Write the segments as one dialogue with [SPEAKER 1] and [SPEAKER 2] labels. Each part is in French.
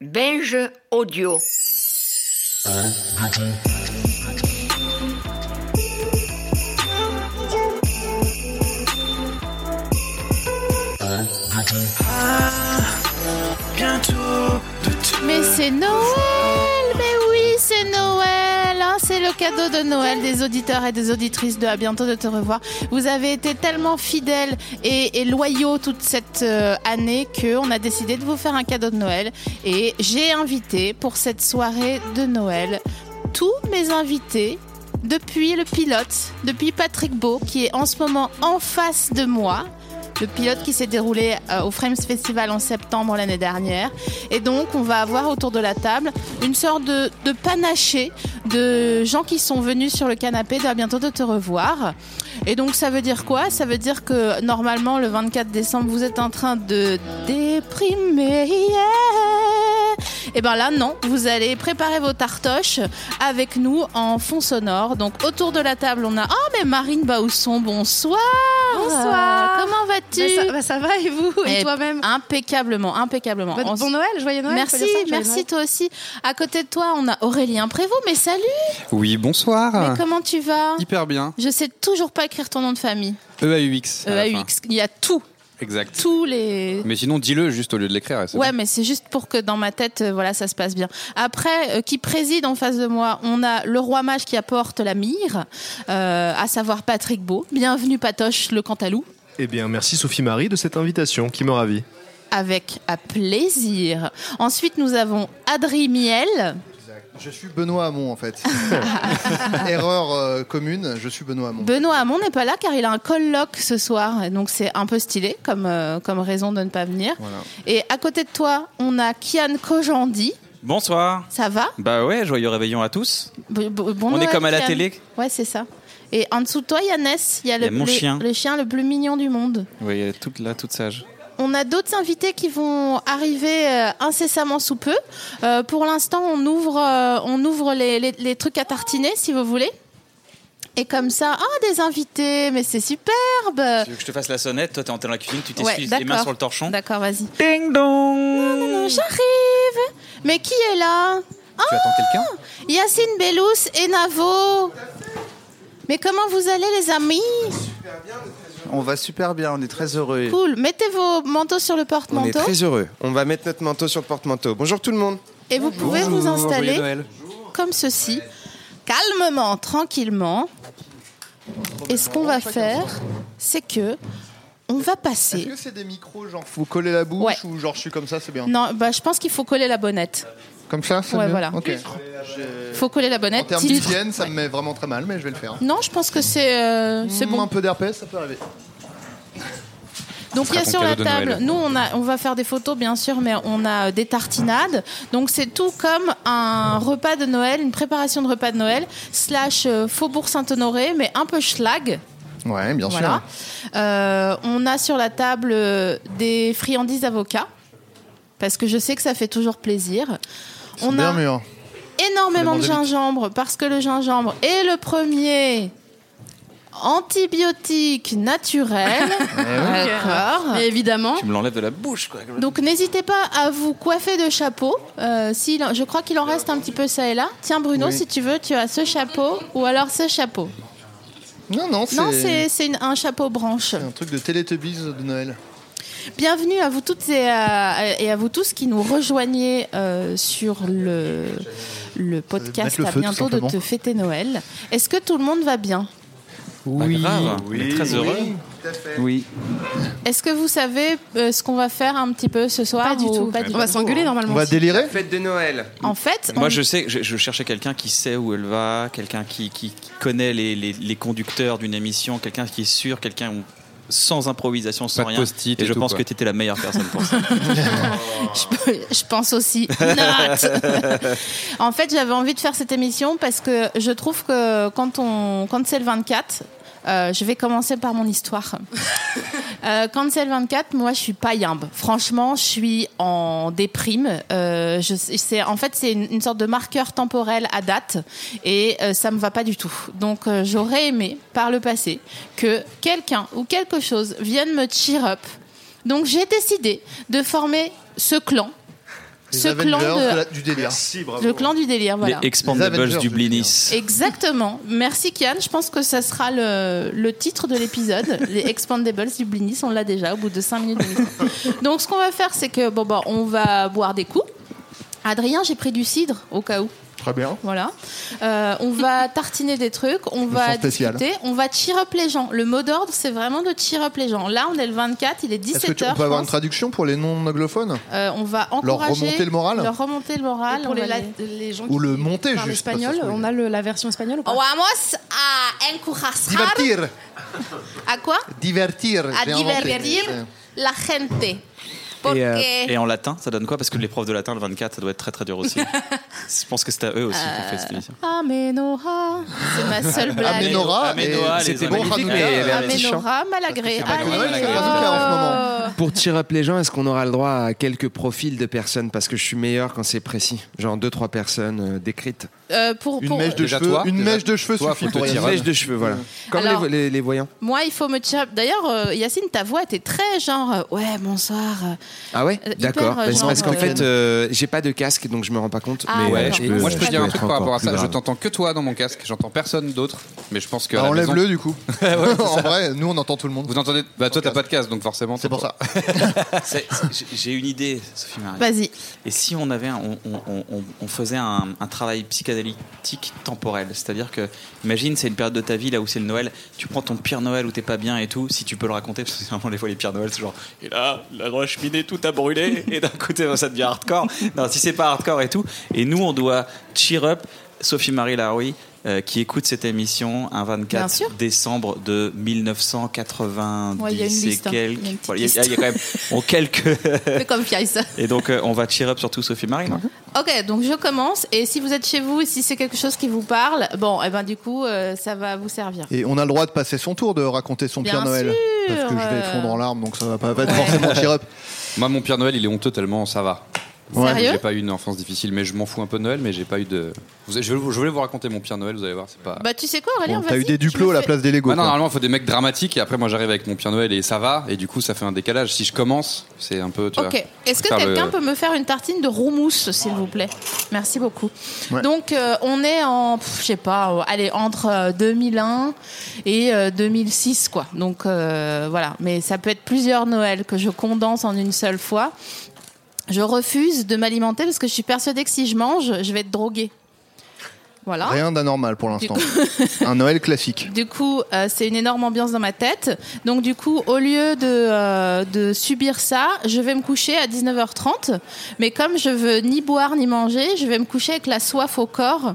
[SPEAKER 1] Binge audio.
[SPEAKER 2] Mais c'est Noël Mais oui, c'est Noël hein, C'est le cadeau de Noël des auditeurs et des auditrices de À bientôt de te revoir. Vous avez été tellement fidèles et, et loyaux toute cette euh, année qu'on a décidé de vous faire un cadeau de Noël. Et j'ai invité pour cette soirée de Noël tous mes invités depuis le pilote, depuis Patrick Beau, qui est en ce moment en face de moi. Le pilote qui s'est déroulé euh, au Frames Festival en septembre l'année dernière. Et donc, on va avoir autour de la table une sorte de, de panaché de gens qui sont venus sur le canapé d'à bientôt de te revoir. Et donc, ça veut dire quoi Ça veut dire que normalement, le 24 décembre, vous êtes en train de déprimer. yeah et ben là, non, vous allez préparer vos tartoches avec nous en fond sonore. Donc autour de la table, on a oh mais Marine Bausson, bonsoir.
[SPEAKER 3] Bonsoir.
[SPEAKER 2] Comment vas-tu
[SPEAKER 3] Bah, ça, bah, ça va et vous Et,
[SPEAKER 2] Eh,
[SPEAKER 3] toi-même
[SPEAKER 2] Impeccablement, impeccablement.
[SPEAKER 3] Bon-
[SPEAKER 2] On-
[SPEAKER 3] Bon Noël, joyeux Noël. faut
[SPEAKER 2] merci,
[SPEAKER 3] dire ça, joyeux
[SPEAKER 2] merci
[SPEAKER 3] Noël.
[SPEAKER 2] toi aussi. À côté de toi, on a Aurélien Prévost. Mais salut.
[SPEAKER 4] Oui, bonsoir.
[SPEAKER 2] Mais comment tu vas
[SPEAKER 4] Hyper bien. E
[SPEAKER 2] Je sais toujours pas écrire ton nom de famille.
[SPEAKER 4] EAUX. à la fin.
[SPEAKER 2] EAUX. Il y E a tout,
[SPEAKER 4] Exact.
[SPEAKER 2] tous les.
[SPEAKER 4] Mais sinon, dis-le juste au lieu de l'écrire. et c'est
[SPEAKER 2] Ouais,
[SPEAKER 4] bon.
[SPEAKER 2] mais c'est juste pour que dans ma tête, euh, voilà, ça se passe bien. Après, euh, qui préside en face de moi, on a le roi mage qui apporte la mire, euh, à savoir Patrick Beau. Bienvenue Patoche, le Cantalou,
[SPEAKER 5] Eh bien, merci Sophie-Marie de cette invitation qui me ravit.
[SPEAKER 2] avec à plaisir. Ensuite, nous avons Adri Miel.
[SPEAKER 6] Je suis Benoît Hamon en fait. Erreur euh, commune, je suis Benoît Hamon.
[SPEAKER 2] Benoît Hamon n'est pas là car il a un colloque ce soir, et donc c'est un peu stylé comme, euh, comme raison de ne pas venir.
[SPEAKER 6] Voilà.
[SPEAKER 2] Et à côté de toi, on a Kian Kojandi.
[SPEAKER 7] Bonsoir.
[SPEAKER 2] Ça va
[SPEAKER 7] Bah ouais, joyeux réveillon à tous.
[SPEAKER 2] Bon- bon- bon
[SPEAKER 7] On est
[SPEAKER 2] Noël,
[SPEAKER 7] comme à la
[SPEAKER 2] Kian.
[SPEAKER 7] télé.
[SPEAKER 2] Ouais, c'est ça. Et en dessous de toi, Yannès, il y a, le,
[SPEAKER 7] Il y a mon
[SPEAKER 2] le-
[SPEAKER 7] chien.
[SPEAKER 2] le chien le plus mignon du monde.
[SPEAKER 7] Oui, elle est toute là, toute sage.
[SPEAKER 2] On a d'autres invités qui vont arriver euh, incessamment sous peu. Euh, pour l'instant, on ouvre, euh, on ouvre les, les- les trucs à tartiner, si vous voulez. Et comme ça, ah, des invités, mais c'est superbe
[SPEAKER 7] Tu veux que je te fasse la sonnette Toi, t'es en train de la cuisine, tu
[SPEAKER 2] Ouais,
[SPEAKER 7] t'essuies les
[SPEAKER 2] d'accord.
[SPEAKER 7] mains sur le torchon.
[SPEAKER 2] D'accord, vas-y.
[SPEAKER 7] Ding dong
[SPEAKER 2] Non, J'arrive Mais qui est là
[SPEAKER 7] Tu attends quelqu'un
[SPEAKER 2] Yacine Bellous et Navo Mais comment vous allez, les amis
[SPEAKER 8] On va super bien, on est très heureux.
[SPEAKER 2] Cool, mettez vos manteaux sur le
[SPEAKER 8] On est
[SPEAKER 2] porte-manteau
[SPEAKER 8] très heureux. On va mettre notre manteau sur le porte-manteau. Bonjour tout le monde.
[SPEAKER 2] et vous pouvez vous
[SPEAKER 4] Bonjour, joyeux
[SPEAKER 2] installer
[SPEAKER 4] Noël.
[SPEAKER 2] comme ceci, calmement, tranquillement. Et ce qu'on va faire, c'est que on va
[SPEAKER 6] Est-ce
[SPEAKER 2] passer.
[SPEAKER 6] que c'est des micros genre faut coller la bouche
[SPEAKER 2] Ouais.
[SPEAKER 6] ou genre je suis comme ça c'est bien
[SPEAKER 2] Non, bah, je pense qu'il faut coller la bonnette.
[SPEAKER 6] Comme ça c'est
[SPEAKER 2] Ouais,
[SPEAKER 6] mieux
[SPEAKER 2] voilà.
[SPEAKER 6] Ok.
[SPEAKER 2] Faut coller la
[SPEAKER 6] En
[SPEAKER 2] bonnette.
[SPEAKER 6] termes
[SPEAKER 2] Titre.
[SPEAKER 6] d'hygiène ça me met vraiment très mal mais je vais le faire.
[SPEAKER 2] Non, je pense que c'est euh, c'est
[SPEAKER 6] Mm,
[SPEAKER 2] bon.
[SPEAKER 6] Un peu d'herpès ça peut arriver.
[SPEAKER 2] Donc il y a
[SPEAKER 4] ton
[SPEAKER 2] sur la
[SPEAKER 4] cadeau de
[SPEAKER 2] table,
[SPEAKER 4] Noël.
[SPEAKER 2] nous on, a, on va faire des photos bien sûr, mais on a euh, des tartinades. Donc c'est tout comme un repas de Noël, une préparation de repas de Noël, slash euh, Faubourg Saint-Honoré, mais un peu schlag.
[SPEAKER 6] Ouais bien
[SPEAKER 2] Voilà. Euh, on a sur la table euh, des friandises avocats, parce que je sais que ça fait toujours plaisir.
[SPEAKER 6] sûr.
[SPEAKER 2] On
[SPEAKER 6] bien
[SPEAKER 2] a
[SPEAKER 6] mûr.
[SPEAKER 2] énormément de
[SPEAKER 6] Faut les manger
[SPEAKER 2] gingembre, parce que le gingembre est le premier antibiotique naturel.
[SPEAKER 6] Eh
[SPEAKER 2] D'accord.
[SPEAKER 3] Mais évidemment.
[SPEAKER 7] Tu me l'enlèves de la bouche, quoi.
[SPEAKER 2] Donc n'hésitez pas à vous coiffer de chapeau. Euh, s'il en- je crois qu'il en reste un petit peu ça et là. Tiens Bruno,
[SPEAKER 6] Oui.
[SPEAKER 2] si tu veux, tu as ce chapeau ou alors ce chapeau.
[SPEAKER 6] Non non
[SPEAKER 2] Non,
[SPEAKER 6] c'est
[SPEAKER 2] c'est c'est une- un chapeau branche.
[SPEAKER 6] c'est un truc de Teletubbies de Noël.
[SPEAKER 2] Bienvenue à vous toutes et à, et à vous tous qui nous rejoignez euh, sur le, le podcast
[SPEAKER 6] mettre le
[SPEAKER 2] à
[SPEAKER 6] feu, tout
[SPEAKER 2] bientôt de
[SPEAKER 6] simplement.
[SPEAKER 2] te fêter Noël. Est-ce que tout le monde va bien
[SPEAKER 7] Oui. grave. On est très heureux.
[SPEAKER 4] Oui.
[SPEAKER 2] Est-ce que vous savez euh, ce qu'on va faire un petit peu ce soir
[SPEAKER 3] Pas du
[SPEAKER 2] ou
[SPEAKER 3] tout.
[SPEAKER 2] pas du
[SPEAKER 3] On va
[SPEAKER 2] tout
[SPEAKER 3] s'engueuler
[SPEAKER 6] On
[SPEAKER 3] normalement.
[SPEAKER 6] va délirer
[SPEAKER 8] Fête de Noël.
[SPEAKER 2] En fait, on-
[SPEAKER 7] Moi, je sais, je, je cherchais quelqu'un qui sait où elle va, quelqu'un qui, qui- qui connaît les, les- les conducteurs d'une émission, quelqu'un qui est sûr, quelqu'un où sans improvisation, sans
[SPEAKER 4] Pas de
[SPEAKER 7] rien.
[SPEAKER 4] post-it
[SPEAKER 7] et
[SPEAKER 4] et
[SPEAKER 7] je
[SPEAKER 4] tout,
[SPEAKER 7] pense
[SPEAKER 4] quoi.
[SPEAKER 7] que t'étais la meilleure personne pour ça.
[SPEAKER 2] Je peux- Je pense aussi. Not. en fait, j'avais envie de faire cette émission parce que je trouve que quand, on, quand c'est le 24, euh, je vais commencer par mon histoire. Euh, quand c'est le 24, moi, je suis pas yimbe. Franchement, je suis en déprime. Euh, je, c'est, en fait, c'est une, une sorte de marqueur temporel à date et euh, ça me va pas du tout. Donc, euh, j'aurais aimé, par le passé, que quelqu'un ou quelque chose vienne me cheer up. Donc, j'ai décidé de former ce clan.
[SPEAKER 6] Les
[SPEAKER 2] Ce clan
[SPEAKER 6] Avengers
[SPEAKER 2] de-
[SPEAKER 6] de la- du délire.
[SPEAKER 5] Merci, bravo.
[SPEAKER 2] Le clan du délire, voilà.
[SPEAKER 7] Les
[SPEAKER 6] Les
[SPEAKER 7] Expandables
[SPEAKER 6] Avengers,
[SPEAKER 7] du Blinis.
[SPEAKER 2] Exactement. Merci Kian. Je pense que ça sera le, le titre de l'épisode. Les Expandables du Blinis, on l'a déjà au bout de 5 minutes. de micro. Donc ce qu'on va faire, c'est que bon, bah, on va boire des coups. Adrien, j'ai pris du cidre au cas où.
[SPEAKER 6] Très bien.
[SPEAKER 2] Voilà. Euh, on va tartiner des trucs, on va
[SPEAKER 6] sens spécial.
[SPEAKER 2] discuter, on va cheer up les gens. Le mot d'ordre, c'est vraiment de cheer up les gens. Là, on est le 24, il est
[SPEAKER 6] Est-ce que tu
[SPEAKER 2] 17h.
[SPEAKER 6] on peut avoir une traduction pour les non anglophones
[SPEAKER 2] Euh, on va
[SPEAKER 6] Leur
[SPEAKER 2] encourager
[SPEAKER 6] remonter le moral hein.
[SPEAKER 2] leur remonter le moral.
[SPEAKER 3] Et pour
[SPEAKER 2] on
[SPEAKER 3] les,
[SPEAKER 2] va
[SPEAKER 3] la-
[SPEAKER 2] les-
[SPEAKER 3] les
[SPEAKER 2] Euh,
[SPEAKER 3] gens
[SPEAKER 6] Ou
[SPEAKER 3] qui
[SPEAKER 6] le monter,
[SPEAKER 3] parlent
[SPEAKER 6] juste,
[SPEAKER 3] espagnol,
[SPEAKER 6] parce que-
[SPEAKER 3] on a le- la version espagnole ou pas
[SPEAKER 2] Vamos a encourajar
[SPEAKER 6] Divertir
[SPEAKER 2] à quoi
[SPEAKER 6] Divertir
[SPEAKER 2] à
[SPEAKER 6] j'ai inventé.
[SPEAKER 2] divertir
[SPEAKER 6] Ouais.
[SPEAKER 2] la gente. Porque...
[SPEAKER 8] Et, euh,
[SPEAKER 7] Et en latin, ça donne quoi Parce que l'épreuve de latin, le 24, ça doit être très très dur aussi. Je pense que c'est à eux aussi qu'on fait cette émission.
[SPEAKER 2] Amenora, Euh, c'est ma seule blague.
[SPEAKER 6] Amenora,
[SPEAKER 7] Amenora,
[SPEAKER 6] et
[SPEAKER 7] les
[SPEAKER 6] c'était bon
[SPEAKER 7] Américains.
[SPEAKER 6] Hanouka.
[SPEAKER 8] mais elle a l'air méchante.
[SPEAKER 2] Amenora, malagré.
[SPEAKER 7] Parce que c'est un
[SPEAKER 6] Hanouka,
[SPEAKER 2] Allez,
[SPEAKER 6] c'est
[SPEAKER 2] go.
[SPEAKER 6] Hanouka en ce moment.
[SPEAKER 2] Euh,
[SPEAKER 9] Pour tirer up les gens, est-ce qu'on aura le droit à quelques profils de personnes Parce que je suis meilleur quand c'est précis. Genre deux, trois personnes euh, décrites.
[SPEAKER 2] Euh, pour,
[SPEAKER 6] Une
[SPEAKER 2] pour-
[SPEAKER 6] mèche de
[SPEAKER 4] Déjà
[SPEAKER 6] cheveux,
[SPEAKER 4] toi,
[SPEAKER 6] une
[SPEAKER 4] déjà.
[SPEAKER 6] mèche de cheveux
[SPEAKER 4] Toi,
[SPEAKER 6] suffit
[SPEAKER 4] faut te
[SPEAKER 6] pour
[SPEAKER 4] tirer.
[SPEAKER 6] rien.
[SPEAKER 9] Une mèche de cheveux, voilà. Comme
[SPEAKER 2] Alors-
[SPEAKER 9] les, les- les voyants.
[SPEAKER 2] Moi, il faut me cheer up. D'ailleurs, euh, Yacine, ta voix était très genre euh, Ouais, bonsoir.
[SPEAKER 9] Ah ouais
[SPEAKER 2] Euh, hyper,
[SPEAKER 9] D'accord. Bah,
[SPEAKER 2] euh,
[SPEAKER 9] c'est
[SPEAKER 2] genre,
[SPEAKER 9] parce qu'en
[SPEAKER 2] euh,
[SPEAKER 9] fait, euh, j'ai pas de casque, donc je me rends pas compte.
[SPEAKER 2] Ah,
[SPEAKER 9] mais,
[SPEAKER 2] ouais,
[SPEAKER 9] euh,
[SPEAKER 2] d'accord.
[SPEAKER 9] je
[SPEAKER 2] Et
[SPEAKER 9] peux-
[SPEAKER 4] Moi, je peux
[SPEAKER 9] je
[SPEAKER 4] dire un
[SPEAKER 9] être
[SPEAKER 4] truc par rapport
[SPEAKER 9] encore
[SPEAKER 4] à ça.
[SPEAKER 9] plus
[SPEAKER 4] Je
[SPEAKER 9] grave.
[SPEAKER 4] t'entends que toi dans mon casque. J'entends personne d'autre. Mais je pense que. à
[SPEAKER 6] Bah,
[SPEAKER 4] la maison,
[SPEAKER 6] Enlève-le du coup. en vrai, nous on entend tout le monde.
[SPEAKER 4] Vous entendez Bah, toi, t'as pas de casque, donc forcément.
[SPEAKER 6] C'est pour ça.
[SPEAKER 7] C'est- c'est- J'ai une idée, Sophie Marie.
[SPEAKER 2] Vas-y.
[SPEAKER 7] Et si on avait, un- on, on- on- on faisait un, un travail psychanalytique temporel, c'est-à-dire que, imagine, c'est une période de ta vie là où c'est le Noël, tu prends ton pire Noël où t'es pas bien et tout, si tu peux le raconter, parce que c'est vraiment les fois les pires Noël, c'est genre, et là, la roche minée, tout a brûlé, et d'un côté, ça devient hardcore. Non, si c'est pas hardcore et tout, et nous, on doit cheer up Sophie-Marie Laroui. euh, qui écoute cette émission un
[SPEAKER 2] Bien sûr.
[SPEAKER 7] 24 décembre de 1990
[SPEAKER 2] Ouais, il y a une
[SPEAKER 7] et
[SPEAKER 2] liste, hein.
[SPEAKER 7] quelques-
[SPEAKER 2] Il y a une petite
[SPEAKER 7] Voilà, il y a- il y a quand même on quelques
[SPEAKER 2] Fais comme Fice.
[SPEAKER 7] et donc, euh, on va cheer up surtout Sophie Marie. non
[SPEAKER 2] Mhm. Ok, donc je commence. Et si vous êtes chez vous, si c'est quelque chose qui vous parle, bon, eh ben, du coup, euh, ça va vous servir.
[SPEAKER 6] Et on a le droit de passer son tour de raconter son
[SPEAKER 2] Bien
[SPEAKER 6] Père Noël.
[SPEAKER 2] sûr,
[SPEAKER 6] Parce que je vais
[SPEAKER 2] euh.
[SPEAKER 6] fondre en larmes, donc ça va pas être
[SPEAKER 2] Ouais.
[SPEAKER 6] forcément cheer-up.
[SPEAKER 4] Moi, mon Père Noël, il est honteux tellement ça va.
[SPEAKER 2] Sérieux
[SPEAKER 4] J'ai pas eu une enfance difficile, mais je m'en fous un peu de Noël, mais j'ai pas eu de. Vous- Je, je voulais vous raconter mon Père Noël, vous allez voir, c'est pas.
[SPEAKER 2] Bah, tu sais quoi, Aurélien
[SPEAKER 6] Bon, T'as
[SPEAKER 2] vas-y,
[SPEAKER 6] eu des
[SPEAKER 2] tu me
[SPEAKER 6] duplos à la
[SPEAKER 2] fais-
[SPEAKER 6] place des Lego.
[SPEAKER 4] Ah non,
[SPEAKER 6] quoi.
[SPEAKER 4] normalement, il faut des mecs dramatiques, et après, moi, j'arrive avec mon Père Noël et ça va, et du coup, ça fait un décalage. Si je commence, c'est un peu. Tu vois,
[SPEAKER 2] Ok. Est-ce que
[SPEAKER 4] faire le-
[SPEAKER 2] quelqu'un peut me faire une tartine de roux mousse, s'il vous plaît Merci beaucoup.
[SPEAKER 6] Ouais.
[SPEAKER 2] Donc, euh, on est en, pff, je sais pas, euh, allez, entre euh, 2001 et euh, 2006, quoi. Donc, euh, voilà. Mais ça peut être plusieurs Noëls que je condense en une seule fois. Je refuse de m'alimenter parce que je suis persuadée que si je mange, je vais être droguée. Voilà.
[SPEAKER 6] Rien d'anormal pour l'instant. Un Noël classique.
[SPEAKER 2] Du coup, euh, c'est une énorme ambiance dans ma tête. Donc, du coup, au lieu de, euh, de subir ça, je vais me coucher à 19h30. Mais comme je veux ni boire ni manger, je vais me coucher avec la soif au corps.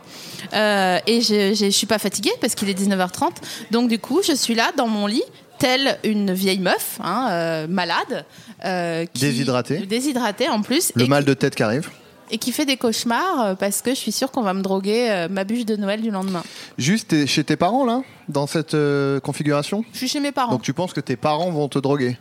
[SPEAKER 2] Euh, et je, je, je suis pas fatiguée parce qu'il est 19h30. Donc, du coup, je suis là dans mon lit, telle une vieille meuf, hein, euh, malade. euh, qui-
[SPEAKER 6] Déshydratée.
[SPEAKER 2] Déshydratée en plus.
[SPEAKER 6] Le
[SPEAKER 2] et,
[SPEAKER 6] mal de tête qui arrive.
[SPEAKER 2] et qui fait des cauchemars euh, parce que je suis sûre qu'on va me droguer euh, ma bûche de Noël du lendemain.
[SPEAKER 6] Juste t'es chez tes parents là, dans cette euh, configuration.
[SPEAKER 2] Je suis chez mes parents.
[SPEAKER 6] Donc tu penses que tes parents vont te droguer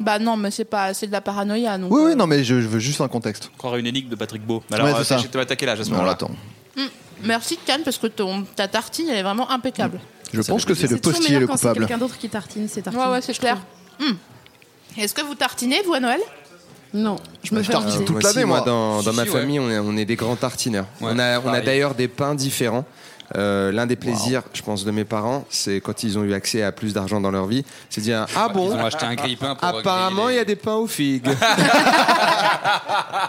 [SPEAKER 2] Bah non, mais c'est pas, c'est de la paranoïa. Donc
[SPEAKER 6] Oui,
[SPEAKER 2] euh,
[SPEAKER 6] oui, non, mais je, je veux juste un contexte.
[SPEAKER 7] On croirait une énigme de Patrick Beau. Mais
[SPEAKER 6] Ouais,
[SPEAKER 7] Alors,
[SPEAKER 6] c'est
[SPEAKER 7] euh,
[SPEAKER 6] ça.
[SPEAKER 7] j'étais attaqué là, à ce
[SPEAKER 6] Non,
[SPEAKER 7] moment-là.
[SPEAKER 6] attends.
[SPEAKER 2] Mm. Merci Cannes parce que ton, ta tartine elle est vraiment impeccable.
[SPEAKER 6] Mm. Je
[SPEAKER 4] Ça
[SPEAKER 6] pense
[SPEAKER 4] fait
[SPEAKER 6] que c'est
[SPEAKER 4] plaisir.
[SPEAKER 6] le
[SPEAKER 3] toujours
[SPEAKER 6] postier
[SPEAKER 3] meilleur
[SPEAKER 6] le
[SPEAKER 3] quand c'est
[SPEAKER 6] coupable.
[SPEAKER 3] quelqu'un d'autre qui tartine, c'est tartine.
[SPEAKER 2] ouais ouais c'est
[SPEAKER 3] je
[SPEAKER 2] clair.
[SPEAKER 3] trouve.
[SPEAKER 2] Hmm. Est-ce que vous tartinez vous à Noël
[SPEAKER 3] Non, je me
[SPEAKER 6] Bah, je
[SPEAKER 3] fais
[SPEAKER 6] tartine
[SPEAKER 3] envier.
[SPEAKER 6] tout.
[SPEAKER 9] Moi,
[SPEAKER 6] toute
[SPEAKER 9] si,
[SPEAKER 6] l'année,
[SPEAKER 9] moi,
[SPEAKER 6] moi.
[SPEAKER 9] dans,
[SPEAKER 4] Si,
[SPEAKER 9] dans ma
[SPEAKER 4] si, ouais.
[SPEAKER 9] famille, on, est, on est des grands tartineurs.
[SPEAKER 4] Ouais,
[SPEAKER 9] on a, on a
[SPEAKER 4] pareil.
[SPEAKER 9] d'ailleurs des pains différents. Euh, L'un des plaisirs, je pense, de mes parents, c'est quand ils ont eu accès à plus d'argent dans leur vie, c'est de dire Ah
[SPEAKER 4] Ils
[SPEAKER 9] bon
[SPEAKER 4] ont acheté un grille-pain pour
[SPEAKER 9] Apparemment, il y a des pains aux figues.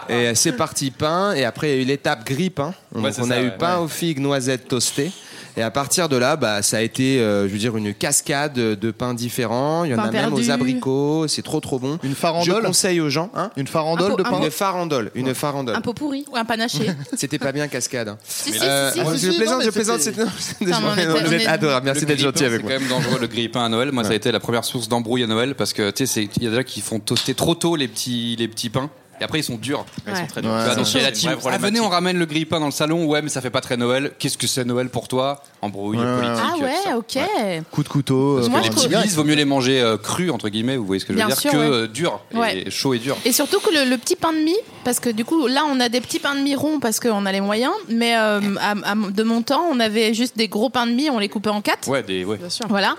[SPEAKER 9] et euh, c'est parti pain. Et après, il y a eu l'étape gris pain. Donc,
[SPEAKER 4] Ouais, c'est
[SPEAKER 9] on a
[SPEAKER 4] ça,
[SPEAKER 9] eu
[SPEAKER 4] ouais.
[SPEAKER 9] pain aux figues, noisettes toastées. Et à partir de là, bah, ça a été, euh, je veux dire, une cascade de pains différents. Il y en
[SPEAKER 6] Pain
[SPEAKER 9] a même
[SPEAKER 6] perdu.
[SPEAKER 9] aux abricots. C'est trop, trop bon. Une
[SPEAKER 6] farandole
[SPEAKER 9] Je conseille aux gens. Hein
[SPEAKER 6] Une farandole
[SPEAKER 2] Un pot-
[SPEAKER 6] de
[SPEAKER 2] un
[SPEAKER 6] pain
[SPEAKER 2] pot-
[SPEAKER 9] une farandole. Une farandole.
[SPEAKER 2] Un pot pourri ou un panaché.
[SPEAKER 9] C'était pas bien cascade. hein.
[SPEAKER 2] si, si,
[SPEAKER 9] Euh,
[SPEAKER 2] si,
[SPEAKER 9] je
[SPEAKER 2] si, si,
[SPEAKER 9] plaisante,
[SPEAKER 2] non, mais
[SPEAKER 9] je plaisante.
[SPEAKER 2] c'était-
[SPEAKER 9] c'est-
[SPEAKER 2] Non, mais on était-
[SPEAKER 9] Vous
[SPEAKER 2] on
[SPEAKER 9] êtes
[SPEAKER 2] est-
[SPEAKER 9] adorable, merci
[SPEAKER 4] Le
[SPEAKER 9] d'être
[SPEAKER 4] grille-pain,
[SPEAKER 2] hein,
[SPEAKER 9] gentil avec moi.
[SPEAKER 4] C'est quand même dangereux le grille-pain à Noël. Moi, ça a été la première source d'embrouille à Noël parce que tu sais, c'est- il y a déjà qui font toaster trop tôt les petits, les petits pains. Et après, ils sont durs.
[SPEAKER 7] Ils sont très durs.
[SPEAKER 4] Tu vois, donc, il y a la
[SPEAKER 7] C'est une
[SPEAKER 4] team,
[SPEAKER 7] vraie
[SPEAKER 4] ah,
[SPEAKER 7] problématique.
[SPEAKER 4] venez, on ramène le grille-pain dans le salon. Ouais, mais ça fait pas très Noël. Qu'est-ce que c'est Noël pour toi Embrouille politique.
[SPEAKER 2] Ah ouais, ok.
[SPEAKER 6] Coup de couteau. euh,
[SPEAKER 4] Parce
[SPEAKER 2] Moi,
[SPEAKER 4] que les
[SPEAKER 2] je
[SPEAKER 4] petits
[SPEAKER 2] trouve-
[SPEAKER 4] bis, vaut mieux les manger euh, crus, entre guillemets, vous voyez ce que je veux
[SPEAKER 2] Bien
[SPEAKER 4] dire,
[SPEAKER 2] sûr,
[SPEAKER 4] que
[SPEAKER 2] ouais.
[SPEAKER 4] euh, durs, et
[SPEAKER 2] Ouais.
[SPEAKER 4] chaud et dur.
[SPEAKER 2] Et surtout que le, le petit pain de mie, parce que du coup, là, on a des petits pains de mie ronds parce qu'on a les moyens, mais euh, à- à- de mon temps, on avait juste des gros pains de mie, on les coupait en quatre.
[SPEAKER 4] Ouais, des, ouais.
[SPEAKER 2] Voilà.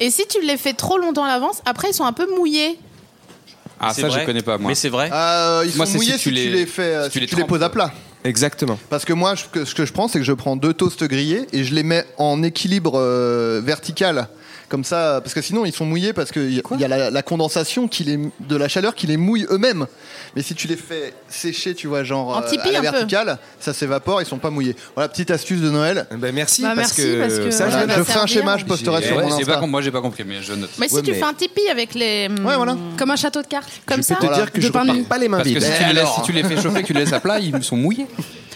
[SPEAKER 2] Et si tu les fais trop longtemps à l'avance, après, ils sont un peu mouillés.
[SPEAKER 4] Ah,
[SPEAKER 7] C'est
[SPEAKER 4] ça, je
[SPEAKER 7] vrai.
[SPEAKER 4] connais pas, moi.
[SPEAKER 7] Mais c'est vrai.
[SPEAKER 6] Euh, ils
[SPEAKER 4] Moi,
[SPEAKER 6] sont
[SPEAKER 4] c'est
[SPEAKER 6] mouillés
[SPEAKER 4] si
[SPEAKER 6] si,
[SPEAKER 4] tu
[SPEAKER 6] tu
[SPEAKER 4] les-
[SPEAKER 6] les fais, euh,
[SPEAKER 4] si tu
[SPEAKER 6] si
[SPEAKER 4] les
[SPEAKER 6] tu les poses à plat.
[SPEAKER 9] Exactement.
[SPEAKER 6] Parce que moi, je- que- ce que je prends, c'est que je prends deux toasts grillés et je les mets en équilibre euh, vertical. Comme ça, parce que sinon ils sont mouillés parce qu'il y a- il y a la, la condensation qui les, de la chaleur qui les mouille eux-mêmes. Mais si tu les fais sécher, tu vois, genre
[SPEAKER 2] En
[SPEAKER 6] euh,
[SPEAKER 2] tipi
[SPEAKER 6] à la
[SPEAKER 2] un peu.
[SPEAKER 6] verticale, ça s'évapore, ils sont pas mouillés. Voilà, petite astuce de Noël.
[SPEAKER 9] Ben merci,
[SPEAKER 2] Bah,
[SPEAKER 9] parce,
[SPEAKER 2] merci,
[SPEAKER 9] que
[SPEAKER 4] Euh,
[SPEAKER 2] parce que
[SPEAKER 9] ça,
[SPEAKER 2] voilà,
[SPEAKER 9] je
[SPEAKER 2] va
[SPEAKER 6] euh, je ferai un
[SPEAKER 2] servir.
[SPEAKER 6] schéma, je posterai
[SPEAKER 4] J'ai-
[SPEAKER 6] sur
[SPEAKER 4] ouais,
[SPEAKER 6] mon
[SPEAKER 4] j'ai pas
[SPEAKER 6] Insta.
[SPEAKER 4] com- moi, j'ai pas compris, mais je note.
[SPEAKER 2] Mais si
[SPEAKER 9] Ouais,
[SPEAKER 2] tu
[SPEAKER 9] mais-
[SPEAKER 2] fais un tipi avec les. hum,
[SPEAKER 6] Ouais, voilà.
[SPEAKER 3] Comme un château de cartes.
[SPEAKER 2] Comme
[SPEAKER 9] Je
[SPEAKER 2] ça.
[SPEAKER 9] peux te dire que
[SPEAKER 3] De
[SPEAKER 9] je
[SPEAKER 3] pain de
[SPEAKER 9] repars
[SPEAKER 3] mie.
[SPEAKER 9] pas les mains
[SPEAKER 4] Parce que
[SPEAKER 9] vides.
[SPEAKER 4] si tu, les laisses,
[SPEAKER 9] Alors.
[SPEAKER 4] si tu les fais chauffer, que tu les laisses à plat, ils sont mouillés.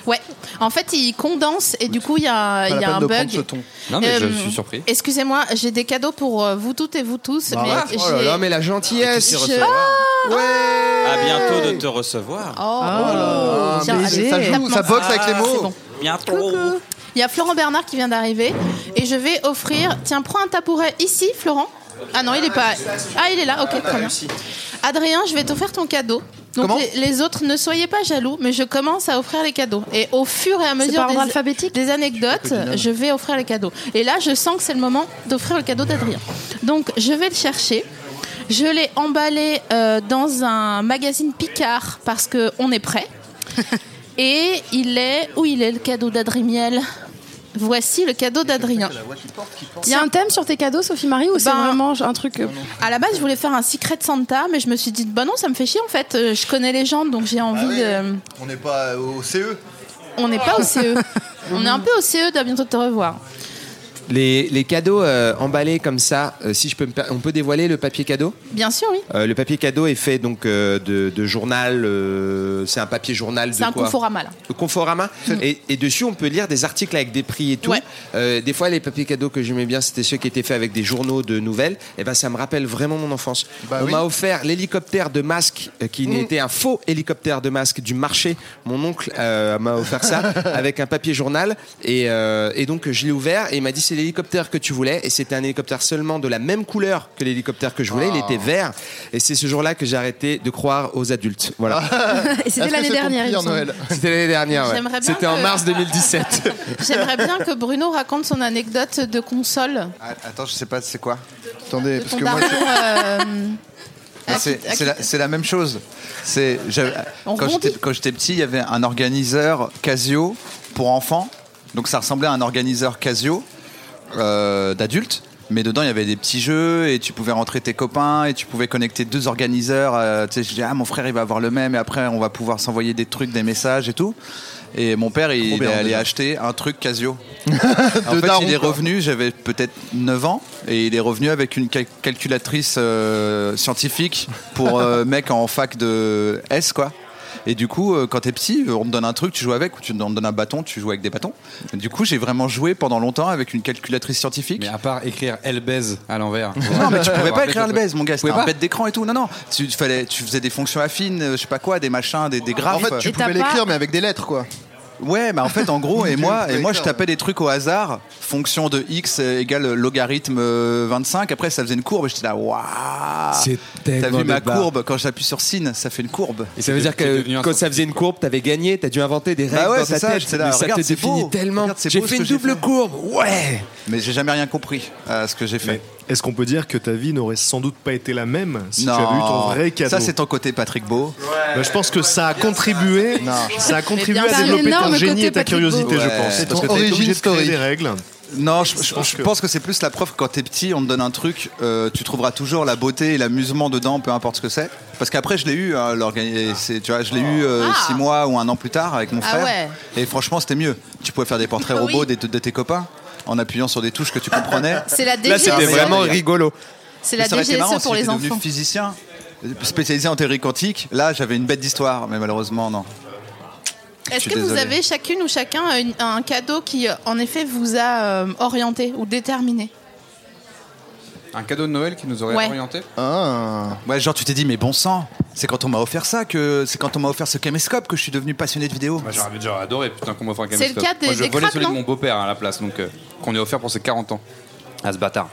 [SPEAKER 2] Ouais. En fait, ils condensent et du coup, il y
[SPEAKER 6] Pas
[SPEAKER 2] a, il
[SPEAKER 6] la
[SPEAKER 2] y a
[SPEAKER 6] peine
[SPEAKER 2] un
[SPEAKER 6] de
[SPEAKER 2] bug.
[SPEAKER 6] prendre ce ton.
[SPEAKER 4] Non, mais je
[SPEAKER 2] Euh,
[SPEAKER 4] suis surpris.
[SPEAKER 2] Excusez-moi, j'ai des cadeaux pour euh, vous toutes et vous tous.
[SPEAKER 6] Bah,
[SPEAKER 2] mais
[SPEAKER 6] voilà.
[SPEAKER 2] j'ai- Ah,
[SPEAKER 9] Oh là là, mais la gentillesse
[SPEAKER 7] Qui te
[SPEAKER 9] Ouais
[SPEAKER 7] recevoir. À bientôt de te recevoir.
[SPEAKER 2] Oh,
[SPEAKER 6] Ah,
[SPEAKER 2] Tiens,
[SPEAKER 6] mais
[SPEAKER 2] allez,
[SPEAKER 6] ça joue,
[SPEAKER 2] tape-moi
[SPEAKER 6] ça boxe avec les
[SPEAKER 7] Ah,
[SPEAKER 6] mots.
[SPEAKER 7] c'est bon. Bientôt.
[SPEAKER 2] Coucou. Il y a Florent Bernard qui vient d'arriver et je vais offrir. Tiens, prends un tabouret ici, Florent. Ah non, il est pas. Ah, il est là. Ok, très bien. Adrien, je vais t'offrir ton cadeau. Donc
[SPEAKER 6] Comment
[SPEAKER 2] les, les autres, ne soyez pas jaloux, mais je commence à offrir les cadeaux. Et au fur et à
[SPEAKER 3] C'est
[SPEAKER 2] mesure
[SPEAKER 3] par ordre
[SPEAKER 2] des,
[SPEAKER 3] alphabétique
[SPEAKER 2] des anecdotes, je vais offrir les cadeaux. Et là, je sens que c'est le moment d'offrir le cadeau d'Adrien. Donc je vais le chercher. Je l'ai emballé euh, dans un magazine Picard parce que on est prêt. Et il est. Où il est le cadeau d'Adrien Voici le cadeau d'Adrien.
[SPEAKER 3] Il y a un thème sur tes cadeaux, Sophie Marie, ou c'est
[SPEAKER 2] Ben-
[SPEAKER 3] vraiment un truc. euh,
[SPEAKER 2] À la base, je voulais faire un secret de Santa, mais je me suis dit, bah non, ça me fait chier en fait. Euh, Je connais les gens, donc j'ai envie de. euh,
[SPEAKER 6] On n'est pas euh, au E. CE.
[SPEAKER 2] On n'est pas au CE. On est un peu au E, CE, d'à bientôt te revoir.
[SPEAKER 9] Les, les cadeaux euh, emballés comme ça, euh, si je peux me per- on peut dévoiler le papier cadeau
[SPEAKER 2] Bien sûr, oui.
[SPEAKER 9] Euh, Le papier cadeau est fait donc euh, de, de journal, euh, c'est un papier journal de
[SPEAKER 2] C'est un
[SPEAKER 9] quoi
[SPEAKER 2] Conforama là.
[SPEAKER 9] Le Conforama.
[SPEAKER 3] Mm.
[SPEAKER 9] Et, et dessus, on peut lire des articles avec des prix et tout.
[SPEAKER 2] Ouais.
[SPEAKER 9] Euh, des fois, les papiers cadeaux que j'aimais bien, c'était ceux qui étaient faits avec des journaux de nouvelles. Et ben, ça me rappelle vraiment mon enfance.
[SPEAKER 6] Bah
[SPEAKER 9] on
[SPEAKER 6] oui.
[SPEAKER 9] m'a offert l'hélicoptère de masque, euh,
[SPEAKER 3] Mm.
[SPEAKER 9] qui n'était un faux hélicoptère de masque du marché. Mon oncle euh, m'a offert ça avec un papier journal. Et, euh, et donc, je l'ai ouvert et il m'a dit c'est l'hélicoptère que tu voulais. Et c'était un hélicoptère seulement de la même couleur que l'hélicoptère que je voulais.
[SPEAKER 3] Ah.
[SPEAKER 9] Il était vert. Et c'est ce jour-là que j'ai arrêté de croire aux adultes. Voilà.
[SPEAKER 3] Et c'était
[SPEAKER 6] Est-ce que c'est
[SPEAKER 3] l'année
[SPEAKER 6] ton
[SPEAKER 3] dernière. il me
[SPEAKER 6] pire
[SPEAKER 3] semble.
[SPEAKER 6] Noël
[SPEAKER 9] C'était l'année dernière. ouais.
[SPEAKER 2] J'aimerais bien
[SPEAKER 9] C'était en
[SPEAKER 2] que-
[SPEAKER 9] mars 2017.
[SPEAKER 2] J'aimerais bien que Bruno raconte son anecdote de console.
[SPEAKER 8] Ah, Attends, je sais pas, c'est quoi
[SPEAKER 6] Attendez,
[SPEAKER 2] De
[SPEAKER 6] parce
[SPEAKER 2] ton
[SPEAKER 6] que moi,
[SPEAKER 2] daron, euh,
[SPEAKER 8] Non,
[SPEAKER 2] Ah,
[SPEAKER 8] C'est
[SPEAKER 2] qui- ah,
[SPEAKER 8] c'est
[SPEAKER 2] qui-
[SPEAKER 8] la, c'est la même chose. C'est j'avais-
[SPEAKER 2] On
[SPEAKER 8] quand j'étais-
[SPEAKER 2] rebondit.
[SPEAKER 8] quand j'étais petit, il y avait un organiseur Casio pour enfants. Donc ça ressemblait à un organiseur Casio euh, d'adultes. Mais dedans, il y avait des petits jeux et tu pouvais rentrer tes copains et tu pouvais connecter deux organiseurs. euh, tu sais, je disais, ah, mon frère, il va avoir le même et après, on va pouvoir s'envoyer des trucs, des messages et tout. Et mon père, il,
[SPEAKER 6] Trop bien,
[SPEAKER 8] est allé
[SPEAKER 6] déjà.
[SPEAKER 8] acheter un truc Casio. En
[SPEAKER 6] De
[SPEAKER 8] fait,
[SPEAKER 6] daron,
[SPEAKER 8] il est
[SPEAKER 6] quoi.
[SPEAKER 8] revenu, j'avais peut-être 9 ans, et il est revenu avec une cal- calculatrice euh, scientifique pour euh, mec en fac de S, quoi. Et du coup, euh, quand t'es petit, euh, on te donne un truc, tu joues avec, ou tu, on te donne un bâton, tu joues avec des bâtons. Et du coup, j'ai vraiment joué pendant longtemps avec une calculatrice scientifique.
[SPEAKER 4] Mais à part écrire Elle baise à l'envers.
[SPEAKER 8] Non, mais tu pouvais pas écrire le baise, mon gars,
[SPEAKER 4] Vous pouvez
[SPEAKER 8] c'était un
[SPEAKER 4] pas
[SPEAKER 8] bête d'écran et tout. Non, non, tu, fallait, tu faisais des fonctions affines, euh, je sais pas quoi, des machins, des, des graphes.
[SPEAKER 6] en fait, tu
[SPEAKER 3] Et t'as
[SPEAKER 6] pouvais
[SPEAKER 3] pas-
[SPEAKER 6] l'écrire, mais avec des lettres, quoi.
[SPEAKER 8] Ouais, mais en fait, en gros, et moi,
[SPEAKER 6] Tu
[SPEAKER 8] et moi,
[SPEAKER 6] fais
[SPEAKER 8] je
[SPEAKER 6] ça.
[SPEAKER 8] tapais des trucs au hasard, fonction de x égale logarithme euh, 25. Après, ça faisait une courbe. et J'étais là, waouh.
[SPEAKER 9] C'est
[SPEAKER 8] T'as
[SPEAKER 9] tellement
[SPEAKER 8] vu ma
[SPEAKER 9] des barres.
[SPEAKER 8] courbe quand j'appuie sur signe, ça fait une courbe.
[SPEAKER 9] Et ça veut dire
[SPEAKER 4] C'est
[SPEAKER 9] que
[SPEAKER 4] devenu un
[SPEAKER 9] quand ça
[SPEAKER 4] scientifique,
[SPEAKER 9] faisait une courbe, t'avais gagné, t'as dû inventer des règles
[SPEAKER 8] Bah ouais,
[SPEAKER 9] dans
[SPEAKER 8] c'est
[SPEAKER 9] ta
[SPEAKER 8] ça,
[SPEAKER 9] tête.
[SPEAKER 8] j'étais là,
[SPEAKER 9] mais ça
[SPEAKER 8] regarde,
[SPEAKER 9] te
[SPEAKER 8] c'est
[SPEAKER 9] définit
[SPEAKER 8] beau.
[SPEAKER 9] tellement.
[SPEAKER 8] Regarde, c'est
[SPEAKER 9] j'ai
[SPEAKER 8] beau
[SPEAKER 9] fait
[SPEAKER 8] ce
[SPEAKER 9] une
[SPEAKER 8] que j'ai
[SPEAKER 9] double
[SPEAKER 8] fait.
[SPEAKER 9] courbe. Ouais.
[SPEAKER 8] Mais j'ai jamais rien compris à ce que j'ai fait.
[SPEAKER 5] Est-ce qu'on peut dire que ta vie n'aurait sans doute pas été la même si
[SPEAKER 8] non.
[SPEAKER 5] tu avais eu ton vrai cadeau
[SPEAKER 8] Ça, c'est ton côté Patrick Beau.
[SPEAKER 5] Bah, je pense que ça a contribué, ça a contribué
[SPEAKER 2] bien
[SPEAKER 5] à
[SPEAKER 2] sûr.
[SPEAKER 5] développer
[SPEAKER 3] L'énorme
[SPEAKER 5] ton
[SPEAKER 3] côté
[SPEAKER 5] génie et ta
[SPEAKER 3] Patrick
[SPEAKER 5] curiosité,
[SPEAKER 8] Beau.
[SPEAKER 5] je
[SPEAKER 8] Ouais.
[SPEAKER 5] pense.
[SPEAKER 8] C'est
[SPEAKER 5] Parce
[SPEAKER 6] ton
[SPEAKER 5] que t'as été obligé
[SPEAKER 6] origin
[SPEAKER 5] de créer
[SPEAKER 6] story.
[SPEAKER 5] des règles.
[SPEAKER 8] Non, je, je-
[SPEAKER 5] pense
[SPEAKER 8] je
[SPEAKER 5] que-
[SPEAKER 8] pense que c'est plus la preuve que quand t'es petit, on te donne un truc, euh, tu trouveras toujours la beauté et l'amusement dedans, peu importe ce que c'est. Parce qu'après, je l'ai eu, hein, l'organi- c'est- tu vois, je l'ai eu euh,
[SPEAKER 2] Ah.
[SPEAKER 8] six mois ou un an plus tard avec mon
[SPEAKER 2] Ah
[SPEAKER 8] frère.
[SPEAKER 2] ouais.
[SPEAKER 8] Et franchement, c'était mieux. Tu pouvais faire des portraits
[SPEAKER 2] Oui.
[SPEAKER 8] robots des- de, de tes copains. en appuyant sur des touches que tu comprenais.
[SPEAKER 2] C'est la Là, c'était DGSE.
[SPEAKER 8] vraiment
[SPEAKER 9] rigolo.
[SPEAKER 2] E. C'est la DGSE E pour les
[SPEAKER 8] devenu
[SPEAKER 2] enfants.
[SPEAKER 8] physicien spécialisé en théorie quantique. Là, j'avais une bête d'histoire, mais malheureusement, non. Je
[SPEAKER 2] Est-ce
[SPEAKER 8] suis
[SPEAKER 2] que vous
[SPEAKER 8] désolé.
[SPEAKER 2] avez chacune ou chacun une- un cadeau qui, euh, en effet, vous a euh, orienté ou déterminé
[SPEAKER 4] Un cadeau de Noël qui nous aurait
[SPEAKER 2] Ouais.
[SPEAKER 4] orienté
[SPEAKER 6] Ah.
[SPEAKER 8] Ouais, genre tu t'es dit mais bon sang, c'est quand on m'a offert ça que c'est quand on m'a offert ce caméscope que je suis devenu passionné de vidéo.
[SPEAKER 4] J'aurais déjà adoré, putain, qu'on m'offre un
[SPEAKER 2] C'est
[SPEAKER 4] caméscope.
[SPEAKER 2] le cas des-
[SPEAKER 4] Moi, je
[SPEAKER 2] des
[SPEAKER 4] volais
[SPEAKER 2] cracks,
[SPEAKER 4] celui de
[SPEAKER 2] non
[SPEAKER 4] mon beau-père à la place, donc euh, qu'on lui a offert pour ses 40 ans. À ce bâtard.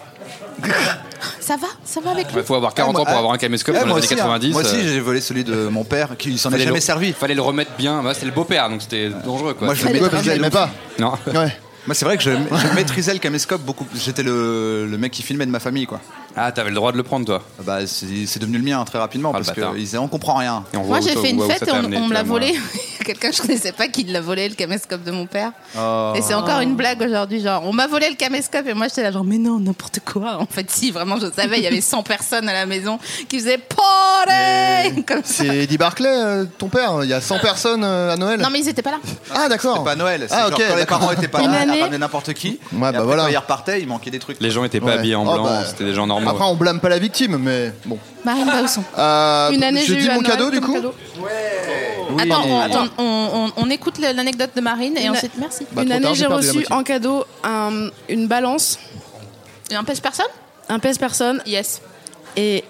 [SPEAKER 2] Ça va Ça va avec
[SPEAKER 4] Il faut avoir 40
[SPEAKER 8] Ah, moi-
[SPEAKER 4] ans pour
[SPEAKER 8] ah,
[SPEAKER 4] avoir un caméscope
[SPEAKER 8] ah,
[SPEAKER 4] dans les
[SPEAKER 8] moi
[SPEAKER 4] années
[SPEAKER 8] aussi, hein.
[SPEAKER 4] 90.
[SPEAKER 8] Moi aussi,
[SPEAKER 4] euh,
[SPEAKER 8] j'ai volé celui de mon père qui s'en est
[SPEAKER 4] fallait
[SPEAKER 8] jamais
[SPEAKER 4] le-
[SPEAKER 8] servi.
[SPEAKER 4] Fallait le remettre bien. Bah, c'était le beau-père, donc c'était dangereux. Quoi.
[SPEAKER 8] Moi, je le maîtrisais
[SPEAKER 6] mais pas.
[SPEAKER 4] Non.
[SPEAKER 8] Moi, c'est vrai que je, je maîtrisais le caméscope beaucoup. J'étais le, le mec qui filmait de ma famille, quoi.
[SPEAKER 4] Ah, t'avais le droit de le prendre, toi
[SPEAKER 8] Bah, c'est c'est devenu le mien très rapidement
[SPEAKER 4] Ah, le
[SPEAKER 8] parce qu'ils
[SPEAKER 4] bâtard.
[SPEAKER 8] disaient on comprend rien.
[SPEAKER 2] Moi, j'ai fait une fête et on, on me l'a volé. Quelqu'un, je ne connaissais pas qui l'a volé, le caméscope de mon père.
[SPEAKER 4] Oh.
[SPEAKER 6] Oh.
[SPEAKER 2] Et c'est encore une blague aujourd'hui, genre, on m'a volé le caméscope et moi j'étais là, genre, mais non, n'importe quoi. En fait, si, vraiment, je savais, il y avait 100 personnes à la maison qui faisaient party comme ça.
[SPEAKER 6] C'est Eddie Barclay, euh, ton père. Il y a 100 personnes euh, à Noël.
[SPEAKER 2] Non, mais ils n'étaient pas là.
[SPEAKER 6] Ah, d'accord.
[SPEAKER 8] C'était pas Noël. c'est
[SPEAKER 6] Ah, ok,
[SPEAKER 8] genre Quand les
[SPEAKER 6] d'accord.
[SPEAKER 8] parents étaient pas
[SPEAKER 2] Une
[SPEAKER 8] là, ils
[SPEAKER 2] année.
[SPEAKER 8] ramenaient n'importe qui. et
[SPEAKER 6] bah
[SPEAKER 8] après,
[SPEAKER 6] voilà.
[SPEAKER 8] Quand ils repartaient, Ah, il manquait des trucs.
[SPEAKER 4] Les gens étaient pas
[SPEAKER 6] Ouais.
[SPEAKER 4] habillés en
[SPEAKER 6] Oh,
[SPEAKER 4] blanc,
[SPEAKER 6] bah.
[SPEAKER 4] c'était des gens normaux.
[SPEAKER 6] Après, on blâme pas la victime, mais bon.
[SPEAKER 2] Marine Bausson.
[SPEAKER 6] Euh,
[SPEAKER 3] Une année,
[SPEAKER 6] je
[SPEAKER 3] j'ai eu
[SPEAKER 6] dis
[SPEAKER 3] à
[SPEAKER 6] mon
[SPEAKER 3] Noël
[SPEAKER 6] cadeau du
[SPEAKER 3] comme
[SPEAKER 6] coup.
[SPEAKER 3] cadeau.
[SPEAKER 2] Attends, on, on- on- on- on écoute le- l'anecdote de Marine et
[SPEAKER 3] Une-
[SPEAKER 2] ensuite, merci.
[SPEAKER 6] Bah,
[SPEAKER 3] une
[SPEAKER 6] trop tard,
[SPEAKER 3] année,
[SPEAKER 6] j'ai
[SPEAKER 3] j'ai
[SPEAKER 6] perdu la
[SPEAKER 3] reçu
[SPEAKER 6] moitié.
[SPEAKER 3] en cadeau un- une balance,
[SPEAKER 2] Il empêche personne
[SPEAKER 3] un pèse-personne,
[SPEAKER 2] Yes.
[SPEAKER 3] et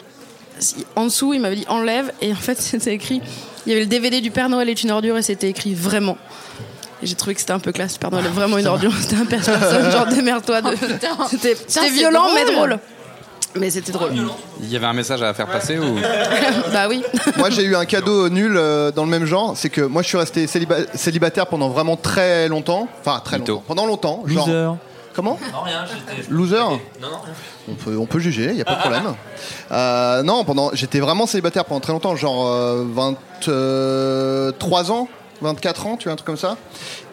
[SPEAKER 3] si- en dessous, il m'avait dit enlève, et en fait, c'était écrit. Il y avait le DVD du Père Noël est une ordure, et c'était écrit vraiment. Et j'ai trouvé que c'était un peu classe, le Père Noël est vraiment
[SPEAKER 6] Ah,
[SPEAKER 3] une ordure, c'était un pèse-personne, genre démerde-toi. de-
[SPEAKER 2] Oh, putain.
[SPEAKER 3] C'était
[SPEAKER 2] Putain,
[SPEAKER 3] c'était
[SPEAKER 2] c'est
[SPEAKER 3] violent, mais
[SPEAKER 2] drôle.
[SPEAKER 3] drôle. Mais c'était drôle.
[SPEAKER 4] Il y avait un message à faire passer ou
[SPEAKER 3] bah oui.
[SPEAKER 6] Moi, j'ai eu un cadeau nul euh, dans le même genre. C'est que moi, je suis resté céliba- célibataire pendant vraiment très longtemps. Enfin, très
[SPEAKER 4] Mytho.
[SPEAKER 6] longtemps. Pendant longtemps. Genre. Comment Non, rien. Loser On peut, on peut juger, il n'y a pas de problème. Euh, non, pendant, j'étais vraiment célibataire pendant très longtemps, genre euh, 23 ans, 24 ans, tu vois, un truc comme ça.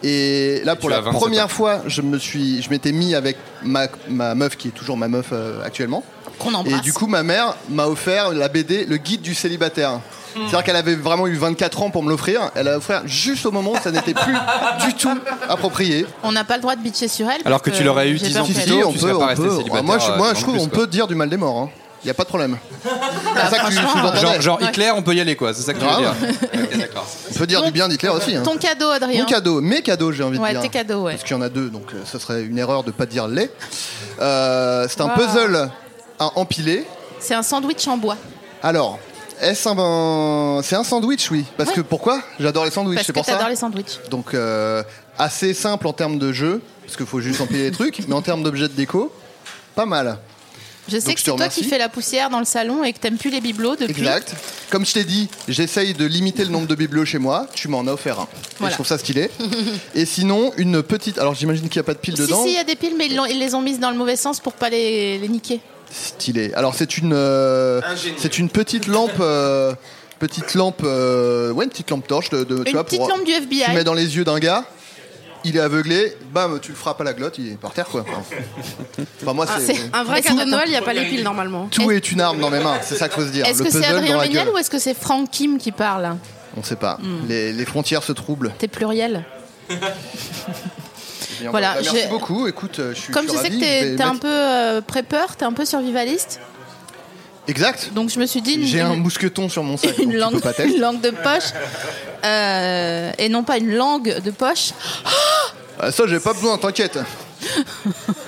[SPEAKER 6] Et là, pour
[SPEAKER 4] tu
[SPEAKER 6] la
[SPEAKER 4] as 27
[SPEAKER 6] première
[SPEAKER 4] ans.
[SPEAKER 6] fois, je me suis, je m'étais mis avec ma, ma meuf, qui est toujours ma meuf euh, actuellement.
[SPEAKER 2] Qu'on
[SPEAKER 6] Et
[SPEAKER 2] embrasse.
[SPEAKER 6] du coup, ma mère m'a offert la BD Le Guide du célibataire.
[SPEAKER 2] Hmm.
[SPEAKER 6] C'est-à-dire qu'elle avait vraiment eu 24 ans pour me l'offrir. Elle l'a offert juste au moment où ça n'était plus du tout approprié.
[SPEAKER 2] on n'a pas le droit de bitcher sur elle.
[SPEAKER 4] Alors que
[SPEAKER 2] parce
[SPEAKER 4] tu l'aurais eu
[SPEAKER 2] j'ai
[SPEAKER 4] 10
[SPEAKER 2] peur
[SPEAKER 4] ans
[SPEAKER 6] Si,
[SPEAKER 2] qu'elle-
[SPEAKER 4] plus tôt.
[SPEAKER 6] si, on
[SPEAKER 4] tu
[SPEAKER 6] peut,
[SPEAKER 4] serais pas
[SPEAKER 6] on
[SPEAKER 4] resté
[SPEAKER 6] peut.
[SPEAKER 4] célibataire,
[SPEAKER 6] moi, je,
[SPEAKER 4] euh,
[SPEAKER 6] moi, je
[SPEAKER 4] en
[SPEAKER 6] trouve
[SPEAKER 4] plus,
[SPEAKER 6] qu'on
[SPEAKER 4] quoi.
[SPEAKER 6] peut dire du mal des morts. Il n'y a pas de problème.
[SPEAKER 2] Bah,
[SPEAKER 6] C'est ça que tu
[SPEAKER 2] franchement,
[SPEAKER 6] sous-entendais.
[SPEAKER 4] Genre, genre Hitler, on peut y aller quoi, c'est ça que tu veux dire
[SPEAKER 6] Grave.
[SPEAKER 4] Ok, d'accord.
[SPEAKER 6] On peut dire du bien d'Hitler aussi. hein.
[SPEAKER 2] Ton cadeau, Adrien.
[SPEAKER 6] Mon cadeau, mes cadeaux, j'ai envie
[SPEAKER 2] Ouais,
[SPEAKER 6] de dire.
[SPEAKER 2] tes cadeaux, ouais.
[SPEAKER 6] Parce qu'il y en a deux, donc euh, ça serait une erreur de pas dire les. Euh, c'est un puzzle à empiler.
[SPEAKER 2] C'est un sandwich en bois.
[SPEAKER 6] Alors, est-ce un ben, c'est un sandwich, oui. Parce
[SPEAKER 2] Ouais.
[SPEAKER 6] que pourquoi J'adore les sandwichs,
[SPEAKER 2] Parce
[SPEAKER 6] c'est
[SPEAKER 2] que
[SPEAKER 6] pour ça.
[SPEAKER 2] t'adores les sandwichs.
[SPEAKER 6] Donc euh, assez simple en termes de jeu, parce qu'il faut juste empiler les trucs, mais en termes d'objets de déco, pas mal.
[SPEAKER 2] Je
[SPEAKER 6] Donc,
[SPEAKER 2] sais que
[SPEAKER 6] je te
[SPEAKER 2] c'est toi
[SPEAKER 6] remercie.
[SPEAKER 2] qui fais la poussière dans le salon et que t'aimes plus les bibelots depuis.
[SPEAKER 6] Exact. Comme je t'ai dit, j'essaye de limiter le nombre de bibelots chez moi. Tu m'en as offert un. Et
[SPEAKER 2] Voilà. Mhm.
[SPEAKER 6] je trouve ça stylé. Et sinon, une petite. Alors j'imagine qu'il n'y a pas de pile
[SPEAKER 2] Si,
[SPEAKER 6] dedans.
[SPEAKER 2] si, il y a des piles, mais ils, l'ont- ils les ont mises dans le mauvais sens pour pas les, les niquer.
[SPEAKER 6] Stylé. Alors c'est une. euh, c'est une petite lampe. euh, petite lampe. euh, ouais, une petite lampe torche. De, de- tu
[SPEAKER 2] Une
[SPEAKER 6] vois,
[SPEAKER 2] petite
[SPEAKER 6] pour-
[SPEAKER 2] lampe du
[SPEAKER 6] Tu
[SPEAKER 2] FBI.
[SPEAKER 6] mets dans les yeux d'un gars. Il est aveuglé, bam, tu le frappes à la glotte, il est par terre quoi. Enfin, moi, c'est.
[SPEAKER 2] Ah, c'est-
[SPEAKER 3] Un vrai
[SPEAKER 2] Est-ce-
[SPEAKER 3] cadeau de Noël, il n'y a pas les piles normalement.
[SPEAKER 6] Tout est une arme dans mes mains, c'est ça qu'il faut se dire.
[SPEAKER 2] Est-ce
[SPEAKER 6] Le
[SPEAKER 2] que c'est
[SPEAKER 6] puzzle dans
[SPEAKER 2] Adrien
[SPEAKER 6] la
[SPEAKER 2] Méniel
[SPEAKER 6] gueule.
[SPEAKER 2] ou est-ce que c'est Franck Kim qui parle
[SPEAKER 6] On sait pas. Les, les frontières se troublent.
[SPEAKER 2] T'es pluriel.
[SPEAKER 6] Bien,
[SPEAKER 2] Voilà,
[SPEAKER 6] bah, merci
[SPEAKER 2] j'ai-
[SPEAKER 6] beaucoup. Écoute, euh, je suis.
[SPEAKER 2] Comme
[SPEAKER 6] je
[SPEAKER 2] je
[SPEAKER 6] suis
[SPEAKER 2] sais que
[SPEAKER 6] ravi, je
[SPEAKER 2] t'es
[SPEAKER 6] vais
[SPEAKER 2] t'es un
[SPEAKER 6] mettre-
[SPEAKER 2] peu euh, prépeur, t'es un peu survivaliste,
[SPEAKER 6] Exact.
[SPEAKER 2] donc je me suis dit une,
[SPEAKER 6] J'ai un
[SPEAKER 2] une-
[SPEAKER 6] mousqueton sur mon sac. donc
[SPEAKER 2] une
[SPEAKER 6] tu
[SPEAKER 2] langue,
[SPEAKER 6] peux pas
[SPEAKER 2] une
[SPEAKER 6] t'être.
[SPEAKER 2] langue de poche euh, et non pas une langue de poche.
[SPEAKER 6] Ah, ça, j'ai pas besoin. T'inquiète.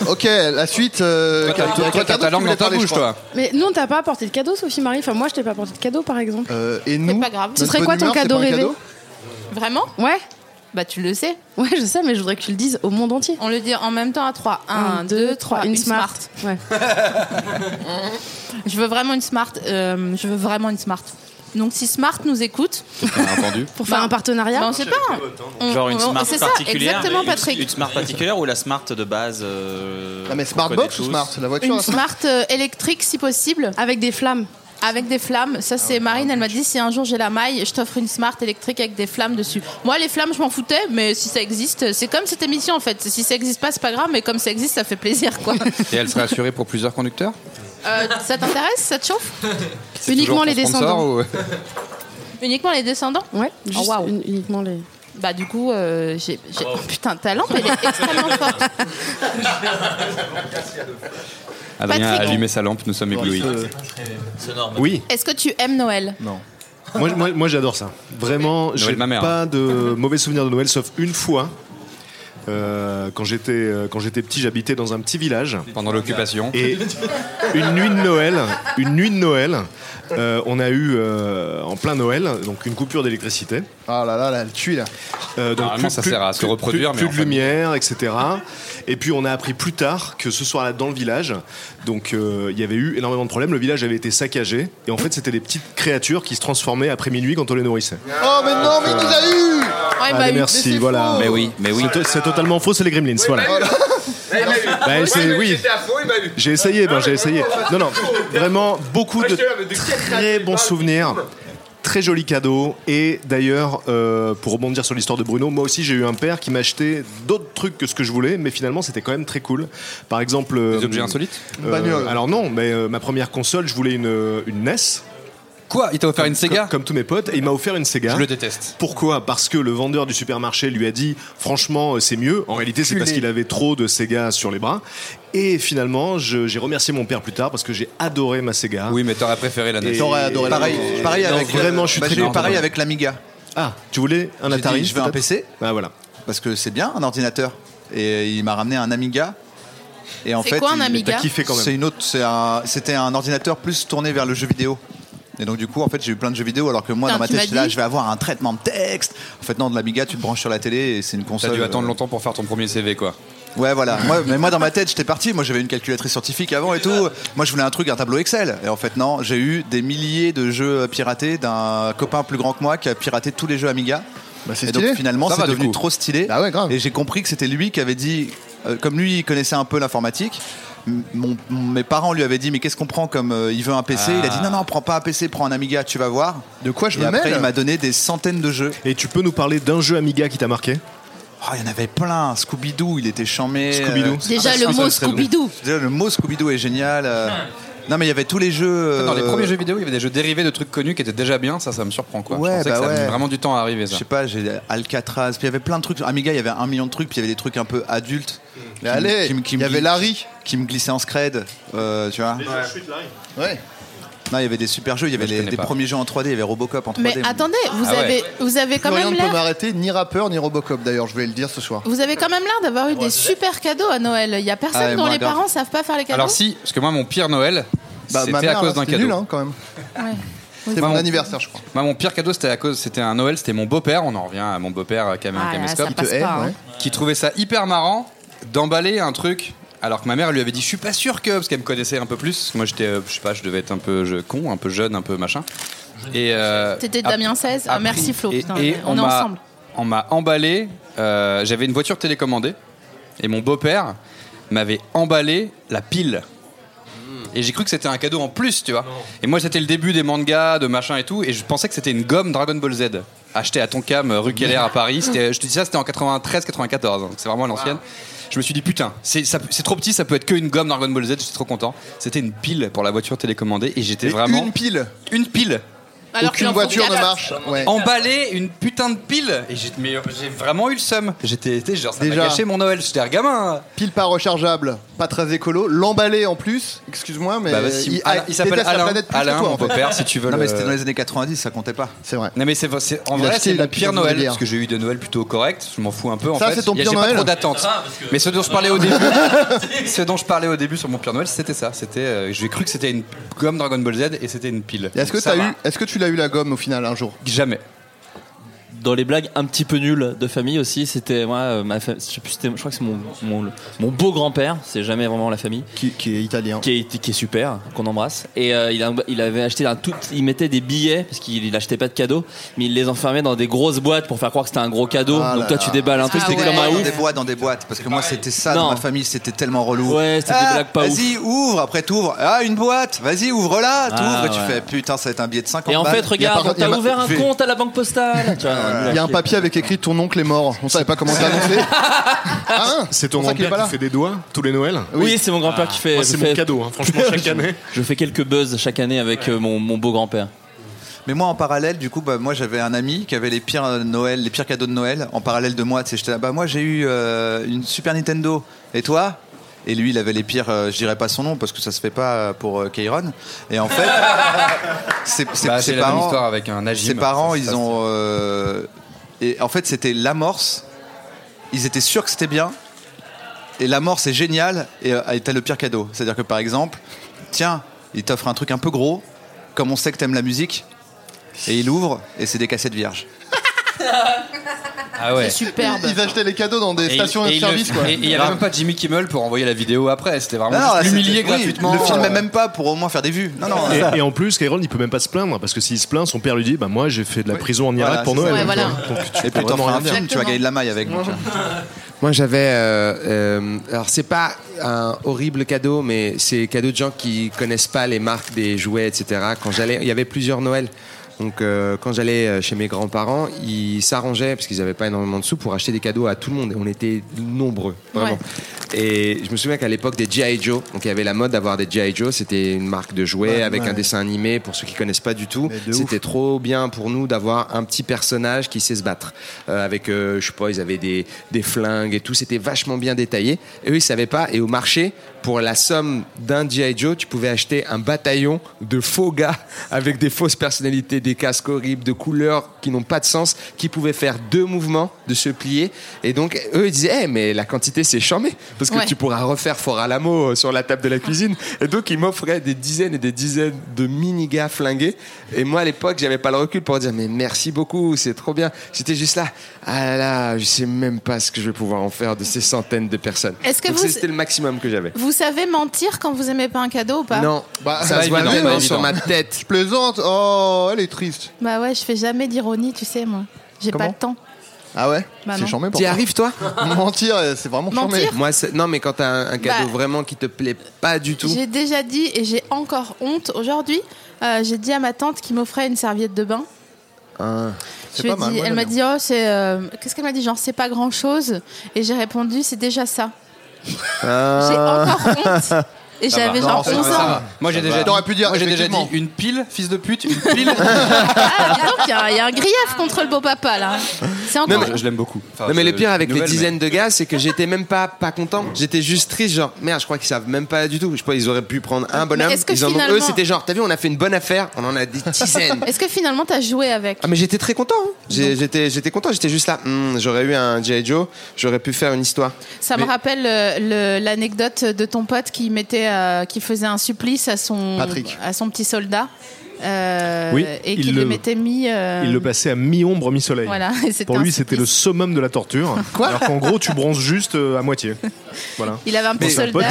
[SPEAKER 6] ok, la suite. euh,
[SPEAKER 4] Toi, t'as-
[SPEAKER 6] Ricardo,
[SPEAKER 4] toi,
[SPEAKER 6] Ricardo,
[SPEAKER 4] t'as
[SPEAKER 6] tu
[SPEAKER 4] ta langue
[SPEAKER 6] voulais
[SPEAKER 4] dans ta
[SPEAKER 6] parler, je
[SPEAKER 4] bouche,
[SPEAKER 6] crois.
[SPEAKER 4] toi.
[SPEAKER 3] Mais nous, on t'a pas apporté de cadeau, Sophie Marie. Enfin, moi, je t'ai pas apporté de cadeau, par exemple.
[SPEAKER 6] Euh, et nous.
[SPEAKER 2] pas grave.
[SPEAKER 6] notre
[SPEAKER 3] Ce serait
[SPEAKER 6] bonne
[SPEAKER 3] quoi ton
[SPEAKER 6] humeur, c'est
[SPEAKER 3] cadeau
[SPEAKER 6] pas un
[SPEAKER 3] rêvé
[SPEAKER 2] Vraiment
[SPEAKER 3] Ouais,
[SPEAKER 2] Bah tu le sais.
[SPEAKER 3] ouais, je sais, mais je voudrais que tu le dises au monde entier.
[SPEAKER 2] On le dit en même temps à 3. 1, 2, 3, une smart.
[SPEAKER 3] Ouais.
[SPEAKER 2] Je veux vraiment une smart. euh, je veux vraiment une smart. Donc si smart nous écoute,
[SPEAKER 4] Bien entendu.
[SPEAKER 3] Pour faire
[SPEAKER 2] Bah,
[SPEAKER 3] un partenariat.
[SPEAKER 2] bah, on sait pas. On-
[SPEAKER 7] Genre
[SPEAKER 2] on-
[SPEAKER 7] une smart
[SPEAKER 2] C'est ça,
[SPEAKER 7] particulière.
[SPEAKER 2] exactement
[SPEAKER 7] une-
[SPEAKER 2] Patrick.
[SPEAKER 7] Une, smart particulière ou la smart de base euh,
[SPEAKER 6] Ah, mais
[SPEAKER 7] qu'on
[SPEAKER 6] Smartbox ou
[SPEAKER 7] connaît
[SPEAKER 6] Smart
[SPEAKER 7] tous
[SPEAKER 6] La voiture hein. la
[SPEAKER 2] Une smart euh, électrique si possible,
[SPEAKER 3] Avec des flammes.
[SPEAKER 2] avec des flammes.
[SPEAKER 4] Ah
[SPEAKER 2] Ça, c'est Marine, elle m'a dit si un jour j'ai la maille, je t'offre une smart électrique avec des flammes dessus. Moi, les flammes, je m'en foutais, mais si ça existe, c'est comme cette émission en fait. Si ça existe pas, c'est pas grave, mais comme ça existe, ça fait plaisir quoi.
[SPEAKER 4] Et elle serait assurée pour plusieurs conducteurs
[SPEAKER 2] Euh, ça t'intéresse Ça te chauffe
[SPEAKER 4] C'est toujours pour
[SPEAKER 3] Uniquement les
[SPEAKER 4] sponsor
[SPEAKER 3] descendants.
[SPEAKER 4] ou-
[SPEAKER 2] Uniquement les descendants Oh,
[SPEAKER 3] Ouais, juste
[SPEAKER 2] waouh.
[SPEAKER 3] un- uniquement les.
[SPEAKER 2] Bah du coup, euh, j'ai...
[SPEAKER 4] Ah, bah,
[SPEAKER 2] j'ai- oh, putain, ta lampe, elle est extrêmement forte.
[SPEAKER 4] Adrien a
[SPEAKER 2] Patrick.
[SPEAKER 4] allumé sa lampe, nous sommes éblouis.
[SPEAKER 5] Oui.
[SPEAKER 2] Est-ce que tu aimes Noël
[SPEAKER 5] Non. Moi, moi, moi, j'adore ça. Vraiment, j'ai
[SPEAKER 4] de ma mère.
[SPEAKER 5] pas
[SPEAKER 4] hein.
[SPEAKER 5] de mauvais souvenirs de Noël, sauf une fois. Euh, quand j'étais euh, quand j'étais petit, j'habitais dans un petit village.
[SPEAKER 4] Pendant l'occupation.
[SPEAKER 5] Et une nuit de Noël, une nuit de Noël, euh, on a eu euh, en plein Noël donc une coupure d'électricité.
[SPEAKER 6] Ah là là, là, elle tue là.
[SPEAKER 5] Euh, donc
[SPEAKER 4] Normalement, ça sert à se
[SPEAKER 5] plus-
[SPEAKER 4] reproduire,
[SPEAKER 5] plus,
[SPEAKER 4] mais en
[SPEAKER 5] plus de
[SPEAKER 4] famille.
[SPEAKER 5] lumière, etc. Et puis on a appris plus tard que ce soir-là, dans le village, donc euh, il y avait eu énormément de problèmes. Le village avait été saccagé, et en fait, c'était des petites créatures qui se transformaient après minuit quand on les nourrissait.
[SPEAKER 6] Oh mais non, mais il nous a eu
[SPEAKER 2] Ouais, bah,
[SPEAKER 5] Allez, merci, voilà.
[SPEAKER 4] Mais oui, mais oui.
[SPEAKER 5] C'est to- C'est totalement faux, c'est les gremlins, voilà. Bah, c'est- oui. J'ai essayé, ben, j'ai essayé. Non, non, vraiment beaucoup de très bons souvenirs. Très joli cadeau. Et d'ailleurs, euh, pour rebondir sur l'histoire de Bruno, moi aussi j'ai eu un père qui m'achetait d'autres trucs que ce que je voulais, mais finalement c'était quand même très cool. Par exemple. euh,
[SPEAKER 4] Des objets insolites
[SPEAKER 6] Une bagnole.
[SPEAKER 5] Alors non, mais euh, ma première console, je voulais une, euh, une NES.
[SPEAKER 4] Quoi Il t'a offert une Sega
[SPEAKER 5] Comme, comme tous mes potes, et il m'a offert une Sega.
[SPEAKER 4] Je le déteste.
[SPEAKER 5] Pourquoi Parce que le vendeur du supermarché lui a dit franchement euh, c'est mieux. En réalité c'est parce qu'il avait trop de Sega sur les bras. Et finalement je- j'ai remercié mon père plus tard parce que j'ai adoré ma Sega.
[SPEAKER 4] Oui, mais t'aurais préféré la NES.
[SPEAKER 5] T'aurais adoré la
[SPEAKER 8] Pareil,
[SPEAKER 5] maison.
[SPEAKER 8] pareil
[SPEAKER 5] Non,
[SPEAKER 8] avec.
[SPEAKER 5] vraiment je suis
[SPEAKER 8] bah,
[SPEAKER 5] très
[SPEAKER 8] j'ai eu
[SPEAKER 5] content.
[SPEAKER 8] pareil avec l'Amiga.
[SPEAKER 5] Ah tu voulais un
[SPEAKER 8] J'ai
[SPEAKER 5] Atari
[SPEAKER 8] dit, je veux un
[SPEAKER 5] peut-être
[SPEAKER 8] PC.
[SPEAKER 5] Ah voilà.
[SPEAKER 8] Parce que c'est bien un ordinateur. Et il m'a ramené un Amiga. Et en
[SPEAKER 2] C'est
[SPEAKER 8] fait,
[SPEAKER 2] quoi un
[SPEAKER 8] il-
[SPEAKER 2] Amiga
[SPEAKER 5] T'as kiffé quand même.
[SPEAKER 8] C'est une autre, c'est un- c'était un ordinateur plus tourné vers le jeu vidéo. Et donc du coup, en fait, j'ai eu plein de jeux vidéo, alors que moi,
[SPEAKER 2] Putain,
[SPEAKER 8] dans ma
[SPEAKER 2] tu
[SPEAKER 8] tête,
[SPEAKER 2] m'as
[SPEAKER 8] j'étais là,
[SPEAKER 2] dit
[SPEAKER 8] je vais avoir un traitement de texte. En fait, non, de l'Amiga, tu te branches sur la télé et c'est une console.
[SPEAKER 4] T'as dû
[SPEAKER 8] euh,
[SPEAKER 4] attendre longtemps pour faire ton premier CV, quoi.
[SPEAKER 8] Ouais, voilà. Moi, mais moi, dans ma tête, j'étais parti. Moi, j'avais une calculatrice scientifique avant et tout. Moi, je voulais un truc, un tableau Excel. Et en fait, non, j'ai eu des milliers de jeux piratés d'un copain plus grand que moi qui a piraté tous les jeux Amiga.
[SPEAKER 6] Bah, c'est
[SPEAKER 8] et donc,
[SPEAKER 6] stylé.
[SPEAKER 8] finalement,
[SPEAKER 4] Ça
[SPEAKER 8] c'est
[SPEAKER 4] va, du
[SPEAKER 8] devenu
[SPEAKER 4] coup.
[SPEAKER 8] trop stylé.
[SPEAKER 6] Bah ouais, grave.
[SPEAKER 8] Et j'ai compris que c'était lui qui avait dit, euh, comme lui, il connaissait un peu l'informatique. m- mon- mon- mes parents lui avaient dit, mais qu'est-ce qu'on prend comme euh, il veut un PC Il a dit, non, non, prends pas un PC, prends un Amiga, tu vas voir.
[SPEAKER 6] Ah. De quoi je
[SPEAKER 8] et
[SPEAKER 6] me
[SPEAKER 8] après,
[SPEAKER 6] mêle
[SPEAKER 8] il m'a donné des centaines de jeux.
[SPEAKER 5] Et tu peux nous parler d'un jeu Amiga qui t'a marqué
[SPEAKER 8] Oh, il y en avait plein. Scooby-Doo, il était chambé. euh, Ah,
[SPEAKER 5] Scooby-Doo.
[SPEAKER 2] Déjà le mot Scooby-Doo.
[SPEAKER 8] Déjà, le mot Scooby-Doo est génial. euh. Non, mais il y avait tous les jeux. euh,
[SPEAKER 4] Dans les premiers jeux vidéo, il y avait des jeux dérivés de trucs connus qui étaient déjà bien, ça, ça me surprend, quoi.
[SPEAKER 8] Ouais,
[SPEAKER 4] je pensais
[SPEAKER 8] bah
[SPEAKER 4] que ça
[SPEAKER 8] ouais.
[SPEAKER 4] avait vraiment du temps à arriver,
[SPEAKER 8] Je
[SPEAKER 4] ça.
[SPEAKER 8] sais pas, j'ai Alcatraz. Puis il y avait plein de trucs. Amiga, il y avait un million de trucs. Puis il y avait des trucs un peu adultes.
[SPEAKER 6] Mais allez, il y
[SPEAKER 8] me
[SPEAKER 6] avait
[SPEAKER 8] gli-
[SPEAKER 6] Larry.
[SPEAKER 8] Qui me glissait en scred. euh, tu vois
[SPEAKER 6] Ouais.
[SPEAKER 8] Non, il y avait des super jeux. Il y avait
[SPEAKER 4] je
[SPEAKER 8] les-
[SPEAKER 4] connais
[SPEAKER 8] des
[SPEAKER 4] pas.
[SPEAKER 8] premiers jeux en 3D. Il y avait Robocop en 3D.
[SPEAKER 2] Mais attendez, vous
[SPEAKER 4] Ah ouais.
[SPEAKER 2] avez, vous avez quand
[SPEAKER 6] Florian
[SPEAKER 2] même
[SPEAKER 6] ne peut
[SPEAKER 2] l'air
[SPEAKER 6] m'arrêter, ni rappeur, ni Robocop d'ailleurs, je vais le dire ce soir.
[SPEAKER 2] Vous avez quand même l'air d'avoir eu des super cadeaux à Noël. Il y a personne
[SPEAKER 8] Ah ouais,
[SPEAKER 2] dont
[SPEAKER 8] moi,
[SPEAKER 2] les
[SPEAKER 8] grave.
[SPEAKER 2] parents savent pas faire les cadeaux.
[SPEAKER 4] Alors si, parce que moi, mon pire Noël,
[SPEAKER 6] Bah, ma
[SPEAKER 4] c'était à
[SPEAKER 6] mère,
[SPEAKER 4] cause
[SPEAKER 6] là,
[SPEAKER 4] d'un
[SPEAKER 6] c'était
[SPEAKER 4] cadeau.
[SPEAKER 6] nul, hein, quand même.
[SPEAKER 2] Ouais.
[SPEAKER 6] C'était
[SPEAKER 4] Bah,
[SPEAKER 6] mon
[SPEAKER 4] on-
[SPEAKER 6] anniversaire, je crois.
[SPEAKER 4] Moi, mon pire cadeau, c'était à cause, c'était un Noël, c'était mon beau-père. On en revient à mon beau-père euh, Cameron
[SPEAKER 3] Ah, là,
[SPEAKER 4] Caméscope,
[SPEAKER 3] ça passe
[SPEAKER 6] Te hais,
[SPEAKER 3] pas, hein.
[SPEAKER 6] ouais.
[SPEAKER 4] qui trouvait ça hyper marrant d'emballer un truc. Alors que ma mère elle lui avait dit, je suis pas sûr que, parce qu'elle me connaissait un peu plus. Parce que Moi, j'étais, euh, je sais pas, je devais être un peu je- con, un peu jeune, un peu machin. Et euh,
[SPEAKER 2] T'étais
[SPEAKER 4] ap-
[SPEAKER 2] Damien 16. Ah,
[SPEAKER 4] appris-
[SPEAKER 2] merci Flo.
[SPEAKER 4] Et,
[SPEAKER 2] Putain,
[SPEAKER 4] et
[SPEAKER 2] on,
[SPEAKER 4] on,
[SPEAKER 2] est
[SPEAKER 4] m'a-
[SPEAKER 2] ensemble.
[SPEAKER 4] On m'a emballé. euh, J'avais une voiture télécommandée et mon beau-père m'avait emballé la pile. Et j'ai cru que c'était un cadeau en plus, tu vois. Et moi, c'était le début des mangas, de machin et tout, et je pensais que c'était une gomme Dragon Ball Z achetée à Tonkam, euh, rue Keller à Paris. C'était- euh, Je te dis ça, c'était en 93-94, donc c'est vraiment à l'ancienne. Je me suis dit putain, c'est ça- c'est trop petit, ça peut être que une gomme Dragon Ball Z. J'étais trop content. C'était une pile pour la voiture télécommandée, et j'étais
[SPEAKER 6] Et
[SPEAKER 4] vraiment
[SPEAKER 6] Une pile.
[SPEAKER 4] une pile
[SPEAKER 6] Aucune voiture ne marche. Ouais.
[SPEAKER 4] emballer une putain de pile et j'ai mais, euh, j'ai vraiment eu le seum j'étais j'étais genre ça m'a
[SPEAKER 6] Déjà.
[SPEAKER 4] gâché mon Noël j'étais un gamin
[SPEAKER 6] Pile pas rechargeable, pas très écolo, l'emballé en plus, excuse-moi, mais
[SPEAKER 4] Bah, vas-y,
[SPEAKER 6] il,
[SPEAKER 4] Alain-
[SPEAKER 6] ah,
[SPEAKER 4] il, s'appelle
[SPEAKER 6] déteste la
[SPEAKER 4] Alain
[SPEAKER 6] planète plus que
[SPEAKER 4] Alain
[SPEAKER 6] toi,
[SPEAKER 4] mon
[SPEAKER 6] en fait.
[SPEAKER 4] beau-père si tu veux
[SPEAKER 8] Non,
[SPEAKER 4] le-
[SPEAKER 8] mais c'était dans les années 90, ça comptait pas.
[SPEAKER 6] C'est vrai.
[SPEAKER 4] non mais c'est c'est- en
[SPEAKER 6] Il a
[SPEAKER 4] vrai
[SPEAKER 6] acheté
[SPEAKER 4] c'est
[SPEAKER 6] la
[SPEAKER 4] mon
[SPEAKER 6] pile
[SPEAKER 4] pire
[SPEAKER 6] de
[SPEAKER 4] Noël
[SPEAKER 6] bière.
[SPEAKER 4] parce que j'ai eu des Noëls plutôt corrects je m'en fous un peu en
[SPEAKER 6] Ça,
[SPEAKER 4] fait
[SPEAKER 6] c'est ton
[SPEAKER 4] Il y a-
[SPEAKER 6] pire
[SPEAKER 4] j'ai pas
[SPEAKER 6] Noël
[SPEAKER 4] trop d'attentes mais ce dont je parlais au début ce dont je parlais au début sur mon pire Noël c'était ça c'était euh, j'ai cru que c'était une gomme Dragon Ball Z et c'était une pile
[SPEAKER 6] Et Est-ce que,
[SPEAKER 4] Donc, ça
[SPEAKER 6] t'as
[SPEAKER 4] va.
[SPEAKER 6] eu, est-ce que tu l'as eu la gomme au final un jour
[SPEAKER 4] jamais
[SPEAKER 10] Dans les blagues un petit peu nulles de famille aussi, c'était moi, euh, ma fa- je, sais plus, c'était- je crois que c'est mon, mon, mon beau grand-père, c'est jamais vraiment la famille,
[SPEAKER 6] qui, qui est italien.
[SPEAKER 10] qui est, qui est super, qu'on embrasse. Et euh, il, a- il avait acheté un tout, il mettait des billets parce qu'il il achetait pas de cadeaux, mais il les enfermait dans des grosses boîtes pour faire croire que c'était un gros cadeau.
[SPEAKER 6] Ah
[SPEAKER 10] Donc
[SPEAKER 6] là
[SPEAKER 10] toi
[SPEAKER 6] là.
[SPEAKER 10] tu déballes un truc,
[SPEAKER 2] Ah
[SPEAKER 10] c'est
[SPEAKER 2] ouais.
[SPEAKER 10] comme un
[SPEAKER 8] Dans
[SPEAKER 10] ouf.
[SPEAKER 8] des boîtes, dans des boîtes. Parce que moi, c'était ça
[SPEAKER 10] Non.
[SPEAKER 8] dans ma famille, c'était tellement relou.
[SPEAKER 10] Ouais, c'était des
[SPEAKER 8] Ah,
[SPEAKER 10] blagues pas ouf.
[SPEAKER 8] Vas-y, ouvre, après t'ouvres. Ah, une boîte, vas-y, ouvre-la,
[SPEAKER 10] Ah,
[SPEAKER 8] t'ouvres. Et tu
[SPEAKER 10] ouais.
[SPEAKER 8] fais, putain, ça va être un billet de 50
[SPEAKER 10] Et en
[SPEAKER 8] balles.
[SPEAKER 10] fait,
[SPEAKER 6] par
[SPEAKER 10] regarde,
[SPEAKER 6] contre, il y a
[SPEAKER 10] t'as
[SPEAKER 6] ma-
[SPEAKER 10] ouvert un
[SPEAKER 6] je vais-
[SPEAKER 10] compte à la banque postale.
[SPEAKER 4] Ah,
[SPEAKER 10] Tu vois,
[SPEAKER 6] Il y a un papier avec écrit ton oncle est mort. On savait pas comment t'annoncer. ah, hein
[SPEAKER 5] C'est ton
[SPEAKER 6] pour ça qu'il est
[SPEAKER 5] grand-père
[SPEAKER 6] pas
[SPEAKER 5] qui fait
[SPEAKER 6] là.
[SPEAKER 5] des doigts tous les Noëls Ah,
[SPEAKER 10] Oui, c'est mon grand-père qui fait.
[SPEAKER 5] Moi, c'est
[SPEAKER 10] je fais-
[SPEAKER 5] mon cadeau, hein, franchement, chaque année.
[SPEAKER 10] Je fais quelques buzz chaque année avec euh, mon, mon beau grand-père.
[SPEAKER 8] Mais moi, en parallèle, du coup, bah, moi, j'avais un ami qui avait les pires euh, Noël, les pires cadeaux de Noël. En parallèle de moi, tu sais, j'étais là, bah, moi, j'ai eu euh, une Super Nintendo. Et toi et lui, il avait les pires, euh, je dirais pas son nom parce que ça se fait pas pour euh, Keiron. Et en fait, ses, ses-
[SPEAKER 4] Bah,
[SPEAKER 8] ses
[SPEAKER 4] c'est la même
[SPEAKER 8] parents,
[SPEAKER 4] histoire avec un Najim.
[SPEAKER 8] ses parents,
[SPEAKER 4] Ça se
[SPEAKER 8] ils
[SPEAKER 4] passe.
[SPEAKER 8] ont. euh, et en fait, c'était l'amorce. Ils étaient sûrs que c'était bien. Et l'amorce est géniale et euh, était le pire cadeau. C'est-à-dire que par exemple, tiens, il t'offre un truc un peu gros, comme on sait que t'aimes la musique, et il ouvre et c'est des cassettes vierges.
[SPEAKER 4] Ah ouais.
[SPEAKER 2] Superbe.
[SPEAKER 6] Ils achetaient les cadeaux dans des
[SPEAKER 4] Et il-
[SPEAKER 6] stations
[SPEAKER 4] et
[SPEAKER 6] de
[SPEAKER 4] il le-
[SPEAKER 6] service, quoi.
[SPEAKER 4] Et et il n'y avait même pas Jimmy Kimmel pour envoyer la vidéo après. C'était vraiment
[SPEAKER 8] Non, là,
[SPEAKER 4] juste l'humilier
[SPEAKER 8] c'était- oui,
[SPEAKER 4] gratuitement. euh,
[SPEAKER 8] Le film est même pas Ah, pour au moins faire des vues. Non, non.
[SPEAKER 5] Et, et en plus, Kairon, il peut même pas se plaindre parce que s'il se plaint, son père lui dit Bah, moi, j'ai fait de la prison en Irak
[SPEAKER 8] Voilà,
[SPEAKER 5] pour
[SPEAKER 8] c'est
[SPEAKER 5] Noël.
[SPEAKER 2] ça. Ouais,
[SPEAKER 5] quoi.
[SPEAKER 2] voilà.
[SPEAKER 5] Donc, tu
[SPEAKER 8] Et
[SPEAKER 5] peux
[SPEAKER 8] puis t'en
[SPEAKER 5] vraiment
[SPEAKER 8] feras un
[SPEAKER 5] rien dire.
[SPEAKER 8] film, tu vas gagner de la maille avec. donc, euh.
[SPEAKER 9] Moi, j'avais. euh, euh, alors, c'est pas un horrible cadeau, mais c'est cadeau de gens qui connaissent pas les marques des jouets, etc. Quand j'allais, il y avait plusieurs Noëls. Donc, euh, quand j'allais euh, chez mes grands-parents, ils s'arrangeaient parce qu'ils n'avaient pas énormément de sous pour acheter des cadeaux à tout le monde. Et on était nombreux, vraiment. Et je me souviens qu'à l'époque des GI Joe, donc il y avait la mode d'avoir des GI Joe. C'était une marque de jouets avec un dessin animé. Pour ceux qui connaissent pas du tout,
[SPEAKER 6] de ouf.
[SPEAKER 9] c'était trop bien pour nous d'avoir un petit personnage qui sait se battre. Euh, avec, euh, je sais pas, ils avaient des, des flingues et tout, c'était vachement bien détaillé. Et eux, ils savaient pas. Et au marché, pour la somme d'un G.I. Joe, tu pouvais acheter un bataillon de faux gars avec des fausses personnalités, des casques horribles, de couleurs qui n'ont pas de sens, qui pouvaient faire deux mouvements de se plier. Et donc, eux, ils disaient, Eh, mais la quantité, c'est charmé, parce que
[SPEAKER 2] Ouais.
[SPEAKER 9] tu pourras refaire Fort Alamo euh, sur la table de la cuisine. Et donc, ils m'offraient des dizaines et des dizaines de mini-gars flingués. Et moi, à l'époque, j'avais pas le recul pour dire, mais merci beaucoup, c'est trop bien. J'étais juste là, ah là là, je sais même pas ce que je vais pouvoir en faire de ces centaines de personnes.
[SPEAKER 2] Est-ce que
[SPEAKER 9] Donc,
[SPEAKER 2] vous-
[SPEAKER 9] C'était le maximum que j'avais.
[SPEAKER 2] Vous savez mentir quand vous aimez pas un cadeau ou pas
[SPEAKER 9] Non,
[SPEAKER 6] Bah,
[SPEAKER 9] ça
[SPEAKER 6] pas
[SPEAKER 9] se voit
[SPEAKER 6] évident,
[SPEAKER 9] maintenant
[SPEAKER 6] pas
[SPEAKER 9] sur
[SPEAKER 6] évident.
[SPEAKER 9] ma tête.
[SPEAKER 6] Je plaisante. Oh, elle est triste.
[SPEAKER 2] Bah ouais, je fais jamais d'ironie, tu sais, moi. J'ai pas
[SPEAKER 6] Comment
[SPEAKER 2] le temps.
[SPEAKER 6] Ah ouais
[SPEAKER 2] Bah
[SPEAKER 6] C'est
[SPEAKER 2] non.
[SPEAKER 6] charmé pour
[SPEAKER 9] T'y arrives, toi
[SPEAKER 6] Mentir, euh, c'est vraiment charmé.
[SPEAKER 2] Mentir
[SPEAKER 9] Moi, c'est- non, mais quand t'as un, un cadeau
[SPEAKER 2] Bah,
[SPEAKER 9] vraiment qui te plaît pas du tout.
[SPEAKER 2] J'ai déjà dit et j'ai encore honte aujourd'hui. euh, j'ai dit à ma tante qui m'offrait une serviette de bain.
[SPEAKER 9] Ah.
[SPEAKER 2] Je
[SPEAKER 6] C'est
[SPEAKER 2] lui ai
[SPEAKER 6] pas mal,
[SPEAKER 2] dit-
[SPEAKER 6] moi,
[SPEAKER 2] elle m'a
[SPEAKER 6] j'aime
[SPEAKER 2] dit oh c'est euh, qu'est-ce qu'elle m'a dit genre c'est pas grand chose et j'ai répondu c'est déjà ça.
[SPEAKER 6] Ah.
[SPEAKER 2] J'ai encore
[SPEAKER 6] Euh,
[SPEAKER 2] honte et j'avais
[SPEAKER 8] va.
[SPEAKER 2] genre
[SPEAKER 8] Non,
[SPEAKER 2] 11
[SPEAKER 8] ça va.
[SPEAKER 2] ans.
[SPEAKER 4] Moi j'ai déjà,
[SPEAKER 6] T'aurais pu dire,
[SPEAKER 4] moi, j'ai déjà dit
[SPEAKER 6] effectivement.
[SPEAKER 4] une pile, fils de pute, une pile.
[SPEAKER 2] Ah dis donc il y, a- il y a un grief contre le beau papa là. C'est encore.
[SPEAKER 4] je je l'aime beaucoup. Enfin,
[SPEAKER 9] non mais
[SPEAKER 4] c'est
[SPEAKER 9] le pire avec
[SPEAKER 4] nouvelle,
[SPEAKER 9] les dizaines de gars, c'est que j'étais même pas pas content. J'étais juste triste, genre merde, je crois qu'ils savent même pas du tout. Je sais pas, ils auraient pu prendre un bonhomme.
[SPEAKER 2] est-ce que
[SPEAKER 9] ils en ont-
[SPEAKER 2] finalement-
[SPEAKER 9] eux, c'était genre, t'as vu, on a fait une bonne affaire, on en a des dizaines.
[SPEAKER 2] Est-ce que finalement t'as joué avec
[SPEAKER 9] Ah mais j'étais très content. hein. J'ai- J'étais j'étais content. J'étais juste là. Hmm, j'aurais eu un G.I. Joe. J'aurais pu faire une histoire.
[SPEAKER 2] Ça me
[SPEAKER 9] Mais-
[SPEAKER 2] rappelle euh, le- l'anecdote de ton pote qui mettait, euh, qui faisait un supplice à son,
[SPEAKER 6] Patrick.
[SPEAKER 2] à son petit soldat. euh,
[SPEAKER 5] Oui,
[SPEAKER 2] et
[SPEAKER 5] il
[SPEAKER 2] qu'il le
[SPEAKER 5] le-
[SPEAKER 2] mettait mis. euh,
[SPEAKER 5] Il le passait à mi-ombre, mi-soleil.
[SPEAKER 2] Voilà, et c'était
[SPEAKER 5] Pour
[SPEAKER 2] un
[SPEAKER 5] lui, c'était le
[SPEAKER 2] supplice.
[SPEAKER 5] summum de la torture. alors qu'en gros, tu bronzes juste euh, à moitié. Voilà.
[SPEAKER 2] Il avait un petit
[SPEAKER 5] Mais-
[SPEAKER 2] soldat.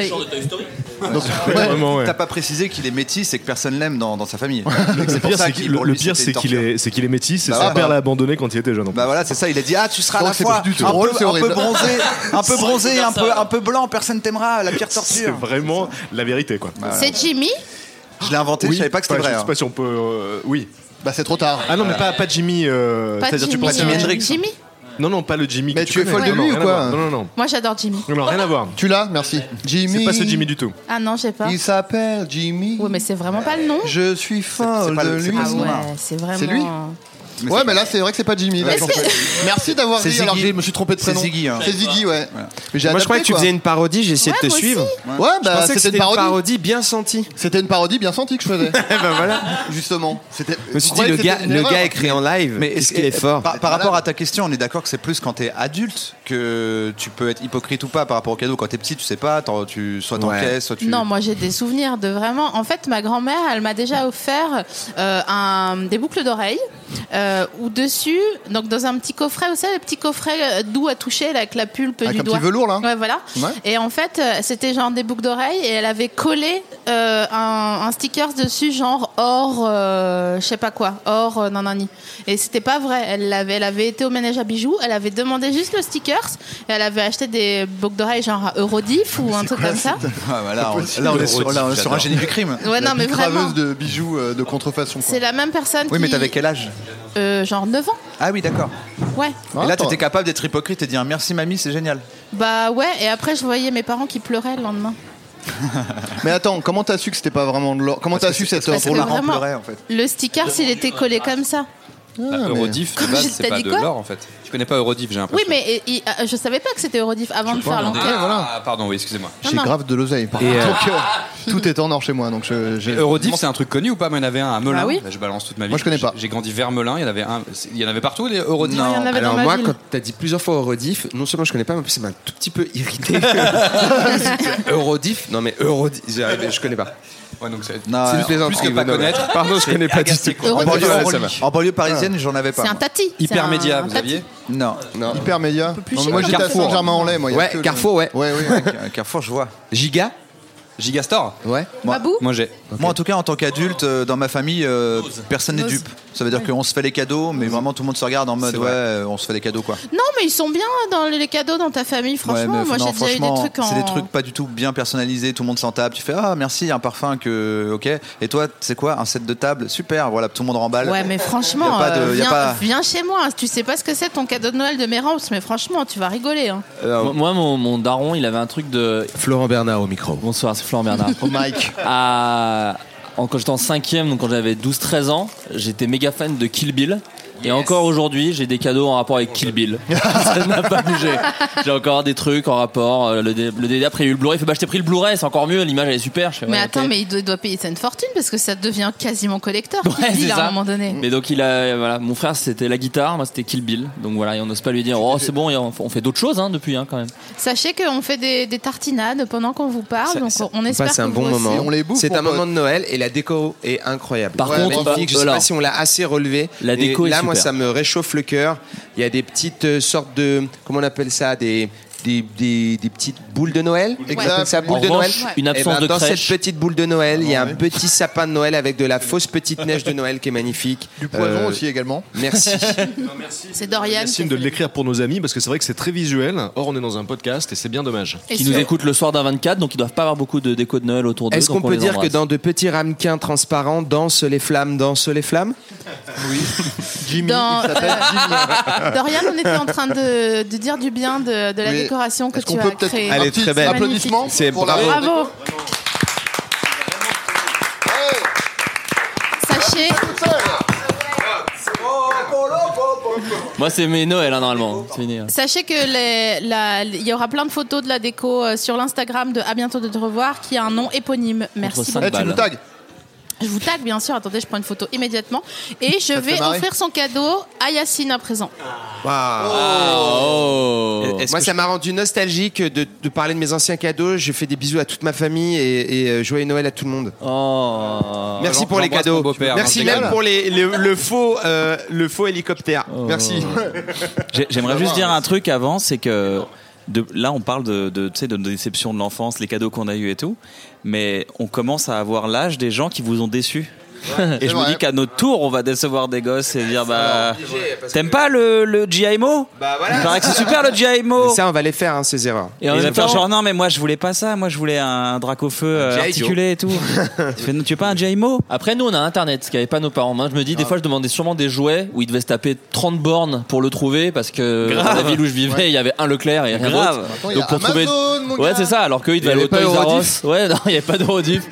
[SPEAKER 2] et, euh,
[SPEAKER 5] Donc, vraiment, ouais.
[SPEAKER 8] T'as pas précisé qu'il est métis et que personne l'aime dans, dans sa famille.
[SPEAKER 5] Le
[SPEAKER 8] C'est pour
[SPEAKER 5] pire,
[SPEAKER 8] ça
[SPEAKER 5] c'est
[SPEAKER 8] qu'il-
[SPEAKER 5] qu'il-
[SPEAKER 8] pour
[SPEAKER 5] le
[SPEAKER 8] lui,
[SPEAKER 5] pire, c'est
[SPEAKER 8] c'était une
[SPEAKER 5] qu'il est, c'est qu'il est métis et
[SPEAKER 8] Bah
[SPEAKER 5] son
[SPEAKER 8] ouais,
[SPEAKER 5] père
[SPEAKER 8] bah.
[SPEAKER 5] l'a abandonné quand il était jeune. en plus.
[SPEAKER 8] Bah voilà, c'est ça, il a dit Ah, tu seras à
[SPEAKER 6] Je crois
[SPEAKER 8] la
[SPEAKER 6] que c'est
[SPEAKER 8] fois
[SPEAKER 6] pas du tout
[SPEAKER 8] un,
[SPEAKER 6] drôle, c'est
[SPEAKER 8] peu, un peu
[SPEAKER 6] horrible.
[SPEAKER 8] bronzé, un peu bronzé, un peu, un peu blanc, personne t'aimera, la pire
[SPEAKER 5] C'est
[SPEAKER 8] torture. Bah,
[SPEAKER 5] vraiment la vérité, quoi.
[SPEAKER 2] C'est Jimmy
[SPEAKER 8] Je l'ai inventé, je savais pas que c'était
[SPEAKER 5] Enfin,
[SPEAKER 8] vrai.
[SPEAKER 5] Je sais pas
[SPEAKER 8] hein.
[SPEAKER 5] si on peut. euh, oui.
[SPEAKER 6] Bah, c'est trop tard.
[SPEAKER 5] Ah non, mais pas, pas Jimmy. euh,
[SPEAKER 2] Pas
[SPEAKER 5] c'est-à-dire,
[SPEAKER 2] Jimmy,
[SPEAKER 5] tu penses à-
[SPEAKER 8] Jimi
[SPEAKER 2] euh,
[SPEAKER 8] Hendrix.
[SPEAKER 2] Jimmy
[SPEAKER 5] Non, non, pas le Jimmy.
[SPEAKER 6] Mais
[SPEAKER 5] que
[SPEAKER 6] tu es
[SPEAKER 5] connais.
[SPEAKER 6] folle de
[SPEAKER 5] Non, non,
[SPEAKER 6] lui ou
[SPEAKER 5] rien à
[SPEAKER 6] quoi
[SPEAKER 5] voir. Non, non, non.
[SPEAKER 2] Moi j'adore Jimmy.
[SPEAKER 5] Non, non, rien à voir.
[SPEAKER 6] Tu l'as Merci. Jimmy.
[SPEAKER 5] C'est pas ce Jimmy du tout.
[SPEAKER 2] Ah non, j'ai pas.
[SPEAKER 6] Il s'appelle Jimmy.
[SPEAKER 2] Oui, mais c'est vraiment pas le nom.
[SPEAKER 6] Je suis folle
[SPEAKER 8] c'est pas
[SPEAKER 6] de
[SPEAKER 8] le- c'est
[SPEAKER 6] lui.
[SPEAKER 8] pas
[SPEAKER 2] Ah
[SPEAKER 8] son
[SPEAKER 2] ouais,
[SPEAKER 8] nom.
[SPEAKER 2] c'est vraiment.
[SPEAKER 6] C'est lui
[SPEAKER 8] Mais
[SPEAKER 6] Ouais,
[SPEAKER 8] c'est-
[SPEAKER 6] mais là, c'est vrai que c'est pas Jimmy. là, j'en fais. Merci d'avoir
[SPEAKER 8] C'est
[SPEAKER 6] dit. Alors,
[SPEAKER 8] Ziggy.
[SPEAKER 6] je me suis trompé de
[SPEAKER 8] C'est
[SPEAKER 6] prénom.
[SPEAKER 8] Ziggy, hein.
[SPEAKER 6] C'est Ziggy, ouais. Mais j'ai
[SPEAKER 9] Moi je croyais
[SPEAKER 6] adapté,
[SPEAKER 9] que tu
[SPEAKER 6] quoi.
[SPEAKER 9] faisais une parodie. J'ai essayé
[SPEAKER 2] Ouais,
[SPEAKER 9] de te
[SPEAKER 2] moi
[SPEAKER 9] suivre.
[SPEAKER 2] aussi.
[SPEAKER 6] Ouais,
[SPEAKER 9] je
[SPEAKER 6] bah,
[SPEAKER 9] pensais que
[SPEAKER 6] c'était
[SPEAKER 9] c'était
[SPEAKER 6] une
[SPEAKER 9] une
[SPEAKER 6] parodie.
[SPEAKER 9] parodie bien sentie.
[SPEAKER 6] C'était une parodie bien sentie que je faisais.
[SPEAKER 9] ben voilà.
[SPEAKER 6] Justement. C'était.
[SPEAKER 9] Je me suis dit le gars, le gars écrit en live. Mais est-ce qu'il est fort
[SPEAKER 8] Par, par rapport à ta question, on est d'accord que c'est plus quand t'es adulte que tu peux être hypocrite ou pas par rapport au cadeau. Quand t'es petit, tu sais pas, t'en- tu, soit t'encaisses, soit tu.
[SPEAKER 2] Non, moi j'ai des souvenirs de vraiment. En fait, ma grand-mère, elle m'a déjà offert euh, un, des boucles d'oreilles euh, où dessus, donc dans un petit coffret, vous savez, le petit coffret euh, doux à toucher là, avec la pulpe
[SPEAKER 6] Ah, Avec
[SPEAKER 2] du
[SPEAKER 6] un
[SPEAKER 2] doigt.
[SPEAKER 6] petit velours, là.
[SPEAKER 2] Ouais, voilà.
[SPEAKER 6] Ouais.
[SPEAKER 2] Et en fait, euh, c'était genre des boucles d'oreilles et elle avait collé euh, un, un sticker dessus, genre or, euh, je sais pas quoi, or euh, nanani. Et c'était pas vrai. Elle avait, elle avait été au ménage à bijoux, elle avait demandé juste le sticker et elle avait acheté des boucles d'oreilles genre à Eurodif ou un truc comme ça.
[SPEAKER 8] Ah, bah, là, on, là, on est sur, là, on est sur un génie du crime.
[SPEAKER 2] Ouais,
[SPEAKER 6] La
[SPEAKER 2] non, mais vraiment.
[SPEAKER 6] graveuse de bijoux euh, de contrefaçon. quoi.
[SPEAKER 2] C'est la même personne
[SPEAKER 8] Oui, mais
[SPEAKER 2] qui-
[SPEAKER 8] t'avais quel âge
[SPEAKER 2] Euh, Genre 9 ans.
[SPEAKER 8] Ah oui, d'accord.
[SPEAKER 2] Ouais.
[SPEAKER 6] Ah,
[SPEAKER 8] Et là,
[SPEAKER 6] attends.
[SPEAKER 8] t'étais capable d'être hypocrite et dire merci mamie, c'est génial.
[SPEAKER 2] Bah ouais, et après je voyais mes parents qui pleuraient le lendemain.
[SPEAKER 6] Mais attends, comment t'as su que c'était pas vraiment de l'or Comment t'as su cette
[SPEAKER 2] Parce
[SPEAKER 6] œuvre
[SPEAKER 2] que vraiment, le sticker, s'il était collé comme ça.
[SPEAKER 6] Ah,
[SPEAKER 4] Bah, Eurodiff, de
[SPEAKER 2] Comme
[SPEAKER 4] base,
[SPEAKER 2] je
[SPEAKER 4] c'est
[SPEAKER 2] t'ai
[SPEAKER 4] pas
[SPEAKER 2] dit
[SPEAKER 4] de
[SPEAKER 2] quoi
[SPEAKER 4] l'or en fait. Je connais pas Eurodiff, j'ai
[SPEAKER 2] Oui,
[SPEAKER 4] l'impression.
[SPEAKER 2] mais et- il- ah, je savais pas que c'était Eurodif avant de faire l'enquête.
[SPEAKER 6] hein.
[SPEAKER 4] Ah, pardon, oui, excusez-moi.
[SPEAKER 6] J'ai grave de l'oseille. par
[SPEAKER 4] Et,
[SPEAKER 6] contre.
[SPEAKER 4] euh,
[SPEAKER 6] Donc, euh, tout est en or chez moi. Donc je, j'ai-
[SPEAKER 4] Eurodiff, c'est un truc connu ou pas Moi, il y en avait un à Melun.
[SPEAKER 2] Ah oui
[SPEAKER 4] Bah, je balance toute ma vie.
[SPEAKER 6] Moi, je connais pas.
[SPEAKER 4] J'ai grandi vers Melun. Il y en avait un. c'est- Il y en avait partout des Eurodiff.
[SPEAKER 2] Non, il y en avait
[SPEAKER 9] Alors
[SPEAKER 2] dans ma
[SPEAKER 9] moi,
[SPEAKER 2] ville.
[SPEAKER 9] quand t'as dit plusieurs fois Eurodif, non seulement je connais pas, mais en plus ça m'a un tout petit peu irrité. Eurodif, non mais Eurodif, j'ai- je connais pas.
[SPEAKER 4] Ouais, donc c'est
[SPEAKER 9] C'est
[SPEAKER 8] Non,
[SPEAKER 9] une
[SPEAKER 8] alors,
[SPEAKER 9] plaisanterie,
[SPEAKER 4] plus que pas
[SPEAKER 9] Bruno, mais-
[SPEAKER 4] connaître,
[SPEAKER 9] Pardon, je
[SPEAKER 4] c'est
[SPEAKER 9] connais pas du
[SPEAKER 4] agacer,
[SPEAKER 9] tout.
[SPEAKER 2] quoi. Ah.
[SPEAKER 8] en, banlieue,
[SPEAKER 9] Ouais, ça va.
[SPEAKER 8] en banlieue parisienne, j'en avais pas.
[SPEAKER 2] C'est un
[SPEAKER 8] moi.
[SPEAKER 2] tati.
[SPEAKER 4] hyper média,
[SPEAKER 2] média
[SPEAKER 4] vous aviez
[SPEAKER 8] Non.
[SPEAKER 9] Non.
[SPEAKER 6] Hyper média.
[SPEAKER 2] peu plus
[SPEAKER 6] Non, mais
[SPEAKER 2] chic,
[SPEAKER 6] moi
[SPEAKER 2] hein.
[SPEAKER 6] j'étais à
[SPEAKER 2] Carrefour.
[SPEAKER 6] Saint-Germain-en-Laye. Moi, il y a
[SPEAKER 9] Ouais,
[SPEAKER 6] que le-
[SPEAKER 9] Carrefour, ouais.
[SPEAKER 6] Ouais, ouais.
[SPEAKER 8] Car- Carrefour, je vois. Bah,
[SPEAKER 9] Giga,
[SPEAKER 4] Gigastore.
[SPEAKER 9] ouais.
[SPEAKER 2] Babou
[SPEAKER 4] Moi, j'ai.
[SPEAKER 8] Moi, en tout cas, en tant qu'adulte, euh, dans ma famille, euh, personne n'est dupe. Ça veut dire qu'on se fait les cadeaux, mais vraiment tout le monde se regarde en mode
[SPEAKER 9] C'est
[SPEAKER 8] ouais,
[SPEAKER 9] vrai.
[SPEAKER 8] euh, on se fait les cadeaux quoi.
[SPEAKER 2] Non, mais ils sont bien dans les cadeaux dans ta famille, franchement.
[SPEAKER 8] Ouais, mais
[SPEAKER 2] moi,
[SPEAKER 8] non,
[SPEAKER 2] j'ai déjà eu des
[SPEAKER 8] franchement,
[SPEAKER 2] trucs en.
[SPEAKER 8] C'est des trucs pas du tout bien personnalisés, tout le monde s'en tape. Tu fais ah merci, un parfum que. Ok. Et toi, c'est quoi Un set de table Super, voilà, tout le monde remballe.
[SPEAKER 2] Ouais, mais franchement,
[SPEAKER 8] Y a pas de-
[SPEAKER 2] euh,
[SPEAKER 8] y a
[SPEAKER 2] viens,
[SPEAKER 8] pas-
[SPEAKER 2] viens chez moi. Tu sais pas ce que c'est ton cadeau de Noël de mes rances, mais franchement, tu vas rigoler. hein.
[SPEAKER 10] Moi- Moi, mon, mon daron, il avait un truc de.
[SPEAKER 9] Florent Bernard au micro.
[SPEAKER 10] Bonsoir, c'est Florent Bernard. Mike. À... en- Quand j'étais en 5ème, donc quand j'avais 12-13 ans, j'étais méga fan de Kill Bill. Et encore aujourd'hui, j'ai des cadeaux en rapport avec Kill Bill. Ça n'a pas bougé. J'ai encore des trucs en rapport. euh, Le, dé- le délai, après, il y a eu le Blu-ray. Il fait, bah, je t'ai pris le Blu-ray, c'est encore mieux. L'image, elle est super. Je fais,
[SPEAKER 2] Mais
[SPEAKER 10] ouais,
[SPEAKER 2] attends,
[SPEAKER 10] ok.
[SPEAKER 2] mais il doit, doit payer ça une fortune parce que ça devient quasiment collecteur.
[SPEAKER 10] Ouais,
[SPEAKER 2] il
[SPEAKER 10] c'est
[SPEAKER 2] à
[SPEAKER 10] ça.
[SPEAKER 2] un moment donné.
[SPEAKER 10] Mais donc il a voilà, mon frère c'était la guitare, moi c'était Kill Bill. Donc voilà, et on n'ose pas lui dire oh c'est bon, et on on fait d'autres choses hein, depuis hein, quand même.
[SPEAKER 2] Sachez qu'on fait des, des tartinades pendant qu'on vous parle,
[SPEAKER 9] Ça-
[SPEAKER 2] donc
[SPEAKER 9] ça-
[SPEAKER 2] on espère
[SPEAKER 9] passe
[SPEAKER 2] que
[SPEAKER 9] un bon
[SPEAKER 2] vous aussi.
[SPEAKER 9] moment.
[SPEAKER 6] on les bouffe,
[SPEAKER 9] C'est
[SPEAKER 6] mon
[SPEAKER 9] un
[SPEAKER 6] pote.
[SPEAKER 9] moment de Noël et la déco est incroyable.
[SPEAKER 10] Par contre,
[SPEAKER 9] magnifique.
[SPEAKER 10] bah,
[SPEAKER 9] je sais pas
[SPEAKER 10] alors.
[SPEAKER 9] si on l'a assez relevé.
[SPEAKER 10] La déco
[SPEAKER 9] Et
[SPEAKER 10] est
[SPEAKER 9] là, moi,
[SPEAKER 10] super.
[SPEAKER 9] ça me réchauffe le cœur. Il y a des petites euh, sortes de comment on appelle ça des des, des, des petites boules de Noël.
[SPEAKER 6] Exact.
[SPEAKER 9] On appelle ça boule
[SPEAKER 10] En
[SPEAKER 9] de Noël.
[SPEAKER 10] revanche, une
[SPEAKER 9] Eh
[SPEAKER 10] absence de
[SPEAKER 9] dans
[SPEAKER 10] crèche.
[SPEAKER 9] cette petite boule de Noël, il y a un petit sapin de Noël avec de la fausse petite neige de Noël qui est magnifique.
[SPEAKER 6] Du poison
[SPEAKER 9] Euh,
[SPEAKER 6] aussi également.
[SPEAKER 9] Merci.
[SPEAKER 2] C'est Dorian.
[SPEAKER 5] Signe
[SPEAKER 2] qui
[SPEAKER 5] de
[SPEAKER 2] fait-
[SPEAKER 5] l'écrire pour nos amis parce que c'est vrai que c'est très visuel. Or, on est dans un podcast et c'est bien dommage.
[SPEAKER 2] Et
[SPEAKER 10] Qui
[SPEAKER 2] sur-
[SPEAKER 10] nous écoutent le soir d'un 24, donc ils doivent pas avoir beaucoup de déco de Noël autour d'eux.
[SPEAKER 9] Est-ce qu'on
[SPEAKER 10] donc on
[SPEAKER 9] peut
[SPEAKER 10] les
[SPEAKER 9] dire que
[SPEAKER 10] embrasse.
[SPEAKER 9] dans de petits ramequins transparents dansent les flammes, dansent les flammes
[SPEAKER 6] Jimmy,
[SPEAKER 2] Dans,
[SPEAKER 6] il s'appelle
[SPEAKER 2] euh,
[SPEAKER 6] Jimmy.
[SPEAKER 2] Dorian, on était en train de, de dire du bien de, de la
[SPEAKER 6] Oui.
[SPEAKER 2] décoration que
[SPEAKER 6] Est-ce
[SPEAKER 2] tu
[SPEAKER 6] qu'on peut
[SPEAKER 2] as
[SPEAKER 6] peut-être
[SPEAKER 2] créée.
[SPEAKER 9] Elle est
[SPEAKER 6] un petit
[SPEAKER 9] très belle.
[SPEAKER 6] applaudissement
[SPEAKER 9] C'est
[SPEAKER 6] pour la
[SPEAKER 9] bravo.
[SPEAKER 6] reine.
[SPEAKER 2] Bravo. Sachez,
[SPEAKER 10] Moi c'est mes Noël hein, normalement. C'est mes-
[SPEAKER 2] sachez que les- la- il y aura plein de photos de la déco euh, sur l'Instagram de À bientôt de te revoir qui a un nom éponyme. Merci.
[SPEAKER 10] cinq
[SPEAKER 2] beaucoup.
[SPEAKER 6] Eh, tu nous
[SPEAKER 10] Balle.
[SPEAKER 6] tagues.
[SPEAKER 2] Je vous tag bien sûr. Attendez, je prends une photo immédiatement et je
[SPEAKER 6] te fait
[SPEAKER 2] vais
[SPEAKER 6] marrer
[SPEAKER 2] offrir son cadeau à Yacine à présent.
[SPEAKER 4] Ah.
[SPEAKER 10] Oh.
[SPEAKER 7] Est-ce
[SPEAKER 9] Moi,
[SPEAKER 7] que
[SPEAKER 9] ça m'a rendu nostalgique de, de parler de mes anciens cadeaux. Je fais des bisous à toute ma famille et, et, euh, joyeux Noël à tout le monde.
[SPEAKER 10] Oh.
[SPEAKER 9] Merci pour les
[SPEAKER 4] j'embrasse
[SPEAKER 9] cadeaux.
[SPEAKER 4] mon beau-père,
[SPEAKER 9] Merci
[SPEAKER 4] hein,
[SPEAKER 9] même
[SPEAKER 6] c'est
[SPEAKER 9] pour les- le, le faux, euh, le faux hélicoptère.
[SPEAKER 6] Merci.
[SPEAKER 7] J'ai- J'aimerais juste dire un truc avant, c'est que de, là on parle de, de, tu sais, de nos déceptions de l'enfance, les cadeaux qu'on a eus et tout, mais on commence à avoir l'âge des gens qui vous ont déçus. et je me
[SPEAKER 6] vrai.
[SPEAKER 7] dis qu'à notre tour, on va décevoir des gosses et dire bah t'aimes pas le, le GIMO
[SPEAKER 9] Bah
[SPEAKER 7] Il
[SPEAKER 9] voilà.
[SPEAKER 7] paraît que c'est super le GIMO.
[SPEAKER 9] Mais ça, on va les faire, hein, ces erreurs.
[SPEAKER 10] Et en
[SPEAKER 7] ils vont
[SPEAKER 10] même
[SPEAKER 7] faire
[SPEAKER 10] temps-
[SPEAKER 7] genre non mais moi je voulais pas ça, moi je voulais un drac au feu euh,
[SPEAKER 9] G.I.
[SPEAKER 7] articulé et tout. tu fais non, tu veux pas un GIMO
[SPEAKER 10] Après nous on a internet, ce qu'avaient pas nos parents. Moi je me dis des fois je demandais sûrement des jouets où ils devaient se taper 30 bornes pour le trouver parce que dans la ville où je vivais il y avait un Leclerc et rien
[SPEAKER 7] Grave.
[SPEAKER 10] d'autre.
[SPEAKER 6] Attends, il y a Amazon, mon
[SPEAKER 10] Ouais,
[SPEAKER 6] gars.
[SPEAKER 10] c'est ça, alors qu'eux, ils devaient
[SPEAKER 6] Il y
[SPEAKER 10] aller au
[SPEAKER 6] avait pas
[SPEAKER 10] Toys R
[SPEAKER 6] Eurodif
[SPEAKER 10] Us. Ouais, non, il n'y avait pas d'Eurodif.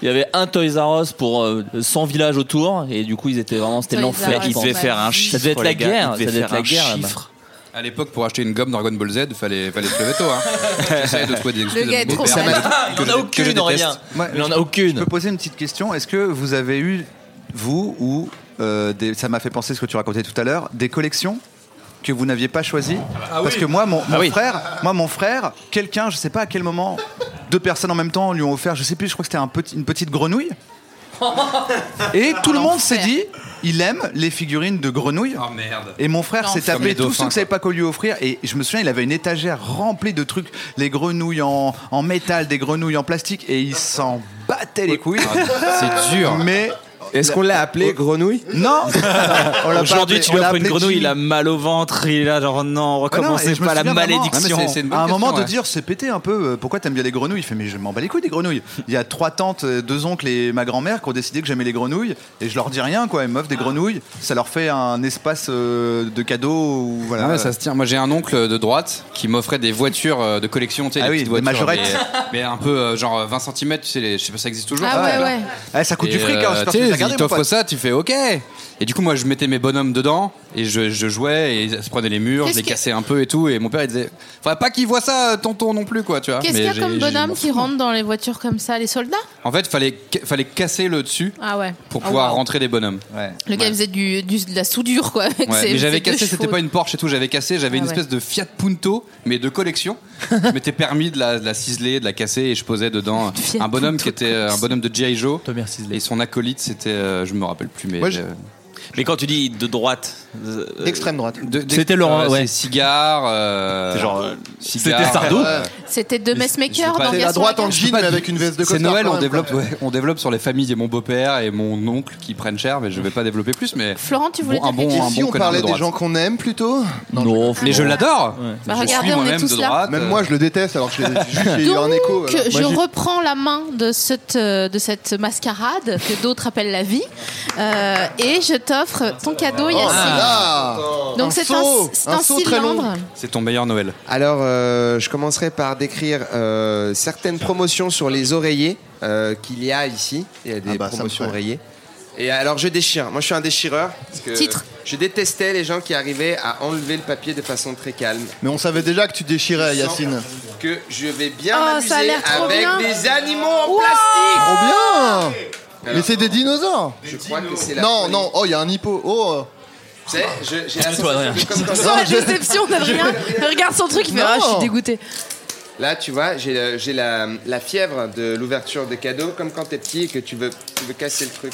[SPEAKER 10] Il y avait un Toys R Us pour euh, 100 villages autour, et du coup, ils étaient vraiment, c'était
[SPEAKER 2] Toys R Us.
[SPEAKER 10] l'enfer. je
[SPEAKER 7] Il
[SPEAKER 10] pense.
[SPEAKER 7] devait faire un chiffre.
[SPEAKER 10] Ça devait être la
[SPEAKER 7] les gars.
[SPEAKER 10] guerre,
[SPEAKER 7] Il devait
[SPEAKER 10] ça devait
[SPEAKER 7] faire
[SPEAKER 10] être la
[SPEAKER 7] un
[SPEAKER 10] guerre,
[SPEAKER 7] chiffre.
[SPEAKER 10] là-bas.
[SPEAKER 4] À l'époque, pour acheter une gomme Dragon Ball Z, fallait fallait se lever tôt. Hein. J'essayais de trouver des excuses. à
[SPEAKER 2] gars
[SPEAKER 4] mon
[SPEAKER 2] est trop
[SPEAKER 4] beau-père,
[SPEAKER 2] malade.
[SPEAKER 4] que je- que je déteste.
[SPEAKER 8] Ouais,
[SPEAKER 10] Il en
[SPEAKER 8] je-
[SPEAKER 10] a aucune.
[SPEAKER 8] Je peux poser une petite question. Est-ce que vous avez eu, vous ou euh, des- ça m'a fait penser ce que tu racontais tout à l'heure, des collections que vous n'aviez pas choisies
[SPEAKER 10] Ah
[SPEAKER 8] Parce que moi, mon, mon frère, moi, mon frère, quelqu'un, je sais pas à quel moment, deux personnes en même temps lui ont offert, je sais plus, je crois que c'était un petit- une petite grenouille. Et tout le monde s'est dit, il aime les figurines de grenouilles.
[SPEAKER 4] Oh merde.
[SPEAKER 8] Et mon frère s'est
[SPEAKER 4] Comme les
[SPEAKER 8] tapé tout
[SPEAKER 4] dauphins,
[SPEAKER 8] ce que savait pas qu'on lui offrir. Et je me souviens, il avait une étagère remplie de trucs, les grenouilles en, en métal, des grenouilles en plastique, et il s'en battait les couilles.
[SPEAKER 4] C'est dur.
[SPEAKER 8] Mais
[SPEAKER 9] Est-ce qu'on l'a appelé grenouille
[SPEAKER 8] Non
[SPEAKER 7] Aujourd'hui, tu lui offres une grenouille, il a mal au ventre, il a genre
[SPEAKER 6] Ah
[SPEAKER 7] non,
[SPEAKER 8] Ah
[SPEAKER 7] recommencez pas la malédiction.
[SPEAKER 4] Ah,
[SPEAKER 8] à un moment de dire, c'est pété un peu, euh, pourquoi t'aimes bien les grenouilles Il fait, mais je m'en bats les couilles des grenouilles. Il y a trois tantes, euh, deux oncles et ma grand-mère qui ont décidé que j'aimais les grenouilles et je leur dis rien, quoi. Ils m'offrent
[SPEAKER 4] Ah.
[SPEAKER 8] des grenouilles, ça leur fait un espace euh, de cadeau ou voilà.
[SPEAKER 4] Ah ouais, ça se tient. Moi, j'ai un oncle de droite qui m'offrait des voitures euh, de collection, tu sais,
[SPEAKER 8] Ah
[SPEAKER 4] des
[SPEAKER 8] oui,
[SPEAKER 4] petites
[SPEAKER 8] des
[SPEAKER 4] voitures,
[SPEAKER 8] majorettes.
[SPEAKER 4] Mais, mais un peu euh, genre 20 cm, tu sais, les- je sais pas si ça existe toujours.
[SPEAKER 2] Ah ouais, ouais.
[SPEAKER 8] Ah, ça coûte du fric, hein, j'espère
[SPEAKER 4] euh, tu
[SPEAKER 8] que tu l'as
[SPEAKER 4] sais,
[SPEAKER 8] gardé,
[SPEAKER 4] ils
[SPEAKER 8] mon
[SPEAKER 4] t'offrent
[SPEAKER 8] pote.
[SPEAKER 4] ça, tu fais OK. Et du coup, moi, je mettais mes bonhommes dedans et je, je jouais et ils se prenaient les murs, je
[SPEAKER 2] Qu'est-ce
[SPEAKER 4] les
[SPEAKER 2] que-
[SPEAKER 4] cassais un peu et tout. Et mon père, il disait, faudrait pas qu'il voit ça, euh, tonton non plus, quoi, tu vois.
[SPEAKER 2] Qu'est-ce
[SPEAKER 4] Ah, Mais
[SPEAKER 2] qu'il y a
[SPEAKER 4] j'ai-
[SPEAKER 2] comme
[SPEAKER 4] j'ai-
[SPEAKER 2] bonhomme
[SPEAKER 4] m'en
[SPEAKER 2] qui
[SPEAKER 4] fous.
[SPEAKER 2] rentre dans les voitures comme ça Les soldats
[SPEAKER 4] En fait, fallait, ca- fallait casser le dessus
[SPEAKER 2] Ah ouais.
[SPEAKER 4] pour
[SPEAKER 2] Ah,
[SPEAKER 4] pouvoir
[SPEAKER 2] wow.
[SPEAKER 4] rentrer les bonhommes.
[SPEAKER 8] Ouais.
[SPEAKER 2] Le gars faisait du, du- de la soudure, quoi. Avec
[SPEAKER 4] Ouais,
[SPEAKER 2] ses-
[SPEAKER 4] mais j'avais
[SPEAKER 2] ses deux
[SPEAKER 4] cassé, c'était
[SPEAKER 2] chevaux.
[SPEAKER 4] pas une Porsche et tout, j'avais cassé, j'avais
[SPEAKER 2] Ah
[SPEAKER 4] une
[SPEAKER 2] ouais.
[SPEAKER 4] espèce de Fiat Punto, mais de collection. je m'étais permis de la, de la ciseler, de la casser et je posais dedans
[SPEAKER 2] Fiat
[SPEAKER 4] un bonhomme
[SPEAKER 2] Punto
[SPEAKER 4] qui était euh, un bonhomme de G.I. Joe.
[SPEAKER 11] Thomas Sisley.
[SPEAKER 4] Et son acolyte, c'était, euh, je me rappelle plus, mais.
[SPEAKER 6] Moi, je-
[SPEAKER 4] euh,
[SPEAKER 7] Mais quand tu dis de droite, euh,
[SPEAKER 6] D'extrême droite.
[SPEAKER 4] de- de-
[SPEAKER 11] C'était Laurent,
[SPEAKER 4] euh,
[SPEAKER 11] ouais.
[SPEAKER 4] c'est Cigare. euh,
[SPEAKER 8] C'est genre, euh,
[SPEAKER 4] Cigare,
[SPEAKER 11] c'était Sardou.
[SPEAKER 4] euh,
[SPEAKER 2] C'était deux
[SPEAKER 4] je
[SPEAKER 2] messmakers
[SPEAKER 4] peux pas-
[SPEAKER 2] dans
[SPEAKER 4] C'est
[SPEAKER 6] la
[SPEAKER 2] Gaston
[SPEAKER 6] droite en
[SPEAKER 2] Lagaffe.
[SPEAKER 6] jean, mais avec une veste de
[SPEAKER 4] c'est
[SPEAKER 6] costard.
[SPEAKER 4] Noël,
[SPEAKER 6] quand
[SPEAKER 4] on
[SPEAKER 6] même,
[SPEAKER 4] développe,
[SPEAKER 6] quoi.
[SPEAKER 4] ouais, on développe sur les familles. Il y a mon beau-père et mon oncle qui prennent cher, mais je vais pas développer plus. Mais
[SPEAKER 2] Florent, tu voulais
[SPEAKER 4] Bon, un
[SPEAKER 2] dire quelque
[SPEAKER 4] bon-
[SPEAKER 6] Et
[SPEAKER 4] un
[SPEAKER 6] si
[SPEAKER 4] bon
[SPEAKER 6] on
[SPEAKER 4] connard de
[SPEAKER 6] parlait des
[SPEAKER 4] droite.
[SPEAKER 6] gens qu'on aime plutôt
[SPEAKER 11] Non,
[SPEAKER 4] mais je l'adore.
[SPEAKER 2] Bah,
[SPEAKER 4] je
[SPEAKER 2] regardez,
[SPEAKER 4] suis
[SPEAKER 2] on est
[SPEAKER 4] moi-même
[SPEAKER 2] tous
[SPEAKER 4] de
[SPEAKER 2] là.
[SPEAKER 4] droite.
[SPEAKER 6] Même
[SPEAKER 4] euh,
[SPEAKER 6] moi, je le déteste, alors que je l'ai- juste, j'ai eu un écho.
[SPEAKER 2] Donc,
[SPEAKER 6] voilà.
[SPEAKER 2] je
[SPEAKER 6] euh, Moi, j'ai-
[SPEAKER 2] reprends la main de cette, euh, de cette mascarade que d'autres appellent la vie euh, et je t'offre ton
[SPEAKER 4] Ah.
[SPEAKER 2] cadeau,
[SPEAKER 6] Oh
[SPEAKER 2] Yacine.
[SPEAKER 6] là
[SPEAKER 2] Donc,
[SPEAKER 6] Un
[SPEAKER 2] c'est un,
[SPEAKER 6] seau,
[SPEAKER 2] c'est
[SPEAKER 6] un
[SPEAKER 2] un
[SPEAKER 6] seau très long.
[SPEAKER 2] cylindre.
[SPEAKER 4] C'est ton meilleur Noël.
[SPEAKER 9] Alors, euh, je commencerai par décrire euh, certaines promotions sur les oreillers euh, qu'il y a ici. Il y a des
[SPEAKER 6] Ah bah, ça me
[SPEAKER 9] promotions
[SPEAKER 6] ferait.
[SPEAKER 9] oreillers. Et alors, je déchire. Moi, je suis un déchireur. Parce que
[SPEAKER 2] Titre.
[SPEAKER 9] Je détestais les gens qui arrivaient à enlever le papier de façon très calme.
[SPEAKER 6] Mais on savait déjà que tu déchirais,
[SPEAKER 9] Je sens
[SPEAKER 6] Yacine.
[SPEAKER 9] Que je vais bien
[SPEAKER 2] Oh, ça a
[SPEAKER 9] m'amuser
[SPEAKER 2] l'air trop
[SPEAKER 9] avec
[SPEAKER 2] bien.
[SPEAKER 9] des animaux en plastique.
[SPEAKER 6] Trop bien Mais c'est des dinosaures
[SPEAKER 9] Je crois que c'est la
[SPEAKER 6] Non,
[SPEAKER 9] folie.
[SPEAKER 6] non, oh, il y a un hippo. Oh
[SPEAKER 9] Tu sais, je- j'ai la
[SPEAKER 11] Calme-toi,
[SPEAKER 9] sensation que comme quand-
[SPEAKER 3] Sans la déception d'Adrien, il regarde son truc, il fait
[SPEAKER 6] Non.
[SPEAKER 3] Ah, je suis dégoûté.
[SPEAKER 9] Là, tu vois, j'ai la, j'ai la, la fièvre de l'ouverture des cadeaux, comme quand t'es petit et que tu veux, tu veux casser le truc.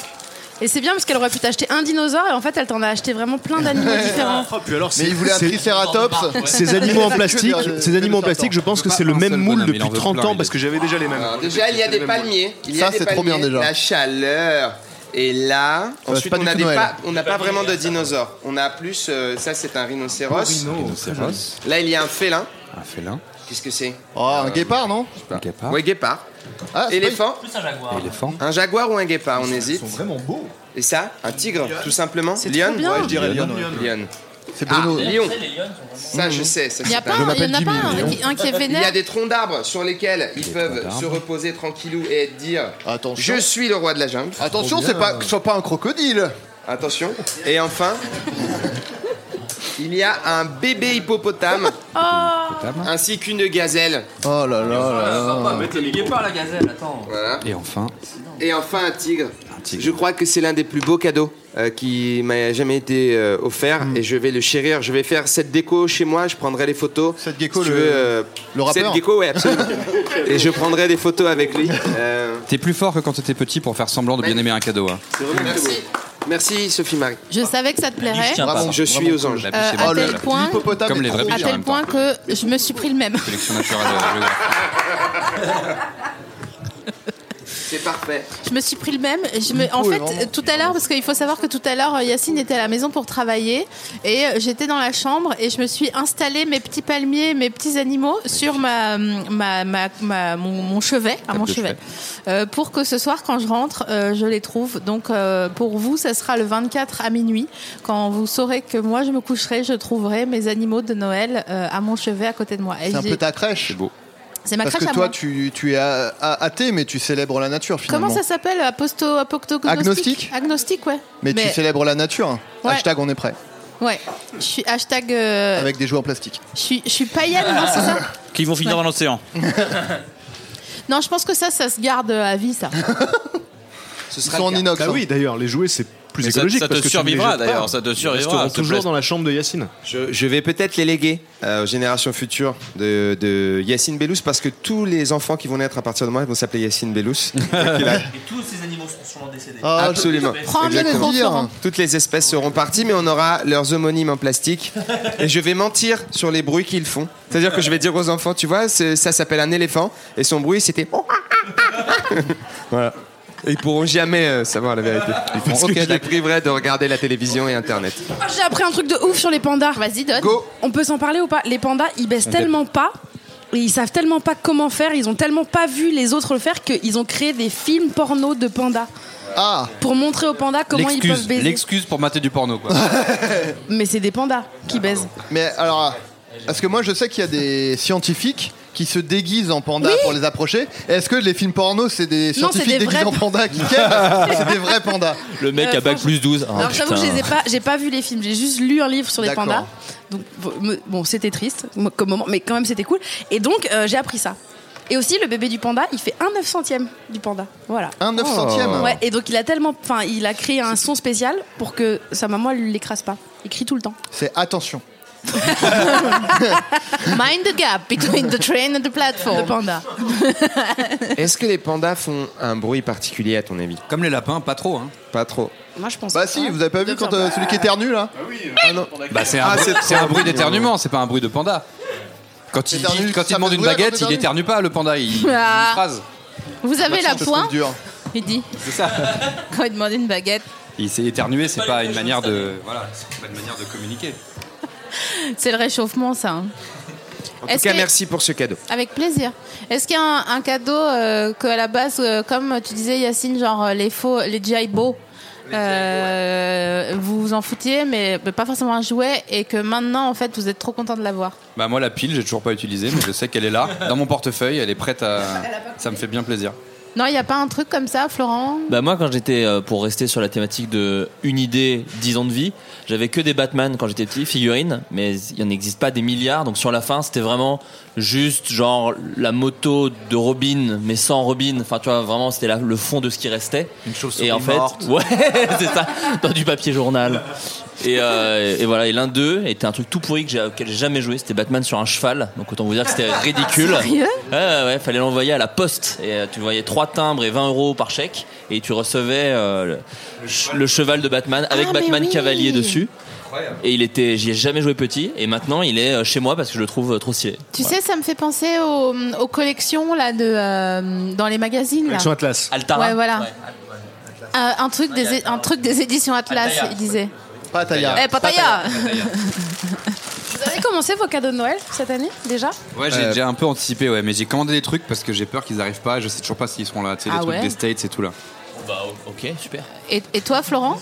[SPEAKER 3] Et c'est bien parce qu'elle aurait pu t'acheter un dinosaure et en fait, elle t'en a acheté vraiment plein d'animaux différents.
[SPEAKER 5] Ah, Oh,
[SPEAKER 11] puis alors,
[SPEAKER 6] Mais il voulait un tricératops
[SPEAKER 5] Ces animaux en plastique, ces animaux en plastique, je pense que c'est le même
[SPEAKER 4] seul
[SPEAKER 5] moule
[SPEAKER 4] bonhomme, il en
[SPEAKER 5] depuis
[SPEAKER 4] veut
[SPEAKER 5] 30
[SPEAKER 4] plein,
[SPEAKER 5] ans
[SPEAKER 4] il
[SPEAKER 5] parce que j'avais déjà les mêmes.
[SPEAKER 9] Alors, déjà, il y a des palmiers. Il y a
[SPEAKER 6] Ça,
[SPEAKER 9] des
[SPEAKER 6] c'est trop bien,
[SPEAKER 9] palmiers,
[SPEAKER 6] déjà.
[SPEAKER 9] La chaleur. Et là,
[SPEAKER 6] c'est
[SPEAKER 9] ensuite,
[SPEAKER 6] pas
[SPEAKER 9] on
[SPEAKER 6] du tout
[SPEAKER 9] n'avait
[SPEAKER 6] Noël.
[SPEAKER 9] pas, on n'a pas vraiment de dinosaures. On a plus, euh, ça c'est un rhinocéros.
[SPEAKER 4] Rhinocéros,
[SPEAKER 9] Là, il y a un félin.
[SPEAKER 4] un félin,
[SPEAKER 9] Qu'est-ce que c'est
[SPEAKER 6] Oh, un guépard, non
[SPEAKER 4] un guépard,
[SPEAKER 9] Oui, guépard.
[SPEAKER 6] Ah, c'est
[SPEAKER 9] Éléphant.
[SPEAKER 4] éléphant.
[SPEAKER 9] Un jaguar ou un guépard, on hésite. Ils sont vraiment beaux. Et ça, un tigre, tout simplement. Lion.
[SPEAKER 3] bien. Ouais, je
[SPEAKER 9] dirais lion.
[SPEAKER 6] pas- C'est
[SPEAKER 9] Ah,
[SPEAKER 6] Bruno.
[SPEAKER 9] lion. Ça, je sais. ça,
[SPEAKER 2] Mhm. Il n'y a
[SPEAKER 9] c'est
[SPEAKER 2] pas,
[SPEAKER 6] Je
[SPEAKER 2] un- il y
[SPEAKER 6] m'appelle
[SPEAKER 2] en a pas
[SPEAKER 6] Jimmy, hein.
[SPEAKER 2] un,
[SPEAKER 6] mais
[SPEAKER 2] qui- un qui est
[SPEAKER 9] Il y a
[SPEAKER 2] vénère.
[SPEAKER 9] des troncs d'arbres sur lesquels ils peuvent
[SPEAKER 4] d'arbres.
[SPEAKER 9] se reposer tranquillou et dire
[SPEAKER 6] Attention.
[SPEAKER 9] Je suis le roi de la jungle.
[SPEAKER 6] Attention, c'est pas, que ce soit pas un crocodile
[SPEAKER 9] Attention. Et enfin, il y a un bébé hippopotame
[SPEAKER 2] Oh.
[SPEAKER 9] ainsi qu'une gazelle.
[SPEAKER 6] Oh là là là là
[SPEAKER 11] les guépards, la gazelle, attends.
[SPEAKER 9] Voilà.
[SPEAKER 4] Et enfin,
[SPEAKER 9] Et enfin, un tigre.
[SPEAKER 4] tigre.
[SPEAKER 9] Je crois que c'est l'un des plus beaux cadeaux euh, qui m'a jamais été euh, offert
[SPEAKER 6] Hmm.
[SPEAKER 9] et je vais le chérir. Je vais faire cette déco chez moi, je prendrai les photos.
[SPEAKER 6] Seth Gecko,
[SPEAKER 9] tu
[SPEAKER 6] le-
[SPEAKER 9] veux, euh,
[SPEAKER 6] le rappeur.
[SPEAKER 9] Seth Gecko, ouais, absolument. et je prendrai des photos avec lui. Euh,
[SPEAKER 4] t'es plus fort que quand t'étais petit pour faire semblant de bien aimer un cadeau. hein.
[SPEAKER 9] merci. Merci Sophie Marie.
[SPEAKER 2] Je savais que ça te plairait.
[SPEAKER 11] tiens pas.
[SPEAKER 6] Bravo.
[SPEAKER 9] Je suis aux anges.
[SPEAKER 4] La
[SPEAKER 2] Euh,
[SPEAKER 4] biche est
[SPEAKER 2] à
[SPEAKER 6] Oh,
[SPEAKER 4] belle.
[SPEAKER 2] tel
[SPEAKER 6] le
[SPEAKER 2] point-
[SPEAKER 6] l'hippopotame
[SPEAKER 4] Comme
[SPEAKER 6] est
[SPEAKER 4] les vrais
[SPEAKER 6] trop
[SPEAKER 2] À
[SPEAKER 4] biches.
[SPEAKER 6] bien.
[SPEAKER 4] en
[SPEAKER 2] tel
[SPEAKER 4] même
[SPEAKER 2] point que je me suis pris le même.
[SPEAKER 4] Sélection naturelle. euh, géographique.
[SPEAKER 9] C'est parfait.
[SPEAKER 2] Je me suis pris le même. Je me- En
[SPEAKER 6] Oui,
[SPEAKER 2] fait,
[SPEAKER 6] euh, vraiment.
[SPEAKER 2] tout à l'heure, parce qu'il faut savoir que tout à l'heure, euh, Yacine était à la maison pour travailler et euh, j'étais dans la chambre et je me suis installé mes petits palmiers, mes petits animaux sur ma, hum, ma, ma- ma- mon, mon chevet, à mon
[SPEAKER 4] de
[SPEAKER 2] chevet,
[SPEAKER 4] chevet.
[SPEAKER 2] Euh, pour que ce soir, quand je rentre, euh, je les trouve. Donc, euh, pour vous, ça sera le 24 à minuit. Quand vous saurez que moi, je me coucherai, je trouverai mes animaux de Noël euh, à mon chevet à côté de moi. Et
[SPEAKER 6] C'est un
[SPEAKER 2] j'ai-
[SPEAKER 6] peu ta crèche.
[SPEAKER 2] C'est ma
[SPEAKER 6] Parce
[SPEAKER 2] crèche
[SPEAKER 6] que
[SPEAKER 2] à
[SPEAKER 6] toi,
[SPEAKER 2] moi.
[SPEAKER 6] tu, tu es a- a- athée, mais tu célèbres la nature finalement.
[SPEAKER 2] Comment ça s'appelle Aposto, apocto,
[SPEAKER 6] Agnostique
[SPEAKER 2] Agnostique, ouais.
[SPEAKER 6] mais, tu célèbres la nature.
[SPEAKER 2] Ouais.
[SPEAKER 6] Hashtag on est prêt.
[SPEAKER 2] Ouais, je suis hashtag. euh,
[SPEAKER 6] Avec des jouets en plastique.
[SPEAKER 2] Je suis, je suis païenne, non, c'est ça
[SPEAKER 7] qui vont finir dans l'océan.
[SPEAKER 2] Non, je pense que ça, ça se garde euh, à vie, ça.
[SPEAKER 6] Ils sont en inox.
[SPEAKER 5] Bah
[SPEAKER 6] hein.
[SPEAKER 5] oui, d'ailleurs, les jouets c'est plus
[SPEAKER 7] Mais ça-
[SPEAKER 5] écologique
[SPEAKER 7] ça te
[SPEAKER 5] parce que tu ne les
[SPEAKER 7] survivra,
[SPEAKER 5] jettes pas.
[SPEAKER 7] d'ailleurs, ça te
[SPEAKER 5] Ils
[SPEAKER 7] survivra,
[SPEAKER 5] resteront
[SPEAKER 7] s'il te
[SPEAKER 5] toujours
[SPEAKER 7] plaît.
[SPEAKER 5] dans la chambre de Yacine.
[SPEAKER 9] Je, je vais peut-être les léguer euh, aux générations futures de, de Yacine Bellous parce que tous les enfants qui vont naître à partir de moi vont s'appeler Yacine Bellous. Donc, il a-
[SPEAKER 11] Et tous ces animaux sont sûrement décédés.
[SPEAKER 6] Ah, je-
[SPEAKER 9] Absolument.
[SPEAKER 2] Prends bien les
[SPEAKER 9] Exactement.
[SPEAKER 2] enfants.
[SPEAKER 6] dire.
[SPEAKER 2] Florent.
[SPEAKER 9] Toutes les espèces seront parties, mais on aura leurs homonymes en plastique. Et je vais mentir sur les bruits qu'ils font. C'est-à-dire que je vais dire aux oh, ah, enfants, tu vois, c'est- ça s'appelle un éléphant, et son bruit, c'était... ah. voilà. Ils pourront jamais euh, savoir la vérité. Ils
[SPEAKER 12] Parce
[SPEAKER 9] font
[SPEAKER 12] que
[SPEAKER 9] OK,
[SPEAKER 12] je
[SPEAKER 9] les priverait de regarder la télévision et Internet.
[SPEAKER 13] Ah, J'ai appris un truc de ouf sur les pandas. Vas-y, donne. On peut s'en parler ou pas Les pandas, ils baissent
[SPEAKER 9] On
[SPEAKER 13] tellement pas. Et ils savent tellement pas comment faire, ils ont tellement pas vu les autres le faire qu'ils ont créé des films porno de pandas.
[SPEAKER 6] Ah
[SPEAKER 13] Pour montrer aux pandas comment ils peuvent
[SPEAKER 4] L'excuse,
[SPEAKER 13] baiser.
[SPEAKER 4] l'excuse pour mater du porno, quoi.
[SPEAKER 13] Mais c'est des pandas qui baisent.
[SPEAKER 6] Mais alors, parce que moi je sais qu'il y a des scientifiques qui se déguisent en panda pour les approcher. Est-ce que les films porno c'est des
[SPEAKER 13] Non, c'est
[SPEAKER 6] scientifiques
[SPEAKER 13] des
[SPEAKER 6] déguisés en
[SPEAKER 13] vrais
[SPEAKER 6] panda qui cachent C'est des vrais pandas.
[SPEAKER 10] Le mec
[SPEAKER 13] Euh,
[SPEAKER 10] à bac plus 12.
[SPEAKER 14] Ah,
[SPEAKER 13] Alors j'avoue, que je les ai pas, j'ai pas vu les films, j'ai juste lu un livre sur les
[SPEAKER 10] Oh, D'accord.
[SPEAKER 13] pandas. Donc bon, me- bon, c'était triste mo- comme moment, mais quand même c'était cool. Et donc euh, j'ai appris ça. Et aussi le bébé du panda, il fait un 9 centième du panda. Voilà.
[SPEAKER 6] Un 9 centième
[SPEAKER 13] Ouais, et donc il a tellement enfin, il a créé un son spécial pour que sa maman elle l'écrase pas. Il crie tout le temps.
[SPEAKER 6] C'est attention.
[SPEAKER 2] Mind the gap between the train and the platform.
[SPEAKER 13] Le panda.
[SPEAKER 9] Est-ce que les pandas font un bruit particulier à ton avis
[SPEAKER 4] Comme les lapins, pas trop. Hein.
[SPEAKER 9] Pas trop.
[SPEAKER 13] Moi je pense
[SPEAKER 6] Bah si, vous avez pas vu quand euh, celui qui éternue là
[SPEAKER 2] Ah
[SPEAKER 4] Bah, c'est un,
[SPEAKER 6] Ah,
[SPEAKER 4] bruit-
[SPEAKER 6] c'est
[SPEAKER 4] c'est un
[SPEAKER 6] trop
[SPEAKER 4] bruit
[SPEAKER 6] mignon.
[SPEAKER 4] d'éternuement, c'est pas un bruit de panda. Quand il,
[SPEAKER 6] Éternue,
[SPEAKER 4] dit- quand
[SPEAKER 6] ça
[SPEAKER 4] il demande
[SPEAKER 6] fait
[SPEAKER 4] une
[SPEAKER 6] bruit quand
[SPEAKER 4] baguette, il
[SPEAKER 6] t'éternue.
[SPEAKER 4] éternue pas, le panda, il, il
[SPEAKER 2] Ah.
[SPEAKER 4] phrase.
[SPEAKER 2] Vous avez la
[SPEAKER 4] L'accent, je trouve
[SPEAKER 2] pointe
[SPEAKER 4] dur.
[SPEAKER 2] Il dit,
[SPEAKER 4] C'est ça.
[SPEAKER 2] quand il demande une baguette.
[SPEAKER 4] Il s'est éternué, c'est pas une manière de. Voilà, c'est pas une manière de communiquer.
[SPEAKER 2] C'est le réchauffement, ça. hein.
[SPEAKER 9] En tout
[SPEAKER 2] Est-ce
[SPEAKER 9] cas,
[SPEAKER 2] que-
[SPEAKER 9] merci pour ce cadeau.
[SPEAKER 2] Avec plaisir. Est-ce qu'il y a un, un cadeau euh, que à la base, euh, comme tu disais Yacine, genre euh, les faux, les GI Beaux, euh, vous vous en foutiez, mais, mais pas forcément un jouet, et que maintenant en fait vous êtes trop content de l'avoir.
[SPEAKER 4] Bah, moi, la pile, j'ai toujours pas utilisée, mais je sais qu'elle est là, dans mon portefeuille, elle est prête à. Ça me fait bien plaisir.
[SPEAKER 2] Non, il n'y a pas un truc comme ça, Florent
[SPEAKER 10] Bah moi quand j'étais euh, pour rester sur la thématique de une idée, 10 ans de vie, j'avais que des Batman quand j'étais petit, figurines, mais il n'en existe pas des milliards, donc sur la fin c'était vraiment juste genre la moto de Robin, mais sans Robin, enfin tu vois vraiment c'était la- le fond de ce qui restait.
[SPEAKER 14] Une chauve-souris
[SPEAKER 10] Et en fait,
[SPEAKER 14] morte.
[SPEAKER 10] ouais, c'est ça, dans du papier journal. Et, euh, et voilà, et l'un d'eux était un truc tout pourri que j'ai, auquel j'ai jamais joué, c'était Batman sur un cheval, donc autant vous dire que c'était ridicule.
[SPEAKER 2] Sérieux
[SPEAKER 10] Ouais, ouais, ouais, fallait l'envoyer à la poste. Et euh, tu voyais trois timbres et 20 euros par chèque. Et tu recevais euh, le, ch- le cheval de Batman avec
[SPEAKER 2] Ah, mais
[SPEAKER 10] Batman
[SPEAKER 2] oui.
[SPEAKER 10] cavalier dessus.
[SPEAKER 4] Incroyable.
[SPEAKER 10] Et il était, j'y ai jamais joué petit. Et maintenant, il est euh, chez moi parce que je le trouve euh, trop stylé.
[SPEAKER 2] Tu sais, ça me fait penser aux, aux collections là de euh, dans les magazines. Là.
[SPEAKER 10] Atlas. Altara.
[SPEAKER 2] Ouais, voilà. Un, un truc des un truc des éditions Atlas,
[SPEAKER 13] Pattaya.
[SPEAKER 2] il disait.
[SPEAKER 6] Pas Taya.
[SPEAKER 2] Eh, Pattaya
[SPEAKER 13] Vous avez commencé vos cadeaux de Noël cette année déjà
[SPEAKER 4] Ouais, j'ai
[SPEAKER 13] Euh,
[SPEAKER 4] déjà un peu anticipé, ouais, mais j'ai commandé des trucs parce que j'ai peur qu'ils arrivent pas, je sais toujours pas s'ils seront là, tu sais, les
[SPEAKER 2] Ah
[SPEAKER 4] trucs
[SPEAKER 2] ouais
[SPEAKER 4] des States et tout là.
[SPEAKER 10] Bah, ok, super.
[SPEAKER 2] Et, et toi, Florent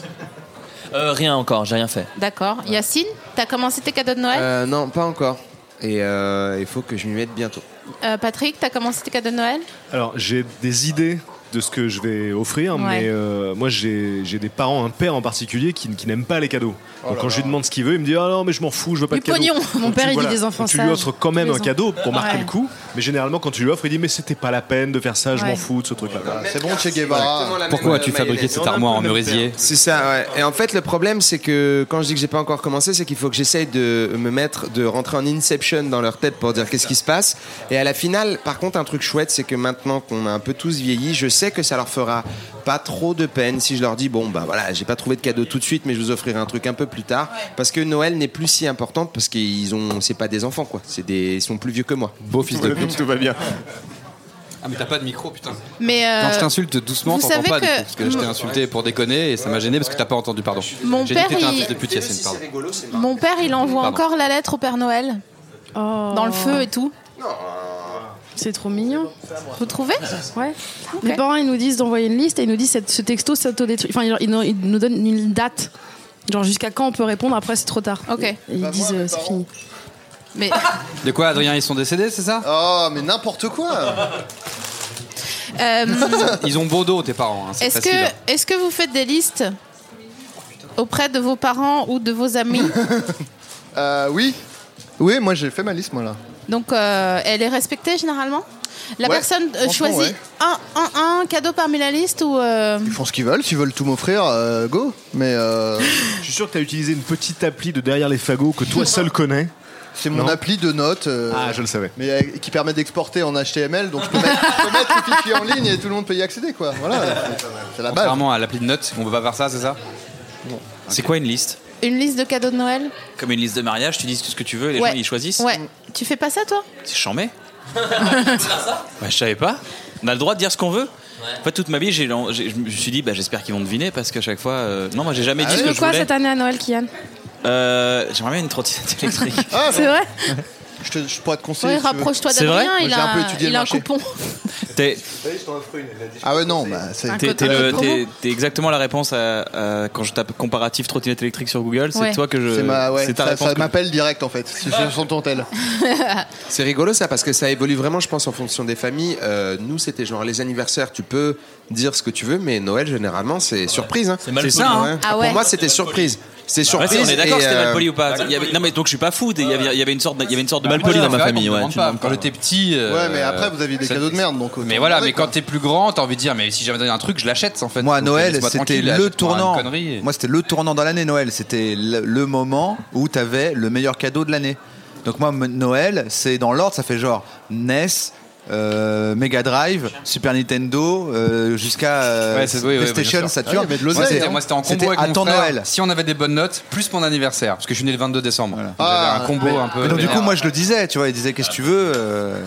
[SPEAKER 10] Euh, rien encore, j'ai rien fait.
[SPEAKER 2] D'accord. Yacine, t'as commencé tes cadeaux de Noël
[SPEAKER 9] Euh, non, pas encore. Et euh, il faut que je m'y mette bientôt.
[SPEAKER 2] Euh, Patrick, t'as commencé tes cadeaux de Noël
[SPEAKER 5] Alors, j'ai des idées de ce que je vais offrir,
[SPEAKER 2] Ouais.
[SPEAKER 5] mais euh, moi, j'ai j'ai des parents, un père en particulier, qui, qui n'aime pas les cadeaux.
[SPEAKER 2] Oh
[SPEAKER 5] Donc,
[SPEAKER 2] là
[SPEAKER 5] quand je lui demande ce qu'il veut, il me dit Ah non, mais je m'en fous, je veux pas
[SPEAKER 2] Du
[SPEAKER 5] de cadeau.
[SPEAKER 2] pognon.
[SPEAKER 5] Donc,
[SPEAKER 2] Mon
[SPEAKER 5] tu-
[SPEAKER 2] père, il dit
[SPEAKER 5] voilà.
[SPEAKER 2] des
[SPEAKER 5] Donc,
[SPEAKER 2] enfants
[SPEAKER 5] Tu lui
[SPEAKER 2] sages,
[SPEAKER 5] offres quand même
[SPEAKER 2] tous
[SPEAKER 5] un
[SPEAKER 2] les ans.
[SPEAKER 5] cadeau pour marquer
[SPEAKER 2] Ouais.
[SPEAKER 5] le coup, mais généralement, quand tu lui offres, il dit Mais c'était pas la peine de faire ça, je
[SPEAKER 6] Ouais.
[SPEAKER 5] m'en fous de ce truc-là.
[SPEAKER 6] C'est bon, Che Guevara.
[SPEAKER 4] Pourquoi as-tu fabriqué cette armoire en merisier
[SPEAKER 9] C'est ça, ouais. Et en fait, le problème, c'est que quand je dis que j'ai pas encore commencé, c'est qu'il faut que j'essaye de me mettre, de rentrer en inception dans leur tête pour dire qu'est-ce qui se passe. Et à la finale, par contre, un truc chouette, c'est que maintenant qu'on a un peu tous vieilli, je sais que ça leur fera pas trop de peine si je leur dis bon, bah voilà, j'ai pas trouvé de cadeau tout de suite, mais je vous offrirai un truc un peu plus tard. Parce que Noël n'est plus si importante parce qu'ils ont, c'est pas des enfants, quoi. C'est des, ils sont plus vieux que moi. Beau fils
[SPEAKER 4] de pute.
[SPEAKER 9] Tout va bien.
[SPEAKER 4] Ah, mais t'as pas de micro, putain.
[SPEAKER 2] Mais euh,
[SPEAKER 4] Quand je t'insulte doucement,
[SPEAKER 2] vous
[SPEAKER 4] t'entends
[SPEAKER 2] savez
[SPEAKER 4] pas du
[SPEAKER 2] que
[SPEAKER 4] coup, parce que je t'ai
[SPEAKER 2] mon-
[SPEAKER 4] insulté pour déconner et ça m'a gêné parce que t'as pas entendu, pardon.
[SPEAKER 2] Mon
[SPEAKER 4] J'ai dit que
[SPEAKER 2] père,
[SPEAKER 4] t'étais un
[SPEAKER 2] il-
[SPEAKER 4] fils de pute, Yacine, pardon.
[SPEAKER 2] Mon père, il envoie
[SPEAKER 4] Pardon.
[SPEAKER 2] encore la lettre au Père Noël. Dans le feu et tout.
[SPEAKER 13] Oh. C'est trop mignon.
[SPEAKER 2] Vous trouvez
[SPEAKER 13] Ouais. Mes parents, ils nous disent d'envoyer une liste et ils nous disent cette- ce texto s'autodétruit. Enfin, ils, ils nous- ils nous donnent une date. Genre jusqu'à quand on peut répondre, après c'est trop tard.
[SPEAKER 2] Ok.
[SPEAKER 13] Et
[SPEAKER 6] Bah,
[SPEAKER 13] ils disent euh, c'est fini.
[SPEAKER 2] Mais
[SPEAKER 4] De quoi, Adrien, ils sont décédés, c'est ça
[SPEAKER 6] Oh, mais n'importe quoi
[SPEAKER 2] euh,
[SPEAKER 4] Ils ont beau dos, tes parents. hein, c'est
[SPEAKER 2] est-ce
[SPEAKER 4] facile.
[SPEAKER 2] que est-ce que vous faites des listes auprès de vos parents ou de vos amis
[SPEAKER 6] Euh, oui. Oui, moi j'ai fait ma liste, moi là.
[SPEAKER 2] Donc euh, elle est respectée généralement. La
[SPEAKER 6] Ouais,
[SPEAKER 2] personne euh,
[SPEAKER 6] franchement,
[SPEAKER 2] choisit
[SPEAKER 6] ouais.
[SPEAKER 2] un, un, un cadeau parmi la liste ou euh,
[SPEAKER 6] Ils font ce qu'ils veulent, s'ils veulent tout m'offrir, euh, go. Mais euh,
[SPEAKER 5] Je suis sûr que tu as utilisé une petite appli de derrière les fagots que toi seul connais.
[SPEAKER 6] c'est mon
[SPEAKER 5] Non.
[SPEAKER 6] appli de notes. euh,
[SPEAKER 5] Ah, je le savais.
[SPEAKER 6] Mais euh, qui permet d'exporter en HTML, donc je peux mettre, je peux mettre le fichier en ligne et tout le monde peut y accéder, quoi. Voilà. C'est la base.
[SPEAKER 4] Contrairement à l'appli de notes, on va pas faire ça, c'est ça
[SPEAKER 7] C'est quoi une liste
[SPEAKER 2] une liste de cadeaux de Noël
[SPEAKER 7] Comme une liste de mariage, tu dis ce que tu veux et les
[SPEAKER 2] Ouais.
[SPEAKER 7] gens ils choisissent
[SPEAKER 2] Ouais. Tu fais pas ça toi
[SPEAKER 7] C'est chambé Bah, je savais pas. On a le droit de dire ce qu'on veut En fait, toute ma vie, j'ai, j'ai- je me suis dit, bah, j'espère qu'ils vont deviner parce qu'à chaque fois. euh, Non, moi, j'ai
[SPEAKER 6] Ah
[SPEAKER 2] Ah
[SPEAKER 7] jamais dit
[SPEAKER 3] tu
[SPEAKER 7] ce que
[SPEAKER 3] veux
[SPEAKER 7] je
[SPEAKER 3] quoi
[SPEAKER 7] voulais.
[SPEAKER 3] cette année à Noël, Kian
[SPEAKER 7] Euh, J'aimerais bien une trottinette électrique.
[SPEAKER 6] Ah,
[SPEAKER 3] C'est vrai
[SPEAKER 6] Je, te- je pourrais te conseiller.
[SPEAKER 2] Ouais,
[SPEAKER 6] si tu veux.
[SPEAKER 2] rapproche-toi
[SPEAKER 7] C'est vrai
[SPEAKER 2] d'Adrien, il
[SPEAKER 6] Moi, j'ai
[SPEAKER 2] a,
[SPEAKER 6] un peu étudié
[SPEAKER 2] il
[SPEAKER 6] le
[SPEAKER 2] a un
[SPEAKER 6] marché.
[SPEAKER 2] coupon.
[SPEAKER 7] T'es-
[SPEAKER 6] Ah ouais, non, bah, c'est
[SPEAKER 7] T'es t'es le- t'es- t'es exactement la réponse à, à- quand je tape comparatif trottinette électrique sur Google. C'est
[SPEAKER 6] Ouais.
[SPEAKER 7] toi que je.
[SPEAKER 6] C'est ma- ouais,
[SPEAKER 7] ta
[SPEAKER 6] ça-
[SPEAKER 7] réponse.
[SPEAKER 6] ça
[SPEAKER 7] que-
[SPEAKER 6] m'appelle direct en fait. Si je sens ton tel.
[SPEAKER 9] C'est rigolo ça parce que ça évolue vraiment, je pense, en fonction des familles. Euh, nous, c'était genre les anniversaires, tu peux dire ce que tu veux, mais Noël, généralement, c'est surprise. hein. C'est
[SPEAKER 7] mal poli,
[SPEAKER 9] ça.
[SPEAKER 7] hein. Ah ouais.
[SPEAKER 9] Pour moi, c'était surprise. C'est
[SPEAKER 7] Ouais,
[SPEAKER 9] surprise.
[SPEAKER 7] c'est- on est d'accord,
[SPEAKER 9] et,
[SPEAKER 7] c'était
[SPEAKER 9] euh,
[SPEAKER 7] mal poli ou pas Il y avait- Non, mais donc je suis pas fou. Il y avait, il y avait une sorte, de- il y avait une sorte de.
[SPEAKER 4] Mal poli dans ma famille, ouais, tu demandes pas.
[SPEAKER 7] Quand j'étais euh,
[SPEAKER 4] petit.
[SPEAKER 6] Ouais, mais après, vous aviez des cadeaux de merde donc.
[SPEAKER 4] Euh, Mais voilà, mais quand t'es plus grand, t'as envie de dire, mais si j'avais donné un truc, je l'achète en fait.
[SPEAKER 8] Moi, à
[SPEAKER 4] Donc,
[SPEAKER 8] Noël,
[SPEAKER 4] laisse-moi
[SPEAKER 8] c'était
[SPEAKER 4] tranquille,
[SPEAKER 8] le
[SPEAKER 4] achète-moi une
[SPEAKER 8] tournant.
[SPEAKER 4] connerie et-
[SPEAKER 8] Moi, c'était le tournant dans l'année, Noël. C'était le, le moment où tu avais le meilleur cadeau de l'année. Donc, moi, m- Noël, c'est dans l'ordre, ça fait genre NES. euh, Mega Drive, Super Nintendo, euh, jusqu'à euh,
[SPEAKER 4] Ouais, c'est- oui, oui,
[SPEAKER 8] PlayStation,
[SPEAKER 4] bien sûr.
[SPEAKER 8] Saturn.
[SPEAKER 4] Moi, c'était- Moi, hein. c'était en combo avec
[SPEAKER 8] à
[SPEAKER 4] mon
[SPEAKER 8] ton
[SPEAKER 4] frère.
[SPEAKER 8] Noël.
[SPEAKER 4] Si on avait des bonnes notes, plus mon anniversaire, parce que je suis né le 22 décembre. Donc, J'avais un combo
[SPEAKER 8] Ah, mais-
[SPEAKER 4] un peu.
[SPEAKER 8] mais donc, du
[SPEAKER 4] vénère.
[SPEAKER 8] coup, moi, je le disais, tu vois, il disait qu'est-ce que tu veux, euh,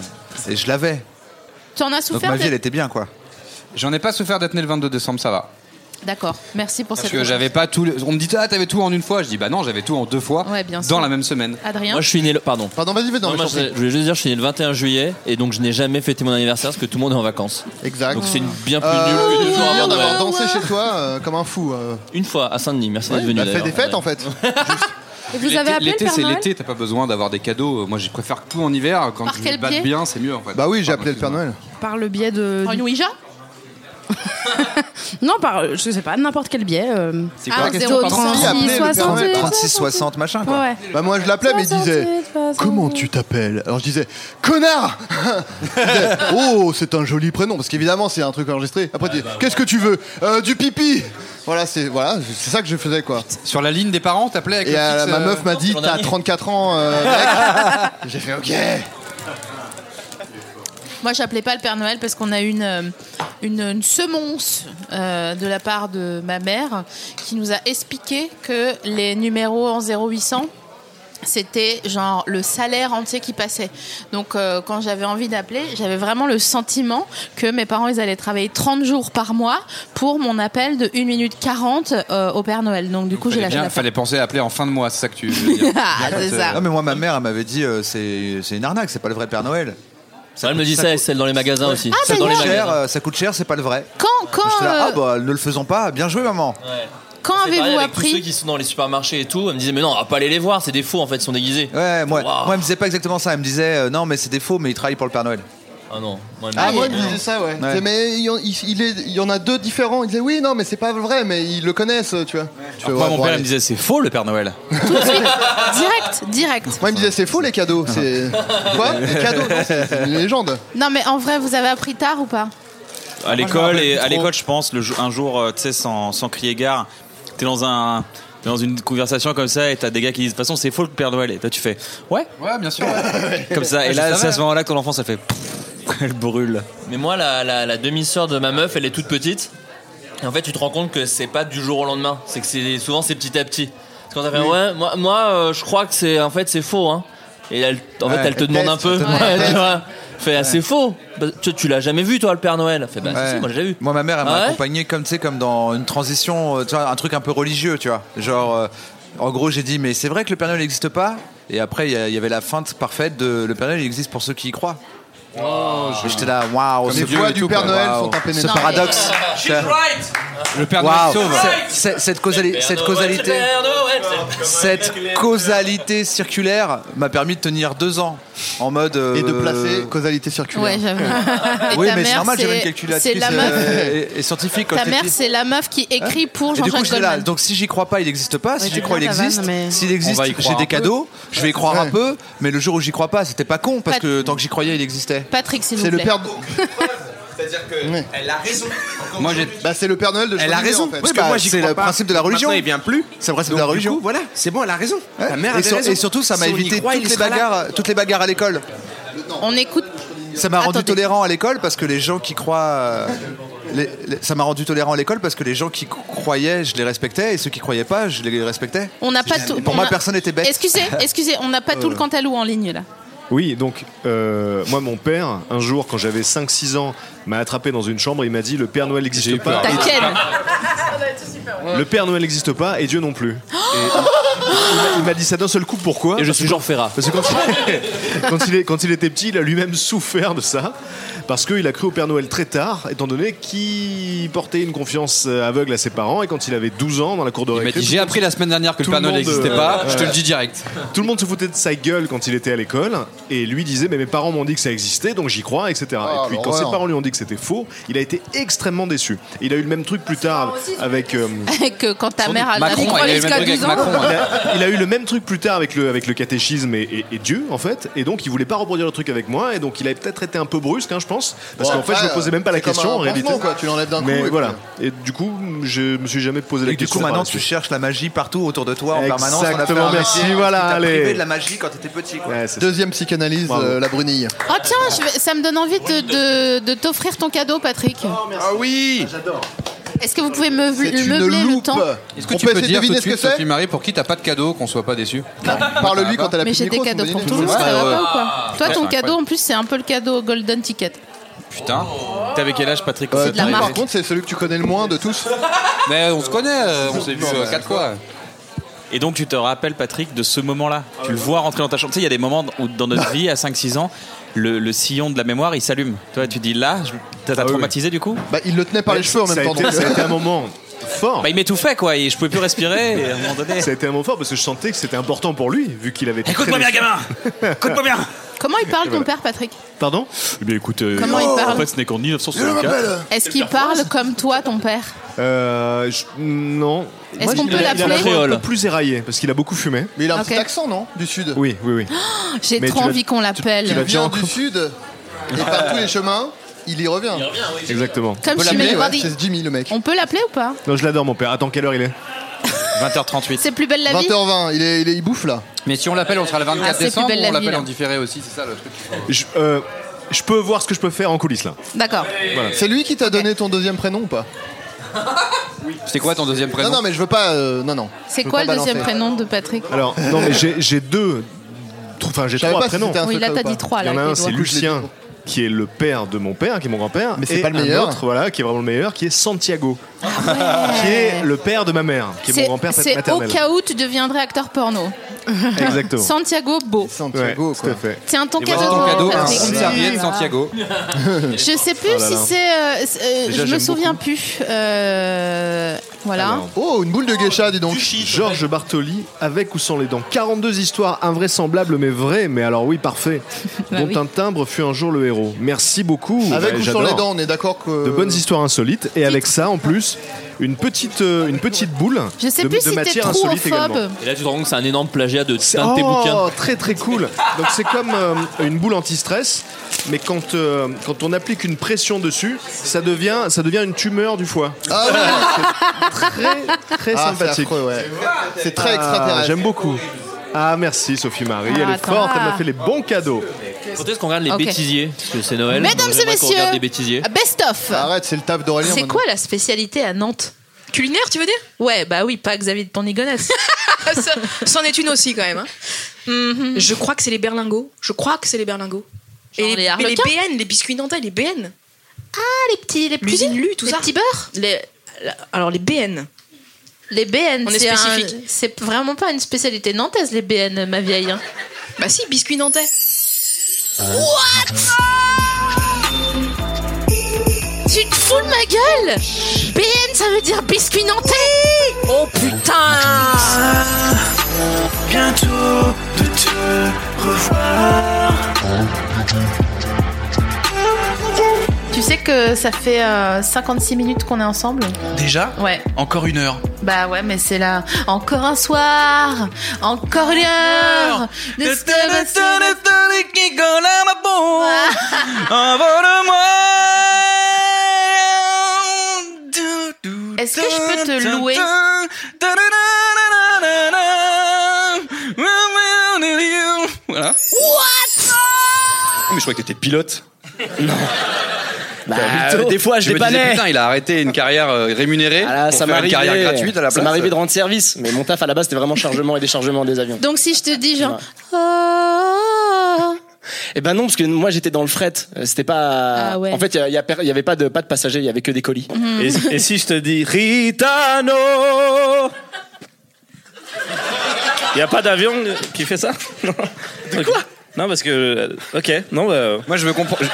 [SPEAKER 8] et je l'avais.
[SPEAKER 2] Tu en as
[SPEAKER 8] Donc,
[SPEAKER 2] souffert
[SPEAKER 8] ma vie,
[SPEAKER 2] de-
[SPEAKER 8] elle était bien, quoi.
[SPEAKER 4] J'en ai pas souffert d'être né le 22 décembre, ça va.
[SPEAKER 2] D'accord, merci pour
[SPEAKER 4] Parce
[SPEAKER 2] cette
[SPEAKER 4] que j'avais pas tout. le- On me dit ah t'avais tout en une fois. Je dis bah non j'avais tout en deux fois
[SPEAKER 2] Ouais, bien sûr.
[SPEAKER 4] dans la même semaine.
[SPEAKER 2] Adrien
[SPEAKER 10] Moi, je suis né le. Pardon.
[SPEAKER 6] Pardon, vas-y, vas-y.
[SPEAKER 10] Non, moi, je, je voulais juste dire, je suis né le 21 juillet et donc je n'ai jamais fêté mon anniversaire parce que tout le monde est en vacances.
[SPEAKER 6] Exact.
[SPEAKER 10] Donc c'est une bien plus
[SPEAKER 6] Euh,
[SPEAKER 10] nulle que de
[SPEAKER 6] souvenir
[SPEAKER 10] faire un
[SPEAKER 6] d'avoir
[SPEAKER 10] Noël.
[SPEAKER 6] dansé chez toi euh, comme un fou. euh.
[SPEAKER 10] Une fois à Saint-Denis, merci
[SPEAKER 6] Ouais,
[SPEAKER 10] d'être venu.
[SPEAKER 6] t'as fait des fêtes en fait.
[SPEAKER 3] Et vous avez appelé
[SPEAKER 4] L'été
[SPEAKER 3] le Père
[SPEAKER 4] c'est
[SPEAKER 3] Noël
[SPEAKER 4] l'été, t'as pas besoin d'avoir des cadeaux. Moi je préfère tout en hiver quand
[SPEAKER 3] Par
[SPEAKER 4] je
[SPEAKER 3] quel
[SPEAKER 4] me batte
[SPEAKER 3] biais
[SPEAKER 4] bien, c'est mieux en fait.
[SPEAKER 6] Bah oui, j'ai appelé le Père Noël.
[SPEAKER 3] Par le biais de.
[SPEAKER 2] Par une Ouija
[SPEAKER 3] Non, par, je sais pas, n'importe quel biais. euh.
[SPEAKER 8] C'est
[SPEAKER 2] Ah,
[SPEAKER 13] Ah,
[SPEAKER 8] quoi la question, pardon
[SPEAKER 6] Si, appelez le Père Noël.
[SPEAKER 8] 36, 60, machin, quoi.
[SPEAKER 3] Ouais.
[SPEAKER 6] Bah moi je l'appelais mais il disait comment tu t'appelles Alors je disais connard. Il disait, oh c'est un joli prénom parce qu'évidemment c'est un truc enregistré. Après il disait, qu'est-ce que tu veux Euh, Du pipi. Voilà c'est voilà c'est ça que je faisais quoi.
[SPEAKER 4] Sur la ligne des parents, t'appelais avec
[SPEAKER 6] Et
[SPEAKER 4] le
[SPEAKER 6] euh,
[SPEAKER 4] petit,
[SPEAKER 6] ma
[SPEAKER 4] euh,
[SPEAKER 6] meuf m'a dit
[SPEAKER 4] ton
[SPEAKER 6] t'as
[SPEAKER 4] ami.
[SPEAKER 6] 34 ans. euh, mec. J'ai fait ok.
[SPEAKER 2] Moi, j'appelais pas le Père Noël parce qu'on a une, euh, une, une semonce euh, de la part de ma mère qui nous a expliqué que les numéros en 0800 c'était genre le salaire entier qui passait. Donc euh, quand j'avais envie d'appeler, j'avais vraiment le sentiment que mes parents ils allaient travailler 30 jours par mois pour mon appel de 1 minute 40 euh, au Père Noël. Donc du coup, j'ai
[SPEAKER 4] Fallait
[SPEAKER 2] lâché
[SPEAKER 4] bien-
[SPEAKER 2] la
[SPEAKER 4] fallait penser à appeler en fin de mois, c'est ça que tu veux dire.
[SPEAKER 2] Ah,
[SPEAKER 4] Bien,
[SPEAKER 2] c'est
[SPEAKER 4] quand,
[SPEAKER 2] ça.
[SPEAKER 4] euh,
[SPEAKER 8] Non, mais moi, ma mère, elle m'avait dit euh, c'est c'est une arnaque, c'est pas le vrai Père Noël.
[SPEAKER 10] elle me dit ça, et celle dans les magasins aussi.
[SPEAKER 2] Ah,
[SPEAKER 8] ça,
[SPEAKER 2] d'ailleurs.
[SPEAKER 8] coûte cher, euh, ça coûte cher, c'est pas le vrai.
[SPEAKER 2] Quand quand
[SPEAKER 8] J'étais là, ah
[SPEAKER 2] euh,
[SPEAKER 8] bah ne le faisons pas, bien joué maman.
[SPEAKER 2] quand avez-vous
[SPEAKER 10] Tous ceux
[SPEAKER 2] appris
[SPEAKER 10] qui sont dans les supermarchés et tout, elle me disait mais non, on va pas aller les voir, c'est des faux en fait, ils sont déguisés.
[SPEAKER 8] Ouais, moi,
[SPEAKER 10] Wow.
[SPEAKER 8] moi elle me disait pas exactement ça, elle me disait euh, non mais c'est des faux mais il travaille pour le Père Noël.
[SPEAKER 10] Ah non. elle me
[SPEAKER 6] Ah
[SPEAKER 10] dit-
[SPEAKER 6] moi il me disait ça ouais.
[SPEAKER 8] Ouais.
[SPEAKER 6] Il disait, Mais il y, en, il- il est- il y en a deux différents. Il disait oui non mais c'est pas vrai mais ils le connaissent tu vois. Tu fais,
[SPEAKER 7] Moi,
[SPEAKER 6] ouais,
[SPEAKER 7] mon
[SPEAKER 6] bon,
[SPEAKER 7] père il
[SPEAKER 6] allez.
[SPEAKER 7] me disait c'est faux le Père Noël.
[SPEAKER 2] direct direct
[SPEAKER 6] Moi, il me disait, c'est faux les cadeaux. C'est quoi Les cadeaux non, C'est c'est une légende.
[SPEAKER 2] Non mais en vrai, vous avez appris tard ou pas
[SPEAKER 7] À l'école,
[SPEAKER 8] rappelle
[SPEAKER 7] et
[SPEAKER 8] plus
[SPEAKER 7] à
[SPEAKER 8] trop.
[SPEAKER 7] l'école, je pense, le, jou- un jour, euh, tu sais, sans, sans crier gare, t'es dans un t'es dans une conversation comme ça et t'as des gars qui disent de toute façon c'est faux le Père Noël et toi tu fais ouais
[SPEAKER 4] Ouais, Ah, bien sûr. ouais.
[SPEAKER 7] comme ça et
[SPEAKER 4] Ouais,
[SPEAKER 7] là
[SPEAKER 4] je savais.
[SPEAKER 7] c'est à ce moment-là que ton enfant ça fait elle brûle
[SPEAKER 10] Mais moi, la, la- la demi-sœur de ma meuf, elle est toute petite. Et en fait, tu te rends compte que c'est pas du jour au lendemain. C'est que c'est souvent c'est petit à petit. Parce qu'on fait ouais, moi, moi euh, je crois que c'est en fait c'est faux. Hein. Et elle, en
[SPEAKER 8] Ouais,
[SPEAKER 10] fait, elle te
[SPEAKER 8] elle
[SPEAKER 10] demande un
[SPEAKER 8] teste,
[SPEAKER 10] peu.
[SPEAKER 8] elle te demande
[SPEAKER 10] Ouais,
[SPEAKER 8] un
[SPEAKER 10] tu
[SPEAKER 8] test.
[SPEAKER 10] vois. Fait ah, c'est faux. Bah, tu, tu l'as jamais vu toi le Père Noël. Fait bah si, si,
[SPEAKER 8] Ouais.
[SPEAKER 10] moi j'ai vu.
[SPEAKER 8] Moi ma mère elle m'a
[SPEAKER 10] Ah ouais
[SPEAKER 8] accompagné comme tu sais comme dans une transition, euh, tu vois, un truc un peu religieux, tu vois. Genre euh, en gros j'ai dit mais c'est vrai que le Père Noël n'existe pas et après il y a- il y avait la feinte parfaite de le Père Noël il existe pour ceux qui y croient. Et J'étais là, waouh,
[SPEAKER 6] Oh, Les
[SPEAKER 8] c'est
[SPEAKER 6] voix du Père Noël sont
[SPEAKER 8] ce
[SPEAKER 6] impénétrables.
[SPEAKER 8] paradoxe. J'étais là,
[SPEAKER 4] Le Père Noël
[SPEAKER 8] Waouh,
[SPEAKER 4] sauve.
[SPEAKER 8] c'est- c'est- cette, causali-
[SPEAKER 10] Père
[SPEAKER 8] cette
[SPEAKER 10] Noël,
[SPEAKER 8] causalité,
[SPEAKER 10] Père Noël, c'est-
[SPEAKER 8] cette causalité circulaire m'a permis de tenir deux ans en mode. euh,
[SPEAKER 6] Et de placer causalité circulaire.
[SPEAKER 2] Ouais, j'avoue. Et
[SPEAKER 8] Oui,
[SPEAKER 2] ta
[SPEAKER 8] mais c'est
[SPEAKER 2] mère,
[SPEAKER 8] normal, j'avais une
[SPEAKER 2] c'est-
[SPEAKER 8] calculatrice
[SPEAKER 2] C'est
[SPEAKER 8] euh,
[SPEAKER 2] la meuf.
[SPEAKER 8] et, et scientifique quand
[SPEAKER 2] Ta
[SPEAKER 8] j'étais
[SPEAKER 2] mère,
[SPEAKER 8] petit.
[SPEAKER 2] c'est la meuf qui écrit pour
[SPEAKER 8] Hein Et du coup,
[SPEAKER 2] Jean-Jacques
[SPEAKER 8] j'étais là.
[SPEAKER 2] Goldman.
[SPEAKER 8] Donc, si j'y crois pas, il n'existe pas.
[SPEAKER 3] Ouais,
[SPEAKER 8] Si
[SPEAKER 3] c'est
[SPEAKER 8] j'y crois, il
[SPEAKER 3] bien, la
[SPEAKER 8] existe.
[SPEAKER 3] vanne, mais-
[SPEAKER 8] S'il
[SPEAKER 4] On va y
[SPEAKER 8] existe, j'ai
[SPEAKER 4] croire un
[SPEAKER 8] des
[SPEAKER 4] peu.
[SPEAKER 8] cadeaux. Je vais y croire un
[SPEAKER 6] Ouais.
[SPEAKER 8] peu. Mais le jour où j'y crois pas, c'était pas con parce
[SPEAKER 2] Pat-
[SPEAKER 8] que tant que j'y croyais, il existait.
[SPEAKER 2] Patrick, s'il vous
[SPEAKER 6] C'est
[SPEAKER 2] plaît.
[SPEAKER 6] le père.
[SPEAKER 11] C'est-à-dire que
[SPEAKER 6] Ouais.
[SPEAKER 11] elle a raison.
[SPEAKER 4] Moi j'ai
[SPEAKER 6] Bah, c'est le Père Noël de.
[SPEAKER 9] Elle a
[SPEAKER 6] Schrödinger,
[SPEAKER 9] raison.
[SPEAKER 6] en fait.
[SPEAKER 9] parce
[SPEAKER 8] Oui,
[SPEAKER 9] que
[SPEAKER 8] bah,
[SPEAKER 9] moi, j'y
[SPEAKER 8] c'est
[SPEAKER 9] crois
[SPEAKER 8] le
[SPEAKER 9] pas.
[SPEAKER 8] principe de la religion.
[SPEAKER 9] Maintenant, il vient plus.
[SPEAKER 8] C'est le principe
[SPEAKER 9] Donc,
[SPEAKER 8] de la
[SPEAKER 9] du
[SPEAKER 8] religion.
[SPEAKER 9] coup, voilà, c'est bon, elle a raison. Ta mère
[SPEAKER 8] et,
[SPEAKER 9] avait
[SPEAKER 8] sur-
[SPEAKER 9] raison.
[SPEAKER 8] et surtout, ça m'a
[SPEAKER 9] Si on y
[SPEAKER 8] évité
[SPEAKER 9] croit, il
[SPEAKER 8] toutes les
[SPEAKER 9] sera là.
[SPEAKER 8] bagarres, toutes les bagarres à l'école.
[SPEAKER 2] On écoute.
[SPEAKER 8] Ça m'a rendu
[SPEAKER 2] Attendez.
[SPEAKER 8] tolérant à l'école parce que les gens qui croient. euh, les- les- ça m'a rendu tolérant à l'école parce que les gens qui croyaient, je les respectais et ceux qui croyaient pas, je les respectais.
[SPEAKER 2] On n'a pas tout.
[SPEAKER 8] Pour
[SPEAKER 2] on
[SPEAKER 8] moi,
[SPEAKER 2] a-
[SPEAKER 8] personne n'était bête.
[SPEAKER 2] Excusez, excusez, on n'a pas tout le Cantalou en ligne là.
[SPEAKER 5] Oui, donc euh, moi, mon père, un jour, quand j'avais 5-6 ans, m'a attrapé dans une chambre. Il m'a dit Le Père Noël n'existe pas.
[SPEAKER 2] T'as Ken
[SPEAKER 5] Le Père Noël n'existe pas et Dieu non plus. Il m'a- Il m'a dit ça d'un seul coup, pourquoi Et je suis Jean
[SPEAKER 10] Ferrat.
[SPEAKER 5] Parce que quand il, quand il est- quand il était petit, il a lui-même souffert de ça. Parce qu'il a cru au Père Noël très tard, étant donné qu'il portait une confiance aveugle à ses parents. Et quand il avait 12 ans, dans la cour de
[SPEAKER 4] Il m'a
[SPEAKER 5] récré,
[SPEAKER 4] dit J'ai
[SPEAKER 5] tout-
[SPEAKER 4] appris la semaine dernière que
[SPEAKER 5] tout
[SPEAKER 4] le Père Noël
[SPEAKER 5] monde,
[SPEAKER 4] n'existait
[SPEAKER 5] euh,
[SPEAKER 4] pas, je te
[SPEAKER 5] ouais.
[SPEAKER 4] le dis direct.
[SPEAKER 5] Tout le monde se foutait de sa gueule quand il était à l'école et lui disait mais mes parents m'ont dit que ça existait donc j'y crois etc. et puis quand ses
[SPEAKER 6] Ah, l'horreur.
[SPEAKER 5] parents lui ont dit que c'était faux, il a été extrêmement déçu. Et il a eu le même truc plus tard avec euh,
[SPEAKER 2] que quand ta mère a
[SPEAKER 5] Macron,
[SPEAKER 2] la
[SPEAKER 5] il a eu le même
[SPEAKER 2] jusqu'à
[SPEAKER 5] truc avec
[SPEAKER 2] 12 ans.
[SPEAKER 5] Macron, hein. Il a- il a eu le même truc plus tard avec le, avec le catéchisme et, et- et Dieu, en fait. Et donc, il voulait pas reproduire le truc avec moi. Et donc, il avait peut-être été un peu brusque, hein, je pense. Parce
[SPEAKER 6] Bon,
[SPEAKER 5] qu'en fait,
[SPEAKER 6] après,
[SPEAKER 5] je me posais même pas la
[SPEAKER 6] c'est comme
[SPEAKER 5] question,
[SPEAKER 6] un
[SPEAKER 5] en réalité.
[SPEAKER 6] pansement, quoi, tu l'enlèves d'un coup et
[SPEAKER 5] Mais
[SPEAKER 6] puis- euh.
[SPEAKER 5] voilà. Et du coup, je me suis jamais posé la
[SPEAKER 8] Et du
[SPEAKER 5] question.
[SPEAKER 8] coup, maintenant,
[SPEAKER 5] par la
[SPEAKER 8] tu
[SPEAKER 5] suite.
[SPEAKER 8] cherches la magie partout autour de toi en
[SPEAKER 5] Exactement,
[SPEAKER 8] permanence. On a fait un
[SPEAKER 5] merci,
[SPEAKER 8] métier
[SPEAKER 5] voilà,
[SPEAKER 8] qui t'a
[SPEAKER 5] allez.
[SPEAKER 8] privé de la magie quand t'étais petit. quoi.
[SPEAKER 6] euh, Deuxième psychanalyse, euh, la brunille.
[SPEAKER 2] Oh tiens, je vais- ça me donne envie de, de- de t'offrir ton cadeau, Patrick.
[SPEAKER 5] Ah oui
[SPEAKER 6] J'adore.
[SPEAKER 2] Est-ce que vous pouvez me
[SPEAKER 6] C'est une
[SPEAKER 2] meubler le
[SPEAKER 6] loupe.
[SPEAKER 2] temps
[SPEAKER 4] Est-ce que
[SPEAKER 6] On
[SPEAKER 4] tu
[SPEAKER 6] peut
[SPEAKER 4] peux
[SPEAKER 6] essayer
[SPEAKER 4] dire
[SPEAKER 6] de
[SPEAKER 4] tout
[SPEAKER 6] deviner
[SPEAKER 4] de
[SPEAKER 6] ce que
[SPEAKER 4] suite,
[SPEAKER 6] c'est
[SPEAKER 4] Sophie Marie, pour qui t'as pas de cadeau, qu'on soit pas déçu
[SPEAKER 6] Parle-lui quand elle a
[SPEAKER 2] Mais
[SPEAKER 6] plus
[SPEAKER 2] j'ai
[SPEAKER 6] de
[SPEAKER 2] des
[SPEAKER 6] micro.
[SPEAKER 2] cadeaux
[SPEAKER 6] c'est
[SPEAKER 2] pour
[SPEAKER 6] une
[SPEAKER 2] tout le
[SPEAKER 6] bonne
[SPEAKER 2] monde, ça
[SPEAKER 6] idée.
[SPEAKER 2] va pas ou quoi Toi,
[SPEAKER 4] Ouais,
[SPEAKER 2] ton
[SPEAKER 4] c'est
[SPEAKER 2] cadeau, en plus, c'est un peu le cadeau Golden Ticket.
[SPEAKER 4] Putain.
[SPEAKER 7] T'avais quel âge, Patrick
[SPEAKER 6] Euh,
[SPEAKER 7] quand c'est
[SPEAKER 6] Thierry,
[SPEAKER 7] arrivé
[SPEAKER 6] par contre, c'est celui que tu connais le moins de tous.
[SPEAKER 4] Mais on se connaît, euh, on s'est vu euh, quatre fois.
[SPEAKER 7] Et donc tu te rappelles Patrick de ce moment-là.
[SPEAKER 5] Ah
[SPEAKER 7] Tu le vois rentrer dans ta chambre. Tu sais, il y a des moments où dans notre vie à 5-6 ans, le, le sillon de la mémoire il s'allume. Toi tu dis là, je- t'as t'as traumatisé du coup
[SPEAKER 6] Bah, il le tenait par
[SPEAKER 5] Ah Mais
[SPEAKER 6] les cheveux en
[SPEAKER 5] ça
[SPEAKER 6] même temps.
[SPEAKER 5] a été-
[SPEAKER 6] donc. euh,
[SPEAKER 5] ça a été un moment fort.
[SPEAKER 7] Bah il m'étouffait quoi et je pouvais plus respirer et à un moment donné.
[SPEAKER 5] Ça a été un moment fort parce que je sentais que c'était important pour lui, vu qu'il avait. été
[SPEAKER 7] Eh, Écoute-moi
[SPEAKER 5] très
[SPEAKER 7] bien gamin Écoute-moi bien
[SPEAKER 2] Comment il
[SPEAKER 5] Et
[SPEAKER 2] parle, ton
[SPEAKER 5] voilà.
[SPEAKER 2] père, Patrick
[SPEAKER 5] Pardon Eh bien, écoute. euh,
[SPEAKER 2] Comment il parle
[SPEAKER 7] ce n'est qu'en
[SPEAKER 2] Est-ce qu'il parle comme toi, ton père
[SPEAKER 5] euh, je- Non.
[SPEAKER 2] Est-ce
[SPEAKER 5] Moi,
[SPEAKER 2] qu'on
[SPEAKER 5] il
[SPEAKER 2] peut
[SPEAKER 5] a- il a la
[SPEAKER 2] l'appeler
[SPEAKER 5] voix un peu plus éraillée parce qu'il a beaucoup fumé.
[SPEAKER 6] Mais il a un
[SPEAKER 2] Ok. Ah,
[SPEAKER 6] petit accent, non Du sud.
[SPEAKER 5] Oui, oui, oui.
[SPEAKER 2] J'ai
[SPEAKER 5] Mais
[SPEAKER 2] trop
[SPEAKER 5] tu l'as-
[SPEAKER 2] envie qu'on
[SPEAKER 5] tu l'as
[SPEAKER 2] l'appelle.
[SPEAKER 5] dit en
[SPEAKER 6] Vient du sud et par hein. tous les chemins, il y revient.
[SPEAKER 5] Exactement.
[SPEAKER 2] Comme
[SPEAKER 6] Jimmy,
[SPEAKER 2] Chimène
[SPEAKER 6] ouais,
[SPEAKER 2] Gordy.
[SPEAKER 6] c'est Jimmy le mec.
[SPEAKER 2] On peut l'appeler ou pas
[SPEAKER 5] Non, je l'adore, mon père. Attends, quelle heure il est
[SPEAKER 7] 20h38.
[SPEAKER 2] C'est plus belle la vie
[SPEAKER 6] 20h20, il, est, il, est- il bouffe là.
[SPEAKER 4] Mais si on l'appelle, on sera le 24
[SPEAKER 2] Ah, c'est plus
[SPEAKER 4] décembre,
[SPEAKER 2] belle la
[SPEAKER 4] on
[SPEAKER 2] vie,
[SPEAKER 4] l'appelle
[SPEAKER 2] là.
[SPEAKER 4] en différé aussi, c'est ça le truc.
[SPEAKER 5] Je, euh, je peux voir ce que je peux faire en coulisses là.
[SPEAKER 2] D'accord.
[SPEAKER 5] Voilà.
[SPEAKER 6] C'est lui qui t'a donné ton deuxième prénom ou pas
[SPEAKER 4] C'est quoi ton deuxième prénom
[SPEAKER 6] Non, non, mais je veux pas. euh, non, non.
[SPEAKER 2] C'est
[SPEAKER 6] Je veux
[SPEAKER 2] quoi
[SPEAKER 6] pas
[SPEAKER 2] le deuxième
[SPEAKER 6] balancer.
[SPEAKER 2] prénom de Patrick
[SPEAKER 5] Alors, non, mais j'ai j'ai deux. tr- Enfin, j'ai
[SPEAKER 6] Je savais
[SPEAKER 5] trois
[SPEAKER 6] pas si
[SPEAKER 5] prénoms.
[SPEAKER 6] c'était un
[SPEAKER 2] Oui, là,
[SPEAKER 6] secret
[SPEAKER 2] t'as
[SPEAKER 6] ou pas.
[SPEAKER 2] dit trois.
[SPEAKER 5] Il y
[SPEAKER 2] là,
[SPEAKER 5] en a
[SPEAKER 2] avec
[SPEAKER 5] un,
[SPEAKER 2] les
[SPEAKER 5] c'est
[SPEAKER 2] doigts.
[SPEAKER 5] Lucien, qui est le père de mon père, qui est mon grand-père.
[SPEAKER 6] Mais c'est
[SPEAKER 5] et
[SPEAKER 6] pas le meilleur.
[SPEAKER 5] Un autre, voilà, qui est vraiment le meilleur, qui est Santiago, qui est le père de ma mère, qui est, mon grand-père
[SPEAKER 2] Ah C'est c'est au
[SPEAKER 5] maternel.
[SPEAKER 2] cas où tu deviendrais acteur porno.
[SPEAKER 5] Exactement.
[SPEAKER 2] Santiago Beau.
[SPEAKER 6] Santiago,
[SPEAKER 5] Ouais,
[SPEAKER 6] quoi.
[SPEAKER 5] Tout à fait.
[SPEAKER 2] Tiens, ton
[SPEAKER 4] Et
[SPEAKER 2] cadeau,
[SPEAKER 4] voici ton cadeau, un
[SPEAKER 2] Oh, Patrick.
[SPEAKER 4] rond de serviette Santiago.
[SPEAKER 2] Je sais plus
[SPEAKER 5] Oh là
[SPEAKER 2] si
[SPEAKER 5] là.
[SPEAKER 2] c'est. euh, c'est, euh,
[SPEAKER 5] Déjà,
[SPEAKER 2] je me
[SPEAKER 5] j'aime
[SPEAKER 2] souviens plus. Euh, voilà.
[SPEAKER 5] Alors,
[SPEAKER 6] Oh, une boule de geisha, dis donc.
[SPEAKER 5] Georges Bartoli, avec ou sans les dents. 42 histoires invraisemblables mais vraies, mais alors oui, parfait.
[SPEAKER 2] Bah
[SPEAKER 5] dont
[SPEAKER 2] oui.
[SPEAKER 5] un timbre fut un jour le héros. Merci beaucoup.
[SPEAKER 6] Avec
[SPEAKER 5] Bah,
[SPEAKER 6] ou sans
[SPEAKER 5] j'adore.
[SPEAKER 6] les dents, on est d'accord que.
[SPEAKER 5] De bonnes histoires insolites et avec ça en plus une petite euh, une petite boule
[SPEAKER 2] Je sais
[SPEAKER 5] de,
[SPEAKER 2] plus
[SPEAKER 5] de
[SPEAKER 2] si t'es
[SPEAKER 5] matière insolite également.
[SPEAKER 2] trop
[SPEAKER 10] Et là, tu te rends compte que c'est un énorme plagiat de
[SPEAKER 5] C'est-
[SPEAKER 10] d'un de tes bouquins.
[SPEAKER 5] oh, très très cool. Donc c'est comme euh, une boule anti-stress, mais quand euh, quand on applique une pression dessus, ça devient ça devient une tumeur du foie.
[SPEAKER 6] Ah ouais,
[SPEAKER 5] Très très
[SPEAKER 6] Ah, c'est
[SPEAKER 5] sympathique.
[SPEAKER 6] affreux, ouais. C'est très
[SPEAKER 5] Ah,
[SPEAKER 6] extraterrestre.
[SPEAKER 5] J'aime beaucoup. Ah merci Sophie Marie,
[SPEAKER 2] Ah,
[SPEAKER 5] elle est
[SPEAKER 2] attends.
[SPEAKER 5] forte, elle m'a fait les bons cadeaux.
[SPEAKER 10] Quand est-ce qu'on regarde les
[SPEAKER 2] Ok.
[SPEAKER 10] bêtisiers Parce que c'est Noël.
[SPEAKER 2] Mesdames
[SPEAKER 10] donc
[SPEAKER 2] et
[SPEAKER 10] j'aimerais qu'on regarde
[SPEAKER 2] messieurs, euh,
[SPEAKER 10] les bêtisiers.
[SPEAKER 2] best of.
[SPEAKER 5] Bah,
[SPEAKER 6] Arrête, c'est le taf d'Aurélien.
[SPEAKER 1] C'est
[SPEAKER 6] maintenant.
[SPEAKER 1] quoi la spécialité à Nantes
[SPEAKER 15] Culinaire, tu veux dire
[SPEAKER 1] Ouais, bah oui, pas Xavier de Pandigonès.
[SPEAKER 15] Ça- C'en est une aussi, quand même. hein.
[SPEAKER 1] Hmm,
[SPEAKER 2] Mhm.
[SPEAKER 1] Mm.
[SPEAKER 15] Je crois que c'est les berlingots. Je crois que c'est les berlingots.
[SPEAKER 1] Genre les
[SPEAKER 15] et les, et les
[SPEAKER 1] harlequins
[SPEAKER 15] BN, les biscuits nantais, les BN.
[SPEAKER 1] ah, les petits, les petits,
[SPEAKER 15] L'usine Lu, tout
[SPEAKER 1] les
[SPEAKER 15] ça.
[SPEAKER 1] petits beurres,
[SPEAKER 15] Les- alors, les BN.
[SPEAKER 1] les BN.
[SPEAKER 15] On est
[SPEAKER 1] c'est un-
[SPEAKER 15] spécifique.
[SPEAKER 1] C'est vraiment pas une spécialité nantaise les BN, ma vieille. hein.
[SPEAKER 15] Bah si, biscuits nantais.
[SPEAKER 1] Tu te fous de ma gueule BN, ça veut dire biscuit nantais Oh putain
[SPEAKER 11] Bientôt de te revoir.
[SPEAKER 6] Hein?
[SPEAKER 2] Tu sais que ça fait euh, 56 minutes qu'on est ensemble
[SPEAKER 11] Déjà
[SPEAKER 2] Ouais.
[SPEAKER 11] Encore une heure.
[SPEAKER 2] Bah ouais, mais c'est là. Encore un soir, encore une heure. de se passer- Ah. Est-ce que je peux te louer
[SPEAKER 4] Voilà. What Ah, Mais je croyais que t'étais pilote.
[SPEAKER 16] Bah,
[SPEAKER 4] Mytho.
[SPEAKER 16] euh, des fois, je,
[SPEAKER 4] me disais,
[SPEAKER 16] dépannais.
[SPEAKER 4] putain, il a arrêté une carrière euh, rémunérée
[SPEAKER 16] Ah là,
[SPEAKER 4] pour
[SPEAKER 16] ça
[SPEAKER 4] faire une
[SPEAKER 16] m'arrivait.
[SPEAKER 4] carrière gratuite à la
[SPEAKER 16] Ça
[SPEAKER 4] place.
[SPEAKER 16] m'arrivait de rendre service, mais mon taf à la base c'était vraiment chargement et déchargement des avions.
[SPEAKER 1] Oh,
[SPEAKER 2] Donc si je te dis genre. Ah,
[SPEAKER 16] Eh ben non, parce que moi j'étais dans le fret. Euh, C'était pas.
[SPEAKER 2] Ah ouais.
[SPEAKER 16] En fait, il y, a- il y avait pas de pas de passagers, il y avait que des colis.
[SPEAKER 2] Mhm.
[SPEAKER 16] Et, et si je te dis Ritano,
[SPEAKER 17] Il n'y a pas d'avion qui fait ça Non. Ok. Non, parce que. euh, Ok, non, Moi, je veux comprendre.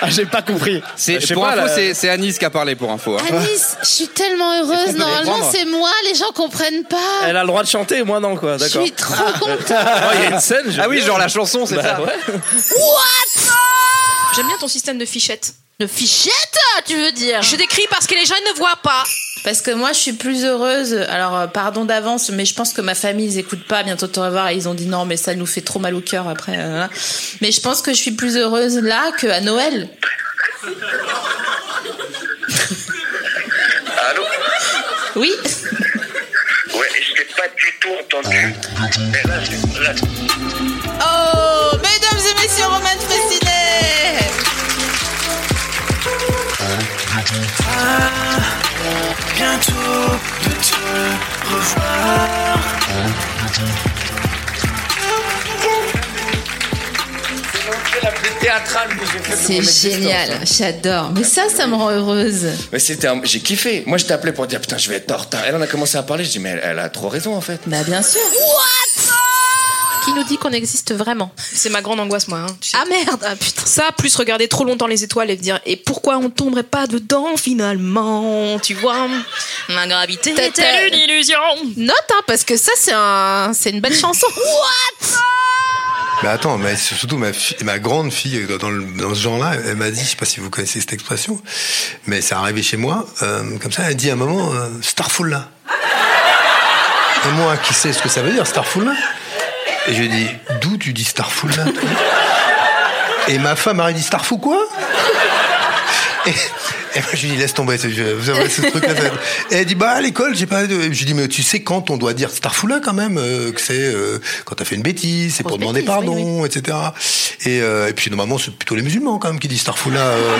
[SPEAKER 16] Ah, j'ai pas compris.
[SPEAKER 4] C'est,
[SPEAKER 17] Je sais
[SPEAKER 4] pour
[SPEAKER 17] pas,
[SPEAKER 4] info,
[SPEAKER 17] la-
[SPEAKER 4] c'est, c'est Anis qui a parlé pour info. hein.
[SPEAKER 2] Alice, je suis tellement
[SPEAKER 17] les
[SPEAKER 2] heureuse. Normalement,
[SPEAKER 17] prendre
[SPEAKER 2] c'est moi. Les gens comprennent pas.
[SPEAKER 17] Elle a le droit de chanter, moi non, quoi.
[SPEAKER 2] Je
[SPEAKER 17] D'accord.
[SPEAKER 2] suis trop contente.
[SPEAKER 17] Ah, il y a une scène.
[SPEAKER 4] Ah oui, genre la chanson,
[SPEAKER 17] Bah,
[SPEAKER 4] c'est ça.
[SPEAKER 15] What J'aime bien ton système de fichette. De fichette, tu veux dire Je décris parce que les gens ne voient pas.
[SPEAKER 1] Parce que moi, je suis plus heureuse. Alors, euh, pardon d'avance, mais je pense que ma famille, ils écoutent pas. Bientôt, te revoir. Et ils ont dit non, mais ça nous fait trop mal au cœur après. euh, voilà. Mais je pense que je suis plus heureuse là qu'à Noël.
[SPEAKER 14] Allô
[SPEAKER 1] Oui.
[SPEAKER 14] Ouais, je t'ai pas du tout entendu. Et là, c'est- là,
[SPEAKER 1] Oh, mesdames et messieurs, Roman Frécinet
[SPEAKER 11] Ah, bientôt de te revoir.
[SPEAKER 18] C'est la plus théâtrale que j'ai faite de mon
[SPEAKER 1] C'est
[SPEAKER 18] existence.
[SPEAKER 1] génial, j'adore. Mais ça, ça me rend heureuse.
[SPEAKER 18] Mais c'était un- j'ai kiffé. Moi, je t'appelais pour dire putain, je vais être en retard. Elle en a commencé à parler. Je dis mais elle, elle a trop raison en fait.
[SPEAKER 1] Bah, bien sûr.
[SPEAKER 15] Qui nous dit qu'on existe vraiment C'est ma grande angoisse, moi. Ah merde, ah putain. Ça, plus regarder trop longtemps les étoiles et me dire et pourquoi on tomberait pas dedans finalement Tu vois Ma gravité
[SPEAKER 1] T'as- t'as-
[SPEAKER 15] était une illusion.
[SPEAKER 2] Note, hein, parce que ça, c'est un, c'est une belle chanson. What
[SPEAKER 19] Mais attends, mais c'est surtout ma, fi- ma grande fille euh, dans, le- dans ce genre-là, elle m'a dit, je sais pas si vous connaissez cette expression, mais c'est arrivé chez moi, euh, comme ça, elle dit à un moment, euh, Starful là. Et moi, qui sais ce que ça veut dire, Starful là Et je lui ai dit, d'où tu dis Starful là toi Et ma femme m'a dit, Starful quoi et, et moi, je lui dis, laisse tomber, c'est- je- vous savez, ce truc-là. ça- Et elle dit, bah, à l'école, j'ai pas. de- Je lui dis, mais tu sais quand on doit dire Starfoula quand même, euh, que c'est euh, quand t'as fait une bêtise, c'est pour demander pardon, etc. Et, euh, et puis, normalement, c'est plutôt les musulmans quand même qui disent Starfoula. euh.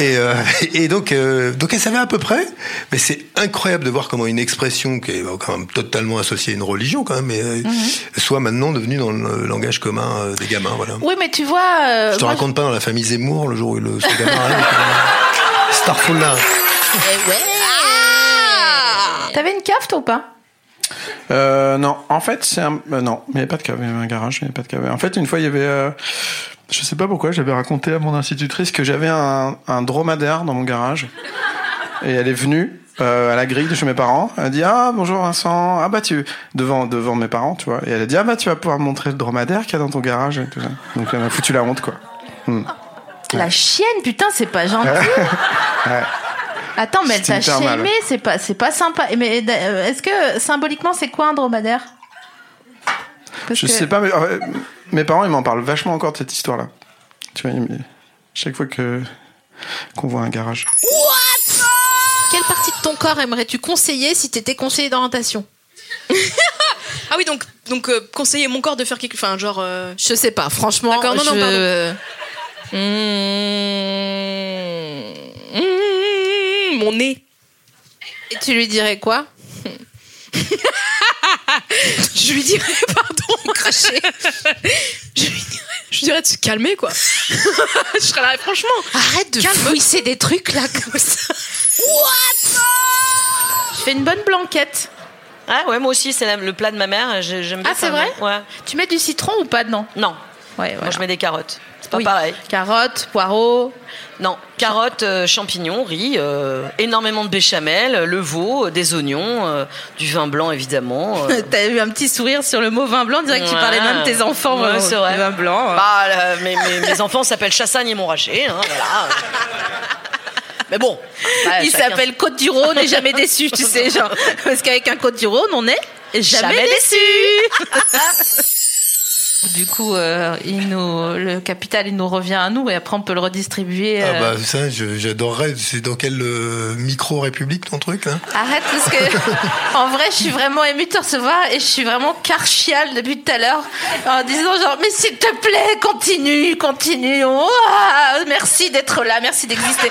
[SPEAKER 19] et, euh, et donc, euh, donc, elle savait à peu près, mais c'est incroyable de voir comment une expression qui est quand même totalement associée à une religion, quand même, et, euh, soit maintenant devenue dans le langage commun euh, des gamins, voilà.
[SPEAKER 2] Oui, mais tu vois. euh,
[SPEAKER 19] Je te
[SPEAKER 2] moi,
[SPEAKER 19] raconte pas dans la famille Zemmour le jour où le, ce gamin arrive. Starfoula.
[SPEAKER 2] Eh T'avais une cave, toi, ou pas
[SPEAKER 20] Euh, non, en fait, c'est un... euh, non, il n'y avait pas de cave, il y avait un garage, il n'y avait pas de cave. En fait, une fois, il y avait... euh, Je sais pas pourquoi, j'avais raconté à mon institutrice que j'avais un, un dromadaire dans mon garage. Et elle est venue euh, à la grille de chez mes parents. Elle a dit Ah, bonjour Vincent. Ah, bah, tu. Devant, devant mes parents, tu vois. Et elle a dit Ah, bah, tu vas pouvoir me montrer le dromadaire qu'il y a dans ton garage. Et tout ça. Donc, elle m'a foutu la honte, quoi. Hmm.
[SPEAKER 2] La chienne, putain, c'est pas gentil.
[SPEAKER 20] Ouais.
[SPEAKER 2] Attends, mais elle
[SPEAKER 20] C'était
[SPEAKER 2] t'a
[SPEAKER 20] hyper mal.
[SPEAKER 2] shamé, c'est pas, c'est pas sympa. Et Mais euh, est-ce que symboliquement, c'est quoi un dromadaire Parce
[SPEAKER 20] je
[SPEAKER 2] que-
[SPEAKER 20] sais pas, mais euh, mes parents, ils m'en parlent vachement encore de cette histoire-là. Tu vois, ils me- chaque fois que qu'on voit un garage.
[SPEAKER 15] What
[SPEAKER 2] Quelle partie de ton corps aimerais-tu conseiller si t'étais conseiller d'orientation
[SPEAKER 15] Ah oui, donc, donc euh, conseiller mon corps de faire quelque Enfin, genre. euh,
[SPEAKER 2] Je sais pas, franchement.
[SPEAKER 15] D'accord, non, non,
[SPEAKER 2] je-
[SPEAKER 15] pardon. Mmh, mmh, mon nez.
[SPEAKER 2] Et tu lui dirais quoi
[SPEAKER 15] Je lui dirais, pardon, cracher. je, lui dirais, je lui dirais de se calmer, quoi. je serais là, franchement.
[SPEAKER 1] Arrête de fouisser des trucs là comme ça. What
[SPEAKER 2] Je fais une bonne blanquette.
[SPEAKER 21] Ah ouais, moi aussi, c'est la- le plat de ma mère. j'ai- J'aime bien
[SPEAKER 2] Ah, c'est
[SPEAKER 21] ça,
[SPEAKER 2] vrai
[SPEAKER 21] Ouais.
[SPEAKER 2] Tu mets du citron ou pas dedans
[SPEAKER 21] Non.
[SPEAKER 2] Ouais,
[SPEAKER 21] Moi, je mets des carottes. C'est pas pareil.
[SPEAKER 2] Carottes, poireaux.
[SPEAKER 21] Non, carottes, euh, champignons, riz, euh, énormément de béchamel, euh, le veau, euh, des oignons, euh, du vin blanc évidemment. euh.
[SPEAKER 1] T'as eu un petit sourire sur le mot vin blanc, on dirait que tu parlais
[SPEAKER 21] Ouais.
[SPEAKER 1] même de tes enfants.
[SPEAKER 21] Ouais,
[SPEAKER 1] euh,
[SPEAKER 21] c'est vrai.
[SPEAKER 1] le Vin blanc.
[SPEAKER 21] Bah, là, mes, mes- mes enfants s'appellent Chassagne et Montrachet. hein, voilà. Mais bon. bah,
[SPEAKER 1] Il
[SPEAKER 21] chacun-
[SPEAKER 1] s'appelle Côte du Rhône et jamais déçu, tu sais, genre. Parce qu'avec un Côte du Rhône, on est jamais,
[SPEAKER 21] Jamais
[SPEAKER 1] déçu. du coup, euh, il nous, le capital, il nous revient à nous et après, on peut le redistribuer.
[SPEAKER 19] Ah
[SPEAKER 1] euh.
[SPEAKER 19] bah ça, je- j'adorerais. C'est dans quelle euh, micro-république ton truc là
[SPEAKER 2] Arrête parce que en vrai je suis vraiment émue de te recevoir et je suis vraiment carchiale depuis tout à l'heure en disant genre mais s'il te plaît continue continue Ouah, merci d'être là merci d'exister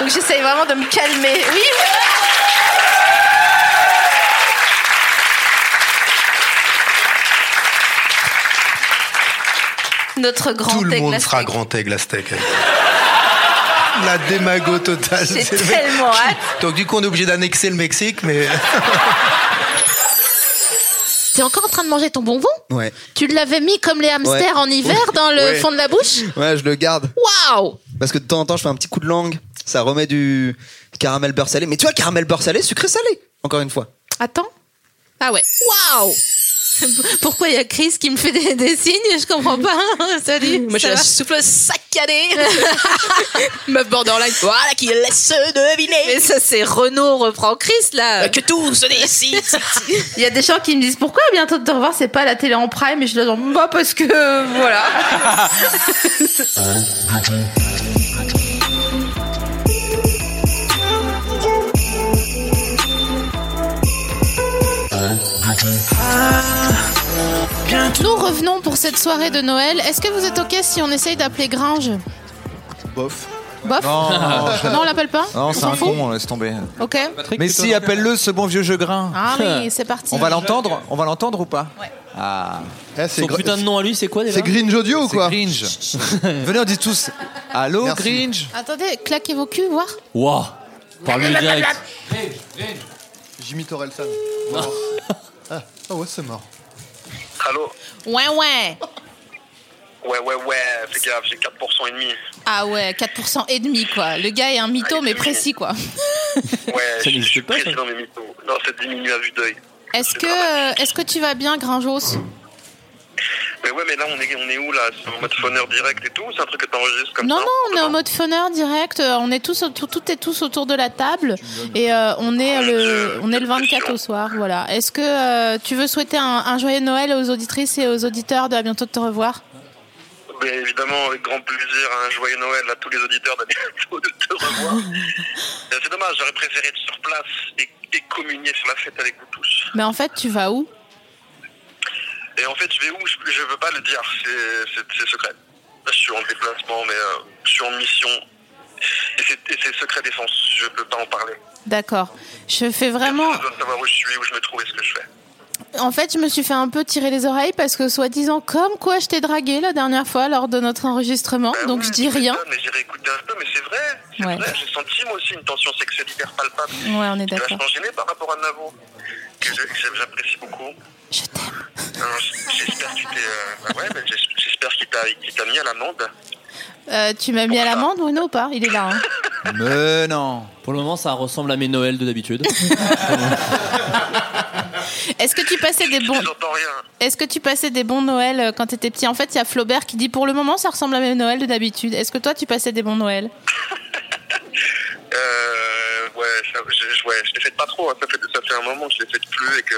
[SPEAKER 2] donc j'essaye vraiment de me calmer oui oui
[SPEAKER 19] Notre grand
[SPEAKER 14] Tout le
[SPEAKER 19] aigle
[SPEAKER 14] monde
[SPEAKER 19] aztèque.
[SPEAKER 14] fera grand aigle aztèque. La démago totale.
[SPEAKER 19] J'ai
[SPEAKER 14] C'est le mec.
[SPEAKER 19] tellement hâte.
[SPEAKER 14] Donc du coup, on est obligé d'annexer le Mexique, mais...
[SPEAKER 2] T'es encore en train de manger ton bonbon
[SPEAKER 6] Ouais.
[SPEAKER 2] Tu l'avais mis comme les hamsters
[SPEAKER 6] Ouais.
[SPEAKER 2] en hiver dans le
[SPEAKER 6] Ouais.
[SPEAKER 2] fond de la bouche
[SPEAKER 6] Ouais, je le garde.
[SPEAKER 2] Waouh
[SPEAKER 6] Parce que de temps en temps, je fais un petit coup de langue. Ça remet du caramel beurre salé. Mais tu vois, caramel beurre salé, sucré salé. Encore une fois.
[SPEAKER 2] Attends. Ah ouais. Waouh Pourquoi il y a Chris qui me fait des, des signes Je comprends pas. Salut.
[SPEAKER 13] Moi, je
[SPEAKER 2] ça
[SPEAKER 13] la
[SPEAKER 2] va
[SPEAKER 13] souffle saccadée. Meuf borderline. Voilà qui laisse deviner. Euh,
[SPEAKER 2] Mais ça, c'est Renault reprend Chris, là.
[SPEAKER 13] Que tout se décide.
[SPEAKER 2] Il y a des gens qui me disent pourquoi bientôt de te revoir, c'est pas la télé en prime. Et je leur dis bah, parce que euh, voilà. Nous revenons pour cette soirée de Noël. Est-ce que vous êtes OK si on essaye d'appeler Grange
[SPEAKER 8] Bof.
[SPEAKER 2] Bof
[SPEAKER 8] Non, non, je-
[SPEAKER 2] non on l'appelle pas
[SPEAKER 8] Non,
[SPEAKER 2] On
[SPEAKER 8] c'est
[SPEAKER 2] s'en
[SPEAKER 8] un
[SPEAKER 2] fout
[SPEAKER 8] con, laisse tomber.
[SPEAKER 2] OK.
[SPEAKER 8] mais si, appelle-le ce bon vieux jeu grain.
[SPEAKER 2] Ah oui, c'est parti.
[SPEAKER 8] On va l'entendre On va l'entendre ou pas
[SPEAKER 2] Ouais.
[SPEAKER 8] Ah.
[SPEAKER 6] Eh, c'est Son gr- putain de
[SPEAKER 8] nom à lui, c'est quoi
[SPEAKER 6] C'est Gringe Audio ou quoi
[SPEAKER 8] Gringe. Venez, on dit tous Allô, Gringe
[SPEAKER 2] Attendez, claquez vos culs, voir.
[SPEAKER 10] Waouh Parle-lui direct.
[SPEAKER 6] Jimmy Torelson. Ah, ah ouais, c'est mort.
[SPEAKER 14] Allô
[SPEAKER 2] Ouais, ouais.
[SPEAKER 14] Ouais, ouais, ouais, fais gaffe, j'ai 4% et demi.
[SPEAKER 2] Ah ouais, 4% et demi, quoi. Le gars est un mytho, mais précis, quoi.
[SPEAKER 14] Ouais, je suis précis dans mes mythos. Non, c'est diminué à vue d'œil.
[SPEAKER 2] Est-ce que, euh, est-ce que tu vas bien, Grinjos
[SPEAKER 14] Mais ouais, mais là, on est, on est où, là C'est en mode phoneur direct et tout ou C'est un truc que t'enregistres comme
[SPEAKER 2] Non,
[SPEAKER 14] ça
[SPEAKER 2] non, on est en mode funner direct. Euh, On est tous autour, toutes et tous autour de la table. Et euh, on, est le, on est le 24 au soir, voilà. Est-ce que euh, tu veux souhaiter un, un joyeux Noël aux auditrices et aux auditeurs de à bientôt de te revoir
[SPEAKER 14] Mais évidemment, avec grand plaisir, un joyeux Noël à tous les auditeurs d'à bientôt de te revoir. Euh, c'est dommage, j'aurais préféré être sur place et, et communier sur la fête avec vous tous.
[SPEAKER 2] Mais en fait, tu vas où
[SPEAKER 14] Et en fait, je vais où Je je veux pas le dire, c'est- c'est c'est secret. Là, je suis en déplacement, mais euh, je suis en mission. Et c'est- et c'est secret défense, je peux pas en parler.
[SPEAKER 2] D'accord. Je fais vraiment.
[SPEAKER 14] Je dois savoir où je suis, où je me trouve et ce que je fais.
[SPEAKER 2] En fait, je me suis fait un peu tirer les oreilles parce que, soi-disant, comme quoi je t'ai dragué la dernière fois lors de notre enregistrement, donc je dis rien.
[SPEAKER 14] Mais j'ai réécouté un peu, mais c'est vrai. c'est
[SPEAKER 2] Ouais.
[SPEAKER 14] vrai, J'ai senti moi aussi une tension sexuelle hyper palpable.
[SPEAKER 2] Ouais, on est
[SPEAKER 14] Qui m'a
[SPEAKER 2] d'accord.
[SPEAKER 14] vachement gêné par rapport à Navo, que je- que j'apprécie beaucoup. Je t'aime. J'espère que tu t'es, euh, bah ouais, mais j'es- j'espère qu'il t'a qu'il t'a mis à l'amende.
[SPEAKER 2] Euh, tu m'as mis à l'amende, Bruno, ou pas Il est là. hein.
[SPEAKER 10] Mais non. Pour le moment, ça ressemble à mes Noëls de d'habitude.
[SPEAKER 2] Est-ce que tu passais des bons Est-ce que tu passais des bons Noël euh, quand t'étais petit En fait, il y a Flaubert qui dit pour le moment ça ressemble à mes Noël de d'habitude. Est-ce que toi tu passais des bons Noël
[SPEAKER 14] Euh, ouais, ça, je, je- ouais, je les fête pas trop. hein. Ça, fait, ça fait un moment que je les fête plus et que.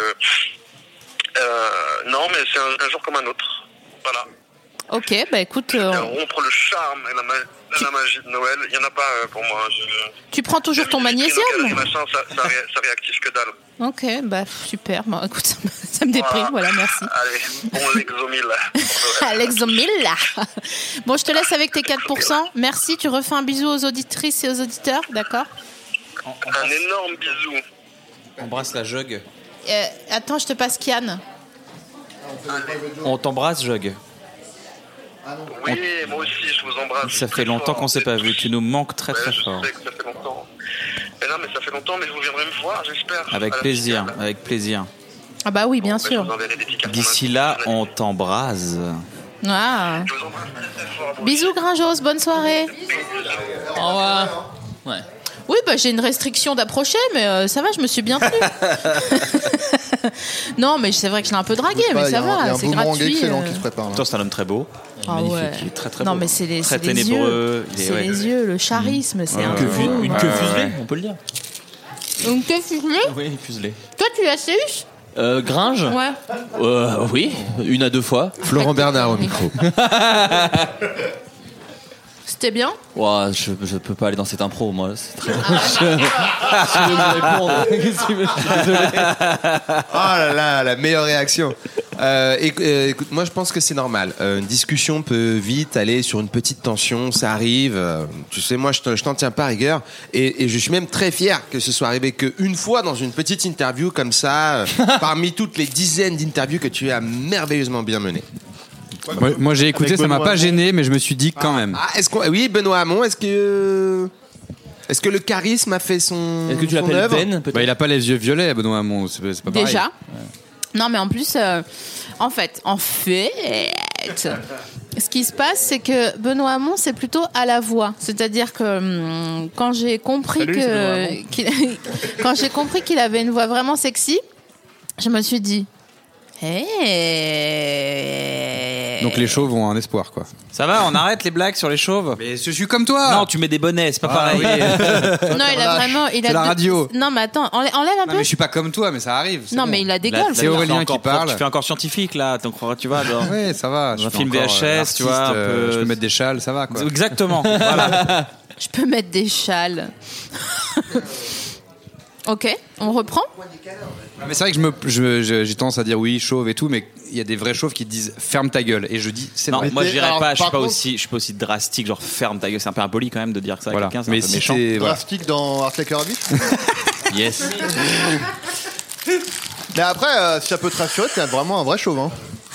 [SPEAKER 14] Euh, non, mais c'est un, un jour comme un autre. Voilà.
[SPEAKER 2] Ok, bah écoute, euh,
[SPEAKER 14] Euh, rompre le charme et la, ma- la magie de Noël, il n'y en a pas euh, pour moi. Je,
[SPEAKER 2] tu prends toujours ton magnésium.
[SPEAKER 14] Et machin, ça, ça, ré- ça réactive que dalle.
[SPEAKER 2] Ok, bah super. Bah, écoute, ça me, ça me déprime. Voilà, merci.
[SPEAKER 14] Allez, bon Lexomil.
[SPEAKER 2] Alex Zomilla. Bon, je te laisse avec tes 4%. Merci. Tu refais un bisou aux auditrices et aux auditeurs, d'accord
[SPEAKER 14] Un énorme bisou.
[SPEAKER 7] Embrasse la jug.
[SPEAKER 2] Euh, Attends, je te passe Kian.
[SPEAKER 7] On t'embrasse, jug.
[SPEAKER 14] Oui, moi aussi, je vous embrasse.
[SPEAKER 7] Ça fait longtemps qu'on s'est pas vu. Tu nous manques très très fort.
[SPEAKER 14] Je sais que ça fait longtemps. Mais non, mais ça fait longtemps, mais vous viendrez me voir, j'espère.
[SPEAKER 7] Avec
[SPEAKER 14] À la-
[SPEAKER 7] plaisir, avec plaisir.
[SPEAKER 2] Ah bah oui, bien sûr.
[SPEAKER 7] D'ici là, on t'embrase.
[SPEAKER 2] Ah. Bisous Grinjos, bonne soirée.
[SPEAKER 10] Au revoir. Ouais.
[SPEAKER 2] Oui, bah, j'ai une restriction d'approcher, mais euh, ça va, je me suis bien tenue. non, mais c'est vrai que je l'ai un peu dragué,
[SPEAKER 7] Écoute
[SPEAKER 2] mais
[SPEAKER 7] pas,
[SPEAKER 2] ça
[SPEAKER 7] il bah, y a un- il y a
[SPEAKER 2] va,
[SPEAKER 7] un
[SPEAKER 2] c'est
[SPEAKER 7] beau meringue
[SPEAKER 2] gratuit.
[SPEAKER 7] excellent
[SPEAKER 2] euh.
[SPEAKER 7] qui se prépare. hein. Pourtant, c'est un homme très beau.
[SPEAKER 2] Ah
[SPEAKER 7] magnifique,
[SPEAKER 2] ouais.
[SPEAKER 7] il est très très
[SPEAKER 2] non,
[SPEAKER 7] beau.
[SPEAKER 2] mais c'est les,
[SPEAKER 7] très
[SPEAKER 2] c'est les
[SPEAKER 7] ténébreux.
[SPEAKER 2] yeux.
[SPEAKER 7] il est-
[SPEAKER 2] C'est
[SPEAKER 7] ouais.
[SPEAKER 2] les yeux, le charisme, c'est
[SPEAKER 7] Ouais,
[SPEAKER 2] un
[SPEAKER 7] ouais,
[SPEAKER 10] Une
[SPEAKER 7] ouais.
[SPEAKER 10] queue, une
[SPEAKER 7] Ouais,
[SPEAKER 10] queue
[SPEAKER 7] ouais,
[SPEAKER 10] fuselée,
[SPEAKER 7] ouais.
[SPEAKER 10] on peut le dire.
[SPEAKER 2] Donc, t'es fuselé
[SPEAKER 10] Oui, fuselée.
[SPEAKER 2] Toi, tu l'as su
[SPEAKER 10] Euh, Gringe
[SPEAKER 2] Ouais.
[SPEAKER 10] Euh, oui, une à deux fois.
[SPEAKER 9] Florent Bernard au micro.
[SPEAKER 2] C'était bien
[SPEAKER 10] Ouah, je, je peux pas aller dans cette impro, moi. C'est très. Je- je vais vous répondre. Qu'est-ce qu'il me- je suis désolé.
[SPEAKER 9] Ah Oh là là, la meilleure réaction. Euh, éc- euh, écoute, moi je pense que c'est normal. Euh, une discussion peut vite aller sur une petite tension, ça arrive. Euh, tu sais, moi je te- je t'en tiens pas rigueur. Et, et je suis même très fier que ce soit arrivé qu'une fois dans une petite interview comme ça, euh, parmi toutes les dizaines d'interviews que tu as merveilleusement bien menées.
[SPEAKER 4] Moi, moi, j'ai écouté,
[SPEAKER 9] Avec
[SPEAKER 4] ça m'a
[SPEAKER 9] Benoît
[SPEAKER 4] pas
[SPEAKER 9] Hamon.
[SPEAKER 4] gêné, mais je me suis dit quand même.
[SPEAKER 9] Ah, est-ce qu'on... Oui, Benoît Hamon, est-ce que... Est-ce que le charisme a fait son. son œuvre
[SPEAKER 17] Ben,
[SPEAKER 8] Ben
[SPEAKER 4] Bah, Il a pas les yeux violets, Benoît Hamon. C'est c'est pas Bah, pareil.
[SPEAKER 2] Déjà. Non, mais en plus, euh, en fait, en fait, ce qui se passe, c'est que Benoît Hamon, c'est plutôt à la voix. C'est-à-dire que hum, quand j'ai compris
[SPEAKER 11] Salut, c'est Benoît
[SPEAKER 2] que
[SPEAKER 11] Hamon.
[SPEAKER 2] qu'il- quand j'ai compris qu'il avait une voix vraiment sexy, je me suis dit. Eh. Hey.
[SPEAKER 4] Donc les chauves ont un espoir, quoi.
[SPEAKER 7] Ça va, on arrête les blagues sur les chauves Mais je suis comme toi Non, tu mets des bonnets, c'est pas pareil.
[SPEAKER 2] non, il a vraiment, il a
[SPEAKER 4] C'est la
[SPEAKER 2] deux-
[SPEAKER 4] radio.
[SPEAKER 2] Non, mais attends, enlè- enlève
[SPEAKER 4] Non,
[SPEAKER 2] un peu.
[SPEAKER 4] mais je suis pas comme toi, mais ça arrive. c'est
[SPEAKER 2] Non,
[SPEAKER 4] bon.
[SPEAKER 2] mais il a des gueules.
[SPEAKER 7] Là,
[SPEAKER 4] C'est
[SPEAKER 7] là,
[SPEAKER 4] Aurélien
[SPEAKER 7] tu fais
[SPEAKER 4] qui
[SPEAKER 7] encore-
[SPEAKER 4] parle.
[SPEAKER 7] Tu fais encore scientifique là, t'en croiras, tu vas. Genre.
[SPEAKER 4] Ouais, ça va.
[SPEAKER 7] Dans
[SPEAKER 4] je
[SPEAKER 7] un
[SPEAKER 4] suis
[SPEAKER 7] film
[SPEAKER 4] encore,
[SPEAKER 7] VHS,
[SPEAKER 4] euh,
[SPEAKER 7] tu vois, un peu-
[SPEAKER 4] euh, Je peux mettre des châles, ça va, quoi.
[SPEAKER 7] Exactement. voilà.
[SPEAKER 2] Je peux mettre des châles. ok, on reprend.
[SPEAKER 4] Ah, Mais c'est vrai que je me- je- je- j'ai tendance à dire oui, chauve et tout, mais il y a des vrais chauves qui disent ferme ta gueule. Et je dis c'est
[SPEAKER 7] Non,
[SPEAKER 4] vrai.
[SPEAKER 7] moi je dirais pas, je suis pas, aussi, je suis pas aussi drastique, genre ferme ta gueule, c'est un peu impoli quand même de dire ça
[SPEAKER 4] Voilà.
[SPEAKER 7] à quelqu'un, c'est
[SPEAKER 4] Mais
[SPEAKER 7] un peu
[SPEAKER 4] si
[SPEAKER 7] méchant.
[SPEAKER 4] t'es- voilà.
[SPEAKER 6] Drastique dans Art Like a Rabbit
[SPEAKER 7] Yes.
[SPEAKER 6] Mais après, euh, si ça peut te rassurer, t'es vraiment un vrai chauve. Hein.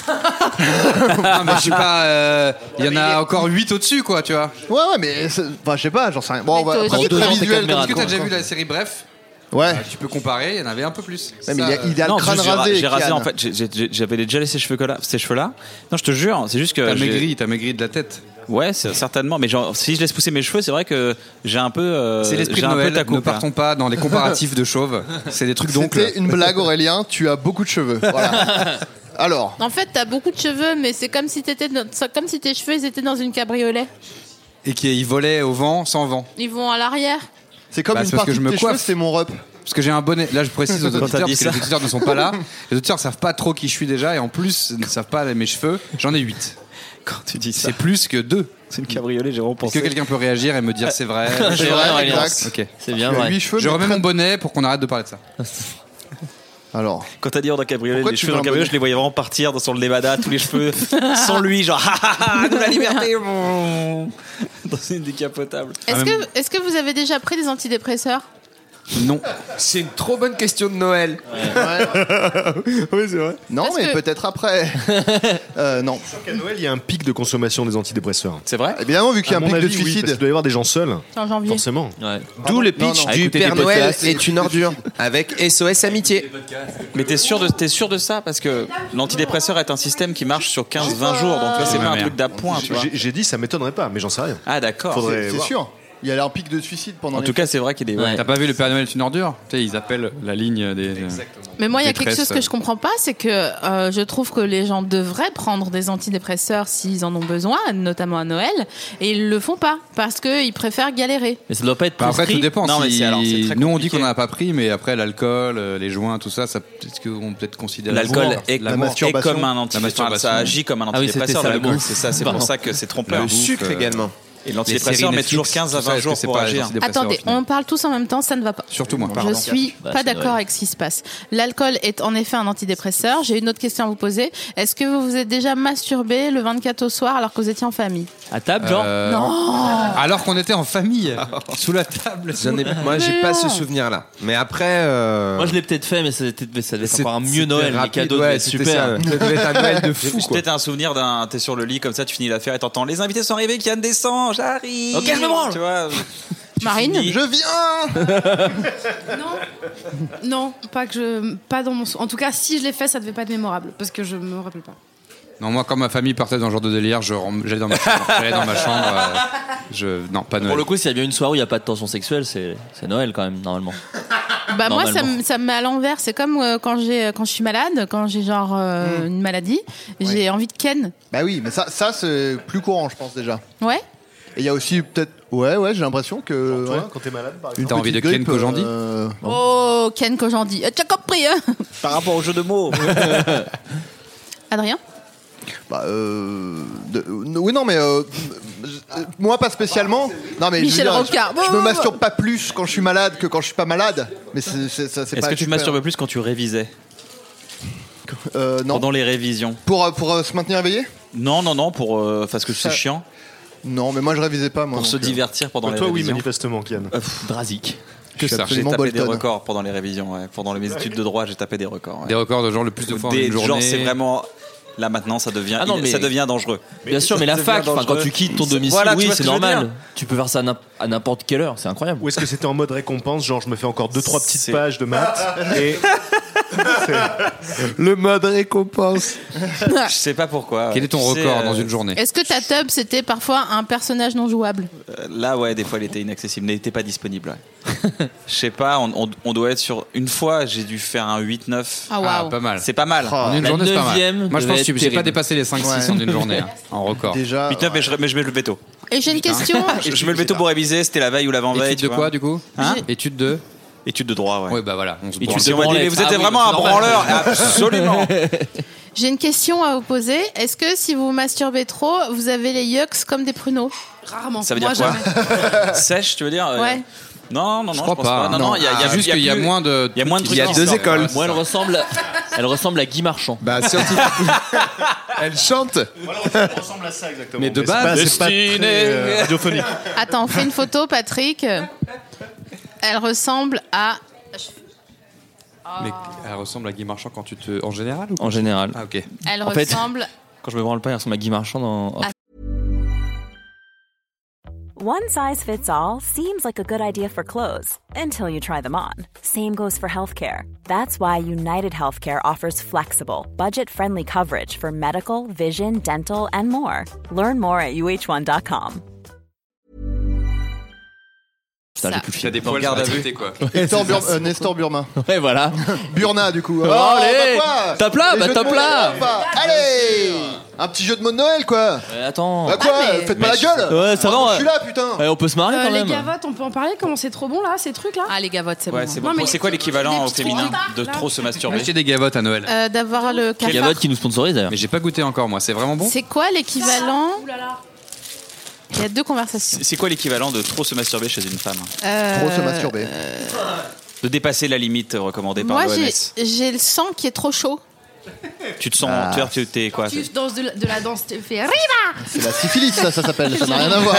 [SPEAKER 4] Non, mais je sais pas. euh, Il y en a encore 8 au-dessus, quoi, tu vois.
[SPEAKER 6] Ouais, ouais, mais. c'est- Enfin, je sais pas, j'en sais rien. Bon, on va.
[SPEAKER 4] Parce
[SPEAKER 6] c'est
[SPEAKER 4] que
[SPEAKER 6] très visuel.
[SPEAKER 4] Est-ce que
[SPEAKER 6] comme-
[SPEAKER 4] t'as déjà vu la série Bref euh,
[SPEAKER 6] Ouais.
[SPEAKER 4] Tu peux comparer, il y en avait un peu plus.
[SPEAKER 6] Ouais,
[SPEAKER 4] Ça,
[SPEAKER 6] mais il y a- il y a le
[SPEAKER 4] euh,
[SPEAKER 7] Non,
[SPEAKER 6] crâne
[SPEAKER 7] juste, j'ai ra-
[SPEAKER 6] rasé,
[SPEAKER 7] J'ai rasé
[SPEAKER 6] Kian.
[SPEAKER 7] en fait, j'ai- j'ai- j'avais déjà laissé ces cheveux là, ces cheveux là. Non, je te jure, c'est juste que
[SPEAKER 4] T'as
[SPEAKER 7] j'ai-
[SPEAKER 4] maigri, t'as maigri de la tête.
[SPEAKER 7] Ouais, c'est- certainement, mais genre si je laisse pousser mes cheveux, c'est vrai que j'ai un peu euh,
[SPEAKER 4] C'est l'esprit
[SPEAKER 7] j'ai
[SPEAKER 4] de
[SPEAKER 7] un peu
[SPEAKER 4] Noël.
[SPEAKER 7] ta
[SPEAKER 4] Ne
[SPEAKER 7] coupe, là.
[SPEAKER 4] partons pas dans les comparatifs de chauves. C'est des trucs donc.
[SPEAKER 6] C'était une blague, Aurélien, tu as beaucoup de cheveux. Voilà. Alors.
[SPEAKER 2] En fait, t'as beaucoup de cheveux, mais c'est comme si t'étais dans- c'est comme si tes cheveux ils étaient dans une cabriolet.
[SPEAKER 4] Et qui ils volaient au vent, sans vent.
[SPEAKER 2] Ils vont à l'arrière.
[SPEAKER 6] C'est comme
[SPEAKER 4] Bah,
[SPEAKER 6] une
[SPEAKER 4] c'est parce
[SPEAKER 6] partie
[SPEAKER 4] que je
[SPEAKER 6] de
[SPEAKER 4] me
[SPEAKER 6] tes
[SPEAKER 4] coiffe.
[SPEAKER 6] cheveux, c'est mon rep.
[SPEAKER 4] Parce que j'ai un bonnet. Là, je précise aux
[SPEAKER 6] Quand
[SPEAKER 4] auditeurs
[SPEAKER 6] t'as
[SPEAKER 4] parce
[SPEAKER 6] dit
[SPEAKER 4] que
[SPEAKER 6] ça.
[SPEAKER 4] les auditeurs ne sont pas là. Les auditeurs savent pas trop qui je suis déjà et en plus ne savent pas mes cheveux. J'en ai 8
[SPEAKER 7] Quand tu dis
[SPEAKER 4] ça, c'est plus que deux.
[SPEAKER 7] C'est une cabriolet, j'ai
[SPEAKER 4] Est-ce que quelqu'un peut réagir et me dire c'est vrai
[SPEAKER 10] C'est C'est vrai, vrai, exact.
[SPEAKER 4] Ok.
[SPEAKER 10] C'est bien Tu as vrai. huit cheveux,
[SPEAKER 4] je
[SPEAKER 10] mais
[SPEAKER 4] remets mon bonnet pour qu'on arrête de parler de ça.
[SPEAKER 6] Alors.
[SPEAKER 7] Quand t'as dit dans cabriolet,
[SPEAKER 4] Pourquoi
[SPEAKER 7] les
[SPEAKER 4] tu
[SPEAKER 7] cheveux dans
[SPEAKER 4] veux un
[SPEAKER 7] cabriolet, je les voyais vraiment partir dans son Nevada, tous les cheveux sans lui, genre ah, ah, ah, nous la liberté. bon. dans une décapotable.
[SPEAKER 14] Ah,
[SPEAKER 2] Est-ce que, est-ce que vous avez déjà pris des antidépresseurs
[SPEAKER 4] Non.
[SPEAKER 9] C'est une trop bonne question de Noël.
[SPEAKER 5] oui, c'est vrai.
[SPEAKER 6] Non,
[SPEAKER 2] Parce
[SPEAKER 6] mais
[SPEAKER 2] que-
[SPEAKER 6] peut-être après. Euh, non.
[SPEAKER 5] À Noël, il y a un pic de consommation des antidépresseurs.
[SPEAKER 7] C'est vrai
[SPEAKER 6] Évidemment, vu qu'il y
[SPEAKER 5] À
[SPEAKER 6] a un
[SPEAKER 5] mon
[SPEAKER 6] pic de
[SPEAKER 5] avis, oui,
[SPEAKER 6] suicide. Ah
[SPEAKER 5] parce qu'il doit y avoir des gens seuls.
[SPEAKER 2] En janvier.
[SPEAKER 5] Forcément.
[SPEAKER 9] D'où le
[SPEAKER 5] Non,
[SPEAKER 9] pitch
[SPEAKER 5] non,
[SPEAKER 9] du
[SPEAKER 5] écoutez
[SPEAKER 9] Père
[SPEAKER 5] des
[SPEAKER 9] Noël
[SPEAKER 5] podcasts.
[SPEAKER 9] est une ordure avec SOS Amitié.
[SPEAKER 7] Mais t'es sûr de t'es sûr de ça parce que l'antidépresseur est un système qui marche sur 15-20 jours, donc là c'est
[SPEAKER 5] Ouais,
[SPEAKER 7] pas un
[SPEAKER 5] mais
[SPEAKER 7] truc d'appoint, tu
[SPEAKER 5] J'ai-
[SPEAKER 7] vois.
[SPEAKER 5] j'ai- J'ai dit, ça m'étonnerait pas, mais j'en sais rien.
[SPEAKER 7] Ah d'accord.
[SPEAKER 5] Faudrait
[SPEAKER 6] C'est
[SPEAKER 5] voir.
[SPEAKER 6] sûr. Il y a un pic de suicide pendant
[SPEAKER 7] En
[SPEAKER 6] les
[SPEAKER 7] tout cas,
[SPEAKER 6] fêtes.
[SPEAKER 7] c'est vrai qu'il est. ouais.
[SPEAKER 4] T'as pas vu le Père Noël est une ordure Tu sais, ils appellent la ligne des.
[SPEAKER 2] Mais moi, il y a
[SPEAKER 4] Détresse,
[SPEAKER 2] quelque chose que je comprends pas, c'est que euh, je trouve que les gens devraient prendre des antidépresseurs s'ils en ont besoin, notamment à Noël, et ils le font pas parce qu'ils préfèrent galérer.
[SPEAKER 10] Mais ça doit pas être
[SPEAKER 4] Bah, après,
[SPEAKER 10] prescrit.
[SPEAKER 4] tout dépend.
[SPEAKER 10] Non, mais
[SPEAKER 4] Si-
[SPEAKER 10] c'est- alors, c'est très
[SPEAKER 4] Nous, on dit qu'on n'en a pas pris, mais après, l'alcool, euh, les joints, tout ça, ça peut-être qu'on peut être considéré.
[SPEAKER 7] L'alcool
[SPEAKER 4] La
[SPEAKER 7] est, est comme un
[SPEAKER 4] La masturbation.
[SPEAKER 7] antidépresseur. Ça agit comme un
[SPEAKER 4] Ah oui, c'était
[SPEAKER 7] antidépresseur,
[SPEAKER 4] ça, la
[SPEAKER 7] l'alcool.
[SPEAKER 4] bouffe.
[SPEAKER 7] C'est ça, c'est pour
[SPEAKER 4] Pardon.
[SPEAKER 7] ça que c'est trompeur. euh,
[SPEAKER 4] Le sucre également.
[SPEAKER 7] Et
[SPEAKER 4] Les séries
[SPEAKER 7] l'antidépresseur met
[SPEAKER 4] Netflix,
[SPEAKER 7] toujours 15 à
[SPEAKER 4] tout ça, est-ce
[SPEAKER 7] 20
[SPEAKER 4] que
[SPEAKER 7] jours
[SPEAKER 4] c'est
[SPEAKER 7] pour
[SPEAKER 4] pas
[SPEAKER 7] agir.
[SPEAKER 4] antidépresseur, au
[SPEAKER 2] Attendez,
[SPEAKER 4] final
[SPEAKER 2] on parle tous en même temps, ça ne va pas.
[SPEAKER 4] Surtout moi.
[SPEAKER 2] Je suis
[SPEAKER 10] Bah,
[SPEAKER 2] pas
[SPEAKER 10] c'est
[SPEAKER 2] d'accord
[SPEAKER 10] vrai.
[SPEAKER 2] avec ce qui se passe. L'alcool est en effet un antidépresseur. J'ai une autre question à vous poser. Est-ce que vous vous êtes déjà masturbé le 24 au soir alors que vous étiez en famille
[SPEAKER 10] À table, genre
[SPEAKER 4] Euh, Alors qu'on était en famille, sous la table.
[SPEAKER 9] J'en ai- moi, j'ai pas ce souvenir là. Mais après. euh,
[SPEAKER 10] Moi, je l'ai peut-être fait, mais ça devait être- ça devait être
[SPEAKER 9] C'est-
[SPEAKER 10] encore un mieux
[SPEAKER 9] c'était
[SPEAKER 10] Noël. Les
[SPEAKER 9] rapide,
[SPEAKER 10] cadeaux devaient
[SPEAKER 9] ouais,
[SPEAKER 10] être
[SPEAKER 9] c'était
[SPEAKER 10] super.
[SPEAKER 9] ça, ouais. Ça devait être un Noël de fou,
[SPEAKER 7] J'ai
[SPEAKER 9] quoi.
[SPEAKER 7] peut-être un souvenir d'un. T'es sur le lit comme ça, tu finis l'affaire et t'entends les invités sont arrivés, Kian descend, j'arrive.
[SPEAKER 11] Ok, je me branle.
[SPEAKER 7] Tu vois.
[SPEAKER 2] Marine
[SPEAKER 6] Je viens
[SPEAKER 13] Non, pas que je, pas dans mon. sou- En tout cas, si je l'ai fait, ça devait pas être mémorable parce que je me rappelle pas.
[SPEAKER 4] Non, moi, quand ma famille partait dans ce genre de délire, je rem- j'allais dans ma chambre. J'allais dans ma chambre. euh, je... Non, pas
[SPEAKER 10] Pour
[SPEAKER 4] Noël.
[SPEAKER 10] le coup, s'il y a bien une soirée où il n'y a pas de tension sexuelle, c'est c'est Noël quand même, normalement.
[SPEAKER 2] Bah moi ça
[SPEAKER 10] Normalement.
[SPEAKER 2] me, ça me met à l'envers, c'est comme euh, quand j'ai quand je suis malade, quand j'ai genre
[SPEAKER 4] Mm.
[SPEAKER 2] euh, une maladie, j'ai envie de ken.
[SPEAKER 6] Bah oui, mais ça, ça c'est plus courant, je pense déjà.
[SPEAKER 2] Ouais.
[SPEAKER 6] Et il y a aussi peut-être. Ouais, ouais, j'ai l'impression que. ouais.
[SPEAKER 5] quand t'es malade, par
[SPEAKER 6] Une
[SPEAKER 4] T'as envie de
[SPEAKER 6] petite
[SPEAKER 4] Ken
[SPEAKER 6] grippe,
[SPEAKER 4] Kojandi
[SPEAKER 6] euh,
[SPEAKER 2] Oh, ken quand j'en dis. Euh, T'as compris hein
[SPEAKER 7] Par rapport au jeu de mots.
[SPEAKER 2] Adrien
[SPEAKER 6] Bah, euh, de- euh, oui, non, mais euh, je- euh, moi pas spécialement. Non, mais je veux
[SPEAKER 2] Michel
[SPEAKER 6] dire, je,
[SPEAKER 2] Rocard.
[SPEAKER 6] je
[SPEAKER 2] Bon,
[SPEAKER 6] me
[SPEAKER 2] bon,
[SPEAKER 6] masturbe pas plus quand je suis malade que quand je suis pas malade. Mais c'est, c'est- ça, c'est
[SPEAKER 7] Est-ce
[SPEAKER 6] pas
[SPEAKER 7] que tu
[SPEAKER 6] super.
[SPEAKER 7] masturbes plus quand tu révisais
[SPEAKER 6] Euh, non.
[SPEAKER 7] Pendant les révisions
[SPEAKER 6] Pour, euh, pour euh, se maintenir éveillé
[SPEAKER 7] Non, non, non, pour. euh, Parce que c'est
[SPEAKER 6] Ça-
[SPEAKER 7] chiant.
[SPEAKER 6] Non, mais moi je révisais pas. Moi,
[SPEAKER 7] Pour se
[SPEAKER 6] donc, euh,
[SPEAKER 7] divertir pendant les
[SPEAKER 5] Bah, Toi, oui,
[SPEAKER 7] révisions.
[SPEAKER 5] manifestement, Kian.
[SPEAKER 7] Euh, pff, Drasique.
[SPEAKER 6] Que
[SPEAKER 7] J'ai
[SPEAKER 6] ça,
[SPEAKER 7] tapé- J'ai
[SPEAKER 6] absolument
[SPEAKER 7] tapé des
[SPEAKER 6] Bolton.
[SPEAKER 7] records pendant les révisions, ouais. pendant mes études de droit, j'ai tapé des records. ouais.
[SPEAKER 4] Des records de genre le plus de fois en
[SPEAKER 7] Des-
[SPEAKER 4] une journée.
[SPEAKER 7] Genre, c'est vraiment Là maintenant, ça devient,
[SPEAKER 10] Ah non,
[SPEAKER 7] il-
[SPEAKER 10] mais-
[SPEAKER 7] ça devient dangereux.
[SPEAKER 10] Bien sûr, mais la
[SPEAKER 7] Ça
[SPEAKER 10] fac,
[SPEAKER 7] devient
[SPEAKER 10] enfin, quand
[SPEAKER 7] dangereux.
[SPEAKER 10] tu quittes ton domicile,
[SPEAKER 7] Voilà, tu
[SPEAKER 10] oui,
[SPEAKER 7] vois ce
[SPEAKER 10] c'est
[SPEAKER 7] que je veux
[SPEAKER 10] normal.
[SPEAKER 7] dire.
[SPEAKER 10] Tu peux faire ça à n'im- à n'importe quelle heure, c'est incroyable.
[SPEAKER 5] Ou est-ce que c'était en mode récompense, genre je me fais encore deux trois petites pages de maths et
[SPEAKER 8] le mode récompense.
[SPEAKER 7] Je sais pas pourquoi.
[SPEAKER 4] Quel est ton
[SPEAKER 7] Tu sais,
[SPEAKER 4] record
[SPEAKER 7] euh,
[SPEAKER 4] dans une journée
[SPEAKER 2] Est-ce que ta tub, c'était parfois un personnage non jouable
[SPEAKER 7] Euh, Là, ouais, des fois, elle était inaccessible, mais elle n'était pas disponible. ouais. Je sais pas, on, on- on doit être sur. Une fois, j'ai dû faire un 8-9.
[SPEAKER 2] Ah, waouh. Ah,
[SPEAKER 4] pas mal.
[SPEAKER 7] C'est pas mal.
[SPEAKER 4] En une
[SPEAKER 7] Oh,
[SPEAKER 4] journée,
[SPEAKER 7] La
[SPEAKER 4] c'est pas mal.
[SPEAKER 7] neuvième
[SPEAKER 4] Moi, je
[SPEAKER 7] devait
[SPEAKER 4] pense que
[SPEAKER 7] être
[SPEAKER 4] j'ai pas
[SPEAKER 7] terrible.
[SPEAKER 4] dépassé les 5-6 en une journée, hein, en record.
[SPEAKER 7] Déjà. 8-9, mais, je, mais je mets le veto.
[SPEAKER 2] Et j'ai une question.
[SPEAKER 7] je, je mets le veto pour réviser, c'était la veille ou l'avant-veille.
[SPEAKER 4] Étude de quoi, du coup Étude de
[SPEAKER 7] Hein Étude de droit, ouais.
[SPEAKER 4] Ouais, bah voilà. se
[SPEAKER 7] Étude
[SPEAKER 4] branle.
[SPEAKER 7] de droit, on dit, mais vous
[SPEAKER 4] Ah
[SPEAKER 7] êtes
[SPEAKER 4] oui,
[SPEAKER 7] vraiment
[SPEAKER 4] c'est
[SPEAKER 7] un
[SPEAKER 4] normal.
[SPEAKER 7] branleur, absolument.
[SPEAKER 2] J'ai une question à vous poser. Est-ce que si vous vous masturbez trop, vous avez les yucks comme des pruneaux Rarement.
[SPEAKER 7] Ça veut dire quoi Sèche, tu veux dire euh,
[SPEAKER 2] Ouais.
[SPEAKER 7] Non, non, non, je,
[SPEAKER 4] crois
[SPEAKER 7] pense
[SPEAKER 4] pas.
[SPEAKER 7] pas. Non, non, il y a, il y a-
[SPEAKER 4] C'est juste
[SPEAKER 7] il
[SPEAKER 4] qu'il y a
[SPEAKER 7] plus-
[SPEAKER 4] moins
[SPEAKER 9] Euh,
[SPEAKER 4] de.
[SPEAKER 7] Il y a moins de
[SPEAKER 4] trucs
[SPEAKER 7] trucs.
[SPEAKER 4] qui
[SPEAKER 7] qui
[SPEAKER 4] sortent.
[SPEAKER 7] sortent.
[SPEAKER 4] Ouais,
[SPEAKER 10] Moi, elle
[SPEAKER 4] c'est ça.
[SPEAKER 10] ressemble, à- elle ressemble à Guy Marchand.
[SPEAKER 8] Bah, scientifique. Elle chante.
[SPEAKER 16] ressemble à ça exactement.
[SPEAKER 8] Mais de
[SPEAKER 5] c'est base, pas- c'est pas
[SPEAKER 8] Destiné.
[SPEAKER 5] très, euh, radiophonique.
[SPEAKER 2] Attends, fais une photo, Patrick. Elle ressemble à.
[SPEAKER 4] Mais
[SPEAKER 2] Ah.
[SPEAKER 4] elle ressemble à Guy Marchand quand tu te. En général ou
[SPEAKER 10] En général.
[SPEAKER 4] Ah, ok.
[SPEAKER 2] Elle
[SPEAKER 10] En fait-
[SPEAKER 2] ressemble.
[SPEAKER 10] Quand je me branle pas, elle ressemble à Guy Marchand dans.
[SPEAKER 2] Ah.
[SPEAKER 22] One size fits all seems like a good idea for clothes until you try them on. Same goes for healthcare. That's why United Healthcare offers flexible, budget friendly coverage for medical, vision, dental, and more. Learn more at uh1.com.
[SPEAKER 10] Putain, j'ai plus le fil.
[SPEAKER 4] des
[SPEAKER 10] poils
[SPEAKER 8] Garde à
[SPEAKER 10] sur la
[SPEAKER 8] vue.
[SPEAKER 10] tête, quoi.
[SPEAKER 8] Hector Burma-
[SPEAKER 6] Euh, Nestor Burma.
[SPEAKER 10] Ouais, voilà.
[SPEAKER 6] Burna, du coup.
[SPEAKER 10] Oh, allez
[SPEAKER 6] quoi
[SPEAKER 10] Tape là,
[SPEAKER 6] Les
[SPEAKER 10] bah,
[SPEAKER 6] jeux de
[SPEAKER 10] tape
[SPEAKER 6] mots,
[SPEAKER 10] là
[SPEAKER 6] on va. Allez Un petit jeu de mots de Noël, quoi
[SPEAKER 10] Euh, attends.
[SPEAKER 6] Bah quoi
[SPEAKER 2] Ah,
[SPEAKER 6] Faites pas la gueule
[SPEAKER 10] Ouais, ça va.
[SPEAKER 6] Je suis là, putain
[SPEAKER 10] Ouais, on peut se marrer
[SPEAKER 13] Euh,
[SPEAKER 10] quand
[SPEAKER 13] les
[SPEAKER 10] même.
[SPEAKER 13] gavottes, on peut en parler Comment c'est trop bon là, ces trucs là
[SPEAKER 2] Ah, les gavottes, c'est
[SPEAKER 7] Ouais,
[SPEAKER 2] bon.
[SPEAKER 7] c'est
[SPEAKER 13] Non,
[SPEAKER 7] bon.
[SPEAKER 13] mais
[SPEAKER 7] C'est quoi l'équivalent au féminin
[SPEAKER 2] Ah,
[SPEAKER 7] de trop se masturber
[SPEAKER 4] Acheter des gavottes à Noël.
[SPEAKER 2] Euh, D'avoir le
[SPEAKER 4] Les
[SPEAKER 2] cafard.
[SPEAKER 10] qui nous sponsorisent d'ailleurs.
[SPEAKER 4] Mais j'ai pas goûté encore, moi. C'est vraiment bon
[SPEAKER 2] C'est quoi l'équivalent Il y a deux conversations.
[SPEAKER 7] C'est quoi l'équivalent de trop se masturber chez une femme
[SPEAKER 2] Euh, Trop se masturber.
[SPEAKER 7] De dépasser la limite recommandée par
[SPEAKER 2] Moi, j'ai-
[SPEAKER 7] l'OMS.
[SPEAKER 2] j'ai le sang qui est trop chaud.
[SPEAKER 7] Tu te sens.
[SPEAKER 8] Ah.
[SPEAKER 7] Tu vois, tu- t'es quoi
[SPEAKER 13] Tu danses de la, de la danse, tu fais
[SPEAKER 8] C'est la syphilis, ça, ça s'appelle.
[SPEAKER 6] Ça n'a rien à voir.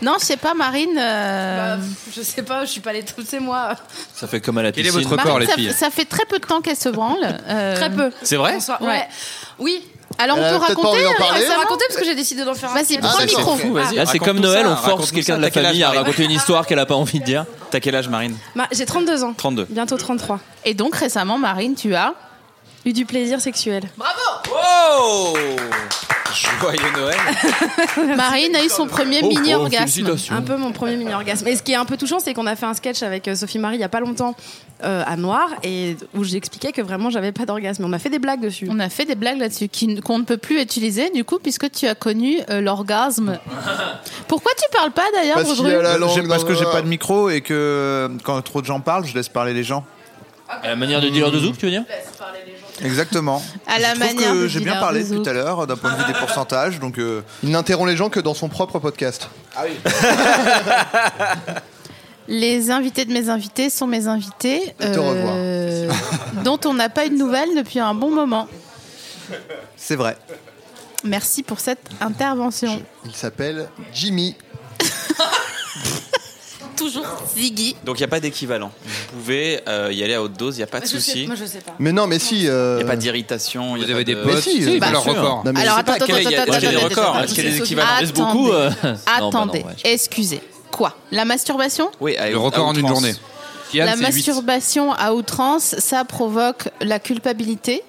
[SPEAKER 2] Non, je sais pas, Marine. euh,
[SPEAKER 13] Je sais pas, je suis pas les toutes, c'est moi.
[SPEAKER 10] Ça fait comme à la
[SPEAKER 4] Quel
[SPEAKER 10] piscine.
[SPEAKER 4] est votre corps,
[SPEAKER 2] Marine, ça, ça fait très peu de temps qu'elle se branle. euh,
[SPEAKER 13] Très peu.
[SPEAKER 4] C'est vrai
[SPEAKER 13] On soit-
[SPEAKER 2] Ouais.
[SPEAKER 13] Ouais. Oui.
[SPEAKER 2] Alors on
[SPEAKER 13] Elle
[SPEAKER 2] peut
[SPEAKER 13] a peut-être pas
[SPEAKER 2] raconter.
[SPEAKER 13] envie d'en
[SPEAKER 2] euh,
[SPEAKER 13] parler. Ça
[SPEAKER 2] récemment
[SPEAKER 13] raconter parce que j'ai décidé d'en faire un.
[SPEAKER 2] Vas-y,
[SPEAKER 13] petit.
[SPEAKER 2] prends le micro.
[SPEAKER 10] Là, c'est comme Noël, on force quelqu'un de la famille à raconter une histoire qu'elle a pas envie de dire.
[SPEAKER 7] T'as quel âge, Marine
[SPEAKER 13] Ma- J'ai 32 ans.
[SPEAKER 7] 32.
[SPEAKER 13] Bientôt 33.
[SPEAKER 2] Et donc récemment, Marine, tu as
[SPEAKER 13] Eu du plaisir sexuel.
[SPEAKER 7] Wow Joyeux Noël
[SPEAKER 2] Marine a eu son
[SPEAKER 8] Oh,
[SPEAKER 2] premier mini orgasme.
[SPEAKER 13] Un peu mon premier mini orgasme. Et ce qui est un peu touchant, c'est qu'on a fait un sketch avec euh, Sophie Marie il y a pas longtemps euh, à Noir et où j'expliquais que vraiment j'avais pas d'orgasme. On a fait des blagues dessus.
[SPEAKER 2] On a fait des blagues là-dessus qui- qu'on ne peut plus utiliser du coup puisque tu as connu euh, l'orgasme. Pourquoi tu parles pas d'ailleurs
[SPEAKER 8] Parce, qu'il
[SPEAKER 2] Bru
[SPEAKER 8] y a la langue j'ai- dans parce que le- j'ai pas de micro et que euh, quand trop de gens parlent, je laisse parler les gens.
[SPEAKER 10] À la manière de dire de Zouk, tu veux dire
[SPEAKER 8] Exactement.
[SPEAKER 2] À la
[SPEAKER 8] je trouve
[SPEAKER 2] manière de
[SPEAKER 8] que j'ai bien
[SPEAKER 2] Villard
[SPEAKER 8] parlé
[SPEAKER 2] de
[SPEAKER 8] depuis
[SPEAKER 2] Zouk.
[SPEAKER 8] tout à l'heure euh, d'un point de vue des pourcentages, donc euh,
[SPEAKER 6] Il n'interrompt les gens que dans son propre podcast.
[SPEAKER 2] Les invités de mes invités sont mes invités. euh,
[SPEAKER 6] te
[SPEAKER 2] dont on n'a pas eu de nouvelles depuis un bon moment.
[SPEAKER 8] c'est vrai.
[SPEAKER 2] Merci pour cette intervention.
[SPEAKER 6] Il s'appelle Jimmy.
[SPEAKER 2] Toujours Ziggy.
[SPEAKER 7] Donc il n'y a pas d'équivalent. Vous pouvez euh, y aller à haute dose, il n'y a pas de souci. Il
[SPEAKER 13] je sais pas.
[SPEAKER 6] Mais non, mais si. euh,
[SPEAKER 7] n'y a pas d'irritation. Vous
[SPEAKER 4] avez des
[SPEAKER 7] de...
[SPEAKER 4] potes
[SPEAKER 10] Euh,
[SPEAKER 4] Mais si, qui
[SPEAKER 6] bah,
[SPEAKER 4] leur
[SPEAKER 6] sûr.
[SPEAKER 4] record.
[SPEAKER 6] Non, mais
[SPEAKER 2] Alors
[SPEAKER 6] je sais pas
[SPEAKER 2] attends, attends,
[SPEAKER 6] quel est-
[SPEAKER 2] attends,
[SPEAKER 7] il y
[SPEAKER 2] attends,
[SPEAKER 7] a- est-ce qu'il y a des
[SPEAKER 2] attends,
[SPEAKER 7] records
[SPEAKER 2] attends,
[SPEAKER 7] Est-ce qu'il y a des
[SPEAKER 2] attends,
[SPEAKER 7] équivalents
[SPEAKER 2] attends,
[SPEAKER 7] Est-ce beaucoup,
[SPEAKER 10] euh Non, bah non,
[SPEAKER 2] Attendez,
[SPEAKER 10] ouais, je-
[SPEAKER 2] excusez. Quoi La masturbation
[SPEAKER 7] Oui, à-
[SPEAKER 4] Le record
[SPEAKER 7] à
[SPEAKER 4] en une
[SPEAKER 7] outrance.
[SPEAKER 4] journée. Kian,
[SPEAKER 2] La
[SPEAKER 4] c'est huit.
[SPEAKER 2] masturbation à outrance, ça provoque la culpabilité.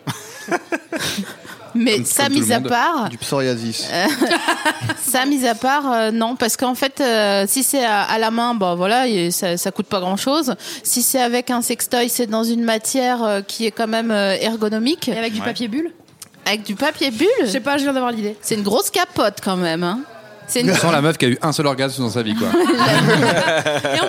[SPEAKER 2] Mais
[SPEAKER 6] Comme-
[SPEAKER 2] ça
[SPEAKER 6] comme tout
[SPEAKER 2] mis
[SPEAKER 6] le
[SPEAKER 2] à
[SPEAKER 6] monde.
[SPEAKER 2] part, euh,
[SPEAKER 6] Du psoriasis.
[SPEAKER 2] ça mis à part, euh, non, parce qu'en fait, euh, si c'est à, à la main, bon voilà, et ça, ça coûte pas grand chose. Si c'est avec un sextoy, c'est dans une matière euh, qui est quand même euh, ergonomique.
[SPEAKER 13] Et avec du
[SPEAKER 7] Ouais.
[SPEAKER 13] papier bulle
[SPEAKER 2] Avec du papier bulle.
[SPEAKER 13] Je sais pas, je viens d'avoir l'idée.
[SPEAKER 2] C'est une grosse capote quand même. hein. C'est une...
[SPEAKER 4] Je sens la meuf qui a eu un seul orgasme dans sa vie, quoi.
[SPEAKER 13] Et on pourrait peut-être faire ça avec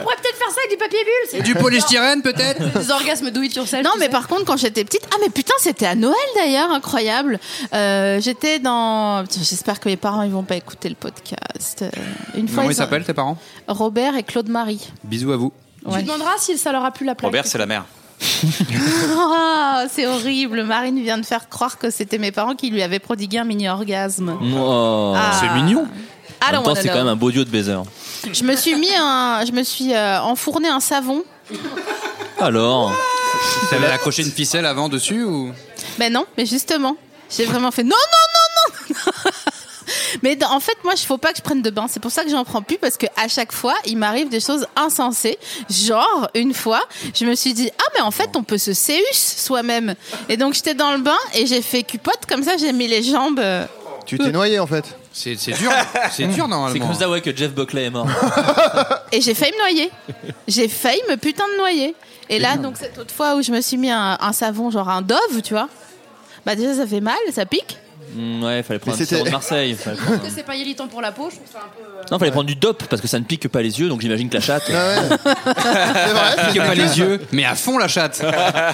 [SPEAKER 13] du papier bulle. c'est-
[SPEAKER 4] polystyrène, peut-être
[SPEAKER 13] Des orgasmes do it yourself.
[SPEAKER 2] Non, mais par contre, quand j'étais petite, ah mais putain, c'était à Noël d'ailleurs, incroyable. Euh, j'étais dans. Putain, J'espère que mes parents ils vont pas écouter le podcast. Euh, Une fois,
[SPEAKER 4] Comment
[SPEAKER 2] ils
[SPEAKER 4] ils
[SPEAKER 2] ont-
[SPEAKER 4] s'appellent, tes parents
[SPEAKER 2] Robert et Claude Marie.
[SPEAKER 4] Bisous à vous.
[SPEAKER 2] Ouais.
[SPEAKER 13] Tu demanderas si ça leur a plu la plaque.
[SPEAKER 7] Robert, c'est la mère.
[SPEAKER 2] Ah, c'est horrible. Marine vient de faire croire que c'était mes parents qui lui avaient prodigué un mini orgasme.
[SPEAKER 10] Oh.
[SPEAKER 2] Ah. C'est mignon.
[SPEAKER 10] En
[SPEAKER 2] Alors,
[SPEAKER 10] même temps, c'est quand même un beau dieu de baiser.
[SPEAKER 2] je me suis mis un, je me suis euh, enfourné un savon.
[SPEAKER 10] Alors
[SPEAKER 4] T'avais accroché une ficelle avant dessus ou
[SPEAKER 2] Ben non, mais justement. J'ai vraiment fait non, non, non, non, non. Mais dans- en fait, moi, il faut pas que je prenne de bain. C'est pour ça que j'en prends plus parce que à chaque fois, il m'arrive des choses insensées. Genre, une fois, je me suis dit ah mais en fait, on peut se séus soi-même. Et donc j'étais dans le bain et j'ai fait cupote comme ça. J'ai mis les jambes. euh,
[SPEAKER 6] Tu t'es noyé en fait.
[SPEAKER 4] C'est dur, c'est dur normalement.
[SPEAKER 10] C'est comme ça ouais, que Jeff Buckley est mort.
[SPEAKER 2] Et j'ai failli me noyer. J'ai failli me putain de noyer. Et là, donc, cette autre fois où je me suis mis un, un savon, genre un dove, tu vois, bah déjà, ça fait mal, ça pique.
[SPEAKER 10] Mm, ouais, fallait prendre
[SPEAKER 4] Mais
[SPEAKER 10] un
[SPEAKER 4] c'était-
[SPEAKER 10] sirop de Marseille. fallait prendre-
[SPEAKER 2] que c'est pas irritant pour la peau Je trouve ça un peu.
[SPEAKER 10] Non, fallait prendre du dope parce que ça ne pique que pas les yeux, donc j'imagine que la chatte.
[SPEAKER 4] Pique pas les yeux, mais à fond la chatte.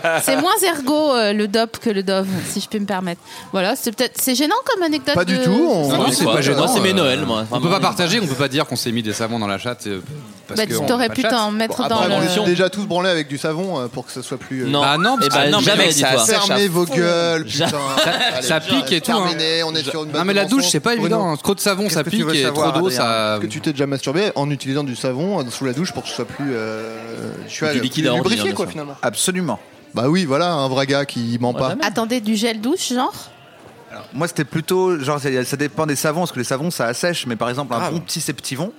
[SPEAKER 10] Ah,
[SPEAKER 2] C'est moins ergo euh, le dope que le dove, si je peux me permettre. Voilà, c'est peut-être. C'est gênant comme anecdote. de-
[SPEAKER 6] Oh,
[SPEAKER 4] Non, non, c'est pas gênant.
[SPEAKER 10] Moi, c'est mes
[SPEAKER 4] euh,
[SPEAKER 10] Noëls, moi.
[SPEAKER 4] On peut
[SPEAKER 10] Vraiment.
[SPEAKER 4] pas partager, on peut pas dire qu'on s'est mis des savons dans la chatte. euh, Parce
[SPEAKER 2] Bah,
[SPEAKER 4] que
[SPEAKER 2] tu
[SPEAKER 4] on
[SPEAKER 2] t'aurais
[SPEAKER 4] a pas
[SPEAKER 2] pu
[SPEAKER 4] de chatte.
[SPEAKER 2] t'en mettre dans
[SPEAKER 6] après,
[SPEAKER 2] le-
[SPEAKER 6] On s'est déjà tous branlés avec du savon euh, pour que ce soit plus.
[SPEAKER 4] Non. Bah non, parce Eh ben, que- non, mais jamais, mec, ça dis-toi. sèche à
[SPEAKER 6] Fermez vos
[SPEAKER 4] fond.
[SPEAKER 6] gueules,
[SPEAKER 4] Ja-
[SPEAKER 6] putain.
[SPEAKER 4] Ça-
[SPEAKER 6] Allez,
[SPEAKER 4] ça pique et tout, hein.
[SPEAKER 6] terminé, on est sur une
[SPEAKER 4] Non,
[SPEAKER 6] bonne
[SPEAKER 4] mais la
[SPEAKER 6] convention.
[SPEAKER 4] douche, c'est pas évident,
[SPEAKER 6] Bruno,
[SPEAKER 4] hein. Trop de savon,
[SPEAKER 6] qu'est-ce
[SPEAKER 4] ça
[SPEAKER 6] que tu
[SPEAKER 4] pique
[SPEAKER 6] veux
[SPEAKER 4] et
[SPEAKER 6] savoir,
[SPEAKER 4] trop d'eau,
[SPEAKER 6] Adrien
[SPEAKER 4] ça-
[SPEAKER 6] Est-ce que tu t'es déjà masturbé en utilisant du savon euh, sous la douche pour que ce soit plus. euh, tu vois,
[SPEAKER 8] Du liquide
[SPEAKER 6] plus
[SPEAKER 8] à ordi,
[SPEAKER 6] lubrifié
[SPEAKER 8] hein,
[SPEAKER 6] quoi
[SPEAKER 8] bien sûr.
[SPEAKER 6] finalement.
[SPEAKER 8] Absolument.
[SPEAKER 6] Bah oui, voilà, un vrai gars qui ment pas.
[SPEAKER 2] Attendez, du gel douche,
[SPEAKER 8] Ah,
[SPEAKER 2] genre
[SPEAKER 8] Moi, c'était plutôt genre ça ça dépend des savons parce que les savons ça assèche, mais par exemple un
[SPEAKER 10] Ah
[SPEAKER 2] Grave.
[SPEAKER 8] bon petit septivon,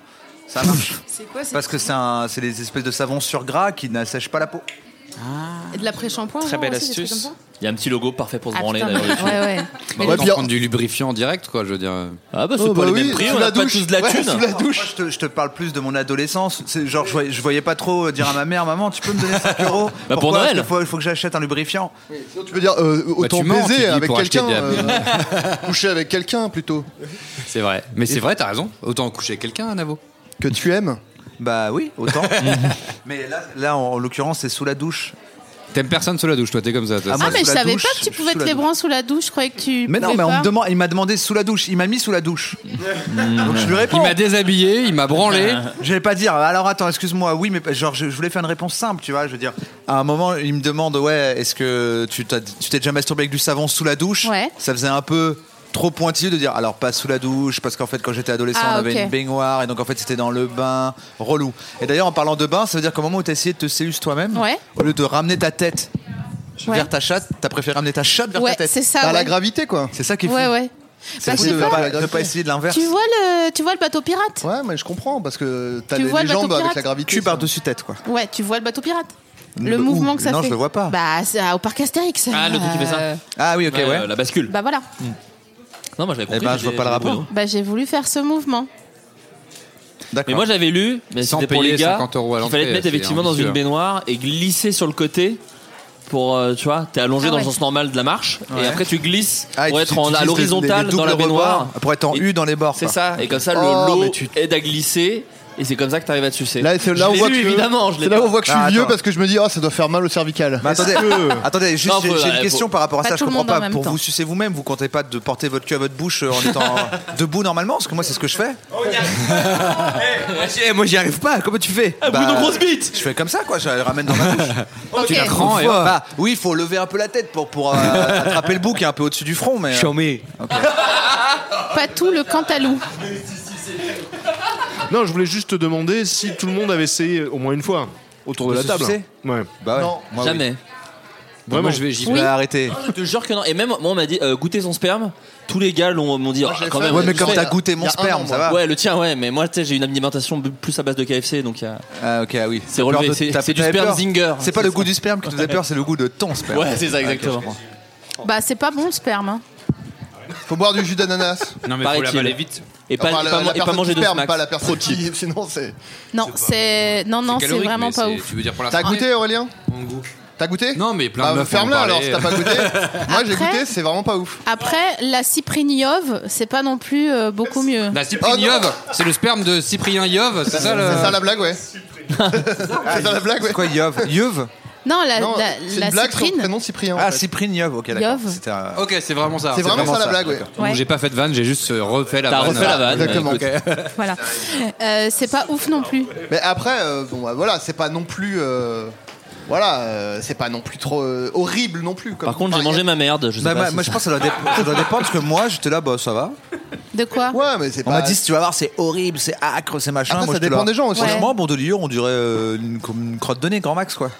[SPEAKER 8] ça marche.
[SPEAKER 2] C'est quoi
[SPEAKER 8] Parce que c'est un- c'est des espèces de savons sur gras qui n'assèchent pas la peau.
[SPEAKER 2] De l'après-shampoing
[SPEAKER 8] Très
[SPEAKER 2] genre,
[SPEAKER 8] belle
[SPEAKER 2] aussi, des trucs
[SPEAKER 8] astuce.
[SPEAKER 2] comme ça
[SPEAKER 10] Il y a un petit logo parfait pour se
[SPEAKER 2] Ah,
[SPEAKER 10] branler
[SPEAKER 2] putain,
[SPEAKER 10] d'ailleurs.
[SPEAKER 2] mais-
[SPEAKER 10] dessus.
[SPEAKER 2] ouais, ouais.
[SPEAKER 4] Bah,
[SPEAKER 10] Mais
[SPEAKER 4] on peut
[SPEAKER 10] puis-
[SPEAKER 4] prendre du lubrifiant en direct, quoi, je veux dire.
[SPEAKER 10] Ah
[SPEAKER 8] Oh, bah
[SPEAKER 10] bah,
[SPEAKER 8] oui, sous
[SPEAKER 10] on a pas tous de la
[SPEAKER 8] Ouais,
[SPEAKER 10] thune.
[SPEAKER 8] sous la douche. Moi, je, te, je te parle plus de mon adolescence. C'est genre, je voyais, je voyais pas trop euh, dire à ma mère, maman, tu peux me donner 5 euros
[SPEAKER 10] Bah, pour
[SPEAKER 8] Pourquoi Parce
[SPEAKER 10] Noël.
[SPEAKER 8] qu'il faut, faut que j'achète un lubrifiant.
[SPEAKER 6] tu peux dire, euh,
[SPEAKER 4] Bah,
[SPEAKER 6] autant
[SPEAKER 8] tu mens, tu dis
[SPEAKER 6] baiser avec
[SPEAKER 8] pour acheter
[SPEAKER 6] quelqu'un,
[SPEAKER 8] des
[SPEAKER 6] euh, coucher avec quelqu'un plutôt.
[SPEAKER 4] C'est vrai. Mais c'est vrai, t'as raison. Autant coucher avec quelqu'un, Navo.
[SPEAKER 6] Que tu aimes
[SPEAKER 8] Bah oui, autant. mais là, là, en, en l'occurrence, c'est sous la douche.
[SPEAKER 4] T'aimes personne sous la douche, toi, t'es comme ça. toi.
[SPEAKER 8] Ah,
[SPEAKER 2] Ah, mais je savais pas que tu pouvais
[SPEAKER 8] sous
[SPEAKER 2] te
[SPEAKER 8] la
[SPEAKER 2] les
[SPEAKER 8] douche.
[SPEAKER 2] branler sous la douche, je croyais que tu.
[SPEAKER 8] Mais non,
[SPEAKER 2] pouvais
[SPEAKER 8] mais on
[SPEAKER 2] pas.
[SPEAKER 8] me demande, il m'a demandé sous la douche. Il m'a mis sous la douche. Donc je lui réponds.
[SPEAKER 4] Il m'a déshabillé, il m'a branlé.
[SPEAKER 8] J'allais pas dire, alors attends, excuse-moi, oui, mais genre, je, je voulais faire une réponse simple, tu vois. Je veux dire, à un moment, il me demande, ouais, est-ce que tu t'as- tu t'es déjà masturbé avec du savon sous la douche
[SPEAKER 2] Ouais.
[SPEAKER 8] Ça faisait un peu trop pointilleux de dire, alors pas sous la douche, parce qu'en fait, quand j'étais adolescent,
[SPEAKER 2] Ah,
[SPEAKER 8] on avait
[SPEAKER 2] ok.
[SPEAKER 8] une baignoire, et donc en fait, c'était dans le bain, relou. Et d'ailleurs, en parlant de bain, ça veut dire qu'au moment où t'as essayé de te séus toi-même,
[SPEAKER 2] Ouais.
[SPEAKER 8] au lieu de ramener ta tête
[SPEAKER 2] Ouais.
[SPEAKER 8] vers ta chatte, t'as préféré ramener ta chatte vers
[SPEAKER 2] Ouais,
[SPEAKER 8] ta tête.
[SPEAKER 2] c'est ça, Par la ouais.
[SPEAKER 6] gravité, quoi.
[SPEAKER 8] C'est ça qui est fou.
[SPEAKER 2] Ouais, ouais.
[SPEAKER 8] C'est
[SPEAKER 2] Bah,
[SPEAKER 8] fou
[SPEAKER 2] je
[SPEAKER 8] de
[SPEAKER 2] sais pas.
[SPEAKER 8] pas, de pas essayer de l'inverse.
[SPEAKER 2] Tu vois le, tu vois le bateau pirate
[SPEAKER 6] Ouais, mais je comprends parce que t'as
[SPEAKER 2] Tu
[SPEAKER 6] les,
[SPEAKER 2] vois
[SPEAKER 6] les
[SPEAKER 2] le bateau
[SPEAKER 6] jambes avec
[SPEAKER 2] pirate
[SPEAKER 6] la gravité.
[SPEAKER 8] Tu par-dessus tête, quoi.
[SPEAKER 2] Ouais, tu vois le bateau pirate. Le
[SPEAKER 8] Bah,
[SPEAKER 2] mouvement
[SPEAKER 8] où
[SPEAKER 2] que ça
[SPEAKER 8] Non,
[SPEAKER 2] fait.
[SPEAKER 8] je le vois pas.
[SPEAKER 2] Bah, c'est à- au parc Astérix.
[SPEAKER 10] Ah, le truc qui fait ça.
[SPEAKER 2] Euh,
[SPEAKER 8] Ah oui, ok, ouais.
[SPEAKER 10] euh, La bascule.
[SPEAKER 2] Bah voilà.
[SPEAKER 10] Non, moi, j'avais compris.
[SPEAKER 8] ben, je vois
[SPEAKER 10] j'ai-
[SPEAKER 8] pas
[SPEAKER 10] hein.
[SPEAKER 8] le
[SPEAKER 10] j'ai
[SPEAKER 8] rapport.
[SPEAKER 10] Bruno.
[SPEAKER 2] Bah j'ai voulu faire ce mouvement.
[SPEAKER 10] Mais moi j'avais lu, mais
[SPEAKER 4] Sans
[SPEAKER 10] c'était pour les
[SPEAKER 4] payer
[SPEAKER 10] gars,
[SPEAKER 4] 50 euros à
[SPEAKER 10] il fallait te
[SPEAKER 4] l'entrée,
[SPEAKER 10] mettre
[SPEAKER 4] c'est
[SPEAKER 10] effectivement dans
[SPEAKER 4] ambitieux,
[SPEAKER 10] une
[SPEAKER 4] hein.
[SPEAKER 10] baignoire et glisser sur le côté pour, euh, tu vois, t'es allongé
[SPEAKER 8] Ah
[SPEAKER 10] dans le
[SPEAKER 8] ouais.
[SPEAKER 10] sens normal de la marche
[SPEAKER 8] Ouais.
[SPEAKER 10] et après tu glisses
[SPEAKER 8] Ah, et
[SPEAKER 10] pour
[SPEAKER 8] tu-
[SPEAKER 10] être
[SPEAKER 8] tu
[SPEAKER 10] en,
[SPEAKER 8] utilises
[SPEAKER 10] à
[SPEAKER 8] les-
[SPEAKER 10] l'horizontale
[SPEAKER 8] les doubles
[SPEAKER 10] dans la baignoire.
[SPEAKER 8] rebords Pour être en U dans les bords.
[SPEAKER 10] C'est
[SPEAKER 8] quoi.
[SPEAKER 10] ça, et comme ça le
[SPEAKER 8] Oh,
[SPEAKER 10] l'eau
[SPEAKER 8] mais tu-
[SPEAKER 10] aide à glisser et c'est comme ça que t'arrives à te sucer.
[SPEAKER 6] Là, c'est
[SPEAKER 10] Je
[SPEAKER 6] là, où on
[SPEAKER 10] l'ai
[SPEAKER 6] voit
[SPEAKER 10] lu,
[SPEAKER 6] que-
[SPEAKER 10] évidemment, je l'ai Bah,
[SPEAKER 6] c'est là où on voit que je suis
[SPEAKER 10] Ah,
[SPEAKER 6] vieux
[SPEAKER 10] attends.
[SPEAKER 6] parce que je me dis, ah, ça doit faire mal au cervical.
[SPEAKER 8] Bah, Mais attendez, attendez, juste,
[SPEAKER 6] Non,
[SPEAKER 8] j'ai
[SPEAKER 6] faut-
[SPEAKER 8] j'ai
[SPEAKER 10] euh,
[SPEAKER 8] une
[SPEAKER 6] ouais,
[SPEAKER 8] question
[SPEAKER 6] faut-
[SPEAKER 8] par rapport à
[SPEAKER 6] pas
[SPEAKER 8] ça.
[SPEAKER 6] tout
[SPEAKER 8] Je
[SPEAKER 6] le
[SPEAKER 8] comprends
[SPEAKER 6] monde en
[SPEAKER 8] pas.
[SPEAKER 6] même
[SPEAKER 8] Pour
[SPEAKER 6] temps.
[SPEAKER 8] vous sucer vous-même, vous comptez pas de porter votre cul à votre bouche euh, en étant debout normalement Parce que moi, c'est ce que je fais.
[SPEAKER 11] Oh,
[SPEAKER 8] Eh, moi, j'y arrive pas. Comment tu fais
[SPEAKER 11] Ah, Bruno grosse
[SPEAKER 8] bite Je fais comme ça, quoi. Je la ramène dans ma bouche.
[SPEAKER 11] Ok.
[SPEAKER 8] Tu la
[SPEAKER 11] prends
[SPEAKER 8] prends
[SPEAKER 11] et
[SPEAKER 8] et
[SPEAKER 11] hop.
[SPEAKER 8] bah, Oui, il faut lever un peu la tête pour, pour euh, attraper le bout qui est un peu au-dessus du front. mais. euh,
[SPEAKER 11] Chômé.
[SPEAKER 8] ok.
[SPEAKER 2] Pas tout le cantalou.
[SPEAKER 5] Non, je voulais juste te demander si tout le monde avait essayé au moins une fois autour de
[SPEAKER 10] De
[SPEAKER 5] la
[SPEAKER 10] se
[SPEAKER 5] table.
[SPEAKER 10] sucer
[SPEAKER 5] Ouais.
[SPEAKER 8] Bah
[SPEAKER 10] ouais. Non, Moi, jamais. oui.
[SPEAKER 5] Vraiment,
[SPEAKER 10] Moi, je vais- j'y vais. Oui.
[SPEAKER 2] Bah,
[SPEAKER 8] arrêter.
[SPEAKER 10] Je te jure que non. Et même, moi, on m'a dit euh, goûter son sperme. Tous les gars l'ont- m'ont dit. ah, quand même,
[SPEAKER 8] Ouais, mais
[SPEAKER 10] tu
[SPEAKER 8] quand
[SPEAKER 10] sais,
[SPEAKER 8] t'as
[SPEAKER 10] euh,
[SPEAKER 8] goûté
[SPEAKER 10] il
[SPEAKER 8] mon
[SPEAKER 10] y a un
[SPEAKER 8] sperme,
[SPEAKER 10] an,
[SPEAKER 8] ça
[SPEAKER 10] moi.
[SPEAKER 8] va.
[SPEAKER 10] Ouais, le tien, ouais. Mais moi, tu sais, j'ai une alimentation b- plus à base de KFC, donc. euh,
[SPEAKER 8] Ah, ok, ah oui.
[SPEAKER 10] C'est relevé,
[SPEAKER 8] Peur de-
[SPEAKER 10] c'est-
[SPEAKER 8] t'as-
[SPEAKER 10] c'est du
[SPEAKER 8] t'avais
[SPEAKER 10] sperme
[SPEAKER 8] peur.
[SPEAKER 10] zinger.
[SPEAKER 8] C'est pas
[SPEAKER 10] C'est
[SPEAKER 8] le goût
[SPEAKER 10] ça.
[SPEAKER 8] du sperme qui te faisait peur, c'est le goût de ton sperme.
[SPEAKER 10] Ouais, c'est ça,
[SPEAKER 8] Ok, je
[SPEAKER 10] exactement.
[SPEAKER 8] comprends.
[SPEAKER 2] Bah c'est pas bon le sperme. hein.
[SPEAKER 6] Faut boire du jus d'ananas.
[SPEAKER 4] Non, mais faut
[SPEAKER 10] Paraît-il.
[SPEAKER 4] l'avaler vite.
[SPEAKER 10] Et pas-
[SPEAKER 6] Enfin, la-
[SPEAKER 10] et pas-
[SPEAKER 6] la
[SPEAKER 10] et pas
[SPEAKER 6] personne
[SPEAKER 10] manger
[SPEAKER 6] qui
[SPEAKER 10] de
[SPEAKER 6] sperme,
[SPEAKER 10] Smax.
[SPEAKER 6] Pas la personne qui- Sinon, c'est.
[SPEAKER 2] Non, c'est non non,
[SPEAKER 6] c'est
[SPEAKER 2] c'est
[SPEAKER 6] calorique,
[SPEAKER 2] vraiment
[SPEAKER 6] mais
[SPEAKER 2] pas
[SPEAKER 6] c'est-
[SPEAKER 2] ouf.
[SPEAKER 6] tu veux dire pour la T'as fin. goûté, Aurélien T'as goûté
[SPEAKER 4] Non, mais plein
[SPEAKER 6] Bah,
[SPEAKER 4] de meufs. en
[SPEAKER 6] ferme-la,
[SPEAKER 4] ont
[SPEAKER 6] alors,
[SPEAKER 4] parlé.
[SPEAKER 6] si t'as pas goûté. Moi, j'ai
[SPEAKER 2] Après-
[SPEAKER 6] goûté, c'est vraiment pas ouf.
[SPEAKER 2] Après la Cypriniov, c'est pas non plus euh, beaucoup mieux.
[SPEAKER 4] Bah, Cyprien Yov, c'est le sperme de Cyprien Yov, c'est ça le.
[SPEAKER 6] C'est Oh, ça la blague, ouais.
[SPEAKER 8] C'est
[SPEAKER 6] ça la blague, ouais. Ah,
[SPEAKER 8] Quoi, Yov Yov
[SPEAKER 2] Non, la,
[SPEAKER 6] Non,
[SPEAKER 2] la,
[SPEAKER 6] c'est une
[SPEAKER 2] la
[SPEAKER 6] blague sur le
[SPEAKER 2] Cyprine.
[SPEAKER 6] prénom Cyprien.
[SPEAKER 8] Ah, Cyprine Yov, ok, d'accord.
[SPEAKER 2] Yov.
[SPEAKER 8] C'était un-
[SPEAKER 4] Ok, c'est vraiment ça.
[SPEAKER 6] C'est vraiment ça, la blague, ouais.
[SPEAKER 4] d'accord. Donc,
[SPEAKER 2] Ouais.
[SPEAKER 4] J'ai pas fait de vanne, j'ai juste euh, refait la
[SPEAKER 10] T'as
[SPEAKER 4] vanne.
[SPEAKER 10] refait la vanne,
[SPEAKER 6] Exactement.
[SPEAKER 4] Ok.
[SPEAKER 2] Voilà. Euh, c'est pas ouf
[SPEAKER 6] Ah,
[SPEAKER 2] non plus.
[SPEAKER 6] Mais après, euh, bon, bah, voilà, c'est pas non plus. euh, Voilà, euh, c'est pas non plus trop euh, horrible non plus. Comme
[SPEAKER 10] Par contre, j'ai mangé ma merde. Je sais
[SPEAKER 8] Bah,
[SPEAKER 10] pas
[SPEAKER 8] bah,
[SPEAKER 10] si
[SPEAKER 8] moi,
[SPEAKER 10] ça-
[SPEAKER 8] je pense que ça doit, dép- ça doit dépendre parce que moi, j'étais là, bah ça va.
[SPEAKER 6] Ah,
[SPEAKER 2] De quoi
[SPEAKER 6] Ouais, mais c'est
[SPEAKER 8] On
[SPEAKER 6] pas.
[SPEAKER 8] m'a dit, si tu vas voir, c'est horrible, c'est acre, c'est machin.
[SPEAKER 6] Après,
[SPEAKER 8] moi,
[SPEAKER 6] ça
[SPEAKER 8] j'étais
[SPEAKER 6] dépend
[SPEAKER 8] là.
[SPEAKER 6] des gens aussi.
[SPEAKER 8] Franchement, bon de on dirait euh, une, comme une crotte de nez, grand max, quoi.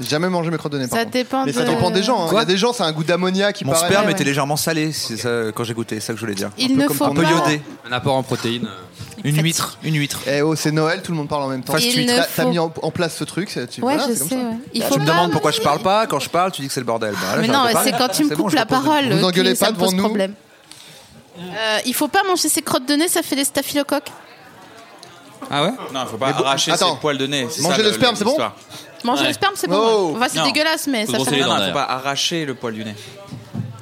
[SPEAKER 6] J'ai Jamais mangé mes crottes de nez. par
[SPEAKER 2] Ça
[SPEAKER 6] contre.
[SPEAKER 2] dépend
[SPEAKER 6] Mais ça
[SPEAKER 2] de-
[SPEAKER 6] dépend des gens. hein. Il y
[SPEAKER 8] Quoi
[SPEAKER 6] a des gens, c'est un goût d'ammoniac qui
[SPEAKER 8] Mon
[SPEAKER 6] paraît.
[SPEAKER 8] sperme était légèrement salé c'est ça, quand j'ai goûté, c'est ça que je voulais dire.
[SPEAKER 6] Il ne
[SPEAKER 8] comme
[SPEAKER 6] faut
[SPEAKER 8] un peu
[SPEAKER 6] pas-
[SPEAKER 8] iodé.
[SPEAKER 4] Un apport en protéines. euh,
[SPEAKER 8] Une huître, une huître.
[SPEAKER 6] Eh oh, c'est Noël, tout le monde parle en même temps.
[SPEAKER 8] Fast Il huître. ne
[SPEAKER 6] T'as- T'as
[SPEAKER 8] faut-
[SPEAKER 6] mis en, en place ce truc. c'est- Tu,
[SPEAKER 2] Ouais,
[SPEAKER 6] voilà,
[SPEAKER 2] je
[SPEAKER 6] c'est comme
[SPEAKER 2] sais,
[SPEAKER 6] ça. Euh,
[SPEAKER 2] ouais. Il
[SPEAKER 8] tu me demandes pourquoi je parle pas, quand je parle, tu dis que c'est le bordel. Bah, là,
[SPEAKER 2] Mais non,
[SPEAKER 8] j'arrête de
[SPEAKER 2] c'est
[SPEAKER 8] parler.
[SPEAKER 2] quand tu me
[SPEAKER 8] C'est bon,
[SPEAKER 2] coupes
[SPEAKER 8] je
[SPEAKER 2] la
[SPEAKER 8] pose une-
[SPEAKER 2] parole.
[SPEAKER 6] Vous
[SPEAKER 2] que
[SPEAKER 6] engueulez
[SPEAKER 2] ça
[SPEAKER 6] pas
[SPEAKER 2] me pose
[SPEAKER 6] devant nous
[SPEAKER 2] problème. Euh, il faut pas manger ses crottes de nez, ça fait des staphylocoques.
[SPEAKER 7] Ah ouais Non, faut pas
[SPEAKER 8] Mais bon,
[SPEAKER 7] arracher
[SPEAKER 8] attends.
[SPEAKER 7] ses poils de nez. c'est
[SPEAKER 8] Manger
[SPEAKER 7] ça,
[SPEAKER 8] le sperme, c'est bon
[SPEAKER 7] l'histoire.
[SPEAKER 2] Manger
[SPEAKER 7] Ouais.
[SPEAKER 2] le sperme, c'est bon. Enfin, c'est
[SPEAKER 7] Non.
[SPEAKER 2] dégueulasse, mais
[SPEAKER 7] Faut
[SPEAKER 2] ça
[SPEAKER 7] brosser
[SPEAKER 2] fait
[SPEAKER 7] les dents,
[SPEAKER 2] mal.
[SPEAKER 7] faut pas arracher le poil du nez.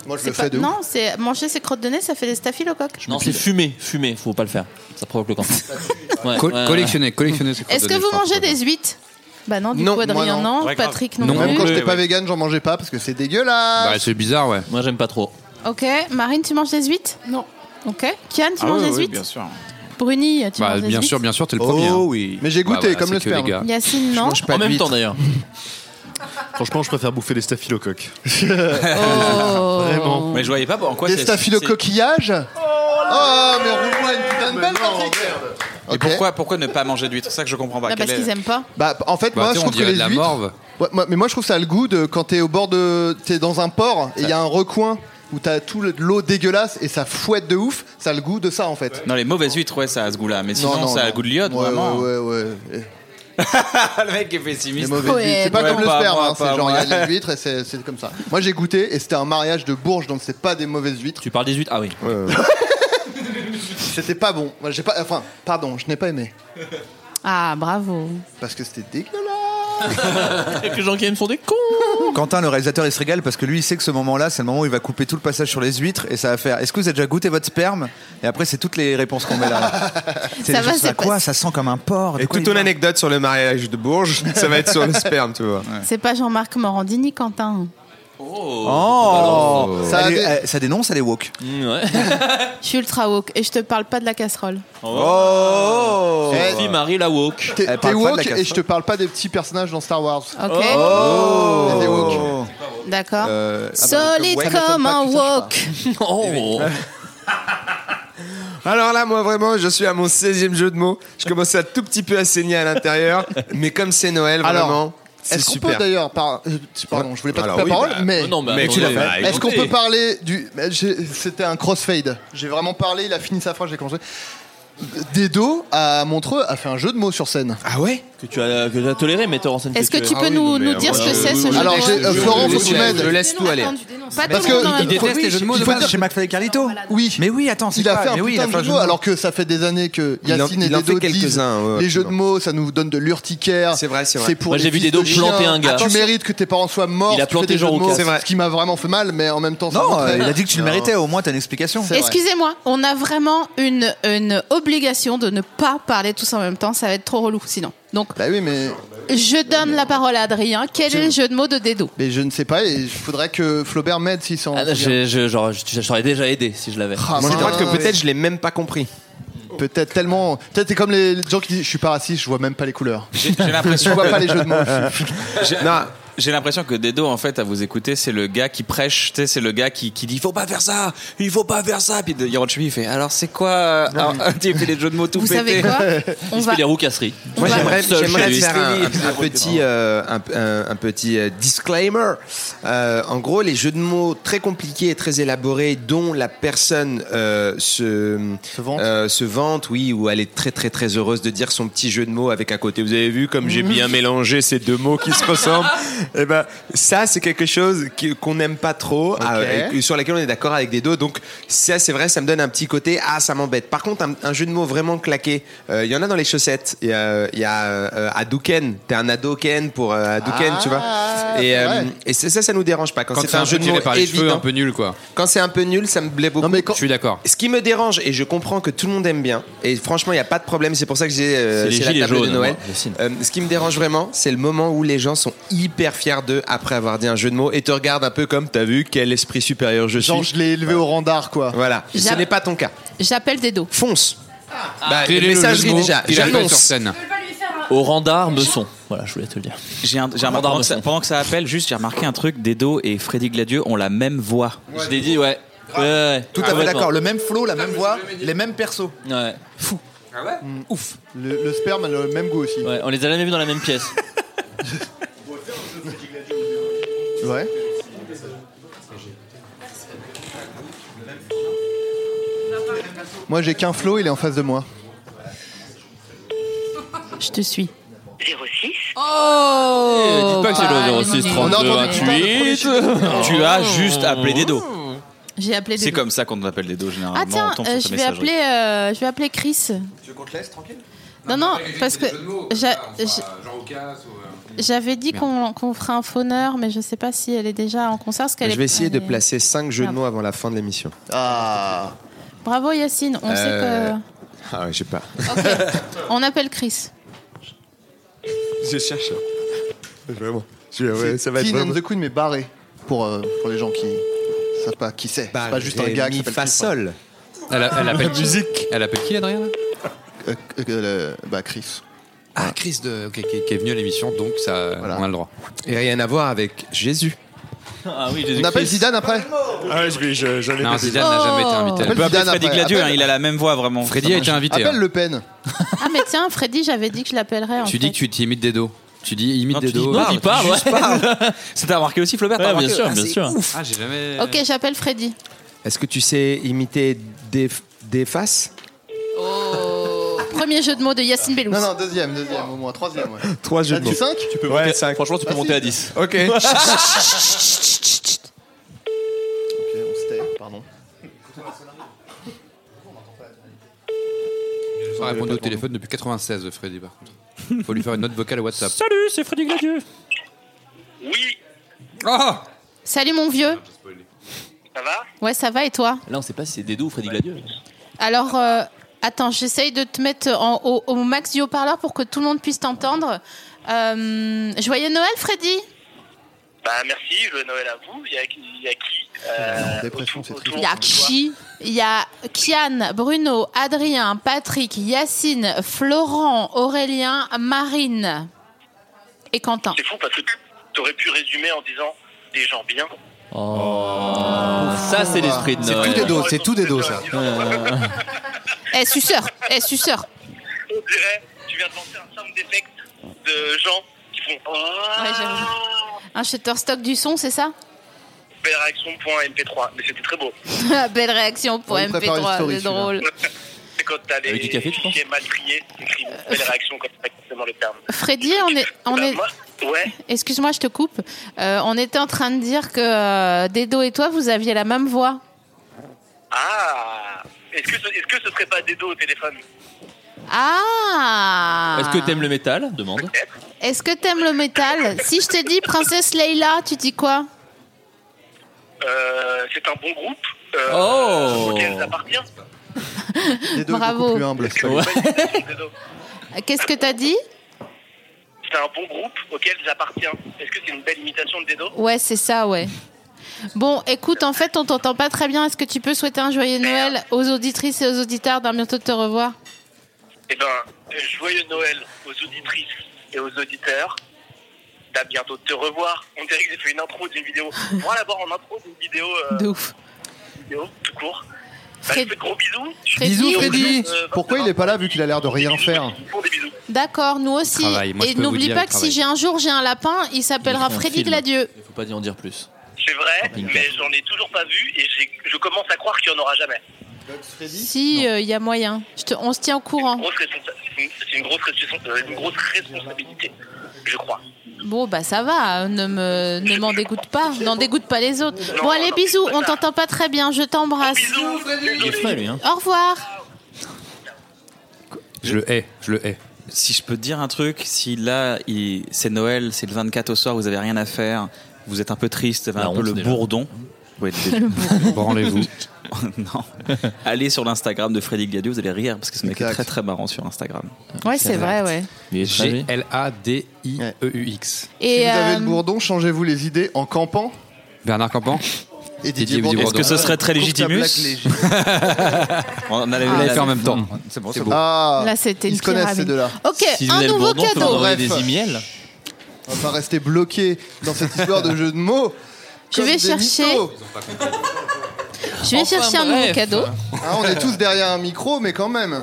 [SPEAKER 6] Moi,
[SPEAKER 2] C'est pas- Non, c'est manger ses crottes de nez, ça fait des staphylocoques.
[SPEAKER 10] Non, c'est fumé, fumé, faut pas le faire. Ça provoque le cancer. Ouais,
[SPEAKER 4] Co-
[SPEAKER 10] ouais, ouais.
[SPEAKER 4] collectionner, collectionner ces
[SPEAKER 2] Est-ce que vous mangez des huîtres Bah non, du coup, Adrien, non. Patrick, non,
[SPEAKER 6] Même
[SPEAKER 2] plus.
[SPEAKER 6] quand j'étais
[SPEAKER 10] Oui,
[SPEAKER 6] pas
[SPEAKER 10] oui.
[SPEAKER 6] vegan, j'en mangeais pas parce que c'est dégueulasse.
[SPEAKER 4] Bah, c'est bizarre, ouais.
[SPEAKER 10] Moi, j'aime pas trop.
[SPEAKER 2] Ok, Marine, tu manges des huîtres Non. Ok,
[SPEAKER 9] Ah
[SPEAKER 2] Kian,
[SPEAKER 4] Ah
[SPEAKER 2] tu manges des huîtres
[SPEAKER 4] sûr.
[SPEAKER 10] Oh.
[SPEAKER 2] Bruni, tu
[SPEAKER 4] Bah,
[SPEAKER 2] manges des
[SPEAKER 4] bien
[SPEAKER 2] huîtres
[SPEAKER 4] sûr, bien sûr, t'es le premier.
[SPEAKER 6] Oh
[SPEAKER 4] oui.
[SPEAKER 6] Mais j'ai goûté, comme le sperme.
[SPEAKER 2] Yacine, non
[SPEAKER 10] pas En de même huîtres. temps, d'ailleurs.
[SPEAKER 5] Franchement, je préfère bouffer des staphylocoques.
[SPEAKER 2] Oh.
[SPEAKER 6] Vraiment.
[SPEAKER 7] Mais je voyais pas en quoi
[SPEAKER 6] Des
[SPEAKER 7] c'est-
[SPEAKER 6] staphylocoquillages Oh, mais roule-moi une putain de belle, Patrick
[SPEAKER 7] c'est- Et pourquoi, pourquoi ne pas manger d'huîtres C'est ça que je comprends pas.
[SPEAKER 2] Bah, Parce
[SPEAKER 7] Quel est-
[SPEAKER 2] qu'ils aiment pas.
[SPEAKER 6] Bah, en fait,
[SPEAKER 7] Bah,
[SPEAKER 6] moi,
[SPEAKER 7] tu sais,
[SPEAKER 6] je
[SPEAKER 7] on
[SPEAKER 6] trouve que
[SPEAKER 7] dirait
[SPEAKER 6] les
[SPEAKER 7] de la
[SPEAKER 6] huîtres-
[SPEAKER 7] morve.
[SPEAKER 6] Ouais, moi- mais moi, je trouve ça a le goût de quand t'es au bord de, t'es dans un port et il y a un recoin où t'as tout le- l'eau dégueulasse et ça fouette de ouf. Ça a le goût de ça, en fait.
[SPEAKER 7] Non, les mauvaises huîtres, ouais, ça a ce goût-là. Mais sinon,
[SPEAKER 6] Non, non,
[SPEAKER 7] ça a le
[SPEAKER 6] non.
[SPEAKER 7] goût de l'iode,
[SPEAKER 6] Ouais,
[SPEAKER 7] vraiment.
[SPEAKER 6] ouais, ouais, ouais.
[SPEAKER 7] le mec est pessimiste.
[SPEAKER 6] Les mauvaises huîtres. C'est pas comme le sperme, hein, c'est genre il y a les
[SPEAKER 7] huîtres.
[SPEAKER 6] huîtres et c'est c'est comme ça. Moi j'ai goûté et c'était un mariage de Bourges donc c'est pas des mauvaises huîtres.
[SPEAKER 10] Tu parles des huîtres Ah oui.
[SPEAKER 6] c'était pas bon. Moi j'ai pas, enfin pardon, je n'ai pas aimé
[SPEAKER 2] Ah, bravo.
[SPEAKER 6] parce que c'était dégueu.
[SPEAKER 10] les gens qui aiment sont des cons.
[SPEAKER 8] Quentin, le réalisateur, il se régale parce que lui, il sait que ce moment-là, c'est le moment où il va couper tout le passage sur les huîtres et ça va faire. Est-ce que vous avez déjà goûté votre sperme Et après, c'est toutes les réponses qu'on met là. C'est
[SPEAKER 2] Ça
[SPEAKER 8] des
[SPEAKER 2] va,
[SPEAKER 8] choses,
[SPEAKER 2] c'est
[SPEAKER 8] à quoi Ça sent comme un porc. de
[SPEAKER 9] Et
[SPEAKER 8] quoi
[SPEAKER 9] toute
[SPEAKER 8] il
[SPEAKER 9] ton
[SPEAKER 8] parle
[SPEAKER 9] anecdote sur le mariage de Bourges, ça va être sur le sperme, tu vois.
[SPEAKER 2] C'est pas Jean-Marc Morandini, Quentin.
[SPEAKER 8] Oh,
[SPEAKER 6] Ça a
[SPEAKER 8] Elle est-
[SPEAKER 6] des- Mm.
[SPEAKER 8] elle- ça dénonce, elle est woke.
[SPEAKER 2] Je suis ultra woke et je te parle pas de la casserole.
[SPEAKER 8] Oh,
[SPEAKER 6] Eh,
[SPEAKER 10] Sophie Marie la woke.
[SPEAKER 6] T'es t'es
[SPEAKER 8] Elle parle pas de
[SPEAKER 6] woke
[SPEAKER 8] la
[SPEAKER 6] et je
[SPEAKER 9] hein.
[SPEAKER 6] te parle pas des petits personnages dans Star Wars.
[SPEAKER 2] Ok,
[SPEAKER 6] Oh. T'es woke.
[SPEAKER 2] d'accord.
[SPEAKER 8] Euh,
[SPEAKER 2] Solide
[SPEAKER 6] ah bah,
[SPEAKER 2] comme
[SPEAKER 6] ça
[SPEAKER 2] un
[SPEAKER 6] m'étonne pas
[SPEAKER 2] wok.
[SPEAKER 8] Eh ben,
[SPEAKER 10] Oh.
[SPEAKER 9] Alors là, moi vraiment, je suis à mon 16e jeu de mots. Je commence à tout petit peu à saigner à l'intérieur. mais comme c'est Noël, vraiment,
[SPEAKER 6] Alors,
[SPEAKER 9] c'est
[SPEAKER 6] est-ce qu'on peut
[SPEAKER 9] super.
[SPEAKER 6] d'ailleurs par- euh, Pardon, je voulais pas te
[SPEAKER 9] Alors,
[SPEAKER 6] couper la
[SPEAKER 9] oui,
[SPEAKER 6] parole,
[SPEAKER 9] bah,
[SPEAKER 6] mais.
[SPEAKER 10] Non, mais,
[SPEAKER 9] Mais tu l'as
[SPEAKER 10] attendez.
[SPEAKER 9] fait.
[SPEAKER 6] Est-ce qu'on
[SPEAKER 10] écoutez.
[SPEAKER 6] peut parler du. mais j'ai- C'était un crossfade. J'ai vraiment parlé, il a fini sa phrase, j'ai commencé. Dedo à Montreux a fait un jeu de mots sur scène.
[SPEAKER 9] Ah ouais
[SPEAKER 10] Que tu as, que tu as toléré, mais te renseigne.
[SPEAKER 2] Est-ce que tu
[SPEAKER 9] Ah
[SPEAKER 2] peux
[SPEAKER 9] oui,
[SPEAKER 2] nous,
[SPEAKER 9] non, mais
[SPEAKER 2] nous
[SPEAKER 9] euh,
[SPEAKER 2] dire ce que
[SPEAKER 9] euh,
[SPEAKER 2] c'est ce
[SPEAKER 10] oui,
[SPEAKER 2] jeu
[SPEAKER 6] Alors,
[SPEAKER 2] de
[SPEAKER 6] j'ai-
[SPEAKER 2] mots
[SPEAKER 6] euh, Florent, faut que tu
[SPEAKER 9] Je
[SPEAKER 6] m'aides.
[SPEAKER 9] laisse tout aller.
[SPEAKER 2] Pas
[SPEAKER 6] parce
[SPEAKER 2] tout le
[SPEAKER 6] que
[SPEAKER 2] monde dans
[SPEAKER 6] il
[SPEAKER 2] la même
[SPEAKER 6] déteste
[SPEAKER 2] phrase.
[SPEAKER 6] les jeux de mots de base.
[SPEAKER 8] chez McFly et Carlito.
[SPEAKER 6] Oui.
[SPEAKER 8] Mais oui, attends, c'est
[SPEAKER 6] Il a
[SPEAKER 8] quoi
[SPEAKER 6] fait un
[SPEAKER 8] Ah, Mais oui,
[SPEAKER 6] putain
[SPEAKER 8] il a
[SPEAKER 6] de
[SPEAKER 8] fait un
[SPEAKER 6] jeu de mots, alors que ça fait des années que
[SPEAKER 9] Il en-
[SPEAKER 6] Yacine et
[SPEAKER 9] il en
[SPEAKER 6] Dedo
[SPEAKER 9] fait
[SPEAKER 6] disent
[SPEAKER 9] quelques-uns, ouais, ouais,
[SPEAKER 6] les jeux de
[SPEAKER 9] absolument.
[SPEAKER 6] mots, ça nous donne de l'urticaire.
[SPEAKER 9] C'est vrai, c'est vrai.
[SPEAKER 6] pour
[SPEAKER 10] Moi,
[SPEAKER 6] les
[SPEAKER 10] j'ai vu
[SPEAKER 6] fils
[SPEAKER 10] Dedo
[SPEAKER 6] de chiens.
[SPEAKER 10] planter un gars.
[SPEAKER 6] Tu mérites que tes parents soient morts.
[SPEAKER 10] Il a
[SPEAKER 6] tu fais
[SPEAKER 10] planté
[SPEAKER 6] des jeux de
[SPEAKER 10] Jean
[SPEAKER 6] mots,
[SPEAKER 10] Roucas.
[SPEAKER 9] C'est vrai.
[SPEAKER 6] Ce qui m'a vraiment fait mal, mais en même temps, ça
[SPEAKER 8] Non,
[SPEAKER 6] montrait-
[SPEAKER 8] euh, il a dit que tu le
[SPEAKER 6] Non.
[SPEAKER 8] méritais, au moins t'as une explication.
[SPEAKER 6] C'est vrai.
[SPEAKER 2] Excusez-moi, on a vraiment une, une obligation de ne pas parler tous en même temps, ça va être trop relou sinon. Donc,
[SPEAKER 6] Bah oui, mais.
[SPEAKER 2] je donne la parole à Adrien. Quel est le jeu de mots de Dedo
[SPEAKER 6] Mais je ne sais pas, et il faudrait que Flaubert m'aide s'il s'en.
[SPEAKER 10] Ah, là,
[SPEAKER 6] souvient.
[SPEAKER 10] je, je, genre, je, je t'aurais déjà aidé si je l'avais.
[SPEAKER 6] Ah,
[SPEAKER 9] Moi, je
[SPEAKER 6] c'est
[SPEAKER 9] crois que
[SPEAKER 6] dingue.
[SPEAKER 9] peut-être je l'ai même pas compris.
[SPEAKER 6] Peut-être tellement. Peut-être c'est comme les les gens qui disent Je suis pas raciste, je vois même pas les couleurs.
[SPEAKER 7] J'ai j'ai
[SPEAKER 6] Je
[SPEAKER 7] l'impression
[SPEAKER 6] vois pas les jeux de mots. je suis-
[SPEAKER 7] J'ai-
[SPEAKER 9] Non.
[SPEAKER 7] J'ai l'impression que Dedo, en fait, à vous écouter, c'est le gars qui prêche, tu sais, c'est le gars qui, qui dit il faut pas faire ça, il faut pas faire ça. Puis de- Hirochimi, il fait alors c'est quoi euh, alors, Tu fais des jeux de mots tout
[SPEAKER 2] Vous savez
[SPEAKER 7] pétés.
[SPEAKER 2] quoi On
[SPEAKER 10] Il se fait
[SPEAKER 2] va
[SPEAKER 10] des roucasseries.
[SPEAKER 9] Moi,
[SPEAKER 2] va-
[SPEAKER 9] j'aimerais,
[SPEAKER 10] Seul
[SPEAKER 9] j'aimerais
[SPEAKER 10] chez lui.
[SPEAKER 9] faire un, un- un petit, euh, un, un- un petit euh, disclaimer. Euh, en gros, les jeux de mots très compliqués et très élaborés dont la personne euh, se,
[SPEAKER 6] Se vante.
[SPEAKER 9] euh, se vante, oui, ou elle est très très très heureuse de dire son petit jeu de mots avec un côté. Vous avez vu comme j'ai bien mélangé ces deux mots qui se ressemblent. Eh ben, ça c'est quelque chose qui- qu'on n'aime pas trop, ah, et- et sur laquelle on est d'accord avec des dos. Donc ça c'est vrai, ça me donne un petit côté. Ah, ça m'embête. Par contre, un, un jeu de mots vraiment claqué. euh, Il y en a dans les chaussettes. Il y a, il y a euh, Hadouken. T'es un Hadouken pour euh, Hadouken,
[SPEAKER 6] Ah,
[SPEAKER 9] tu vois. Et,
[SPEAKER 6] c'est
[SPEAKER 9] euh,
[SPEAKER 6] vrai.
[SPEAKER 9] et c'est- ça, ça nous dérange pas quand, c'est un, jeu de mots
[SPEAKER 4] tiré par les cheveux,
[SPEAKER 9] évident.
[SPEAKER 4] un peu nul, quoi.
[SPEAKER 9] Quand c'est un peu nul, ça me blé beaucoup.
[SPEAKER 6] Non, mais quand-
[SPEAKER 4] Je suis d'accord.
[SPEAKER 9] Ce qui me dérange, et je comprends que tout le monde aime bien, et franchement, il n'y a pas de problème, c'est pour ça que j'ai euh,
[SPEAKER 10] C'est les
[SPEAKER 9] c'est la
[SPEAKER 10] gilets
[SPEAKER 9] table
[SPEAKER 10] jaunes,
[SPEAKER 9] de Noël.
[SPEAKER 10] moi, Yacine.
[SPEAKER 9] Euh, ce qui me dérange vraiment, c'est le moment où les gens sont hyper fiers d'eux après avoir dit un jeu de mots et te regardent un peu comme t'as vu quel esprit supérieur je
[SPEAKER 6] Genre,
[SPEAKER 9] suis.
[SPEAKER 6] je l'ai élevé au rang d'art, quoi.
[SPEAKER 9] Voilà, ce
[SPEAKER 2] J'a-
[SPEAKER 9] n'est pas ton cas.
[SPEAKER 2] J'appelle Dedo.
[SPEAKER 9] Fonce.
[SPEAKER 7] Ah.
[SPEAKER 9] Bah,
[SPEAKER 4] Quel est le
[SPEAKER 9] messagerie
[SPEAKER 4] jeu de mots
[SPEAKER 9] déjà.
[SPEAKER 4] qu'il a fait sur
[SPEAKER 9] J'annonce.
[SPEAKER 4] scène.
[SPEAKER 10] Au randar me son. Voilà, je voulais te le dire.
[SPEAKER 7] J'ai un, j'ai un- pendant, que ça, pendant que ça appelle, juste j'ai remarqué un truc. Dedo et Freddy Gladieux ont la même voix.
[SPEAKER 10] Je l'ai dit, ouais. Ouais, ouais,
[SPEAKER 8] Tout à fait
[SPEAKER 10] complètement.
[SPEAKER 8] d'accord. Le même flow, la même voix, les mêmes persos.
[SPEAKER 9] Ah
[SPEAKER 10] Ouais.
[SPEAKER 6] Mm. Le, le sperme a le même goût aussi.
[SPEAKER 10] Ouais, on les a jamais vus dans la même pièce.
[SPEAKER 6] Ouais.
[SPEAKER 20] 음.
[SPEAKER 6] Moi, j'ai qu'un flow, il est en face de moi.
[SPEAKER 2] Je te suis.
[SPEAKER 14] 06.
[SPEAKER 7] Eh,
[SPEAKER 2] Oh
[SPEAKER 10] pas que c'est le 06 32
[SPEAKER 7] 28. Tu as juste appelé des dos.
[SPEAKER 2] J'ai appelé des
[SPEAKER 7] C'est
[SPEAKER 2] dos.
[SPEAKER 7] comme ça qu'on appelle les dos généralement.
[SPEAKER 2] Ah tiens,
[SPEAKER 7] on tombe
[SPEAKER 2] euh,
[SPEAKER 7] sur
[SPEAKER 2] je,
[SPEAKER 7] sa
[SPEAKER 2] vais
[SPEAKER 7] messagerie.
[SPEAKER 2] appeler, euh, je vais appeler Chris.
[SPEAKER 8] Tu veux qu'on te laisse tranquille
[SPEAKER 2] Non, non, parce que j'a- j'a-
[SPEAKER 10] Bah,
[SPEAKER 2] j'avais dit
[SPEAKER 9] Merde.
[SPEAKER 2] qu'on qu'on ferait un fauneur, mais je sais pas si elle est déjà en concert. parce qu'elle
[SPEAKER 9] Je vais
[SPEAKER 2] est-
[SPEAKER 9] essayer de
[SPEAKER 2] elle est-
[SPEAKER 9] placer 5 jeux de mots avant la fin de l'émission. Ah
[SPEAKER 2] Bravo Yacine, on
[SPEAKER 9] Euh,
[SPEAKER 2] sait
[SPEAKER 9] Ah ouais, j'ai pas.
[SPEAKER 2] que. On appelle Chris.
[SPEAKER 9] Je cherche.
[SPEAKER 6] Vraiment.
[SPEAKER 9] ouais, ça va être
[SPEAKER 6] Teen
[SPEAKER 9] vraiment-
[SPEAKER 6] and the Queen, mais barré. Pour, euh, pour les gens qui savent pas qui c'est. C'est pas juste un gars qui s'appelle Chris,
[SPEAKER 9] Fasol.
[SPEAKER 4] Elle, elle appelle
[SPEAKER 6] La
[SPEAKER 4] qui Elle appelle qui, Adrien
[SPEAKER 6] Euh, euh, le- Bah, Chris.
[SPEAKER 4] Ah, Chris de, ok, qui, qui est venu à l'émission, donc ça, on a le droit.
[SPEAKER 9] Et rien à voir avec Jésus.
[SPEAKER 10] Ah oui,
[SPEAKER 6] On appelle Zidane après
[SPEAKER 9] Ah, je, je, j'avais
[SPEAKER 7] Non,
[SPEAKER 9] pas dit.
[SPEAKER 7] Zidane n'a jamais été invité.
[SPEAKER 6] Appelle
[SPEAKER 7] On peut appeler
[SPEAKER 6] Zidane
[SPEAKER 7] Freddy
[SPEAKER 6] après,
[SPEAKER 7] Gladieux,
[SPEAKER 6] appelle-
[SPEAKER 7] hein, il a la même voix vraiment.
[SPEAKER 4] Freddy a été invité.
[SPEAKER 7] hein.
[SPEAKER 6] Appelle Le Pen.
[SPEAKER 2] Ah, mais tiens, Freddy, j'avais dit que je l'appellerais. en
[SPEAKER 4] Tu dis
[SPEAKER 2] fait.
[SPEAKER 4] que tu t'imites des dos. Tu dis imite des dos.
[SPEAKER 7] parle, tu dis juste parle. Ça t'a remarqué aussi, Flaubert t'as
[SPEAKER 4] Ouais,
[SPEAKER 7] remarqué
[SPEAKER 4] bien sûr,
[SPEAKER 7] Ah,
[SPEAKER 4] bien
[SPEAKER 7] c'est
[SPEAKER 4] sûr.
[SPEAKER 7] ouf.
[SPEAKER 4] Ah, j'ai jamais.
[SPEAKER 2] Ok, j'appelle Freddy.
[SPEAKER 9] Est-ce que tu sais imiter des, des faces
[SPEAKER 2] Premier jeu de mots de Yacine Bellous.
[SPEAKER 6] Non, non, deuxième, deuxième, au moins, troisième. Ouais.
[SPEAKER 9] 3 jeux
[SPEAKER 6] Ah,
[SPEAKER 9] de
[SPEAKER 6] tu
[SPEAKER 9] mots.
[SPEAKER 6] cinq
[SPEAKER 9] tu peux ouais, 5.
[SPEAKER 7] Franchement, tu peux
[SPEAKER 6] Ah,
[SPEAKER 7] monter
[SPEAKER 6] si.
[SPEAKER 7] à 10.
[SPEAKER 9] Ok.
[SPEAKER 6] Ok, on se tait, pardon.
[SPEAKER 4] Ça répondait au téléphone depuis 96, Freddy, par contre. Faut lui faire une note vocale WhatsApp.
[SPEAKER 10] Salut, c'est Freddy Gladieux. Oh.
[SPEAKER 4] Ah
[SPEAKER 2] Salut mon vieux.
[SPEAKER 14] Ça va
[SPEAKER 2] Ouais, ça va et toi
[SPEAKER 10] Là, on sait pas si c'est des dos ou Freddy Gladieux.
[SPEAKER 2] Alors, euh, attends, j'essaye de te mettre en, au, au max du haut-parleur pour que tout le monde puisse t'entendre. Euh, joyeux Noël, Freddy
[SPEAKER 14] Bah merci, joyeux Noël à vous. Il y a, il y a qui
[SPEAKER 6] En
[SPEAKER 14] euh,
[SPEAKER 6] Dépression, c'est triste.
[SPEAKER 2] Il y a Chi, il y a Kian, Bruno, Adrien, Patrick, Yacine, Florent, Aurélien, Marine et Quentin.
[SPEAKER 14] C'est fou parce que t'aurais pu résumer en disant des gens bien.
[SPEAKER 6] Oh.
[SPEAKER 10] Ah, Ça, c'est l'esprit de
[SPEAKER 6] C'est
[SPEAKER 10] Noël.
[SPEAKER 6] tout des dos, c'est tout des dos, ça.
[SPEAKER 2] Eh, suceur Eh, suceur
[SPEAKER 14] On dirait, tu viens de lancer un sound effect de gens qui font Ah
[SPEAKER 2] Ouais, j'avoue. Un shutterstock du son, c'est ça
[SPEAKER 14] belle réaction point MP3. Mais c'était très beau.
[SPEAKER 2] Belle réaction pour
[SPEAKER 6] On vous prépare une
[SPEAKER 2] MP3,
[SPEAKER 6] story,
[SPEAKER 2] c'est drôle.
[SPEAKER 14] C'est quand t'as les
[SPEAKER 10] Avec du café, tu penses
[SPEAKER 14] fichiers mal triés, écrit
[SPEAKER 2] Euh,
[SPEAKER 14] belle réaction quand t'as forcément le terme.
[SPEAKER 2] Freddy, on est, on
[SPEAKER 14] Bah,
[SPEAKER 2] est,
[SPEAKER 14] moi, ouais.
[SPEAKER 2] excuse-moi, je te coupe. Euh, on était en train de dire que euh, Dedo et toi, vous aviez la même voix.
[SPEAKER 14] Ah Est-ce que, ce, est-ce que ce serait pas des dos au téléphone
[SPEAKER 2] Ah
[SPEAKER 10] Est-ce que t'aimes le métal Demande.
[SPEAKER 2] Est-ce que t'aimes le métal Si je te dis Princesse Leila, tu dis quoi
[SPEAKER 14] Euh, C'est un bon groupe euh,
[SPEAKER 10] Oh.
[SPEAKER 14] auquel j'appartiens.
[SPEAKER 6] Des dos,
[SPEAKER 2] Bravo.
[SPEAKER 6] beaucoup plus humble. c'est pas grave.
[SPEAKER 14] Des dos.
[SPEAKER 2] Qu'est-ce que t'as dit
[SPEAKER 14] C'est un bon groupe auquel j'appartiens. Est-ce que c'est une belle imitation de Dedo
[SPEAKER 2] Ouais, c'est ça, ouais. Bon, écoute, en fait, on t'entend pas très bien. Est-ce que tu peux souhaiter un joyeux Noël aux auditrices et aux auditeurs d'un bientôt de te revoir
[SPEAKER 14] Eh ben, euh, joyeux Noël aux auditrices et aux auditeurs. À bientôt de te revoir. On dirait que j'ai fait une intro d'une vidéo. Moi, d'abord en intro d'une vidéo, euh,
[SPEAKER 2] De ouf.
[SPEAKER 14] vidéo tout court. Bah, je
[SPEAKER 2] Fred-
[SPEAKER 14] fais de gros bisous.
[SPEAKER 2] Freddy,
[SPEAKER 6] Bisous, Freddy
[SPEAKER 14] Euh,
[SPEAKER 6] Pourquoi il est pas là, vu qu'il a l'air de rien faire
[SPEAKER 14] Bon, des bisous.
[SPEAKER 2] D'accord, nous aussi.
[SPEAKER 10] travail, moi, je
[SPEAKER 2] et
[SPEAKER 10] peux vous
[SPEAKER 2] n'oublie
[SPEAKER 10] dire,
[SPEAKER 2] pas
[SPEAKER 10] il
[SPEAKER 2] que
[SPEAKER 10] travaille.
[SPEAKER 2] si j'ai un jour j'ai un lapin, il s'appellera
[SPEAKER 10] Ils font un
[SPEAKER 2] Freddy
[SPEAKER 10] film.
[SPEAKER 2] Gladieux.
[SPEAKER 10] Il faut pas en dire plus.
[SPEAKER 14] C'est vrai,
[SPEAKER 10] Camping
[SPEAKER 14] mais j'en ai toujours pas vu et j'ai- je commence à croire qu'il n'y en aura jamais.
[SPEAKER 2] Si, il y a moyen. Je te- on se tient au courant.
[SPEAKER 14] Grosse responsa- C'est une- c'est une grosse respons- euh, une grosse responsabilité, je crois.
[SPEAKER 2] Bon, bah ça va, ne me ne m'en dégoûte pas, n'en dégoûte pas les autres. Bon, allez, bisous, on t'entend pas très bien, je t'embrasse.
[SPEAKER 10] Il est frais, lui. Hein.
[SPEAKER 2] Au revoir.
[SPEAKER 4] Je le hais, je le hais.
[SPEAKER 7] Si je peux te dire un truc, si là, il- c'est Noël, c'est le 24 au soir, vous avez rien à faire, vous êtes un peu triste, vous avez
[SPEAKER 10] La
[SPEAKER 7] un peu
[SPEAKER 10] honte,
[SPEAKER 7] le
[SPEAKER 10] déjà.
[SPEAKER 7] bourdon. Ouais, déjà.
[SPEAKER 4] Branlez-vous.
[SPEAKER 7] non. Allez sur l'Instagram de Freddy Gladieux, vous allez rire parce que ce mec est
[SPEAKER 6] Exact.
[SPEAKER 7] très très marrant sur Instagram.
[SPEAKER 2] Ouais, c'est vrai, ouais.
[SPEAKER 10] Il est frais, lui.
[SPEAKER 4] E G-L-A-D-I-E-U-X.
[SPEAKER 6] Si
[SPEAKER 2] Et
[SPEAKER 6] vous avez
[SPEAKER 2] euh,
[SPEAKER 6] le bourdon, changez-vous les idées en campant
[SPEAKER 4] Bernard Campan
[SPEAKER 6] et
[SPEAKER 4] Didier
[SPEAKER 6] Didier Bourdon.
[SPEAKER 4] Bourdon.
[SPEAKER 7] Est-ce que ce serait très
[SPEAKER 6] Coupe ta
[SPEAKER 7] légitimus
[SPEAKER 6] blague léger.
[SPEAKER 7] On allait
[SPEAKER 4] On Ah, l'a fait en même temps.
[SPEAKER 8] C'est bon,
[SPEAKER 4] C'est
[SPEAKER 8] c'est
[SPEAKER 4] beau.
[SPEAKER 8] bon.
[SPEAKER 6] Ah,
[SPEAKER 2] là, c'était
[SPEAKER 6] ils
[SPEAKER 2] une
[SPEAKER 6] se connaissent ces
[SPEAKER 2] pyramide.
[SPEAKER 6] deux-là.
[SPEAKER 2] Ok,
[SPEAKER 10] Si
[SPEAKER 2] un
[SPEAKER 10] Lionel
[SPEAKER 2] nouveau
[SPEAKER 10] Bourdon peut
[SPEAKER 2] cadeau.
[SPEAKER 10] envoyer des
[SPEAKER 6] Bref.
[SPEAKER 10] emails.
[SPEAKER 6] On va pas rester bloqué dans cette histoire de jeu de mots.
[SPEAKER 2] Je
[SPEAKER 6] comme
[SPEAKER 2] vais
[SPEAKER 6] des
[SPEAKER 2] chercher.
[SPEAKER 6] mythos.
[SPEAKER 2] Je vais chercher un nouveau
[SPEAKER 10] bref.
[SPEAKER 2] cadeau.
[SPEAKER 6] Ah, on est tous derrière un micro, mais quand même.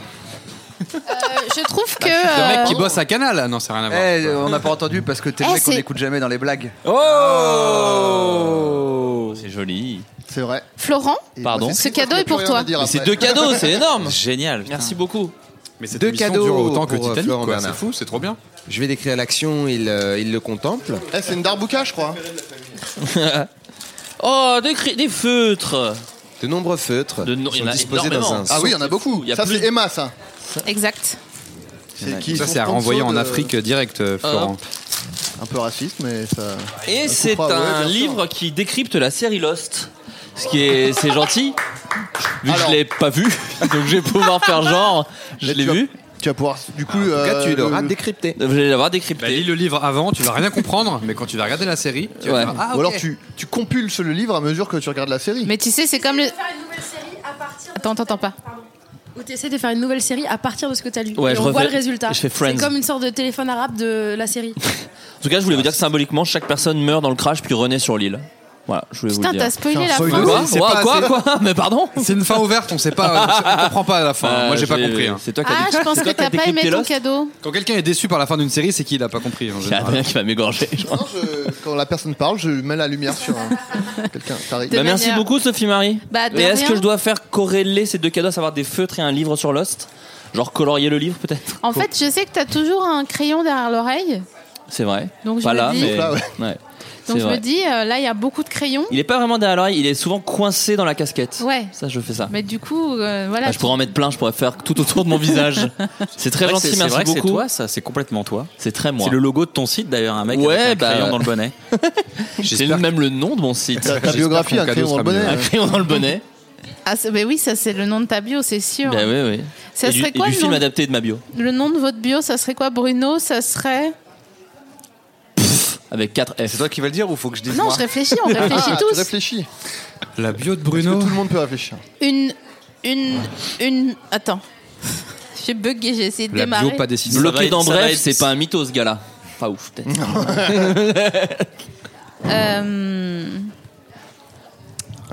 [SPEAKER 2] je trouve que.
[SPEAKER 4] Le mec qui
[SPEAKER 2] euh,
[SPEAKER 4] bosse à Canal, ah non, ça n'a rien à voir.
[SPEAKER 8] Eh, on n'a pas entendu parce que t'es le
[SPEAKER 2] Eh,
[SPEAKER 8] mec qu'on
[SPEAKER 2] c'est-
[SPEAKER 8] n'écoute jamais dans les blagues. Ah.
[SPEAKER 10] Oh C'est joli.
[SPEAKER 8] C'est vrai.
[SPEAKER 2] Florent,
[SPEAKER 7] Eh ben,
[SPEAKER 10] Pardon.
[SPEAKER 2] ce cadeau est pour toi.
[SPEAKER 10] Mais c'est deux cadeaux, c'est énorme.
[SPEAKER 7] Génial.
[SPEAKER 10] Merci beaucoup.
[SPEAKER 4] Mais
[SPEAKER 10] cette
[SPEAKER 9] Deux
[SPEAKER 10] émission
[SPEAKER 9] cadeaux
[SPEAKER 10] dure autant que
[SPEAKER 9] pour, euh,
[SPEAKER 10] Titanic,
[SPEAKER 9] Florent
[SPEAKER 10] quoi,
[SPEAKER 9] Bernard.
[SPEAKER 4] c'est fou, c'est trop bien.
[SPEAKER 9] Je vais décrire l'action, il, euh, il le contemple.
[SPEAKER 6] Eh, c'est une darbouka, je crois.
[SPEAKER 10] oh, des, cri- des feutres.
[SPEAKER 9] De nombreux feutres
[SPEAKER 10] De no- il y en
[SPEAKER 9] sont
[SPEAKER 10] a
[SPEAKER 9] disposés dans
[SPEAKER 10] énormément.
[SPEAKER 9] un.
[SPEAKER 6] Ah oui, il y en a beaucoup.
[SPEAKER 10] Il y a
[SPEAKER 6] ça,
[SPEAKER 10] plus-
[SPEAKER 6] c'est Emma, ça.
[SPEAKER 2] Exact.
[SPEAKER 6] C'est qui
[SPEAKER 4] ça,
[SPEAKER 6] son
[SPEAKER 4] c'est à renvoyer
[SPEAKER 6] sponsor
[SPEAKER 4] en
[SPEAKER 6] de-
[SPEAKER 4] Afrique direct, euh, Florent.
[SPEAKER 6] Un peu raciste, mais ça.
[SPEAKER 10] Et
[SPEAKER 6] ça
[SPEAKER 10] c'est
[SPEAKER 6] coupera, Ah, ouais,
[SPEAKER 10] un
[SPEAKER 6] bien sûr.
[SPEAKER 10] livre qui décrypte la série Lost. Ce qui est, c'est gentil. Vu que je l'ai pas vu, donc je vais pouvoir faire genre, je l'ai vu.
[SPEAKER 6] Tu vas pouvoir, du
[SPEAKER 8] Ah,
[SPEAKER 6] coup.
[SPEAKER 9] En tout cas, tu
[SPEAKER 6] euh,
[SPEAKER 9] l'auras
[SPEAKER 6] le-
[SPEAKER 9] décrypté.
[SPEAKER 10] Vous allez l'avoir décrypté.
[SPEAKER 4] Bah, lis le livre avant, tu vas rien comprendre, mais quand tu vas regarder la série, tu vas
[SPEAKER 10] Ouais.
[SPEAKER 4] faire, ah,
[SPEAKER 6] euh,
[SPEAKER 4] ok.
[SPEAKER 6] Ou alors tu, tu compulses le livre à mesure que tu regardes la série.
[SPEAKER 2] Mais tu sais, c'est comme le. Attends, t'entends pas.
[SPEAKER 13] Ou t'essaies de faire une nouvelle série à partir de ce que t'as lu.
[SPEAKER 10] Ouais,
[SPEAKER 13] et
[SPEAKER 10] je
[SPEAKER 13] on voit
[SPEAKER 10] refais-
[SPEAKER 13] le résultat.
[SPEAKER 10] je fais Friends.
[SPEAKER 13] C'est comme une sorte de téléphone arabe de la série.
[SPEAKER 10] En tout cas, je voulais vous dire que symboliquement, chaque personne meurt dans le crash puis renaît sur l'île. Voilà, je voulais vous
[SPEAKER 2] Putain,
[SPEAKER 10] le dire.
[SPEAKER 2] t'as spoilé la fin.
[SPEAKER 10] Quoi
[SPEAKER 4] C'est
[SPEAKER 10] Quoi
[SPEAKER 4] pas-
[SPEAKER 10] Quoi,
[SPEAKER 4] c'est-
[SPEAKER 10] Quoi Mais pardon
[SPEAKER 4] C'est une fin ouverte, on sait pas, on comprend pas à la fin.
[SPEAKER 10] Euh,
[SPEAKER 4] Moi, j'ai pas
[SPEAKER 10] j'ai-
[SPEAKER 4] compris. hein.
[SPEAKER 10] C'est toi qui as
[SPEAKER 2] Ah,
[SPEAKER 10] décrit-
[SPEAKER 2] je pense
[SPEAKER 10] c'est
[SPEAKER 2] que
[SPEAKER 10] toi qui as
[SPEAKER 2] t'as pas
[SPEAKER 10] décrypté
[SPEAKER 2] aimé ton
[SPEAKER 10] Lost
[SPEAKER 2] cadeau.
[SPEAKER 4] Quand quelqu'un est déçu par la fin d'une série, c'est qu'il a pas compris. en
[SPEAKER 10] C'est
[SPEAKER 4] général.
[SPEAKER 10] Adrien qui va m'égorger. je crois.
[SPEAKER 6] Non, je- quand la personne parle, je mets la lumière sur un- quelqu'un. T'arrives.
[SPEAKER 10] Bah, merci beaucoup, Sophie Marie.
[SPEAKER 2] Bah, de
[SPEAKER 10] Mais est-ce
[SPEAKER 2] rien.
[SPEAKER 10] que je dois faire corréler ces deux cadeaux, à savoir des feutres et un livre sur Lost Genre colorier le livre peut-être
[SPEAKER 2] En fait, je sais que t'as toujours un crayon derrière l'oreille.
[SPEAKER 10] C'est vrai.
[SPEAKER 2] Donc, je
[SPEAKER 10] pas
[SPEAKER 2] me
[SPEAKER 10] là,
[SPEAKER 2] dis-
[SPEAKER 10] mais.
[SPEAKER 2] Là, ouais.
[SPEAKER 10] Ouais.
[SPEAKER 2] Donc
[SPEAKER 10] C'est
[SPEAKER 2] je
[SPEAKER 10] vrai.
[SPEAKER 2] me dis, euh, là, il y a beaucoup de crayons.
[SPEAKER 10] Il est pas vraiment derrière l'oreille, il est souvent coincé dans la casquette.
[SPEAKER 2] Ouais.
[SPEAKER 10] Ça, je fais ça.
[SPEAKER 2] Mais du coup, euh, voilà.
[SPEAKER 10] Ah, je pourrais en mettre plein, je pourrais faire tout autour de mon visage. C'est très
[SPEAKER 7] vrai que
[SPEAKER 10] gentil,
[SPEAKER 7] c'est- c'est
[SPEAKER 10] merci
[SPEAKER 7] vrai que
[SPEAKER 10] beaucoup.
[SPEAKER 7] C'est toi, ça, c'est complètement toi.
[SPEAKER 10] C'est très moi.
[SPEAKER 7] C'est le logo de ton site d'ailleurs, un mec
[SPEAKER 10] Ouais,
[SPEAKER 7] avec un
[SPEAKER 10] bah.
[SPEAKER 7] crayon dans le bonnet.
[SPEAKER 10] C'est même le nom de mon site.
[SPEAKER 6] Ta- ta biographie, un crayon dans le bonnet.
[SPEAKER 10] Un crayon dans le bonnet.
[SPEAKER 2] Ah, c'est- mais oui, ça c'est le nom de ta bio, c'est sûr.
[SPEAKER 10] Bah oui, oui.
[SPEAKER 2] Ça
[SPEAKER 10] et du,
[SPEAKER 2] serait
[SPEAKER 10] et
[SPEAKER 2] quoi
[SPEAKER 10] du
[SPEAKER 2] le
[SPEAKER 10] film
[SPEAKER 2] nom-
[SPEAKER 10] adapté de ma bio
[SPEAKER 2] Le nom de votre bio, ça serait quoi, Bruno Ça serait.
[SPEAKER 10] avec 4 F.
[SPEAKER 8] C'est toi qui vas le dire ou faut que je dise
[SPEAKER 2] Non,
[SPEAKER 8] moi
[SPEAKER 2] je réfléchis, on réfléchit
[SPEAKER 6] Ah, tu
[SPEAKER 2] tous.
[SPEAKER 6] réfléchis.
[SPEAKER 4] La bio de Bruno.
[SPEAKER 6] Tout le monde peut réfléchir.
[SPEAKER 2] Une. Une. Une. Attends. J'ai bugué, j'ai essayé de
[SPEAKER 4] La
[SPEAKER 2] démarrer.
[SPEAKER 4] bio pas décidée.
[SPEAKER 10] Bloqué dans
[SPEAKER 7] ça va
[SPEAKER 10] bref,
[SPEAKER 7] être-
[SPEAKER 10] c'est pas un mytho ce gars-là. Pas ouf, peut-être.
[SPEAKER 2] Euh,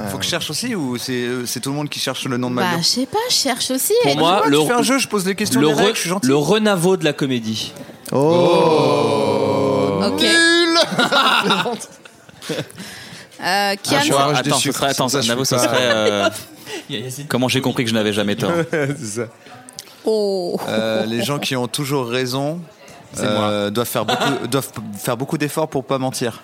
[SPEAKER 8] Faut que je cherche aussi ou c'est euh, c'est tout le monde qui cherche le nom de ma
[SPEAKER 2] bah,
[SPEAKER 8] bio
[SPEAKER 2] je sais pas, je cherche aussi.
[SPEAKER 10] Pour
[SPEAKER 2] Et-
[SPEAKER 10] moi,
[SPEAKER 8] Tu
[SPEAKER 10] le,
[SPEAKER 8] vois, tu fais un jeu, je pose des questions,
[SPEAKER 10] le,
[SPEAKER 8] les
[SPEAKER 10] re-
[SPEAKER 8] règles, je suis gentil.
[SPEAKER 10] le renavo de la comédie.
[SPEAKER 8] Oh.
[SPEAKER 2] Ok. Euh, Kian,
[SPEAKER 7] Ah, je vois, attends,
[SPEAKER 9] dessus.
[SPEAKER 7] ce serait, attends,
[SPEAKER 9] Ça, je
[SPEAKER 7] Navo,
[SPEAKER 9] suis
[SPEAKER 7] ça
[SPEAKER 9] pas-
[SPEAKER 7] serait. euh, Comment j'ai compris que je n'avais jamais tort
[SPEAKER 2] oh.
[SPEAKER 8] Euh, les gens qui ont toujours raison euh, doivent faire beaucoup, doivent p- faire beaucoup d'efforts pour pas mentir.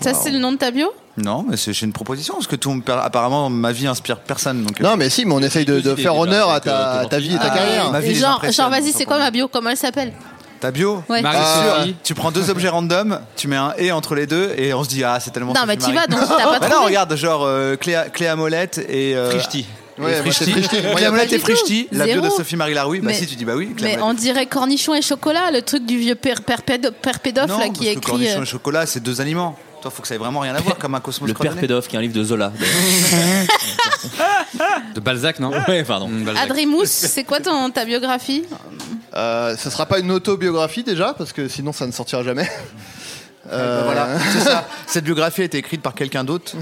[SPEAKER 2] ça c'est le nom de ta bio
[SPEAKER 8] Non, mais c'est j'ai une proposition parce que tout me per- apparemment ma vie inspire personne. Donc, euh,
[SPEAKER 6] Non, mais si, mais on essaye de, de
[SPEAKER 10] Si,
[SPEAKER 6] faire
[SPEAKER 10] eh ben,
[SPEAKER 6] honneur à
[SPEAKER 10] donc, euh,
[SPEAKER 6] ta,
[SPEAKER 10] t'es
[SPEAKER 6] ta
[SPEAKER 10] gentil.
[SPEAKER 6] vie et ta
[SPEAKER 8] Ah,
[SPEAKER 6] carrière.
[SPEAKER 8] ma vie les
[SPEAKER 2] Genre,
[SPEAKER 8] impressionne,
[SPEAKER 2] genre vas-y,
[SPEAKER 8] sans
[SPEAKER 2] c'est quoi ma
[SPEAKER 8] problème.
[SPEAKER 2] bio Comment elle s'appelle
[SPEAKER 8] ta bio
[SPEAKER 2] Ouais.
[SPEAKER 4] Marie
[SPEAKER 8] Ah,
[SPEAKER 4] Curie.
[SPEAKER 8] Tu prends deux objets random, tu mets un et entre les deux et on se dit ah c'est tellement.
[SPEAKER 2] Non,
[SPEAKER 8] Sophie
[SPEAKER 2] mais tu
[SPEAKER 8] Marie.
[SPEAKER 2] vas, donc t'as pas
[SPEAKER 8] Bah
[SPEAKER 2] trouvé.
[SPEAKER 8] non, regarde genre euh, Cléa, Cléa Molette et euh,
[SPEAKER 10] Frishti.
[SPEAKER 6] Ouais, moi, c'est Frichti. Moi, il y
[SPEAKER 8] Cléa
[SPEAKER 6] a-
[SPEAKER 8] Molette
[SPEAKER 2] Pas
[SPEAKER 8] et
[SPEAKER 2] du tout.
[SPEAKER 8] Frishti, la bio de
[SPEAKER 2] Zéro.
[SPEAKER 8] Sophie Marie Larouille. Bah
[SPEAKER 2] Mais-
[SPEAKER 8] si tu dis bah oui. Cléa
[SPEAKER 2] Mais
[SPEAKER 8] Molette.
[SPEAKER 2] on dirait cornichon et chocolat, le truc du vieux père, père, pédo- père pédophile
[SPEAKER 8] non,
[SPEAKER 2] là,
[SPEAKER 8] parce
[SPEAKER 2] qui
[SPEAKER 8] que
[SPEAKER 2] écrit.
[SPEAKER 8] cornichon
[SPEAKER 2] euh,
[SPEAKER 8] et chocolat c'est deux aliments. Toi faut que ça ait vraiment rien à voir comme un cosmos.
[SPEAKER 10] Le père
[SPEAKER 8] coordonné.
[SPEAKER 10] pédophile, qui est un livre de Zola.
[SPEAKER 4] De Balzac, non
[SPEAKER 10] ouais, pardon.
[SPEAKER 4] Mm, Balzac.
[SPEAKER 2] Adrimous, c'est quoi ton, ta biographie
[SPEAKER 6] Euh, ça sera pas une autobiographie déjà, parce que sinon ça ne sortira jamais.
[SPEAKER 8] Euh,
[SPEAKER 6] Euh,
[SPEAKER 8] voilà, c'est ça. Cette biographie a été écrite par quelqu'un d'autre,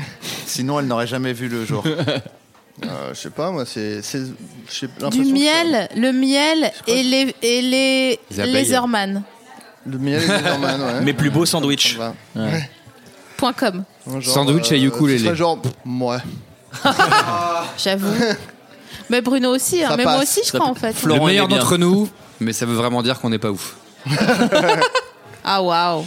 [SPEAKER 8] sinon elle n'aurait jamais vu le jour.
[SPEAKER 6] euh, je sais pas, moi, c'est. c'est- j'ai
[SPEAKER 2] Du
[SPEAKER 6] l'impression que-
[SPEAKER 2] miel, le miel et les, et les,
[SPEAKER 4] Les abeilles.
[SPEAKER 2] laserman.com.
[SPEAKER 6] Le miel et les Norman, ouais.
[SPEAKER 7] Mes plus beaux sandwichs.
[SPEAKER 6] Voilà. Genre,
[SPEAKER 4] Sandwich
[SPEAKER 6] euh,
[SPEAKER 4] et ukulélé.
[SPEAKER 6] ce serait genre, pff, ouais.
[SPEAKER 2] Ah. J'avoue. Mais Bruno aussi, hein.
[SPEAKER 6] Ça
[SPEAKER 2] mais moi
[SPEAKER 6] passe.
[SPEAKER 2] aussi je
[SPEAKER 10] Ça
[SPEAKER 2] crois en
[SPEAKER 10] peut-
[SPEAKER 2] fait.
[SPEAKER 10] Florent,
[SPEAKER 4] le meilleur
[SPEAKER 10] il est bien.
[SPEAKER 4] d'entre nous, mais ça veut vraiment dire qu'on n'est pas ouf.
[SPEAKER 2] Ah waouh.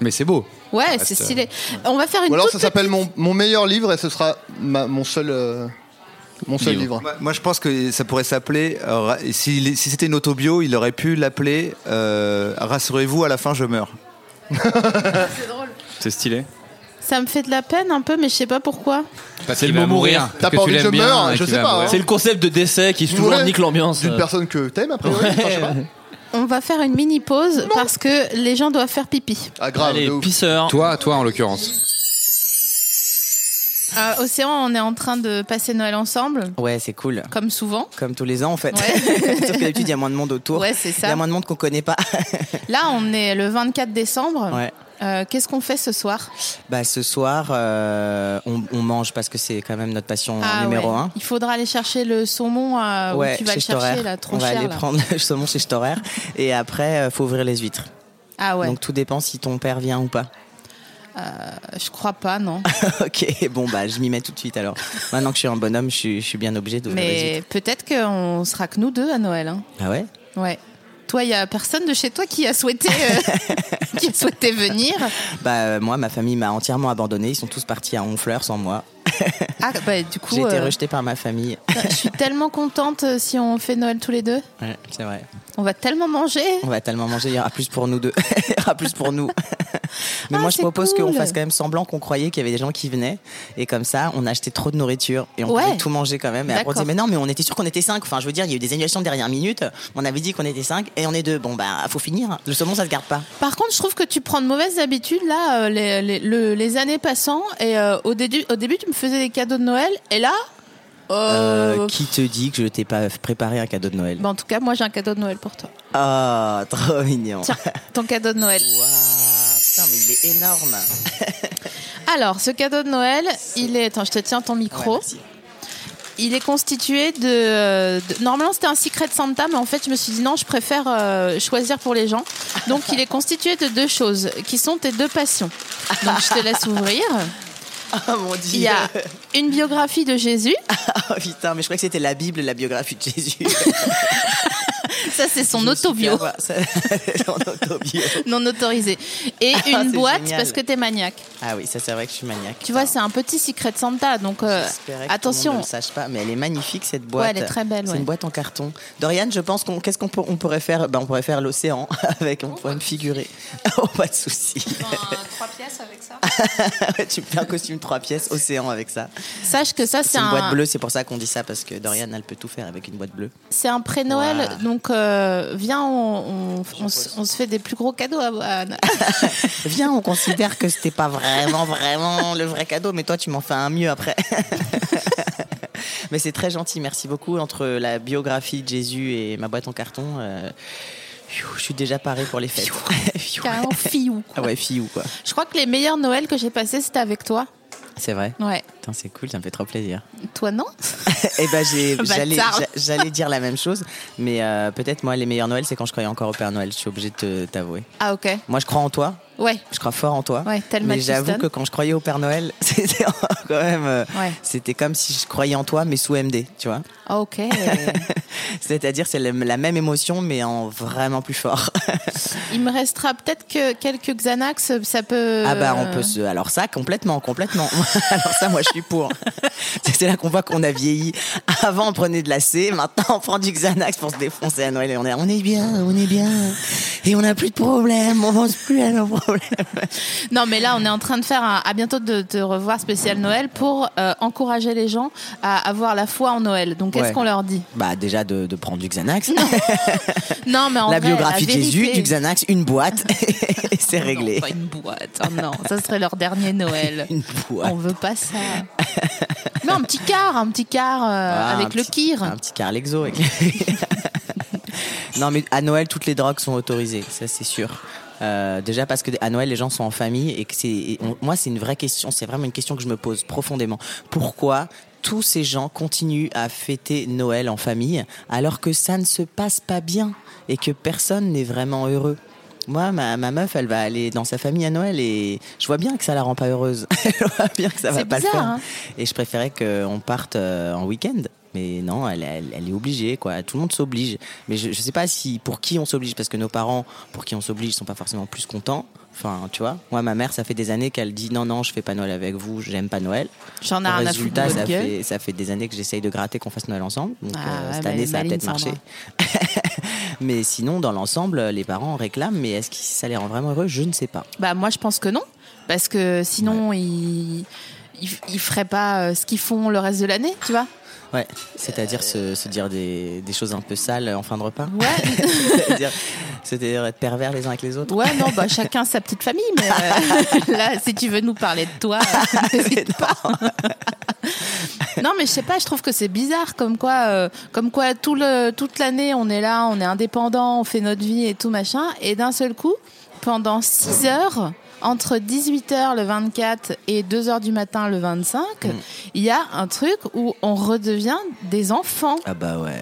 [SPEAKER 4] Mais c'est beau.
[SPEAKER 2] Ouais, c'est euh, stylé. On va faire une
[SPEAKER 6] Ou alors
[SPEAKER 2] toute
[SPEAKER 6] ça s'appelle mon, mon meilleur livre et ce sera ma- mon seul. euh, Mon seul livre.
[SPEAKER 10] Bah,
[SPEAKER 8] Moi- Moi, je pense que ça pourrait s'appeler. euh, ra- Si, si c'était une autobio, il aurait pu l'appeler euh, Rassurez-vous, à la fin, je meurs.
[SPEAKER 7] C'est stylé.
[SPEAKER 2] petite- Ça me fait de la peine un peu, mais je sais pas pourquoi.
[SPEAKER 4] C'est
[SPEAKER 10] le mot mourir.
[SPEAKER 6] T'as pas envie que je meure, je sais pas, hein.
[SPEAKER 10] C'est le concept de décès qui toujours
[SPEAKER 6] Ouais.
[SPEAKER 10] nique l'ambiance. euh.
[SPEAKER 6] D'une personne que t'aimes après priori enfin, je sais pas.
[SPEAKER 2] On va faire une mini pause parce que les gens doivent faire pipi.
[SPEAKER 6] Ah grave,
[SPEAKER 10] Allez,
[SPEAKER 6] de ouf.
[SPEAKER 10] pisseur.
[SPEAKER 4] Toi, toi en l'occurrence.
[SPEAKER 2] Euh, Océan, on est en train de passer Noël ensemble,
[SPEAKER 3] Ouais, c'est cool.
[SPEAKER 2] comme souvent.
[SPEAKER 3] Comme tous les ans, en fait.
[SPEAKER 2] Ouais.
[SPEAKER 3] Sauf que d'habitude, il y a moins de monde autour.
[SPEAKER 2] Ouais, c'est
[SPEAKER 3] Il y
[SPEAKER 2] ça.
[SPEAKER 3] a moins de monde qu'on connaît pas.
[SPEAKER 2] Là, on est le 24 décembre.
[SPEAKER 3] ouais.
[SPEAKER 2] Euh, Qu'est-ce qu'on fait ce soir
[SPEAKER 3] Bah, ce soir, euh, on, on mange parce que c'est quand même notre passion
[SPEAKER 2] Ah
[SPEAKER 3] numéro
[SPEAKER 2] ouais.
[SPEAKER 3] un.
[SPEAKER 2] Il faudra aller chercher le saumon euh, où
[SPEAKER 3] ouais,
[SPEAKER 2] tu vas le
[SPEAKER 3] chez Storer.
[SPEAKER 2] chercher là, trop
[SPEAKER 3] on va
[SPEAKER 2] cher.
[SPEAKER 3] aller
[SPEAKER 2] là.
[SPEAKER 3] prendre le saumon chez Storer et après, euh, faut ouvrir les huîtres.
[SPEAKER 2] Ah ouais.
[SPEAKER 3] Donc tout dépend si ton père vient ou pas.
[SPEAKER 2] Euh, je crois pas, non.
[SPEAKER 3] ok, bon bah je m'y mets tout de suite alors. Maintenant que je suis un bonhomme, je, suis- je suis bien obligé d'ouvrir les
[SPEAKER 2] Mais
[SPEAKER 3] huîtres.
[SPEAKER 2] peut-être qu'on sera que nous deux à Noël. hein.
[SPEAKER 3] Ah ouais.
[SPEAKER 2] Ouais. Toi, il y a personne de chez toi qui a souhaité, euh, qui a souhaité venir.
[SPEAKER 3] Bah euh, moi, ma famille m'a entièrement abandonné. Ils sont tous partis à Honfleur sans moi.
[SPEAKER 2] Ah bah du coup,
[SPEAKER 3] J'ai été
[SPEAKER 2] euh, bah,
[SPEAKER 3] rejetée par ma famille.
[SPEAKER 2] je suis tellement contente euh, si on fait Noël tous les deux.
[SPEAKER 3] Ouais, c'est vrai.
[SPEAKER 2] On va tellement manger.
[SPEAKER 3] On va tellement manger, il y aura plus pour nous deux. il y aura plus pour nous. Mais moi, je propose qu'on
[SPEAKER 2] Ah, cool.
[SPEAKER 3] fasse quand même semblant qu'on croyait qu'il y avait des gens qui venaient. Et comme ça, on achetait trop de nourriture. Et on
[SPEAKER 2] Ouais.
[SPEAKER 3] pouvait tout manger quand même. Et après, on
[SPEAKER 2] D'accord.
[SPEAKER 3] disait, mais non, mais on était sûr qu'on était cinq. Enfin, je veux dire, il y a eu des annulations de dernière minute. On avait dit qu'on était cinq et on est deux. Bon, bah, faut finir. Le saumon, ça se garde pas.
[SPEAKER 2] Par contre, je trouve que tu prends de mauvaises habitudes là, euh, les, les- le- les années passant. Et euh, au, début, au début, tu me faisais des cadeaux de Noël. Et là, euh,
[SPEAKER 3] Euh, qui te dit que je t'ai pas préparé un cadeau de Noël
[SPEAKER 2] bah, en tout cas, moi, j'ai un cadeau de Noël pour toi.
[SPEAKER 3] Ah, trop mignon.
[SPEAKER 2] Tiens, ton cadeau de Noël.
[SPEAKER 3] Ah, Putain, mais il est énorme.
[SPEAKER 2] Alors, ce cadeau de Noël, il est. Attends, je te tiens ton micro. il est constitué de, euh, de- Normalement, c'était un secret de Santa, mais en fait, je me suis dit non, je préfère euh, choisir pour les gens. Donc, il est constitué de deux choses qui sont tes deux passions. Donc, je te laisse ouvrir.
[SPEAKER 3] Oh mon dieu.
[SPEAKER 2] Il y a une biographie de Jésus.
[SPEAKER 3] Oh putain, mais je croyais que c'était la Bible, la biographie de Jésus.
[SPEAKER 2] Ça, c'est son
[SPEAKER 3] Bio.
[SPEAKER 2] autobio.
[SPEAKER 3] Dans notre bio.
[SPEAKER 2] Non autorisé. Et
[SPEAKER 3] Ah,
[SPEAKER 2] une
[SPEAKER 3] c'est
[SPEAKER 2] boîte
[SPEAKER 3] génial.
[SPEAKER 2] parce que t'es maniaque.
[SPEAKER 3] Ah oui, ça c'est vrai que je suis maniaque.
[SPEAKER 2] Tu vois, c'est un petit secret de Santa. Donc, euh,
[SPEAKER 3] J'espérais que tout le monde
[SPEAKER 2] attention.
[SPEAKER 3] ne le sache pas, mais elle est magnifique cette boîte.
[SPEAKER 2] Ouais, elle est très belle,
[SPEAKER 3] C'est
[SPEAKER 2] ouais.
[SPEAKER 3] une boîte en carton. Dorian, je pense qu'on qu'est-ce qu'on peut- on pourrait faire Ben, on pourrait faire l'océan avec, on pourrait me figurer. Oh pas de souci.
[SPEAKER 2] Oh, Trois pièces avec ça.
[SPEAKER 3] Ouais, tu me fais un costume trois pièces océan avec ça.
[SPEAKER 2] Sache que ça, c'est
[SPEAKER 3] C'est une
[SPEAKER 2] un.
[SPEAKER 3] boîte bleue, c'est pour ça qu'on dit ça parce que Dorian elle peut tout faire avec une boîte bleue.
[SPEAKER 2] C'est un pré-Noël,
[SPEAKER 3] Voilà.
[SPEAKER 2] donc euh, viens, on, on- on se on se fait des plus gros cadeaux. à- à-
[SPEAKER 3] Viens, on considère que c'était pas vraiment vraiment le vrai cadeau, mais toi tu m'en fais un mieux après. mais c'est très gentil, merci beaucoup. Entre la biographie de Jésus et ma boîte en carton, euh, je suis déjà paré pour les fêtes.
[SPEAKER 2] Carrément fiou.
[SPEAKER 3] ah ouais, fille ou quoi.
[SPEAKER 2] Je crois que les meilleurs Noëls que j'ai passés, c'était avec toi.
[SPEAKER 3] C'est vrai.
[SPEAKER 2] Ouais.
[SPEAKER 3] Putain, c'est cool, ça me fait trop plaisir.
[SPEAKER 2] Toi, non
[SPEAKER 3] Eh ben, j'ai-
[SPEAKER 2] Bâtard.
[SPEAKER 3] j'allais, j'a- j'allais dire la même chose, mais euh, peut-être moi, les meilleurs Noël, c'est quand je croyais encore au Père Noël. Je suis obligé de te- t'avouer.
[SPEAKER 2] Ah, ok.
[SPEAKER 3] Moi, je crois en toi.
[SPEAKER 2] Ouais.
[SPEAKER 3] Je crois fort en toi.
[SPEAKER 2] Ouais, tel
[SPEAKER 3] mais
[SPEAKER 2] Matt
[SPEAKER 3] j'avoue
[SPEAKER 2] Houston.
[SPEAKER 3] que quand je croyais au Père Noël, c'était quand même. euh,
[SPEAKER 2] Ouais.
[SPEAKER 3] C'était comme si je croyais en toi, mais sous MD, tu vois.
[SPEAKER 2] Ah, ok.
[SPEAKER 3] C'est-à-dire, c'est la, la même émotion, mais en vraiment plus fort.
[SPEAKER 2] Il me restera peut-être que quelques Xanax, ça peut.
[SPEAKER 3] Ah bah on peut se... Alors ça, complètement, complètement. Alors ça, moi je suis pour. C'est là qu'on voit qu'on a vieilli. Avant on prenait de la C, maintenant on prend du Xanax pour se défoncer à Noël. Et on est, on est bien, on est bien. Et on n'a plus de problème, on pense plus à nos problèmes.
[SPEAKER 2] Non, mais là, on est en train de faire un à bientôt de te revoir spécial Noël pour euh, encourager les gens à avoir la foi en Noël. Donc, qu'est-ce
[SPEAKER 3] Ouais.
[SPEAKER 2] qu'on leur dit
[SPEAKER 3] Bah déjà de, de prendre du Xanax.
[SPEAKER 2] Non, mais en
[SPEAKER 3] la
[SPEAKER 2] vrai,
[SPEAKER 3] biographie de
[SPEAKER 2] vérité-
[SPEAKER 3] Jésus, du Xanax, une boîte. Et c'est réglé.
[SPEAKER 2] pas une boîte. Oh non, ça serait leur dernier Noël.
[SPEAKER 3] boîte.
[SPEAKER 2] On veut pas ça. Non, un petit quart, un petit quart euh,
[SPEAKER 3] Ah,
[SPEAKER 2] avec
[SPEAKER 3] un
[SPEAKER 2] le
[SPEAKER 3] petit-
[SPEAKER 2] kir.
[SPEAKER 3] Un petit Carlexo. avec- non, mais à Noël, toutes les drogues sont autorisées, ça c'est sûr. Euh, déjà parce que à Noël les gens sont en famille et que c'est et on- moi c'est une vraie question c'est vraiment une question que je me pose profondément pourquoi tous ces gens continuent à fêter Noël en famille alors que ça ne se passe pas bien et que personne n'est vraiment heureux moi ma, ma meuf elle va aller dans sa famille à Noël et je vois bien que ça la rend pas heureuse je vois bien que ça va
[SPEAKER 2] C'est
[SPEAKER 3] pas le
[SPEAKER 2] bizarre,
[SPEAKER 3] faire
[SPEAKER 2] hein.
[SPEAKER 3] et je préférais qu'on parte euh, en week-end. Mais non, elle, elle- elle est obligée, quoi. Tout le monde s'oblige. Mais je, je sais pas si pour qui on s'oblige, parce que nos parents, pour qui on s'oblige, sont pas forcément plus contents. Enfin, tu vois. Moi, ma mère, ça fait des années qu'elle dit non, non, je fais pas Noël avec vous, j'aime pas Noël.
[SPEAKER 2] J'en ai rien à foutre de
[SPEAKER 3] Résultat,
[SPEAKER 2] votre
[SPEAKER 3] ça
[SPEAKER 2] gueule.
[SPEAKER 3] fait, ça fait des années que j'essaye de gratter qu'on fasse Noël ensemble. Donc,
[SPEAKER 2] Ah,
[SPEAKER 3] euh,
[SPEAKER 2] ouais,
[SPEAKER 3] cette
[SPEAKER 2] bah,
[SPEAKER 3] année,
[SPEAKER 2] les
[SPEAKER 3] ça a peut-être
[SPEAKER 2] malines
[SPEAKER 3] marché.
[SPEAKER 2] sont
[SPEAKER 3] mais sinon, dans l'ensemble, les parents réclament, mais est-ce que ça les rend vraiment heureux Je ne sais pas.
[SPEAKER 2] Bah moi je pense que non, parce que sinon ils, ils, ils feraient pas euh, ce qu'ils font le reste de l'année, tu vois.
[SPEAKER 3] Ouais, c'est-à-dire se, se dire des, des choses un peu sales en fin de repas. Ouais. c'est-à-dire, c'est-à-dire être pervers les uns avec les autres.
[SPEAKER 2] Ouais, non, bah chacun sa petite famille, mais euh, là si tu veux nous parler de toi, euh, n'hésite pas. non mais je sais pas, je trouve que c'est bizarre comme quoi, euh, comme quoi tout le, toute l'année on est là, on est indépendant, on fait notre vie et tout machin, et d'un seul coup pendant 6 heures entre 18h le 24 et 2h du matin le 25, il y a un truc où on redevient des enfants.
[SPEAKER 3] Ah bah ouais.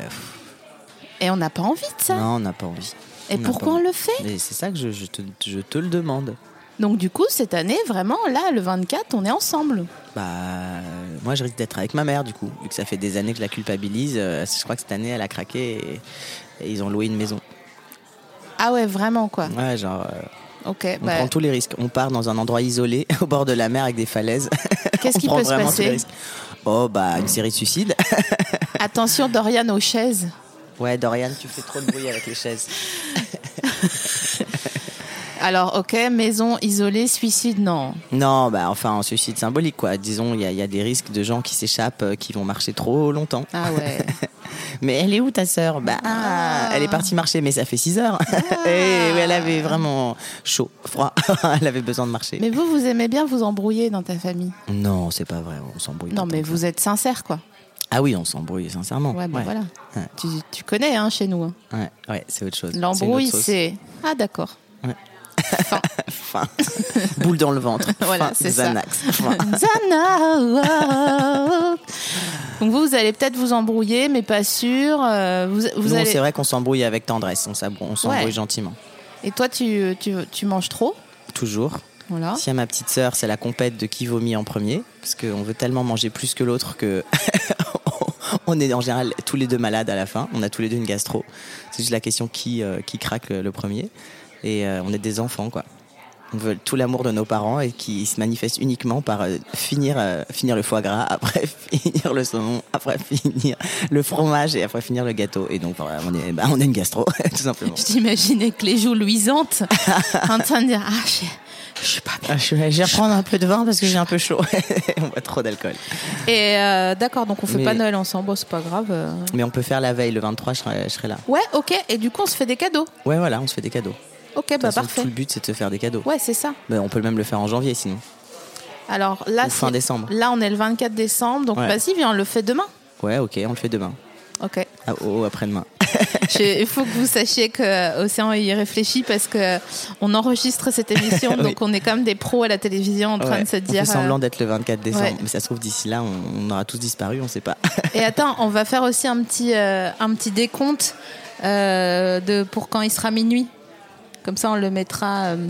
[SPEAKER 2] Et on n'a pas envie de ça.
[SPEAKER 3] Non, on n'a pas envie.
[SPEAKER 2] Et
[SPEAKER 3] n'a
[SPEAKER 2] pourquoi
[SPEAKER 3] pas
[SPEAKER 2] on
[SPEAKER 3] envie.
[SPEAKER 2] le fait
[SPEAKER 3] Mais c'est ça que je, je te, je te le demande.
[SPEAKER 2] Donc du coup, cette année, vraiment, là, le 24, on est ensemble.
[SPEAKER 3] Bah, euh, moi, je risque d'être avec ma mère, du coup, vu que ça fait des années que je la culpabilise. euh, je crois que cette année, elle a craqué et, et ils ont loué une maison.
[SPEAKER 2] Ah ouais, vraiment quoi.
[SPEAKER 3] Ouais, genre. euh,
[SPEAKER 2] Ok,
[SPEAKER 3] on
[SPEAKER 2] bah,
[SPEAKER 3] prend tous les risques. On part dans un endroit isolé, au bord de la mer, avec des falaises.
[SPEAKER 2] Qu'est-ce
[SPEAKER 3] On
[SPEAKER 2] qui
[SPEAKER 3] prend
[SPEAKER 2] peut se
[SPEAKER 3] vraiment tous
[SPEAKER 2] passer
[SPEAKER 3] les risques. Oh, bah, une série de suicides.
[SPEAKER 2] attention Dorian aux chaises.
[SPEAKER 3] ouais, Dorian, tu fais trop de bruit avec les chaises.
[SPEAKER 2] Alors ok, maison isolée, suicide, non.
[SPEAKER 3] Non, bah, enfin, un suicide symbolique, quoi. Disons, il y, a- il y a des risques de gens qui s'échappent, euh, qui vont marcher trop longtemps.
[SPEAKER 2] Ah ouais. Ah.
[SPEAKER 3] Mais elle est où ta sœur Bah, elle est partie marcher, mais ça fait 6 heures. Et elle avait vraiment chaud, froid. elle avait besoin de marcher.
[SPEAKER 2] Mais vous, vous aimez bien vous embrouiller dans ta famille.
[SPEAKER 3] Non, c'est pas vrai, on s'embrouille.
[SPEAKER 2] non,
[SPEAKER 3] pas tant
[SPEAKER 2] mais
[SPEAKER 3] que
[SPEAKER 2] vous êtes sincère quoi.
[SPEAKER 3] ça. Ah oui, on s'embrouille, sincèrement.
[SPEAKER 2] Ouais, bah voilà.
[SPEAKER 3] Ouais,
[SPEAKER 2] Tu, tu connais hein, chez nous. hein.
[SPEAKER 3] ouais, ouais, c'est autre chose.
[SPEAKER 2] L'embrouille,
[SPEAKER 3] une autre sauce.
[SPEAKER 2] c'est ah d'accord.
[SPEAKER 3] Faim. Boule dans le ventre.
[SPEAKER 2] Voilà,
[SPEAKER 3] Faim,
[SPEAKER 2] c'est ça.
[SPEAKER 3] Xanax. Faim.
[SPEAKER 2] Xanax. Donc vous, vous allez peut-être vous embrouiller, mais pas sûr. euh, Vous, vous
[SPEAKER 3] Nous,
[SPEAKER 2] allez-
[SPEAKER 3] c'est vrai qu'on s'embrouille avec tendresse, on s'abrou- on s'embrouille
[SPEAKER 2] Ouais.
[SPEAKER 3] gentiment.
[SPEAKER 2] Et toi, tu, tu, tu manges trop.
[SPEAKER 3] Toujours.
[SPEAKER 2] Voilà.
[SPEAKER 3] Si à ma petite sœur, c'est la compète de qui vomit en premier, parce qu'on veut tellement manger plus que l'autre que on est en général tous les deux malades à la fin. On a tous les deux une gastro. C'est juste la question qui euh, qui craque le, le premier. Et euh, on est des enfants, quoi. On veut tout l'amour de nos parents et qui se manifeste uniquement par euh, finir euh, finir le foie gras, après finir le saumon, après finir le fromage et après finir le gâteau. Et donc voilà, on est bah, on est une gastro, tout simplement.
[SPEAKER 2] Je t'imaginais avec les joues luisantes, en train de dire ah je, je suis pas bien.
[SPEAKER 3] Ah, Je vais je vais reprendre un peu de vin parce que j'ai un peu chaud. on boit trop d'alcool.
[SPEAKER 2] Et euh, d'accord, donc on fait
[SPEAKER 3] Mais-
[SPEAKER 2] pas Noël ensemble, bon, c'est pas grave. euh.
[SPEAKER 3] Mais on peut faire la veille, le 23, je serai, je serai là.
[SPEAKER 2] Ouais, ok. Et du coup, on se fait des cadeaux.
[SPEAKER 3] Ouais, voilà, on se fait des cadeaux. De
[SPEAKER 2] Ok, bah
[SPEAKER 3] toute façon,
[SPEAKER 2] parfait.
[SPEAKER 3] Tout le but, c'est de se faire des cadeaux.
[SPEAKER 2] Ouais, c'est ça.
[SPEAKER 3] Mais on peut même le faire en janvier, sinon.
[SPEAKER 2] Alors là,
[SPEAKER 3] Ou fin
[SPEAKER 2] Ah, c'est-
[SPEAKER 3] décembre.
[SPEAKER 2] Là, on est le 24 décembre, donc
[SPEAKER 3] Ouais.
[SPEAKER 2] vas-y, viens, on le fait demain.
[SPEAKER 3] Ouais, ok, on le fait demain.
[SPEAKER 2] Ok.
[SPEAKER 3] Ah, oh, après-demain.
[SPEAKER 2] Je- Il faut que vous sachiez que euh, Océan y réfléchit parce que euh, on enregistre cette émission,
[SPEAKER 3] Oui.
[SPEAKER 2] donc on est comme des pros à la télévision en train
[SPEAKER 3] Ouais,
[SPEAKER 2] de se
[SPEAKER 3] on
[SPEAKER 2] dire.
[SPEAKER 3] fait semblant
[SPEAKER 2] euh,
[SPEAKER 3] d'être le 24 décembre.
[SPEAKER 2] Ouais.
[SPEAKER 3] Mais ça se trouve, d'ici là, on, on aura tous disparu, on sait pas.
[SPEAKER 2] Et attends, on va faire aussi un petit, euh, un petit décompte euh, de pour quand il sera minuit. Comme ça, on le mettra euh,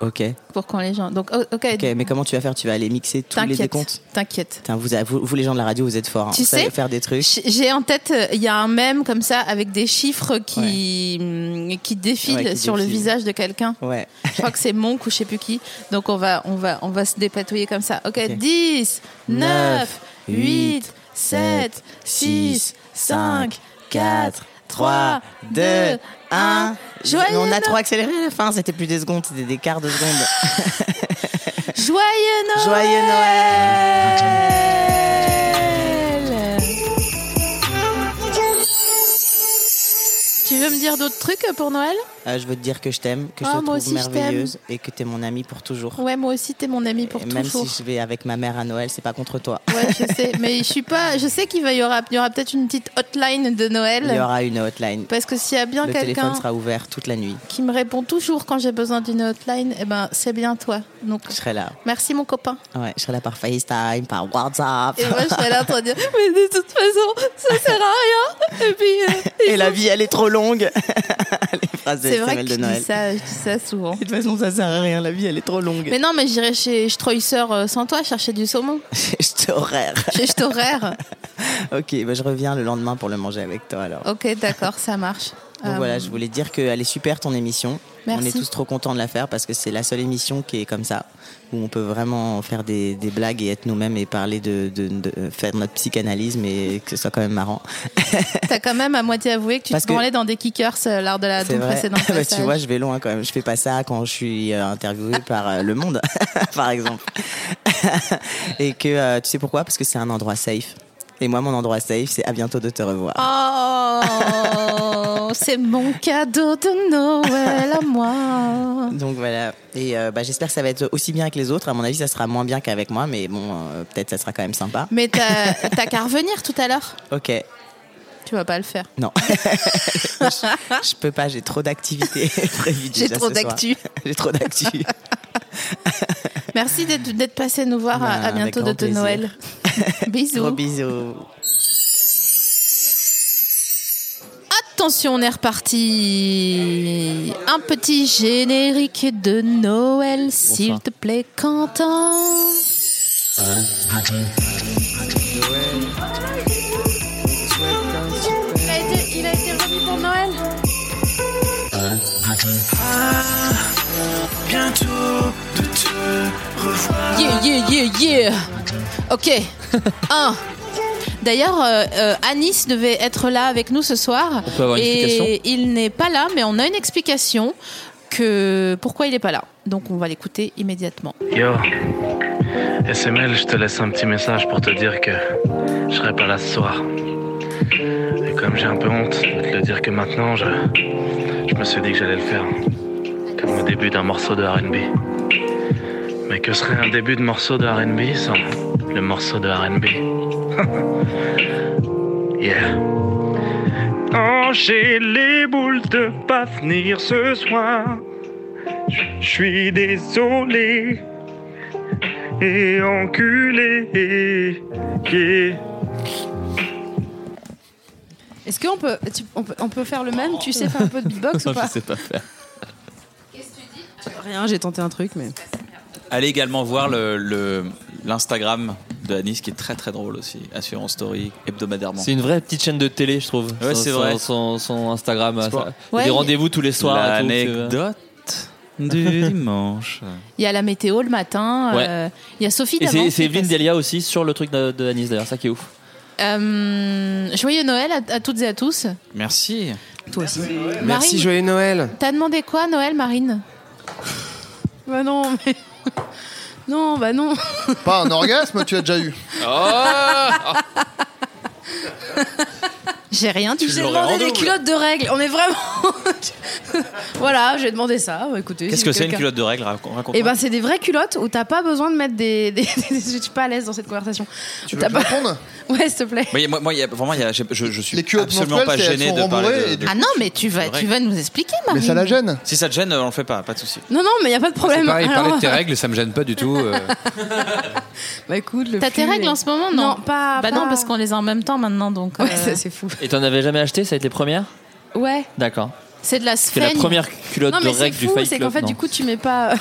[SPEAKER 3] ok.
[SPEAKER 2] pour quand les gens. Donc, oh, ok,
[SPEAKER 3] Ok, mais comment tu vas faire Tu vas aller mixer tous les
[SPEAKER 2] t'inquiète.
[SPEAKER 3] décomptes
[SPEAKER 2] T'inquiète.
[SPEAKER 3] Putain, vous, vous, vous, les gens de la radio, vous êtes forts. hein.
[SPEAKER 2] Tu
[SPEAKER 3] Vous savez
[SPEAKER 2] sais,
[SPEAKER 3] faire des trucs.
[SPEAKER 2] J'ai en tête, euh, il y a un mème comme ça avec des chiffres qui, hum, qui défilent
[SPEAKER 3] Ouais, qui
[SPEAKER 2] sur le
[SPEAKER 3] défilent.
[SPEAKER 2] visage de quelqu'un.
[SPEAKER 3] Ouais.
[SPEAKER 2] Je crois que c'est Monk ou je sais plus qui. Donc on va, on va, on va se dépatouiller comme ça. Ok,
[SPEAKER 3] Ok.
[SPEAKER 2] 10, 9,
[SPEAKER 3] Neuf,
[SPEAKER 2] 8,
[SPEAKER 3] huit,
[SPEAKER 2] 7,
[SPEAKER 3] sept,
[SPEAKER 2] 6,
[SPEAKER 3] six,
[SPEAKER 2] 5,
[SPEAKER 3] cinq,
[SPEAKER 2] 4, 3,
[SPEAKER 3] trois,
[SPEAKER 2] 2,
[SPEAKER 3] deux,
[SPEAKER 2] 1. Joyeux
[SPEAKER 3] on a
[SPEAKER 2] Noël.
[SPEAKER 3] trop accéléré à la fin, c'était plus des secondes, c'était des quarts de seconde.
[SPEAKER 2] Joyeux Noël
[SPEAKER 3] Joyeux Noël
[SPEAKER 2] Tu veux me dire d'autres trucs pour Noël
[SPEAKER 3] Euh, je veux te dire que je t'aime, que
[SPEAKER 2] Ah,
[SPEAKER 3] je te trouve
[SPEAKER 2] moi aussi, je t'aime.
[SPEAKER 3] merveilleuse et que t'es mon amie pour toujours.
[SPEAKER 2] Ouais, moi aussi, t'es mon ami pour
[SPEAKER 3] et même
[SPEAKER 2] toujours.
[SPEAKER 3] si je vais avec ma mère à Noël, c'est pas contre toi.
[SPEAKER 2] Ouais, je sais, mais je suis pas. Je sais qu'il va y aura, il y aura peut-être une petite hotline de Noël.
[SPEAKER 3] Il y aura une hotline.
[SPEAKER 2] Parce que s'il y a bien
[SPEAKER 3] Le téléphone
[SPEAKER 2] quelqu'un
[SPEAKER 3] sera ouvert toute la nuit.
[SPEAKER 2] qui me répond toujours quand j'ai besoin d'une hotline, eh ben c'est bien toi. Donc
[SPEAKER 3] Je serai là.
[SPEAKER 2] merci mon copain.
[SPEAKER 3] Ouais, je serai là par FaceTime, par WhatsApp.
[SPEAKER 2] Et moi je serai là en train de dire, mais de toute façon ça sert à rien. Et puis euh,
[SPEAKER 3] Et la vie, elle est trop longue. Les phrases de
[SPEAKER 2] c'est vrai
[SPEAKER 3] SML
[SPEAKER 2] que je
[SPEAKER 3] de
[SPEAKER 2] dis
[SPEAKER 3] Noël.
[SPEAKER 2] ça, je dis ça souvent.
[SPEAKER 3] De toute façon, ça sert à rien. La vie, elle est trop longue.
[SPEAKER 2] Mais non, mais j'irai chez Streusser euh, sans toi chercher du saumon.
[SPEAKER 3] je t'horaire.
[SPEAKER 2] Chez Storer.
[SPEAKER 3] ok, bah, je reviens le lendemain pour le manger avec toi alors.
[SPEAKER 2] Ok, d'accord, ça marche.
[SPEAKER 3] Donc
[SPEAKER 2] Euh,
[SPEAKER 3] voilà, je voulais dire qu'elle est super ton émission.
[SPEAKER 2] Merci.
[SPEAKER 3] On est tous trop contents de la faire parce que c'est la seule émission qui est comme ça, où on peut vraiment faire des, des blagues et être nous-mêmes et parler de, de- de- faire notre psychanalyse, mais que ce soit quand même marrant.
[SPEAKER 2] T'as quand même à moitié avoué que tu
[SPEAKER 3] Parce
[SPEAKER 2] te
[SPEAKER 3] que-
[SPEAKER 2] branlais dans des kickers euh, lors de la
[SPEAKER 3] C'est
[SPEAKER 2] ton
[SPEAKER 3] vrai.
[SPEAKER 2] précédent
[SPEAKER 3] Bah, tu
[SPEAKER 2] passage.
[SPEAKER 3] vois, je vais loin quand même. Je fais pas ça quand je suis euh, interviewée par euh, Le Monde, par exemple. et que euh, tu sais pourquoi Parce que c'est un endroit safe. Et moi, mon endroit safe, c'est à bientôt de te revoir.
[SPEAKER 2] Oh, c'est mon cadeau de Noël à moi.
[SPEAKER 3] Donc voilà. Et euh, bah, j'espère que ça va être aussi bien que les autres. À mon avis, ça sera moins bien qu'avec moi, mais bon, euh, peut-être ça sera quand même sympa.
[SPEAKER 2] Mais t'as t'as qu'à revenir tout à l'heure.
[SPEAKER 3] Ok.
[SPEAKER 2] Tu vas pas le faire.
[SPEAKER 3] Non. je, je peux pas, j'ai trop d'activités prévues
[SPEAKER 2] J'ai
[SPEAKER 3] déjà
[SPEAKER 2] trop
[SPEAKER 3] ce soir.
[SPEAKER 2] d'actu.
[SPEAKER 3] j'ai trop d'actu.
[SPEAKER 2] Merci d'être d'être passé nous voir. à-
[SPEAKER 3] Bah,
[SPEAKER 2] à bientôt de
[SPEAKER 3] avec
[SPEAKER 2] te
[SPEAKER 3] grand
[SPEAKER 2] Noël. Bisous.
[SPEAKER 3] Gros bisous.
[SPEAKER 2] Attention, on est reparti. Un petit générique de Noël, s'il te plaît, Quentin.
[SPEAKER 11] Il
[SPEAKER 13] a été, il a été remis pour Noël.
[SPEAKER 11] Ah, bientôt de te revoir.
[SPEAKER 2] Yeah, yeah, yeah, yeah. Ok. Un. D'ailleurs, euh, euh, Anis devait être là avec nous ce soir.
[SPEAKER 10] On peut avoir une
[SPEAKER 2] et
[SPEAKER 10] explication
[SPEAKER 2] il n'est pas là, mais on a une explication que pourquoi il n'est pas là. Donc on va l'écouter immédiatement.
[SPEAKER 17] Yo, SML, je te laisse un petit message pour te dire que je serai pas là ce soir. Et comme j'ai un peu honte de te le dire que maintenant, je, je me suis dit que j'allais le faire. Comme au début d'un morceau de RB. Mais que serait un début de morceau de RB sans le morceau de RB Yeah.
[SPEAKER 23] Quand j'ai les boules de pas venir ce soir, je suis désolé et enculé. Yeah.
[SPEAKER 13] Est-ce qu'on peut, tu- on peut, on peut faire le même Tu sais faire un peu de beatbox ou pas
[SPEAKER 10] Je sais pas faire.
[SPEAKER 13] Rien, j'ai tenté un truc, mais.
[SPEAKER 7] Allez également voir l'Instagram le, l'Instagram de Anis qui est très très drôle aussi, assurant story hebdomadairement.
[SPEAKER 10] C'est une vraie petite chaîne de télé, je trouve.
[SPEAKER 7] Ouais,
[SPEAKER 10] Son-
[SPEAKER 7] c'est
[SPEAKER 10] son-
[SPEAKER 7] vrai.
[SPEAKER 10] Son, son Instagram. ça-
[SPEAKER 7] C'est
[SPEAKER 10] il
[SPEAKER 7] pas-
[SPEAKER 10] y a
[SPEAKER 2] Ouais,
[SPEAKER 10] des
[SPEAKER 2] il-
[SPEAKER 10] rendez-vous tous les soirs. et tout, tu vois.
[SPEAKER 7] L'anecdote du dimanche.
[SPEAKER 2] Il y a la météo le matin.
[SPEAKER 10] Ouais.
[SPEAKER 2] euh, il y a Sophie
[SPEAKER 10] Et
[SPEAKER 2] d'avant
[SPEAKER 10] c'est
[SPEAKER 2] qui
[SPEAKER 10] c'est
[SPEAKER 2] est
[SPEAKER 10] Evelyne Delia aussi sur le truc de, de Anis d'ailleurs, ça qui est ouf.
[SPEAKER 2] Euh, joyeux Noël à, à toutes et à tous.
[SPEAKER 7] Merci.
[SPEAKER 13] Toi aussi.
[SPEAKER 2] Marine.
[SPEAKER 9] Merci, joyeux Noël.
[SPEAKER 2] T'as demandé quoi, Noël, Marine
[SPEAKER 13] Bah non, mais. Non, bah non.
[SPEAKER 6] Pas un orgasme, tu as déjà eu.
[SPEAKER 2] J'ai rien dit.
[SPEAKER 13] J'ai demandé des culottes de règles. On est vraiment. voilà, j'ai demandé ça. Bah, écoutez.
[SPEAKER 7] Qu'est-ce
[SPEAKER 13] si
[SPEAKER 7] que c'est une
[SPEAKER 13] quelqu'un-
[SPEAKER 7] culotte de règle Raconte.
[SPEAKER 13] Eh ben, c'est des vraies culottes où t'as pas besoin de mettre des. des- des- Je suis pas à l'aise dans cette conversation. Tu
[SPEAKER 7] veux que je
[SPEAKER 13] Ouais, s'il te plaît.
[SPEAKER 7] Moi, il y a- moi, moi, il y a- vraiment, il y a- je, je- je suis
[SPEAKER 6] culottes
[SPEAKER 7] absolument
[SPEAKER 6] menstruelles,
[SPEAKER 7] pas
[SPEAKER 6] c'est- elles
[SPEAKER 7] gêné
[SPEAKER 6] sont
[SPEAKER 7] de parler.
[SPEAKER 6] rembourrées
[SPEAKER 7] de-
[SPEAKER 6] et
[SPEAKER 7] de-
[SPEAKER 2] Ah non, mais tu vas,
[SPEAKER 7] vrai.
[SPEAKER 2] tu vas nous expliquer, Marine.
[SPEAKER 6] gêne.
[SPEAKER 7] Si ça te gêne, euh, on le fait pas, pas de souci.
[SPEAKER 13] Non, non, mais y a
[SPEAKER 10] Ah,
[SPEAKER 13] pas de problème. Alors-
[SPEAKER 4] ça me gêne pas du tout.
[SPEAKER 13] Bah écoute, le
[SPEAKER 2] T'as tes
[SPEAKER 13] flux
[SPEAKER 2] règles
[SPEAKER 13] est-
[SPEAKER 2] en ce moment, non
[SPEAKER 13] Non, pas.
[SPEAKER 2] Bah
[SPEAKER 13] pas-
[SPEAKER 2] non, parce qu'on les a en même temps maintenant, donc.
[SPEAKER 13] Ouais,
[SPEAKER 2] euh,
[SPEAKER 13] ça, c'est fou.
[SPEAKER 10] Et t'en avais jamais acheté Ça a été les premières
[SPEAKER 13] Ouais.
[SPEAKER 10] D'accord.
[SPEAKER 2] C'est de la
[SPEAKER 10] C'est la
[SPEAKER 2] sphaigne.
[SPEAKER 10] première culotte
[SPEAKER 13] non,
[SPEAKER 10] de
[SPEAKER 13] mais c'est
[SPEAKER 10] règle du
[SPEAKER 13] fou,
[SPEAKER 10] Fight
[SPEAKER 13] c'est
[SPEAKER 10] Club.
[SPEAKER 13] qu'en fait,
[SPEAKER 10] non.
[SPEAKER 13] du coup, tu mets pas. euh,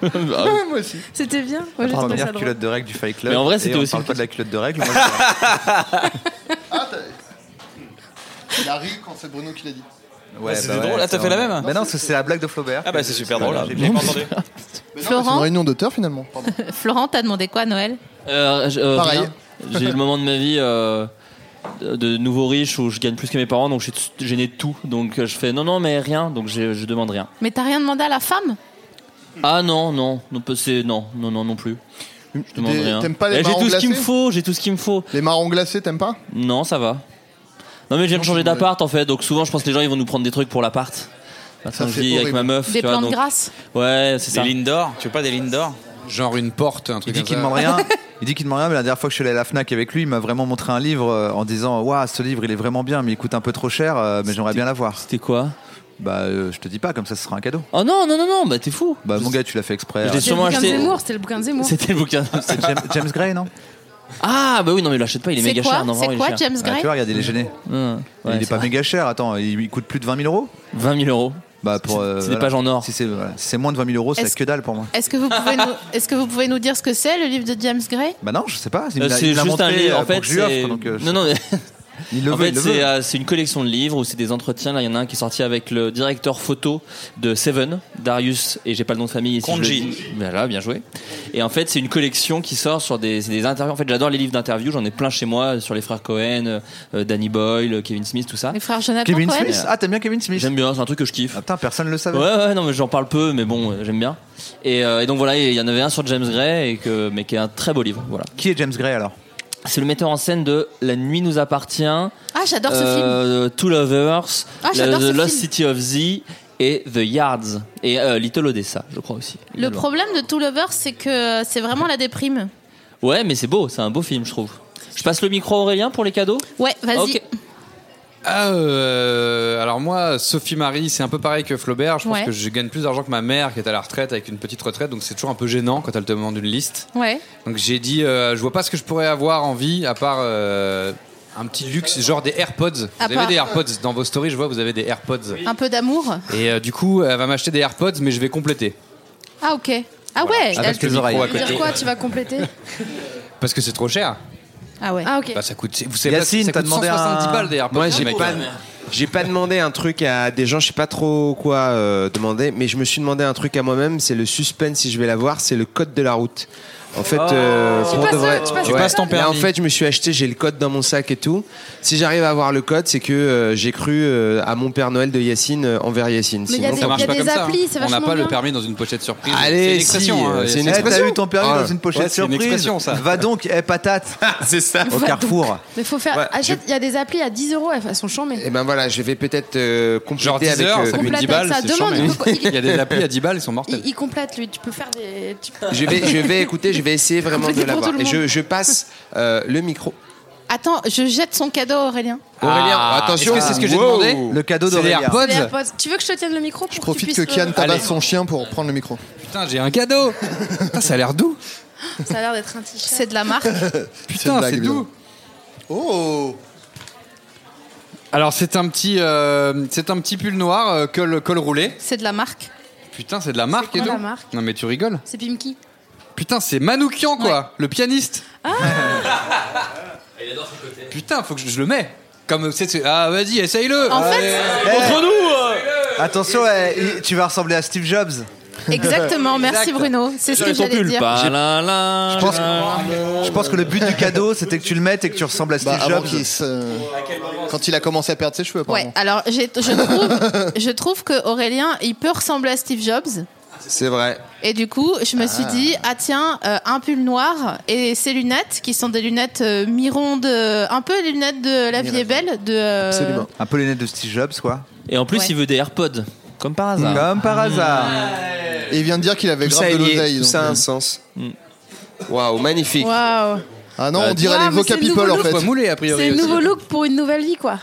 [SPEAKER 10] Bah,
[SPEAKER 13] moi aussi. C'était bien. Moi, j'ai
[SPEAKER 8] La
[SPEAKER 13] trouvé ça
[SPEAKER 8] première
[SPEAKER 13] drôle.
[SPEAKER 8] culotte de règle du Fight Club.
[SPEAKER 10] Mais en vrai,
[SPEAKER 8] Et
[SPEAKER 10] c'était
[SPEAKER 8] on
[SPEAKER 10] aussi
[SPEAKER 8] parle
[SPEAKER 10] une
[SPEAKER 8] pas de la culotte de règle.
[SPEAKER 6] Il a ri quand c'est Bruno qui l'a dit.
[SPEAKER 8] Ouais,
[SPEAKER 7] c'était drôle. Ah, t'as fait la même
[SPEAKER 8] Mais non, parce que c'est la blague de Flaubert.
[SPEAKER 7] Ah bah c'est super drôle.
[SPEAKER 8] J'ai
[SPEAKER 7] là.
[SPEAKER 8] pas entendu.
[SPEAKER 6] C'est une
[SPEAKER 2] Florent,
[SPEAKER 6] réunion d'auteurs finalement.
[SPEAKER 2] Florent, t'as demandé quoi, Noël
[SPEAKER 10] Euh, je- euh,
[SPEAKER 6] Pareil.
[SPEAKER 10] rien. J'ai eu le moment de ma vie euh, de nouveau riche où je gagne plus que mes parents, donc je suis gêné de tout. Donc euh, je fais non, non, mais rien, donc je, je demande rien.
[SPEAKER 2] Mais t'as rien demandé à la femme
[SPEAKER 10] Ah non, non, non, c'est non, non, non, non plus. Je demande
[SPEAKER 6] Des-
[SPEAKER 10] rien.
[SPEAKER 6] T'aimes pas les
[SPEAKER 10] Eh, J'ai
[SPEAKER 6] marrons
[SPEAKER 10] tout ce qu'il me
[SPEAKER 6] glacés
[SPEAKER 10] faut, j'ai tout ce qu'il me faut.
[SPEAKER 6] Les marrons glacés, t'aimes pas
[SPEAKER 10] Non, ça va. Non, mais j'ai changé d'appart en fait, donc souvent je pense que les gens ils vont nous prendre des trucs pour l'appart. Maintenant je
[SPEAKER 7] c'est
[SPEAKER 10] vis avec
[SPEAKER 7] horrible.
[SPEAKER 10] ma meuf.
[SPEAKER 2] Des
[SPEAKER 10] tu vois,
[SPEAKER 2] plans de
[SPEAKER 10] donc-
[SPEAKER 2] grâce
[SPEAKER 10] Ouais, c'est ça.
[SPEAKER 7] Des lignes d'or Tu veux pas des lignes d'or
[SPEAKER 4] Genre une porte, un truc
[SPEAKER 8] Il dit qu'il demande rien. Il dit qu'il demande rien, mais la dernière fois que je suis allé à la Fnac avec lui, il m'a vraiment montré un livre euh, en disant Waouh, ce livre il est vraiment bien, mais il coûte un peu trop cher, euh, mais j'aimerais bien l'avoir.
[SPEAKER 10] C'était quoi
[SPEAKER 8] Bah, euh, je te dis pas, comme ça ce sera un cadeau.
[SPEAKER 10] Oh non, non, non, non, bah t'es fou.
[SPEAKER 8] Bah, mon gars, tu l'as fait exprès.
[SPEAKER 10] Je l'ai sûrement
[SPEAKER 13] C'était le
[SPEAKER 10] acheté.
[SPEAKER 13] bouquin de Zemmour, c'était le bouquin de Zemmour.
[SPEAKER 10] C'était le bouquin.
[SPEAKER 8] C'est James, James Gray, non
[SPEAKER 10] Ah bah oui, non, mais il l'achète pas, il est
[SPEAKER 8] C'est
[SPEAKER 10] méga
[SPEAKER 8] quoi
[SPEAKER 10] cher. non,
[SPEAKER 8] C'est
[SPEAKER 10] vraiment, il est
[SPEAKER 8] quoi,
[SPEAKER 10] cher. Ah,
[SPEAKER 8] James Ah, Gray tu vois, regardez, il est gêné.
[SPEAKER 10] Ouais, ouais,
[SPEAKER 8] Il est
[SPEAKER 10] c'est
[SPEAKER 8] pas
[SPEAKER 10] vrai.
[SPEAKER 8] méga cher, attends, il, il coûte plus de 20 000 euros
[SPEAKER 10] 20 000 euros
[SPEAKER 8] Bah, pour. euh,
[SPEAKER 10] c'est des
[SPEAKER 8] voilà.
[SPEAKER 10] pages en or.
[SPEAKER 8] Si c'est voilà. Si c'est moins de 20 000 euros, c'est
[SPEAKER 2] Est-ce-
[SPEAKER 8] que dalle pour moi.
[SPEAKER 2] Est-ce que, vous pouvez nous... Est-ce que vous pouvez nous dire ce que c'est, le livre de James Gray
[SPEAKER 8] Bah, non, je sais pas. il
[SPEAKER 10] Euh,
[SPEAKER 8] me l'a- il
[SPEAKER 10] C'est
[SPEAKER 8] me l'a
[SPEAKER 10] juste un
[SPEAKER 8] montré,
[SPEAKER 10] livre.
[SPEAKER 8] euh,
[SPEAKER 10] En
[SPEAKER 8] pour
[SPEAKER 10] fait,
[SPEAKER 8] que je lui offre,
[SPEAKER 10] c'est-
[SPEAKER 8] donc, euh, je-
[SPEAKER 10] non, non, mais-
[SPEAKER 8] Il le
[SPEAKER 10] en
[SPEAKER 8] veut,
[SPEAKER 10] fait,
[SPEAKER 8] il le
[SPEAKER 10] c'est
[SPEAKER 8] veut.
[SPEAKER 10] euh, c'est une collection de livres où c'est des entretiens. Là, il y en a un qui est sorti avec le directeur photo de Seven, Darius, et j'ai pas le nom de famille. ici.
[SPEAKER 7] Konji.
[SPEAKER 10] Voilà, bien joué. Et en fait, c'est une collection qui sort sur des, c'est des interviews. En fait, j'adore les livres d'interviews. J'en ai plein chez moi sur les frères Cohen, euh, Danny Boyle, Kevin Smith, tout ça.
[SPEAKER 2] Les frères Jonathan Cohen
[SPEAKER 8] Ah, t'aimes bien Kevin Smith Ah,
[SPEAKER 10] J'aime bien, c'est un truc que je kiffe.
[SPEAKER 8] Putain, personne le savait.
[SPEAKER 10] Ouais, ouais, non, mais j'en parle peu, mais bon, euh, j'aime bien. Et, euh, et donc voilà, il y en avait un sur James Gray, et que, mais qui est un très beau livre. Voilà.
[SPEAKER 8] Qui est James Gray alors
[SPEAKER 10] C'est le metteur en scène de La nuit nous appartient.
[SPEAKER 2] Ah, j'adore ce film.
[SPEAKER 10] euh, Two Lovers,
[SPEAKER 2] Ah,
[SPEAKER 10] The
[SPEAKER 2] j'adore ce
[SPEAKER 10] Lost
[SPEAKER 2] film.
[SPEAKER 10] City of Z et The Yards et euh, Little Odessa, je crois aussi.
[SPEAKER 2] Le problème de Two Lovers, c'est que c'est vraiment la déprime.
[SPEAKER 10] Ouais, mais c'est beau, c'est un beau film, je trouve. Je passe le micro à Aurélien pour les cadeaux.
[SPEAKER 2] Ouais, vas-y.
[SPEAKER 10] Ok.
[SPEAKER 4] Ah, euh, alors moi, Sophie Marie, c'est un peu pareil que Flaubert. Je pense
[SPEAKER 18] Ouais.
[SPEAKER 4] que je gagne plus d'argent que ma mère qui est à la retraite avec une petite retraite, donc c'est toujours un peu gênant quand elle te demande une liste.
[SPEAKER 18] Ouais.
[SPEAKER 4] Donc j'ai dit, euh, je vois pas ce que je pourrais avoir en vie à part euh, un petit luxe, genre des AirPods.
[SPEAKER 2] À
[SPEAKER 4] vous
[SPEAKER 2] part-
[SPEAKER 4] avez des AirPods dans vos stories, je vois, vous avez des AirPods.
[SPEAKER 2] Un peu d'amour
[SPEAKER 4] Et euh, du coup, elle va m'acheter des AirPods, mais je vais compléter.
[SPEAKER 13] Ah ok. Ah ouais.
[SPEAKER 4] Avec les oreilles.
[SPEAKER 13] Tu veux dire quoi Tu vas compléter
[SPEAKER 4] Parce que c'est trop cher.
[SPEAKER 13] Ah ouais. Ah ok.
[SPEAKER 4] Bah, ça coûte. Vous savez,
[SPEAKER 9] Yacine,
[SPEAKER 4] ça
[SPEAKER 9] t'as
[SPEAKER 4] coûte
[SPEAKER 9] demandé
[SPEAKER 4] 170
[SPEAKER 9] un-
[SPEAKER 4] balles des AirPods.
[SPEAKER 9] Moi,
[SPEAKER 4] ce
[SPEAKER 9] j'ai
[SPEAKER 4] mec.
[SPEAKER 9] pas, j'ai pas demandé un truc à des gens, je sais pas trop quoi euh, demander, mais je me suis demandé un truc à moi-même, c'est le suspense si je vais l'avoir, c'est le code de la route. En fait, euh,
[SPEAKER 13] Oh.
[SPEAKER 11] Tu
[SPEAKER 9] pour
[SPEAKER 11] passes-
[SPEAKER 9] de vrai,
[SPEAKER 11] tu passes ton permis.
[SPEAKER 9] Là, en fait, je me suis acheté, j'ai le code dans mon sac et tout. Si j'arrive à avoir le code, c'est que euh, j'ai cru euh, à mon Père Noël de Yacine euh, envers Yacine.
[SPEAKER 13] Mais il y a
[SPEAKER 9] Sinon,
[SPEAKER 13] des-
[SPEAKER 9] ça marche
[SPEAKER 13] il y a
[SPEAKER 9] pas
[SPEAKER 13] des
[SPEAKER 9] comme ça, hein.
[SPEAKER 13] applis, c'est
[SPEAKER 9] On n'a
[SPEAKER 13] vachement
[SPEAKER 9] pas le
[SPEAKER 13] bien.
[SPEAKER 4] Permis dans une pochette surprise.
[SPEAKER 9] Allez,
[SPEAKER 4] c'est une expression.
[SPEAKER 9] si,
[SPEAKER 4] hein,
[SPEAKER 9] euh, c'est une
[SPEAKER 4] Yacine.
[SPEAKER 9] expression.
[SPEAKER 8] T'as eu ton permis
[SPEAKER 9] Ah.
[SPEAKER 8] dans une pochette
[SPEAKER 9] Ouais, c'est une
[SPEAKER 8] surprise.
[SPEAKER 9] expression, ça.
[SPEAKER 8] Va donc, eh patate.
[SPEAKER 9] c'est ça.
[SPEAKER 8] Au
[SPEAKER 13] Va
[SPEAKER 8] carrefour.
[SPEAKER 13] donc. Mais faut faire.
[SPEAKER 9] Ouais,
[SPEAKER 13] achète. Il y a des applis à 10 euros. Elles sont chambées.
[SPEAKER 9] Et ben voilà, je vais peut-être euh, compléter
[SPEAKER 4] Genre 10
[SPEAKER 9] avec
[SPEAKER 4] heures,
[SPEAKER 9] euh,
[SPEAKER 4] ça coûte
[SPEAKER 13] Complète
[SPEAKER 4] 10
[SPEAKER 13] avec
[SPEAKER 4] balles.
[SPEAKER 13] ça.
[SPEAKER 4] c'est
[SPEAKER 13] Demande,
[SPEAKER 4] charmé.
[SPEAKER 13] il faut- il-
[SPEAKER 4] Il y a des applis à 10 balles, ils sont mortels.
[SPEAKER 13] Il, il complète lui. Tu peux faire des. tu peux-
[SPEAKER 9] Je vais, je vais écouter, je vais essayer vraiment de
[SPEAKER 13] Compléter pour
[SPEAKER 9] l'avoir.
[SPEAKER 13] tout le
[SPEAKER 9] Et je,
[SPEAKER 13] monde.
[SPEAKER 9] je passe euh, le micro.
[SPEAKER 2] Attends, je jette son cadeau à Aurélien.
[SPEAKER 9] Aurélien,
[SPEAKER 4] Ah,
[SPEAKER 9] attention.
[SPEAKER 4] est-ce que c'est ce que j'ai
[SPEAKER 9] Wow.
[SPEAKER 4] demandé Le cadeau
[SPEAKER 9] C'est
[SPEAKER 4] d'Aurélien.
[SPEAKER 9] les
[SPEAKER 13] Les
[SPEAKER 9] AirPods.
[SPEAKER 13] AirPods. Tu veux que je te tienne le micro pour
[SPEAKER 6] Je
[SPEAKER 13] que tu
[SPEAKER 6] profite que
[SPEAKER 13] puisses
[SPEAKER 6] Kian
[SPEAKER 2] euh,
[SPEAKER 13] le-
[SPEAKER 6] tabasse son chien pour prendre le micro.
[SPEAKER 4] Putain, j'ai un cadeau. Putain, ça a l'air doux.
[SPEAKER 13] Ça a l'air d'être un t-shirt. C'est de la marque.
[SPEAKER 4] Putain, c'est doux.
[SPEAKER 6] Oh
[SPEAKER 4] Alors c'est un petit, euh, c'est un petit pull noir, euh, col, col roulé.
[SPEAKER 2] C'est de la marque.
[SPEAKER 4] Putain, c'est de la marque
[SPEAKER 2] quoi
[SPEAKER 4] et tout.
[SPEAKER 2] la marque
[SPEAKER 4] non mais tu rigoles.
[SPEAKER 2] C'est Pimki. Ah.
[SPEAKER 4] Putain, c'est Manoukian quoi, le pianiste.
[SPEAKER 11] Ah, Il adore ce côté.
[SPEAKER 4] Putain, faut que je, je le mets. Comme c'est, c'est- ah vas-y, essaye-le.
[SPEAKER 8] En fait-
[SPEAKER 4] Allez.
[SPEAKER 8] Eh.
[SPEAKER 4] Entre nous. euh.
[SPEAKER 8] Attention, eh, il- tu vas ressembler à Steve Jobs.
[SPEAKER 2] Exactement, merci Bruno. C'est ce que j'allais dire.
[SPEAKER 8] hein. Je pense, que, je pense que le but du cadeau, c'était que tu le mettes et que tu ressembles à Steve
[SPEAKER 6] Bah, avant
[SPEAKER 8] Jobs.
[SPEAKER 6] qu'il se- Quand il a commencé à perdre ses cheveux,
[SPEAKER 2] Ouais,
[SPEAKER 6] apparemment.
[SPEAKER 2] alors j'ai- je trouve, je trouve que Aurélien, il peut ressembler à Steve Jobs.
[SPEAKER 9] C'est vrai.
[SPEAKER 2] Et du coup, je me suis
[SPEAKER 9] Ah.
[SPEAKER 2] dit, ah tiens, euh, un pull noir et ses lunettes, qui sont des lunettes euh, mi-rondes, euh, un peu les lunettes de La vie est belle. De, euh,
[SPEAKER 8] Un peu les lunettes de Steve Jobs, quoi.
[SPEAKER 10] Et en plus,
[SPEAKER 2] Ouais.
[SPEAKER 10] il veut des AirPods. Comme par hasard. Mmh.
[SPEAKER 8] Comme par hasard.
[SPEAKER 6] Et il vient de dire qu'il avait
[SPEAKER 9] Tout ça,
[SPEAKER 6] grave de
[SPEAKER 9] est lié,
[SPEAKER 6] l'oseille.
[SPEAKER 9] tout
[SPEAKER 6] donc,
[SPEAKER 9] ça a
[SPEAKER 6] euh,
[SPEAKER 9] un sens. Waouh, magnifique.
[SPEAKER 13] Waouh.
[SPEAKER 6] Ah non,
[SPEAKER 9] Bah,
[SPEAKER 6] on dirait
[SPEAKER 13] Waouh,
[SPEAKER 6] les
[SPEAKER 13] mais
[SPEAKER 6] Voca
[SPEAKER 13] c'est le
[SPEAKER 6] People
[SPEAKER 13] nouveau
[SPEAKER 6] en
[SPEAKER 13] look.
[SPEAKER 6] fait.
[SPEAKER 9] Pas moulé, a
[SPEAKER 13] C'est le nouveau look pour une nouvelle vie, quoi.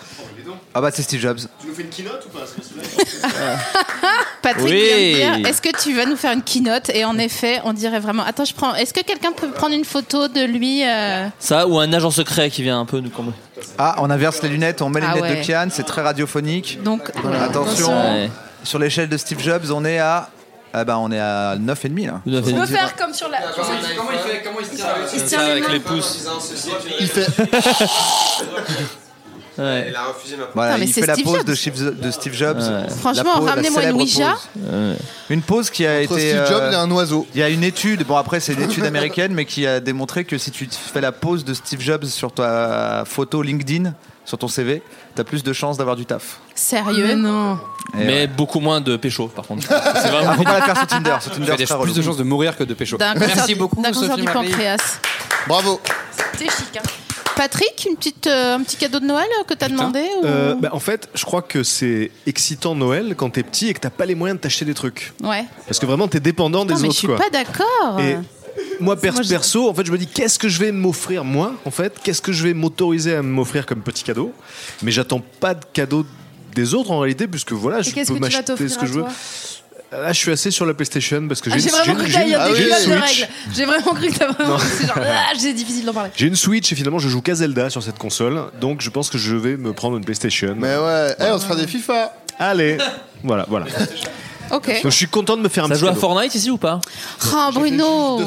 [SPEAKER 8] Ah bah, c'est Steve Jobs.
[SPEAKER 16] Tu nous fais une keynote ou pas parce que c'est vrai.
[SPEAKER 2] Patrick
[SPEAKER 8] Oui.
[SPEAKER 2] vient de dire, est-ce que tu vas nous faire une keynote Et en effet, on dirait vraiment. Attends, je prends. Est-ce que quelqu'un peut prendre une photo de lui euh,
[SPEAKER 10] Ça ou un agent secret qui vient un peu nous combler.
[SPEAKER 8] Ah, on inverse les lunettes, on met les
[SPEAKER 2] Ah
[SPEAKER 8] lunettes
[SPEAKER 2] ouais.
[SPEAKER 8] de Kian, c'est très radiophonique.
[SPEAKER 2] Donc, euh, voilà.
[SPEAKER 8] attention.
[SPEAKER 10] Attention. Ouais.
[SPEAKER 8] Sur l'échelle de Steve Jobs, on est à. Ah bah, on est à 9,5 là.
[SPEAKER 10] Tu
[SPEAKER 8] On
[SPEAKER 13] peux
[SPEAKER 8] dira-
[SPEAKER 13] faire comme sur la.
[SPEAKER 4] Comment il fait Comment il se tient
[SPEAKER 13] Il se tient les mains.
[SPEAKER 10] pouces.
[SPEAKER 6] Il fait.
[SPEAKER 9] Elle a refusé ma
[SPEAKER 8] Voilà,
[SPEAKER 9] Putain, mais
[SPEAKER 8] il
[SPEAKER 9] c'est
[SPEAKER 8] fait la
[SPEAKER 9] Steve
[SPEAKER 8] pause
[SPEAKER 9] Jobs.
[SPEAKER 8] de Steve- de Steve Jobs. La
[SPEAKER 2] Franchement,
[SPEAKER 8] pause, la
[SPEAKER 2] ramenez-moi une
[SPEAKER 8] célèbre
[SPEAKER 2] Ouija.
[SPEAKER 8] pause. Une pause qui a
[SPEAKER 6] Entre
[SPEAKER 8] été.
[SPEAKER 6] Steve Jobs
[SPEAKER 8] euh,
[SPEAKER 6] et un oiseau.
[SPEAKER 8] Il y a une étude, bon après c'est une étude américaine, mais qui a démontré que si tu te fais la pose de Steve Jobs sur ta photo LinkedIn, sur ton CV, t'as plus de chances d'avoir du taf.
[SPEAKER 2] Sérieux Non.
[SPEAKER 10] Mais beaucoup moins de pécho, par contre. C'est
[SPEAKER 8] Ah, faut pas la faire sur Tinder, sur Tinder,
[SPEAKER 4] Tu as
[SPEAKER 8] c'est
[SPEAKER 4] des-
[SPEAKER 8] très
[SPEAKER 4] plus
[SPEAKER 8] relou.
[SPEAKER 4] de chances de mourir que de pécho.
[SPEAKER 2] D'un concert,
[SPEAKER 4] Merci
[SPEAKER 2] du-
[SPEAKER 4] beaucoup,
[SPEAKER 2] d'un concert
[SPEAKER 4] Sophie
[SPEAKER 2] du
[SPEAKER 4] Marie.
[SPEAKER 2] pancréas.
[SPEAKER 6] Bravo.
[SPEAKER 2] C'était chic, hein. Patrick, une petite, euh, un petit cadeau de Noël euh, que t'as demandé ou...
[SPEAKER 5] Euh, bah, en fait, je crois que c'est excitant Noël quand t'es petit et que t'as pas les moyens de t'acheter des trucs.
[SPEAKER 2] Ouais.
[SPEAKER 5] Parce que vraiment, t'es dépendant
[SPEAKER 2] Non,
[SPEAKER 5] des
[SPEAKER 2] mais je
[SPEAKER 5] autres.
[SPEAKER 2] suis
[SPEAKER 5] quoi.
[SPEAKER 2] pas d'accord.
[SPEAKER 5] Et moi, pers- perso, en fait, je me dis qu'est-ce que je vais m'offrir moi En fait, qu'est-ce que je vais m'autoriser à m'offrir comme petit cadeau Mais j'attends pas de cadeau des autres en réalité, puisque voilà, je
[SPEAKER 13] Et qu'est-ce
[SPEAKER 5] peux
[SPEAKER 13] que tu vas
[SPEAKER 5] m'acheter
[SPEAKER 13] t'offrir
[SPEAKER 5] ce que
[SPEAKER 13] à
[SPEAKER 5] je veux. Ah,
[SPEAKER 13] toi
[SPEAKER 5] Là, je suis assez sur la PlayStation parce que
[SPEAKER 13] Ah,
[SPEAKER 5] j'ai
[SPEAKER 13] J'ai
[SPEAKER 5] une-
[SPEAKER 13] vraiment
[SPEAKER 5] j'ai
[SPEAKER 13] cru
[SPEAKER 5] une-
[SPEAKER 13] qu'il y a
[SPEAKER 5] j'ai
[SPEAKER 13] des
[SPEAKER 5] une
[SPEAKER 13] classes de
[SPEAKER 5] Switch.
[SPEAKER 13] règles. J'ai vraiment cru que t'as vraiment.
[SPEAKER 5] Non.
[SPEAKER 13] C'est genre, ah, j'ai difficile d'en parler.
[SPEAKER 5] J'ai une Switch et finalement je joue qu'à Zelda sur cette console, donc je pense que je vais me prendre une PlayStation. Mais
[SPEAKER 6] ouais, Eh, on se fera des FIFA.
[SPEAKER 5] Allez, voilà, voilà.
[SPEAKER 2] Ok.
[SPEAKER 5] Donc je suis content de me faire un
[SPEAKER 10] Ça
[SPEAKER 5] petit
[SPEAKER 10] joue à
[SPEAKER 5] cadeau.
[SPEAKER 10] Fortnite ici ou pas
[SPEAKER 2] Ah, Bruno.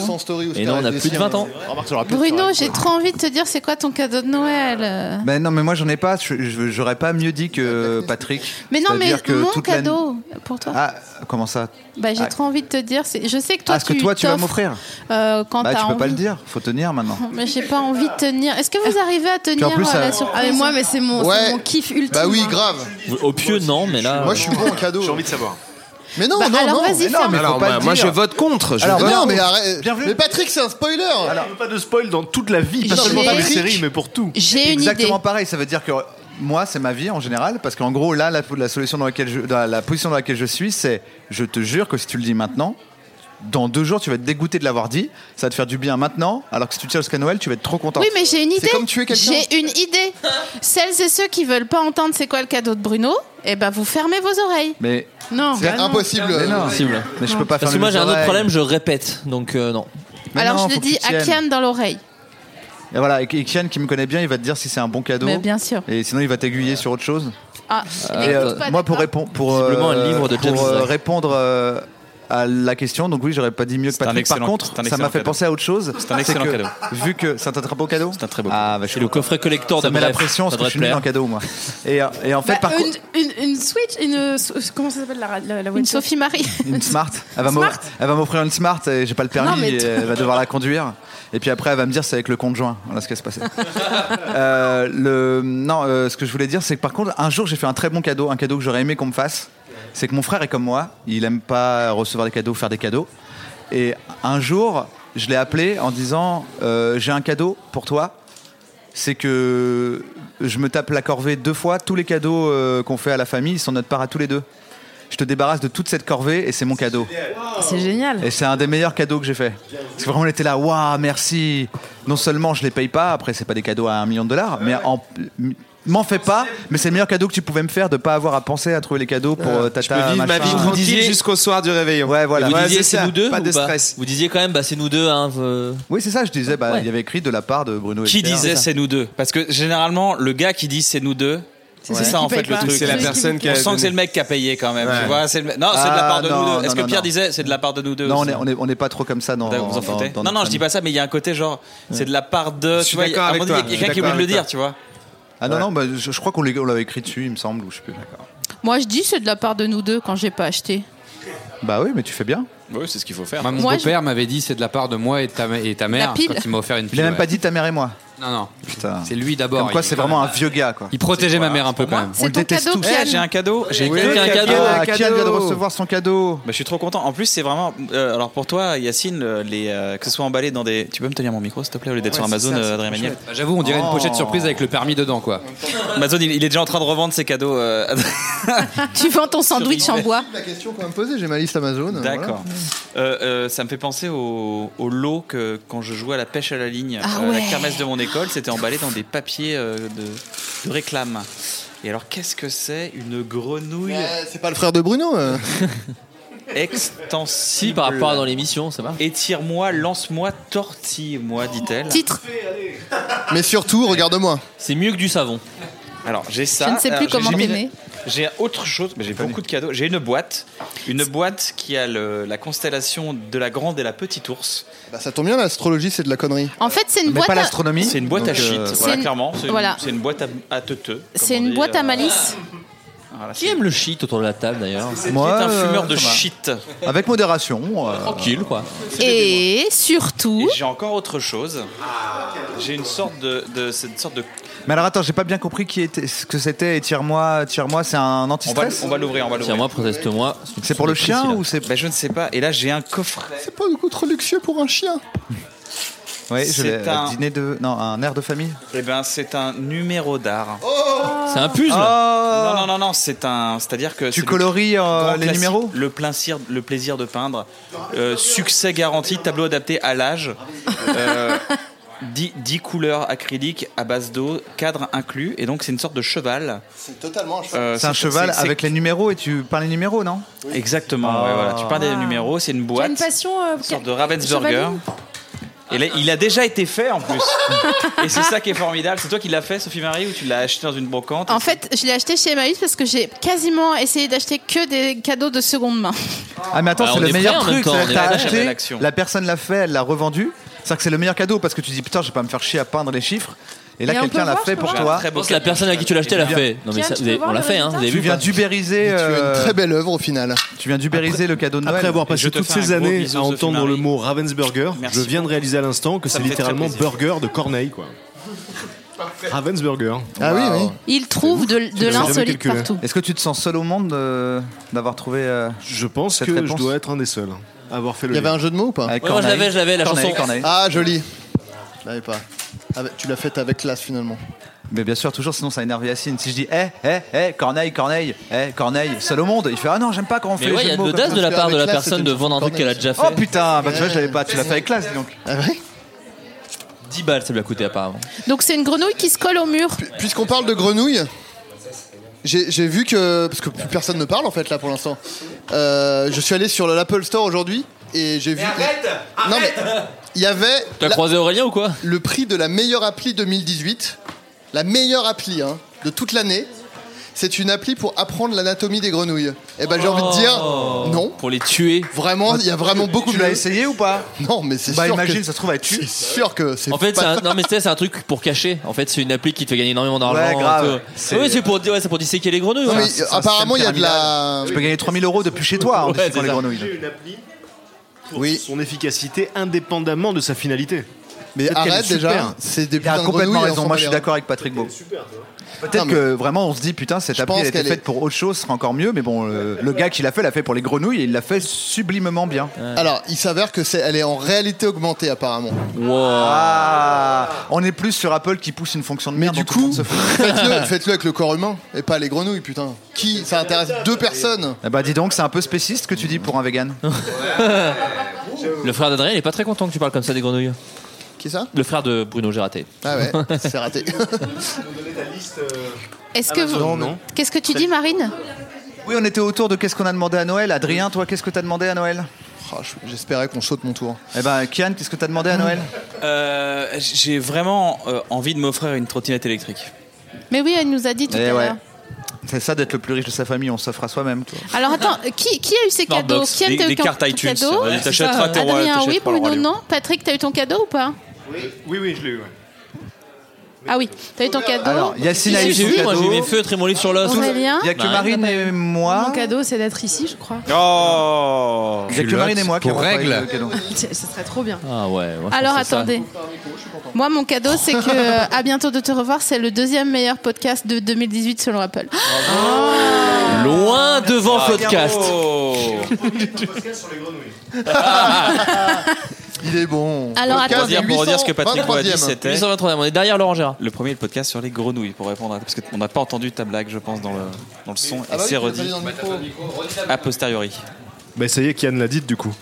[SPEAKER 10] Et non, on a plus de 20 ans.
[SPEAKER 8] hein.
[SPEAKER 2] Bruno, j'ai trop envie de te dire c'est quoi ton cadeau de Noël euh.
[SPEAKER 8] Ben non, mais moi j'en ai pas, je- je- j'aurais pas mieux dit que Patrick.
[SPEAKER 2] Mais non, mais
[SPEAKER 8] C'est-à-dire que
[SPEAKER 2] mon
[SPEAKER 8] toute la-
[SPEAKER 2] cadeau pour toi.
[SPEAKER 8] Ah, comment ça
[SPEAKER 2] Bah, j'ai
[SPEAKER 8] Ah.
[SPEAKER 2] trop envie de te dire. c'est- Je sais que toi,
[SPEAKER 8] Ah, ce que toi tu vas
[SPEAKER 2] t'offres,
[SPEAKER 8] m'offrir
[SPEAKER 2] euh, quand
[SPEAKER 8] Bah
[SPEAKER 2] t'as
[SPEAKER 8] tu peux
[SPEAKER 2] envie.
[SPEAKER 8] pas le dire, faut tenir maintenant.
[SPEAKER 2] Mais j'ai pas envie de tenir. Est-ce que vous arrivez à tenir
[SPEAKER 8] plus,
[SPEAKER 2] euh,
[SPEAKER 8] ça-
[SPEAKER 2] la surprise
[SPEAKER 13] Ah, mais moi, mais c'est mon,
[SPEAKER 6] Ouais.
[SPEAKER 13] c'est mon kiff ultime.
[SPEAKER 6] Bah oui,
[SPEAKER 13] hein.
[SPEAKER 6] grave.
[SPEAKER 10] Au pieu, non, mais là.
[SPEAKER 6] Moi, je suis bon en cadeau. J'ai envie
[SPEAKER 5] de savoir.
[SPEAKER 6] Mais non,
[SPEAKER 13] Bah,
[SPEAKER 6] non,
[SPEAKER 13] alors,
[SPEAKER 6] non.
[SPEAKER 13] vas-y,
[SPEAKER 6] mais non,
[SPEAKER 13] ferme.
[SPEAKER 6] mais faut
[SPEAKER 9] Alors,
[SPEAKER 6] pas
[SPEAKER 9] moi,
[SPEAKER 6] le
[SPEAKER 9] moi,
[SPEAKER 6] dire.
[SPEAKER 9] je vote contre. Je
[SPEAKER 6] Alors,
[SPEAKER 9] vote
[SPEAKER 6] non, mais
[SPEAKER 9] contre.
[SPEAKER 6] arrête. Mais Patrick, c'est un spoiler.
[SPEAKER 5] Il n'y a pas de spoil dans toute la vie,
[SPEAKER 2] pas J'ai- seulement dans les séries,
[SPEAKER 5] mais pour tout.
[SPEAKER 2] J'ai une
[SPEAKER 8] Exactement
[SPEAKER 2] idée.
[SPEAKER 8] pareil, ça veut dire que moi, c'est ma vie en général, parce qu'en gros, là, la, la solution dans laquelle je, dans la position dans laquelle je suis, c'est je te jure que si tu le dis maintenant, dans deux jours, tu vas être dégoûté de l'avoir dit. Ça va te faire du bien maintenant, alors que si tu te tiens jusqu'à Noël, tu vas être trop content.
[SPEAKER 2] Oui, mais j'ai une idée.
[SPEAKER 8] C'est comme tuer quelqu'un.
[SPEAKER 2] J'ai une idée. Celles et ceux qui veulent pas entendre c'est quoi le cadeau de Bruno, eh ben vous fermez vos oreilles.
[SPEAKER 8] Mais
[SPEAKER 2] Non.
[SPEAKER 8] c'est
[SPEAKER 2] bah non.
[SPEAKER 8] impossible. Mais non.
[SPEAKER 10] Impossible.
[SPEAKER 8] Mais je peux pas
[SPEAKER 10] Parce que
[SPEAKER 8] fermer
[SPEAKER 10] moi
[SPEAKER 8] mes
[SPEAKER 10] j'ai un autre
[SPEAKER 8] oreilles.
[SPEAKER 10] problème, je répète. Donc euh, non.
[SPEAKER 13] Bah
[SPEAKER 2] Alors je le dis à Kian dans l'oreille.
[SPEAKER 8] Et voilà, et et Kian qui me connaît bien, il va te dire si c'est un bon cadeau.
[SPEAKER 2] Mais bien sûr.
[SPEAKER 8] Et sinon, il va
[SPEAKER 10] Euh,
[SPEAKER 8] t'aiguiller sur autre chose.
[SPEAKER 2] Ah,
[SPEAKER 8] Et,
[SPEAKER 2] n'écoute
[SPEAKER 8] euh,
[SPEAKER 2] pas,
[SPEAKER 8] moi, pour répondre, pour,
[SPEAKER 10] Visiblement, un livre de
[SPEAKER 8] pour,
[SPEAKER 10] James
[SPEAKER 8] euh,
[SPEAKER 10] Zach.
[SPEAKER 8] répondre euh, à la question, donc oui, j'aurais pas dit mieux que Patrick. Par
[SPEAKER 7] excellent-
[SPEAKER 8] contre,
[SPEAKER 7] c'est un
[SPEAKER 8] ça m'a
[SPEAKER 7] excellent
[SPEAKER 8] fait
[SPEAKER 7] cadeau.
[SPEAKER 8] penser à autre chose.
[SPEAKER 7] C'est un excellent
[SPEAKER 8] que,
[SPEAKER 7] cadeau.
[SPEAKER 8] Vu que c'est un très beau cadeau. C'est un très beau. Ah, bah, je suis le
[SPEAKER 10] coffret collector.
[SPEAKER 8] Ça
[SPEAKER 10] de
[SPEAKER 8] met la
[SPEAKER 10] Bref,
[SPEAKER 8] pression,
[SPEAKER 10] ça
[SPEAKER 8] parce que je suis
[SPEAKER 10] devrait
[SPEAKER 8] nul en
[SPEAKER 10] plaire.
[SPEAKER 8] cadeau, moi. Et, euh, et en
[SPEAKER 2] Bah,
[SPEAKER 8] fait, par contre,
[SPEAKER 13] Bah, une, une- une Switch, une. euh, sou- Comment ça s'appelle la, ra- la, Une
[SPEAKER 2] Sophie Marie.
[SPEAKER 8] une smart. Elle va m'offrir- elle va m'offrir une smart. Et j'ai pas le permis.
[SPEAKER 13] Non, mais
[SPEAKER 8] et
[SPEAKER 13] toi-
[SPEAKER 8] elle va devoir la conduire. Et puis après, elle va me dire c'est avec le conjoint. Voilà ce qui va se passer. Euh, le non, euh, ce que je voulais dire, c'est que par contre, un jour, j'ai fait un très bon cadeau, un cadeau que j'aurais aimé qu'on me fasse. C'est que mon frère est comme moi. Il aime pas recevoir des cadeaux, faire des cadeaux. Et un jour, je l'ai appelé en disant euh, j'ai un cadeau pour toi c'est que je me tape la corvée deux fois. Tous les cadeaux euh, qu'on fait à la famille ils sont de notre part à tous les deux. Je te débarrasse de toute cette corvée et c'est mon cadeau.
[SPEAKER 13] C'est génial.
[SPEAKER 8] Et c'est un des meilleurs cadeaux que j'ai fait. Parce que vraiment, on était là, waouh, merci. Non seulement je les paye pas, après, c'est pas des cadeaux à un million de dollars, mais en- m- M'en fais pas, mais c'est le meilleur cadeau que tu pouvais me faire de pas avoir à penser à trouver les cadeaux pour euh, tata.
[SPEAKER 9] Je peux vivre ma
[SPEAKER 8] machin.
[SPEAKER 9] vie tranquille jusqu'au soir du réveillon.
[SPEAKER 8] Ouais, voilà.
[SPEAKER 9] Et
[SPEAKER 10] Vous
[SPEAKER 9] Ouais,
[SPEAKER 10] disiez
[SPEAKER 9] c'est
[SPEAKER 10] c'est
[SPEAKER 9] ça,
[SPEAKER 10] nous deux
[SPEAKER 9] pas de
[SPEAKER 10] ou
[SPEAKER 9] stress.
[SPEAKER 10] Vous disiez quand même bah c'est nous deux hein. euh,
[SPEAKER 8] Oui, c'est ça, je disais, bah, il
[SPEAKER 10] Ouais.
[SPEAKER 8] y avait écrit de la part de Bruno
[SPEAKER 7] Qui
[SPEAKER 8] Ecker.
[SPEAKER 7] disait c'est nous deux Parce que généralement, le gars qui dit c'est nous deux.
[SPEAKER 8] C'est
[SPEAKER 7] C'est
[SPEAKER 8] celui
[SPEAKER 7] ça
[SPEAKER 8] qui
[SPEAKER 7] en
[SPEAKER 8] paye
[SPEAKER 7] fait le
[SPEAKER 8] pas.
[SPEAKER 7] truc.
[SPEAKER 8] C'est la Celui qui personne paye qui
[SPEAKER 7] On
[SPEAKER 8] a
[SPEAKER 7] sent
[SPEAKER 8] donné.
[SPEAKER 7] que c'est le mec qui a payé quand même.
[SPEAKER 8] Ouais.
[SPEAKER 7] Tu vois, c'est le- Non, c'est de la
[SPEAKER 8] Ah,
[SPEAKER 7] part de
[SPEAKER 8] non,
[SPEAKER 7] nous
[SPEAKER 8] non,
[SPEAKER 7] deux. Est-ce que
[SPEAKER 8] non,
[SPEAKER 7] Pierre
[SPEAKER 8] non.
[SPEAKER 7] disait c'est de la part de nous deux
[SPEAKER 8] Non, on
[SPEAKER 7] aussi
[SPEAKER 8] n'est on est, on est pas trop comme ça dans.
[SPEAKER 7] Vous vous en
[SPEAKER 8] dans-
[SPEAKER 7] foutez
[SPEAKER 8] dans
[SPEAKER 7] Non,
[SPEAKER 8] notre
[SPEAKER 7] non, je dis pas ça, mais il y a un côté genre, c'est de la part de.
[SPEAKER 8] suis
[SPEAKER 7] Tu vois,
[SPEAKER 8] d'accord
[SPEAKER 7] à un
[SPEAKER 8] avec
[SPEAKER 7] moment donné,
[SPEAKER 8] toi,
[SPEAKER 7] il y
[SPEAKER 8] je
[SPEAKER 7] a
[SPEAKER 8] suis
[SPEAKER 7] quelqu'un qui
[SPEAKER 8] d'accord
[SPEAKER 7] oublie de le
[SPEAKER 8] avec toi.
[SPEAKER 7] dire, tu vois.
[SPEAKER 8] Ah non, non, bah, je, je crois qu'on l'est- on l'avait écrit dessus, il me semble, ou je sais plus. D'accord.
[SPEAKER 2] Moi je dis c'est de la part de nous deux quand j'ai pas acheté.
[SPEAKER 8] Bah oui, mais tu fais bien.
[SPEAKER 7] Oui, c'est ce qu'il faut faire.
[SPEAKER 4] Moi, mon
[SPEAKER 2] Moi,
[SPEAKER 4] beau-père m'avait dit c'est de la part de moi et de ta, et ta mère
[SPEAKER 2] pile.
[SPEAKER 4] quand il m'a offert une
[SPEAKER 8] Il
[SPEAKER 4] pile.
[SPEAKER 8] a même
[SPEAKER 4] ouais.
[SPEAKER 8] pas dit ta mère et moi.
[SPEAKER 4] Non, non.
[SPEAKER 8] Putain.
[SPEAKER 4] C'est lui d'abord.
[SPEAKER 8] Comme quoi,
[SPEAKER 4] il-
[SPEAKER 8] c'est vraiment un vieux gars, quoi.
[SPEAKER 4] Il protégeait ma mère un peu quand même.
[SPEAKER 8] On le déteste tous.
[SPEAKER 7] Eh, J'ai un cadeau. J'ai
[SPEAKER 8] Oui,
[SPEAKER 7] quelqu'un
[SPEAKER 8] Kian, ah, Kian vient de recevoir son cadeau.
[SPEAKER 7] Bah, je suis trop content. En plus, c'est vraiment. euh, alors pour toi, Yacine, euh, les, euh, que ce soit emballé dans des. Tu peux me tenir mon micro, s'il te plaît, au lieu d'être
[SPEAKER 4] Ouais,
[SPEAKER 7] sur
[SPEAKER 4] c'est
[SPEAKER 7] Amazon,
[SPEAKER 4] ça,
[SPEAKER 7] euh,
[SPEAKER 4] c'est
[SPEAKER 7] Adrien
[SPEAKER 4] trop
[SPEAKER 7] Méniel
[SPEAKER 4] chouette. Bah, J'avoue, on dirait une pochette
[SPEAKER 7] Oh.
[SPEAKER 4] surprise avec le permis dedans, quoi.
[SPEAKER 7] Amazon, il, il est déjà en train de revendre ses cadeaux. euh,
[SPEAKER 2] tu vends ton sandwich en bois.
[SPEAKER 6] La question qu'on va me poser, j'ai ma liste Amazon.
[SPEAKER 7] D'accord. Euh, euh, ça me fait penser au, au lot que quand je jouais à la pêche à la ligne,
[SPEAKER 6] Ah
[SPEAKER 7] à la
[SPEAKER 6] ouais.
[SPEAKER 7] kermesse de mon école, c'était emballé dans des papiers euh, de, de réclame. Et alors, qu'est-ce que c'est Une grenouille
[SPEAKER 6] Bah, C'est pas le frère de Bruno. euh.
[SPEAKER 7] extensible.
[SPEAKER 10] Si, par rapport à dans l'émission, ça marche.
[SPEAKER 7] Étire-moi, lance-moi, tortille-moi, dit-elle.
[SPEAKER 2] Titre.
[SPEAKER 6] Mais surtout, regarde-moi.
[SPEAKER 10] C'est mieux que du savon.
[SPEAKER 7] Alors, j'ai ça.
[SPEAKER 2] Je ne sais plus
[SPEAKER 7] Alors, j'ai-
[SPEAKER 2] comment
[SPEAKER 7] j'ai mis-
[SPEAKER 2] t'es né.
[SPEAKER 7] J'ai autre chose, mais j'ai beaucoup de cadeaux. J'ai une boîte. Une boîte qui a le- la constellation de la grande et la petite ours.
[SPEAKER 6] Bah, ça tombe bien, l'astrologie, c'est de la connerie.
[SPEAKER 2] En fait c'est une boîte. à-
[SPEAKER 7] C'est une boîte à
[SPEAKER 6] Donc,
[SPEAKER 7] shit,
[SPEAKER 6] euh,
[SPEAKER 7] voilà,
[SPEAKER 2] une-
[SPEAKER 7] clairement. C'est une,
[SPEAKER 2] voilà.
[SPEAKER 7] c'est une boîte à, à teuteux. comme
[SPEAKER 2] C'est
[SPEAKER 7] on
[SPEAKER 2] une
[SPEAKER 7] dit,
[SPEAKER 2] boîte
[SPEAKER 7] euh,
[SPEAKER 2] à malice.
[SPEAKER 6] Ah,
[SPEAKER 7] voilà,
[SPEAKER 10] Qui aime le shit autour de la table d'ailleurs
[SPEAKER 8] Moi,
[SPEAKER 7] un fumeur
[SPEAKER 8] euh,
[SPEAKER 7] de
[SPEAKER 8] ça va.
[SPEAKER 7] shit.
[SPEAKER 8] Avec modération. euh,
[SPEAKER 10] Tranquille quoi.
[SPEAKER 2] Et surtout.
[SPEAKER 7] J'ai encore autre chose. J'ai une sorte de, de- cette sorte de.
[SPEAKER 8] Mais alors attends, j'ai pas bien compris qui était, ce que c'était. Et tire-moi, tire-moi, c'est un
[SPEAKER 7] On va,
[SPEAKER 8] anti-stress.
[SPEAKER 7] on va l'ouvrir, on va l'ouvrir.
[SPEAKER 10] Tiens moi proteste-moi.
[SPEAKER 8] C'est pour le chien ou c'est
[SPEAKER 7] Bah, je ne sais pas. Et là, j'ai un coffre.
[SPEAKER 6] C'est pas du coup trop luxueux pour un chien.
[SPEAKER 8] Ouais, je
[SPEAKER 7] C'est
[SPEAKER 8] l'ai-
[SPEAKER 7] un-
[SPEAKER 8] dîner de non un air de famille.
[SPEAKER 7] Eh ben, c'est un numéro d'art.
[SPEAKER 6] Oh
[SPEAKER 7] Oh
[SPEAKER 10] C'est un puzzle.
[SPEAKER 7] Non, non, non, non, c'est un. C'est-à-dire que.
[SPEAKER 8] Ah. Tu
[SPEAKER 7] c'est
[SPEAKER 8] coloris
[SPEAKER 7] le
[SPEAKER 8] euh,
[SPEAKER 7] grand
[SPEAKER 8] les
[SPEAKER 7] classique,
[SPEAKER 8] numéros.
[SPEAKER 7] le, plaisir, le plaisir de peindre. Euh, succès garanti, tableau adapté à l'âge. 10, couleurs acryliques à base d'eau, cadre inclus. Et donc, c'est une sorte de cheval.
[SPEAKER 6] C'est totalement un
[SPEAKER 7] Euh,
[SPEAKER 8] C'est un cheval
[SPEAKER 7] c'est-
[SPEAKER 8] avec les numéros et tu peins les numéros, non
[SPEAKER 7] Exactement,
[SPEAKER 8] Ah.
[SPEAKER 7] ouais, voilà. tu peins des
[SPEAKER 8] Ah.
[SPEAKER 7] numéros, c'est une
[SPEAKER 13] Tu as
[SPEAKER 7] boîte.
[SPEAKER 13] une passion. euh,
[SPEAKER 7] Une sorte
[SPEAKER 13] ca-
[SPEAKER 7] de Ravensburger.
[SPEAKER 13] chevaline
[SPEAKER 7] Et là, il a déjà été fait en plus. et c'est ça qui est formidable. C'est toi qui l'as fait, Sophie Marie, ou tu l'as acheté dans une brocante
[SPEAKER 2] En fait, je l'ai acheté chez Emmaüs parce que j'ai quasiment essayé d'acheter que des cadeaux de seconde main.
[SPEAKER 8] Ah mais attends,
[SPEAKER 7] Bah, on
[SPEAKER 8] c'est
[SPEAKER 7] est
[SPEAKER 8] le meilleur
[SPEAKER 7] prêt en même
[SPEAKER 8] truc.
[SPEAKER 7] temps,
[SPEAKER 8] c'est-à-dire
[SPEAKER 7] on
[SPEAKER 8] que
[SPEAKER 7] est
[SPEAKER 8] T'as
[SPEAKER 7] prêt. Jamais
[SPEAKER 8] acheté,
[SPEAKER 7] l'action.
[SPEAKER 8] la personne l'a fait, elle l'a revendu. C'est-à-dire que c'est le meilleur cadeau parce que tu dis putain, je vais pas me faire chier à peindre les chiffres. Et là,
[SPEAKER 10] Et on peut
[SPEAKER 8] quelqu'un l'a
[SPEAKER 10] voir,
[SPEAKER 8] fait
[SPEAKER 10] je peux
[SPEAKER 8] pour
[SPEAKER 10] voir
[SPEAKER 7] Ah,
[SPEAKER 8] toi.
[SPEAKER 10] Très beau Je pense que la cadeau. personne à qui tu l'as acheté l'a fait. Non, mais Tiens, ça, tu vous peux avez- voir on le l'a fait, hein, résultat vous avez
[SPEAKER 8] Tu
[SPEAKER 10] vu
[SPEAKER 8] viens
[SPEAKER 10] pas
[SPEAKER 8] d'ubériser.
[SPEAKER 6] Tu as une
[SPEAKER 8] euh,
[SPEAKER 6] très belle œuvre au final.
[SPEAKER 8] Tu viens d'ubériser le cadeau de Noël.
[SPEAKER 5] Après avoir
[SPEAKER 8] Et
[SPEAKER 5] passé
[SPEAKER 8] je te
[SPEAKER 5] toutes
[SPEAKER 8] fais un
[SPEAKER 5] ces
[SPEAKER 8] gros
[SPEAKER 5] années
[SPEAKER 8] bisou,
[SPEAKER 5] à
[SPEAKER 8] Sophie
[SPEAKER 5] entendre
[SPEAKER 8] Marie.
[SPEAKER 5] le mot Ravensburger,
[SPEAKER 7] Merci
[SPEAKER 5] je viens de réaliser à l'instant que
[SPEAKER 7] Ça
[SPEAKER 5] c'est
[SPEAKER 7] me fait très
[SPEAKER 5] littéralement
[SPEAKER 7] plaisir.
[SPEAKER 5] burger de Corneille, quoi. Ravensburger.
[SPEAKER 6] Ah oui, oui.
[SPEAKER 2] Il trouve de,
[SPEAKER 5] Tu
[SPEAKER 2] de
[SPEAKER 5] l'as jamais
[SPEAKER 2] l'insolite
[SPEAKER 5] calculé.
[SPEAKER 2] partout.
[SPEAKER 8] Est-ce que tu te sens seul au monde euh, d'avoir trouvé euh,
[SPEAKER 5] Je pense
[SPEAKER 8] cette
[SPEAKER 5] que
[SPEAKER 8] réponse
[SPEAKER 5] je dois être un des seuls à avoir fait le.
[SPEAKER 6] Il y avait
[SPEAKER 5] lien.
[SPEAKER 6] un jeu de mots ou pas
[SPEAKER 8] avec
[SPEAKER 10] Ouais, moi, je
[SPEAKER 8] Corneille
[SPEAKER 10] l'avais, je l'avais, la
[SPEAKER 8] Corneille,
[SPEAKER 10] chanson.
[SPEAKER 8] Corneille.
[SPEAKER 6] Ah, joli. Je l'avais pas. Ah, bah, tu l'as faite avec classe finalement.
[SPEAKER 8] Mais bien sûr, toujours, sinon ça énerve Yacine. Si je dis, eh, eh, eh, Corneille, Corneille, eh, Corneille, seul au monde, il fait, ah non, j'aime pas quand on fait
[SPEAKER 10] Mais
[SPEAKER 8] les
[SPEAKER 10] ouais,
[SPEAKER 8] jeux
[SPEAKER 10] il y a de
[SPEAKER 8] mots
[SPEAKER 10] l'audace
[SPEAKER 8] comme
[SPEAKER 10] de la
[SPEAKER 8] ça.
[SPEAKER 10] part de la
[SPEAKER 8] Avec classe,
[SPEAKER 10] personne
[SPEAKER 8] c'était
[SPEAKER 10] de
[SPEAKER 8] une
[SPEAKER 10] vendre un truc qu'elle a déjà fait.
[SPEAKER 8] Oh putain, bah tu vois, je l'avais pas, tu l'as fait avec classe, donc.
[SPEAKER 6] Ah,
[SPEAKER 10] 10 balles, ça lui a coûté apparemment.
[SPEAKER 2] Donc c'est une grenouille qui se colle au mur.
[SPEAKER 6] Puisqu'on parle de grenouilles, j'ai j'ai vu que. Parce que plus personne ne parle en fait là pour l'instant. Euh, je suis allé sur l'Apple Store aujourd'hui et j'ai vu. non mais. Il y avait.
[SPEAKER 10] T'as croisé Aurélien ou quoi
[SPEAKER 6] Le prix de la meilleure appli 2018. La meilleure appli hein, de toute l'année. C'est une appli pour apprendre l'anatomie des grenouilles. Et ben j'ai envie de dire non.
[SPEAKER 10] Oh. Pour les tuer.
[SPEAKER 6] Vraiment, il y a vraiment beaucoup.
[SPEAKER 8] Oh. Tu l'as essayé ou pas
[SPEAKER 6] Non, mais c'est
[SPEAKER 8] Bah,
[SPEAKER 6] sûr.
[SPEAKER 8] imagine,
[SPEAKER 6] que...
[SPEAKER 8] ça se trouve, elle tue.
[SPEAKER 6] C'est sûr que c'est.
[SPEAKER 10] En fait, c'est
[SPEAKER 6] pas-
[SPEAKER 10] un, non, mais tu sais, c'est un truc pour cacher. En fait, c'est une appli qui te fait gagner énormément d'argent.
[SPEAKER 8] Ouais, grave.
[SPEAKER 10] tout.
[SPEAKER 8] C'est-
[SPEAKER 10] Ouais, c'est pour, ouais, c'est pour disséquer les grenouilles.
[SPEAKER 8] Non,
[SPEAKER 10] ouais.
[SPEAKER 8] mais,
[SPEAKER 10] C'est un
[SPEAKER 8] apparemment,
[SPEAKER 10] système
[SPEAKER 8] il y a de la-
[SPEAKER 10] pyramidal.
[SPEAKER 8] Tu peux gagner 3000 euros depuis chez toi hein, en
[SPEAKER 10] Ouais,
[SPEAKER 8] disséquant
[SPEAKER 10] c'est
[SPEAKER 8] les
[SPEAKER 10] ça.
[SPEAKER 8] grenouilles.
[SPEAKER 16] Une appli pour son efficacité indépendamment de sa finalité.
[SPEAKER 6] Mais
[SPEAKER 16] Peut-être qu'elle
[SPEAKER 6] arrête
[SPEAKER 16] est super.
[SPEAKER 6] déjà, c'est des
[SPEAKER 8] Il a
[SPEAKER 6] putains de
[SPEAKER 8] complètement
[SPEAKER 6] grenouilles, on
[SPEAKER 8] raison.
[SPEAKER 6] s'en
[SPEAKER 8] Moi,
[SPEAKER 6] bat
[SPEAKER 8] je suis
[SPEAKER 6] les reins.
[SPEAKER 8] d'accord avec Patrick Beau.
[SPEAKER 6] Non,
[SPEAKER 8] Peut-être
[SPEAKER 6] mais-
[SPEAKER 8] que vraiment, on se dit putain, cette appli
[SPEAKER 6] pense
[SPEAKER 8] elle était
[SPEAKER 6] qu'elle
[SPEAKER 8] faite
[SPEAKER 6] est-
[SPEAKER 8] pour autre chose, ce sera encore mieux. Mais bon, le, le gars qui l'a fait, l'a fait pour les grenouilles et il l'a fait sublimement bien.
[SPEAKER 6] Alors, il s'avère que c'est, elle est en réalité augmentée apparemment.
[SPEAKER 8] Ah, on est plus sur Apple qui pousse une fonction de merde. Mais du coup,
[SPEAKER 6] Faites-le, faites-le avec le corps humain et pas les grenouilles, putain. Qui Ça intéresse deux personnes.
[SPEAKER 8] bah dis donc, c'est un peu spéciste ce que tu dis pour un vegan.
[SPEAKER 10] Le frère d'Adrien, il est pas très content que tu parles comme ça des grenouilles.
[SPEAKER 6] Qui ça
[SPEAKER 10] Le frère de Bruno, j'ai raté.
[SPEAKER 6] Ah ouais, c'est raté.
[SPEAKER 2] Est-ce que vous.
[SPEAKER 8] Amazon, non.
[SPEAKER 2] Qu'est-ce que tu dis, Marine
[SPEAKER 8] Oui, on était autour de qu'est-ce qu'on a demandé à Noël. Adrien, toi, qu'est-ce que t'as demandé à Noël
[SPEAKER 6] Oh, J'espérais qu'on saute mon tour.
[SPEAKER 8] Eh ben, Kian, qu'est-ce que t'as demandé à Noël
[SPEAKER 7] Euh, J'ai vraiment euh, envie de m'offrir une trottinette électrique.
[SPEAKER 2] Mais oui, elle nous a dit tout
[SPEAKER 8] Eh
[SPEAKER 2] à
[SPEAKER 8] ouais.
[SPEAKER 2] l'heure.
[SPEAKER 8] C'est ça d'être le plus riche de sa famille, on s'offre à soi-même. toi.
[SPEAKER 2] Alors attends, qui, qui a eu ses cadeaux
[SPEAKER 8] Smartbox,
[SPEAKER 2] Qui a eu
[SPEAKER 8] des- des
[SPEAKER 2] ton,
[SPEAKER 8] cartes
[SPEAKER 2] ton
[SPEAKER 8] iTunes.
[SPEAKER 2] cadeau
[SPEAKER 8] Vas-y, t'achèteras ton- ouais,
[SPEAKER 2] Adrien, oui,
[SPEAKER 8] t'achèteras le
[SPEAKER 2] Bruno,
[SPEAKER 8] Roi
[SPEAKER 2] non. Patrick, t'as eu ton cadeau ou pas
[SPEAKER 16] Oui, oui, je l'ai eu. ouais.
[SPEAKER 2] Ah oui, t'as eu ton cadeau.
[SPEAKER 8] Alors,
[SPEAKER 7] Ah,
[SPEAKER 8] Yacine a eu
[SPEAKER 10] J'ai
[SPEAKER 8] son
[SPEAKER 10] vu, moi, j'ai
[SPEAKER 8] cadeau.
[SPEAKER 10] eu mes feutres et mon livre sur l'os.
[SPEAKER 2] Aurélien
[SPEAKER 8] Il y a
[SPEAKER 10] Bah,
[SPEAKER 7] Bah,
[SPEAKER 8] que Marine et moi.
[SPEAKER 13] Mon cadeau, c'est d'être ici, je crois.
[SPEAKER 7] Oh
[SPEAKER 8] Il y a que Marine et moi qui avons pas eu de cadeau.
[SPEAKER 13] Ce serait trop bien.
[SPEAKER 10] Ah ouais. moi, je
[SPEAKER 2] Alors
[SPEAKER 10] pensais ça.
[SPEAKER 2] attendez. Moi, mon cadeau, c'est que euh, à bientôt de te revoir, c'est le deuxième meilleur podcast de 2018 selon Apple.
[SPEAKER 10] Loin devant
[SPEAKER 11] Ah,
[SPEAKER 10] podcast.
[SPEAKER 2] Ah.
[SPEAKER 6] Il est bon.
[SPEAKER 2] Alors,
[SPEAKER 7] Pour
[SPEAKER 2] attendez,
[SPEAKER 7] dire- pour redire ce que Patrick Bois a dit,
[SPEAKER 6] 823e.
[SPEAKER 7] c'était.
[SPEAKER 10] 823e, on est derrière Laurent Gérard.
[SPEAKER 7] Le premier, le podcast sur les grenouilles, pour répondre à. Parce qu'on n'a pas entendu ta blague, je pense, dans le, dans le son,
[SPEAKER 6] Ah
[SPEAKER 7] et
[SPEAKER 6] bah oui,
[SPEAKER 7] c'est
[SPEAKER 6] tu l'as pas dit
[SPEAKER 7] redit
[SPEAKER 6] dans le micro.
[SPEAKER 7] a posteriori.
[SPEAKER 5] Bah ça y est, Kian l'a dit du coup.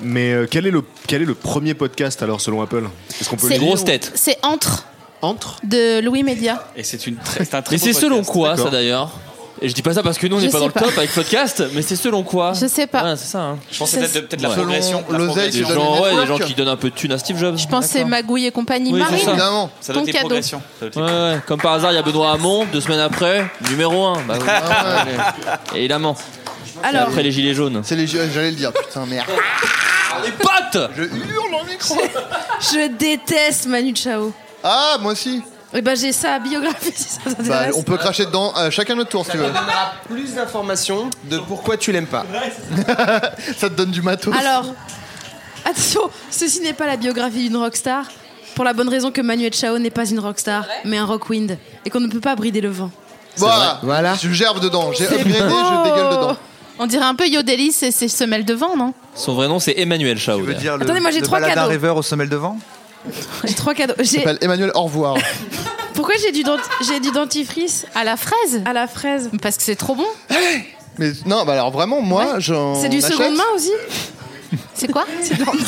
[SPEAKER 5] Mais euh, quel, est le, quel est le premier podcast alors selon Apple Est-ce qu'on peut le dire
[SPEAKER 2] C'est entre.
[SPEAKER 5] Entre.
[SPEAKER 2] De Louis Média.
[SPEAKER 7] Et c'est une très- c'est un très
[SPEAKER 10] Et
[SPEAKER 7] beau
[SPEAKER 10] c'est selon
[SPEAKER 7] podcast.
[SPEAKER 10] quoi, ça d'ailleurs Et je dis pas ça parce que nous, on
[SPEAKER 2] Je
[SPEAKER 10] n'est pas
[SPEAKER 2] sais
[SPEAKER 10] dans le
[SPEAKER 2] pas.
[SPEAKER 10] top avec podcast, mais c'est selon quoi
[SPEAKER 2] Je sais pas.
[SPEAKER 10] Ouais, c'est ça. hein.
[SPEAKER 7] Je pense que c'est peut-être peut-être la progression. la
[SPEAKER 10] Des
[SPEAKER 7] progression.
[SPEAKER 10] gens, ouais, des gens qui donnent un peu de thune à Steve Jobs.
[SPEAKER 2] Je pense que c'est Magouille et compagnie.
[SPEAKER 10] Oui, c'est
[SPEAKER 2] Marine,
[SPEAKER 10] ça.
[SPEAKER 7] Ça
[SPEAKER 2] ton
[SPEAKER 7] doit être les
[SPEAKER 2] cadeau.
[SPEAKER 7] progressions. Ça doit être les-
[SPEAKER 10] Ouais, ouais. Comme par hasard, il y a Benoît Hamon, deux semaines après, numéro 1. Bah, oui.
[SPEAKER 6] Ah ouais.
[SPEAKER 10] Et évidemment.
[SPEAKER 6] Alors-
[SPEAKER 10] Et après les gilets jaunes.
[SPEAKER 6] C'est les j'allais le dire, putain merde.
[SPEAKER 10] Les potes Ah,
[SPEAKER 6] Je hurle en micro.
[SPEAKER 13] Je déteste Manu Chao.
[SPEAKER 6] Ah, moi aussi.
[SPEAKER 13] Et ben j'ai ça à biographie si ça t'intéresse.
[SPEAKER 6] Bah, on peut cracher dedans euh, chacun notre tour si tu veux.
[SPEAKER 9] Plus d'informations de pourquoi tu l'aimes pas.
[SPEAKER 6] Ça te donne du matos.
[SPEAKER 13] Alors, attention, ceci n'est pas la biographie d'une rockstar. Pour la bonne raison que Manuel Chao n'est pas une rockstar, mais un rockwind, et qu'on ne peut pas brider le vent.
[SPEAKER 6] Voilà. Je gerbe dedans. J'ai
[SPEAKER 2] C'est
[SPEAKER 6] upgradé, je dégueule
[SPEAKER 2] beau.
[SPEAKER 6] dedans.
[SPEAKER 2] Oh On dirait un peu Yodelis et ses semelles de vent, non
[SPEAKER 10] Son vrai nom, c'est Emmanuel Chao. d'ailleurs.
[SPEAKER 8] Dire le-
[SPEAKER 13] Attendez, moi, j'ai
[SPEAKER 8] le
[SPEAKER 13] trois
[SPEAKER 8] baladin
[SPEAKER 13] cadeaux.
[SPEAKER 8] rêveur au sommet devant.
[SPEAKER 13] J'ai trois cadeaux. J'ai-
[SPEAKER 6] s'appelle Emmanuel, au revoir.
[SPEAKER 13] Pourquoi j'ai du, dent- j'ai du dentifrice
[SPEAKER 2] À la fraise
[SPEAKER 13] À la fraise.
[SPEAKER 2] Parce que c'est trop bon.
[SPEAKER 6] Mais non, bah alors vraiment, moi, j'en.
[SPEAKER 13] C'est du
[SPEAKER 6] achète.
[SPEAKER 13] seconde main aussi
[SPEAKER 2] C'est quoi
[SPEAKER 13] C'est du seconde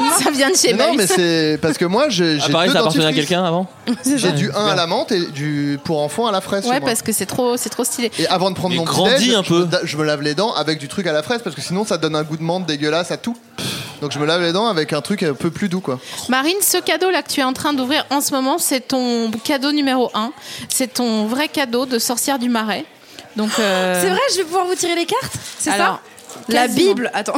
[SPEAKER 13] main.
[SPEAKER 2] Ça vient de chez
[SPEAKER 6] Mais non,
[SPEAKER 2] Baus.
[SPEAKER 6] mais c'est parce que moi, j'ai.
[SPEAKER 10] Ah,
[SPEAKER 6] j'ai
[SPEAKER 10] pareil,
[SPEAKER 6] deux
[SPEAKER 10] ça appartenait à
[SPEAKER 6] dentifrices.
[SPEAKER 10] quelqu'un avant
[SPEAKER 6] J'ai du 1 à la menthe et du pour enfant à la fraise.
[SPEAKER 2] Ouais,
[SPEAKER 6] chez moi.
[SPEAKER 2] parce que c'est trop, c'est trop stylé.
[SPEAKER 6] Et avant de prendre
[SPEAKER 10] Mais
[SPEAKER 6] mon
[SPEAKER 10] grandis
[SPEAKER 6] petit-déj,
[SPEAKER 10] un
[SPEAKER 6] je, me, da- je me lave les dents avec du truc à la fraise parce que sinon ça donne un goût de menthe dégueulasse à tout. Donc je me lave les dents avec un truc un peu plus doux quoi.
[SPEAKER 2] Marine, ce cadeau-là que tu es en train d'ouvrir en ce moment, c'est ton cadeau numéro 1. C'est ton vrai cadeau de sorcière du marais. Donc,
[SPEAKER 13] C'est vrai, je vais pouvoir vous tirer les cartes C'est ça
[SPEAKER 2] Alors,
[SPEAKER 13] euh, La
[SPEAKER 2] quasiment.
[SPEAKER 13] Bible, attends.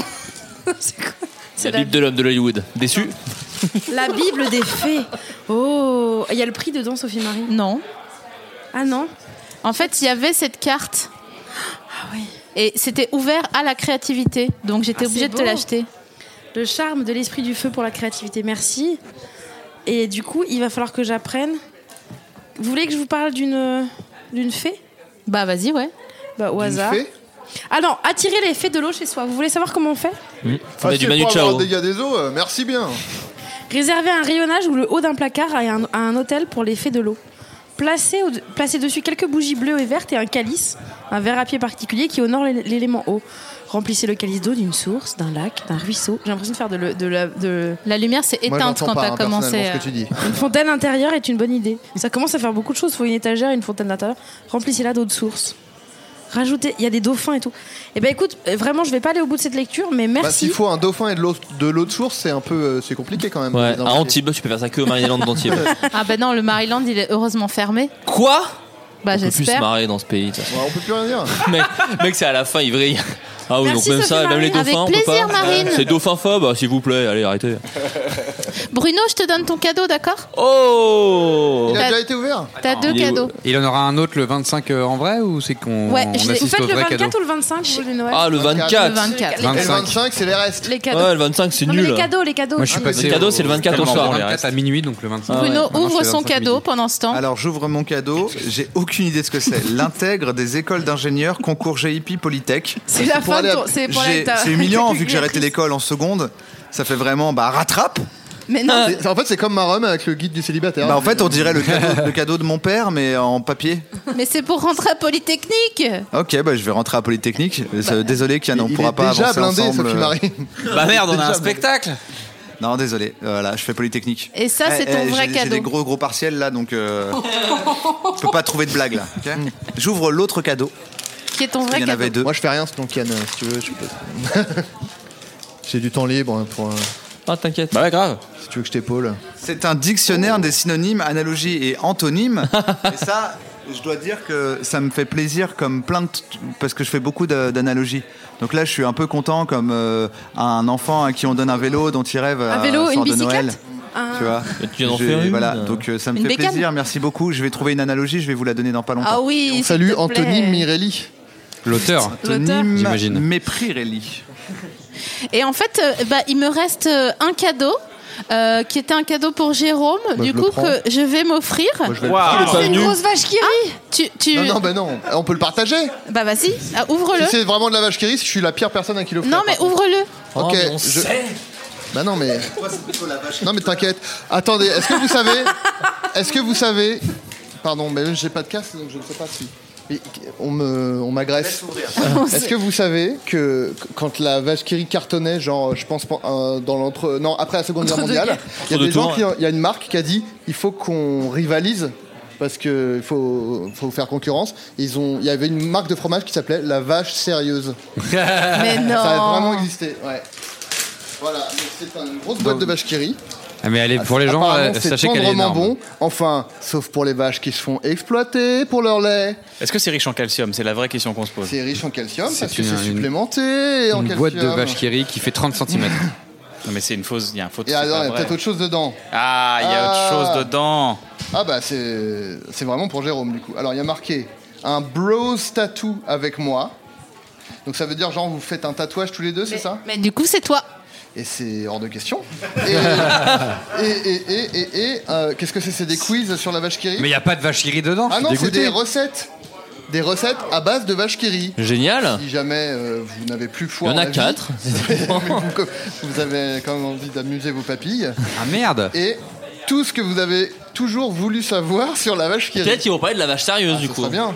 [SPEAKER 13] C'est quoi C'est
[SPEAKER 10] La Bible de l'homme de l'Hollywood. Déçu
[SPEAKER 13] La Bible des fées. Oh, il y a le prix dedans, Sophie Marie
[SPEAKER 2] Non.
[SPEAKER 13] Ah non
[SPEAKER 2] En fait, il y avait cette carte. Et c'était ouvert à la créativité. Donc j'étais
[SPEAKER 13] Ah,
[SPEAKER 2] obligée
[SPEAKER 13] c'est
[SPEAKER 2] de te
[SPEAKER 13] beau.
[SPEAKER 2] l'acheter.
[SPEAKER 13] Le charme de l'esprit du feu pour la créativité, merci. Et du coup, il va falloir que j'apprenne. Vous voulez que je vous parle d'une d'une fée
[SPEAKER 2] Bah vas-y, ouais.
[SPEAKER 13] Bah au hasard.
[SPEAKER 6] fée
[SPEAKER 13] ah non, attirer les fées de l'eau chez soi. Vous voulez savoir comment on fait
[SPEAKER 10] On a du
[SPEAKER 6] Ah, c'est
[SPEAKER 10] Manu
[SPEAKER 6] pour avoir
[SPEAKER 10] Chao.
[SPEAKER 6] des gars des eaux, euh, merci bien.
[SPEAKER 13] Réserver un rayonnage ou le haut d'un placard à un, à un hôtel pour les fées de l'eau. placer, au- placer dessus quelques bougies bleues et vertes et un calice, un verre à pied particulier qui honore l'é- l'élément eau. Remplissez le calice d'eau d'une source, d'un lac, d'un ruisseau. J'ai l'impression de faire de, le- de la. de-
[SPEAKER 2] La lumière s'est
[SPEAKER 13] Moi,
[SPEAKER 2] éteinte
[SPEAKER 13] j'entends
[SPEAKER 2] quand
[SPEAKER 13] pas,
[SPEAKER 2] t'as
[SPEAKER 13] hein,
[SPEAKER 2] commencé.
[SPEAKER 13] personnellement, ce que
[SPEAKER 2] euh,
[SPEAKER 13] tu Une fontaine intérieure est une bonne idée. Ça commence à faire beaucoup de choses. Il faut une étagère, une fontaine intérieure. Remplissez-la d'eau de source. Rajoutez, il y a des dauphins et tout. Eh ben écoute, euh, vraiment, je vais pas aller au bout de cette lecture, mais
[SPEAKER 6] Bah,
[SPEAKER 13] merci.
[SPEAKER 6] S'il faut un dauphin et de l'eau de, l'eau de source, c'est un peu euh, c'est compliqué quand même.
[SPEAKER 10] Ouais,
[SPEAKER 6] Les
[SPEAKER 10] à Antibes, tu peux faire ça que au Maryland d'Antibes.
[SPEAKER 2] Ah bah non, le Maryland, il est heureusement fermé.
[SPEAKER 10] Quoi
[SPEAKER 2] Bah
[SPEAKER 10] On peut plus se
[SPEAKER 2] j'espère.
[SPEAKER 10] marrer dans ce pays. de toute façon.
[SPEAKER 6] on peut plus rien dire.
[SPEAKER 10] mec, mec, c'est à la fin, il vrille. Ah oui,
[SPEAKER 2] Merci,
[SPEAKER 10] donc même
[SPEAKER 2] Sophie
[SPEAKER 10] ça, même les
[SPEAKER 2] Marine. Avec
[SPEAKER 10] dauphins, on peut
[SPEAKER 2] plaisir,
[SPEAKER 10] pas.
[SPEAKER 2] Marine.
[SPEAKER 10] C'est dauphin phobe, s'il vous plaît, allez arrêtez.
[SPEAKER 2] Bruno, je te donne ton cadeau, d'accord
[SPEAKER 10] Oh Ah,
[SPEAKER 2] Il a T'as- déjà
[SPEAKER 6] été ouvert
[SPEAKER 2] T'as deux cadeaux.
[SPEAKER 4] Il en aura un autre le 25 euh, en vrai ou c'est qu'on
[SPEAKER 13] Ouais,
[SPEAKER 4] on
[SPEAKER 13] je l'ai- vous
[SPEAKER 4] assiste
[SPEAKER 13] faites
[SPEAKER 4] au
[SPEAKER 13] le
[SPEAKER 4] vrai
[SPEAKER 13] 24
[SPEAKER 4] cadeau
[SPEAKER 13] ou le 25 vous, le Noël
[SPEAKER 10] Ah, le 24.
[SPEAKER 13] Le 24.
[SPEAKER 6] Et le
[SPEAKER 10] 25.
[SPEAKER 6] 25, c'est les restes.
[SPEAKER 13] Les cadeaux.
[SPEAKER 10] Ouais, le 25, c'est
[SPEAKER 13] Non, mais
[SPEAKER 10] nul.
[SPEAKER 13] les cadeaux, les cadeaux.
[SPEAKER 4] Moi je suis
[SPEAKER 13] Ah,
[SPEAKER 4] passé.
[SPEAKER 10] Le cadeau, c'est le 24 au soir,
[SPEAKER 4] Le
[SPEAKER 10] les
[SPEAKER 4] 24 à minuit donc le 25.
[SPEAKER 2] Bruno
[SPEAKER 10] Ah
[SPEAKER 8] ouais.
[SPEAKER 2] ouvre
[SPEAKER 8] Maintenant, je
[SPEAKER 2] son
[SPEAKER 8] fais 25
[SPEAKER 2] cadeau pendant ce temps.
[SPEAKER 8] Alors j'ouvre mon cadeau, j'ai aucune idée de ce que c'est. L'intègre des écoles d'ingénieurs, concours GIP, Polytech.
[SPEAKER 2] C'est la
[SPEAKER 8] Pour
[SPEAKER 2] fin
[SPEAKER 8] aller
[SPEAKER 2] de
[SPEAKER 8] à-
[SPEAKER 2] ton- c'est pour aller
[SPEAKER 8] J'ai-
[SPEAKER 2] à ta-
[SPEAKER 8] C'est humiliant vu que j'ai arrêté l'école en seconde. Ça fait vraiment bah rattrape.
[SPEAKER 2] Mais
[SPEAKER 6] non. C'est- En fait, c'est comme ma Rome avec le guide du célibataire.
[SPEAKER 8] Bah en fait on dirait le cadeau, le cadeau de mon père mais en papier.
[SPEAKER 2] Mais c'est pour rentrer à Polytechnique.
[SPEAKER 8] Ok bah je vais rentrer à Polytechnique.
[SPEAKER 2] Bah,
[SPEAKER 8] Ça- Désolé Kian, on pourra pas
[SPEAKER 6] déjà
[SPEAKER 8] avancer
[SPEAKER 6] blindé,
[SPEAKER 8] ensemble.
[SPEAKER 6] Sophie Marie.
[SPEAKER 8] Bah merde
[SPEAKER 6] on a un
[SPEAKER 8] spectacle. Non désolé, voilà je fais Polytechnique.
[SPEAKER 2] Et ça, c'est
[SPEAKER 8] Eh,
[SPEAKER 2] ton
[SPEAKER 8] eh,
[SPEAKER 2] vrai
[SPEAKER 8] j'ai- J'ai
[SPEAKER 2] cadeau.
[SPEAKER 8] des gros gros partiels là donc euh, je peux pas trouver de blague là. ok J'ouvre l'autre cadeau.
[SPEAKER 2] Qui est ton
[SPEAKER 8] Parce
[SPEAKER 2] vrai
[SPEAKER 8] qu'il y en
[SPEAKER 2] cadeau.
[SPEAKER 8] avait deux.
[SPEAKER 6] Moi, je fais rien, sinon Kian, euh, si tu veux, je peux. J'ai du temps libre hein, pour.
[SPEAKER 10] Ah, t'inquiète.
[SPEAKER 8] Bah grave.
[SPEAKER 6] Si tu veux que je t'épaule.
[SPEAKER 8] C'est un dictionnaire des synonymes, analogies et antonymes. et ça, je dois dire que ça me fait plaisir comme plein de... t- Parce que je fais beaucoup de- d'analogies. Donc là, je suis un peu content comme euh, un enfant à qui on donne un vélo dont il rêve
[SPEAKER 13] Un
[SPEAKER 8] euh,
[SPEAKER 17] Ah,
[SPEAKER 13] vélo,
[SPEAKER 8] soir
[SPEAKER 13] une
[SPEAKER 8] de Noël.
[SPEAKER 13] bicyclette Un-
[SPEAKER 8] Tu vois
[SPEAKER 10] viens d'en
[SPEAKER 8] J'ai-
[SPEAKER 10] faire une.
[SPEAKER 8] Voilà, donc euh, ça me
[SPEAKER 13] Une
[SPEAKER 8] fait
[SPEAKER 13] bécane
[SPEAKER 8] plaisir, merci beaucoup. Je vais trouver une analogie, je vais vous la donner dans pas longtemps.
[SPEAKER 13] Ah oui, s'il
[SPEAKER 6] Salut
[SPEAKER 13] te plaît.
[SPEAKER 6] Anthony Mirelli.
[SPEAKER 4] L'auteur.
[SPEAKER 8] Antonyme
[SPEAKER 4] J'imagine.
[SPEAKER 8] Mépris Réli.
[SPEAKER 2] Et en fait, euh, bah, il me reste euh, un cadeau. euh, qui était un cadeau pour Jérôme,
[SPEAKER 6] Bah,
[SPEAKER 2] du
[SPEAKER 6] je le
[SPEAKER 2] coup
[SPEAKER 6] prends.
[SPEAKER 2] que je vais m'offrir.
[SPEAKER 6] Moi, je vais le Wow. prendre. Il est pas
[SPEAKER 2] C'est une
[SPEAKER 6] venu.
[SPEAKER 2] grosse vache qui rit. tu, tu...
[SPEAKER 6] Non, non, bah non. On peut le partager.
[SPEAKER 2] Bah vas-y, Ah, ouvre-le.
[SPEAKER 6] Si c'est vraiment de la vache qui rit, je suis la pire personne à qui le
[SPEAKER 2] non mais ouvre-le.
[SPEAKER 6] Ok. je- Bah non mais. Non mais t'inquiète. Attendez, est-ce que vous savez Est-ce que vous savez Pardon, mais j'ai pas de casque donc je ne sais pas si. Mais On me, on m'agresse. Est-ce que vous savez que quand la vache qui rit cartonnait, genre je pense euh, dans l'entre, non après la Seconde Guerre
[SPEAKER 13] Entre deux
[SPEAKER 6] mondiale,
[SPEAKER 13] guerres.
[SPEAKER 6] il y a des
[SPEAKER 10] Entre deux
[SPEAKER 6] gens
[SPEAKER 10] tours,
[SPEAKER 6] qui, ont- il y a une marque qui a dit il faut qu'on rivalise parce que il faut, faut faire concurrence. Ils ont, il y avait une marque de fromage qui s'appelait la vache sérieuse.
[SPEAKER 2] Mais non.
[SPEAKER 6] Ça a vraiment existé, ouais. Voilà, donc c'est une grosse boîte de vaches qui rient.
[SPEAKER 4] Ah, mais allez, pour les gens,
[SPEAKER 6] Apparemment,
[SPEAKER 4] euh,
[SPEAKER 6] c'est
[SPEAKER 4] sachez qu'elle est
[SPEAKER 6] tendrement
[SPEAKER 4] énorme.
[SPEAKER 6] bon. Enfin, sauf pour les vaches qui se font exploiter pour leur lait.
[SPEAKER 7] Est-ce que c'est riche en calcium C'est la vraie question qu'on se pose.
[SPEAKER 6] C'est riche en calcium
[SPEAKER 7] C'est
[SPEAKER 6] parce que
[SPEAKER 7] une-
[SPEAKER 6] c'est supplémenté en
[SPEAKER 4] Une
[SPEAKER 6] calcium.
[SPEAKER 4] boîte de vache qui rit qui fait 30 cm.
[SPEAKER 7] Non, mais c'est une fausse. Il y a un faux.
[SPEAKER 6] Et alors, il y a
[SPEAKER 7] c'est pas
[SPEAKER 6] peut-être
[SPEAKER 7] vrai.
[SPEAKER 6] autre chose dedans.
[SPEAKER 7] Ah, il y a
[SPEAKER 6] Ah.
[SPEAKER 7] autre chose dedans.
[SPEAKER 6] Ah bah, c'est c'est vraiment pour Jérôme du coup. Alors, il y a marqué un bros tattoo avec moi. Donc ça veut dire genre vous faites un tatouage tous les deux, c'est ça
[SPEAKER 2] Mais du coup c'est toi.
[SPEAKER 6] Et c'est hors de question. Et, et, et, et, et, et, euh, qu'est-ce que c'est C'est des quiz sur la vache qui rit
[SPEAKER 4] Mais il n'y a pas de vache qui rit dedans.
[SPEAKER 6] Ah
[SPEAKER 4] je
[SPEAKER 6] non,
[SPEAKER 4] suis
[SPEAKER 6] c'est
[SPEAKER 4] dégoûté.
[SPEAKER 6] des recettes. Des recettes à base de vache qui rit.
[SPEAKER 10] Génial.
[SPEAKER 6] Si jamais euh, vous n'avez plus foi.
[SPEAKER 10] Il y en a
[SPEAKER 6] la vie,
[SPEAKER 10] quatre.
[SPEAKER 6] vous, vous avez quand même envie d'amuser vos papilles.
[SPEAKER 4] Ah merde.
[SPEAKER 6] Et tout ce que vous avez toujours voulu savoir sur la vache qui rit.
[SPEAKER 10] Peut-être qu'ils vont parler de la vache sérieuse du
[SPEAKER 6] Ça
[SPEAKER 10] coup.
[SPEAKER 6] serait bien.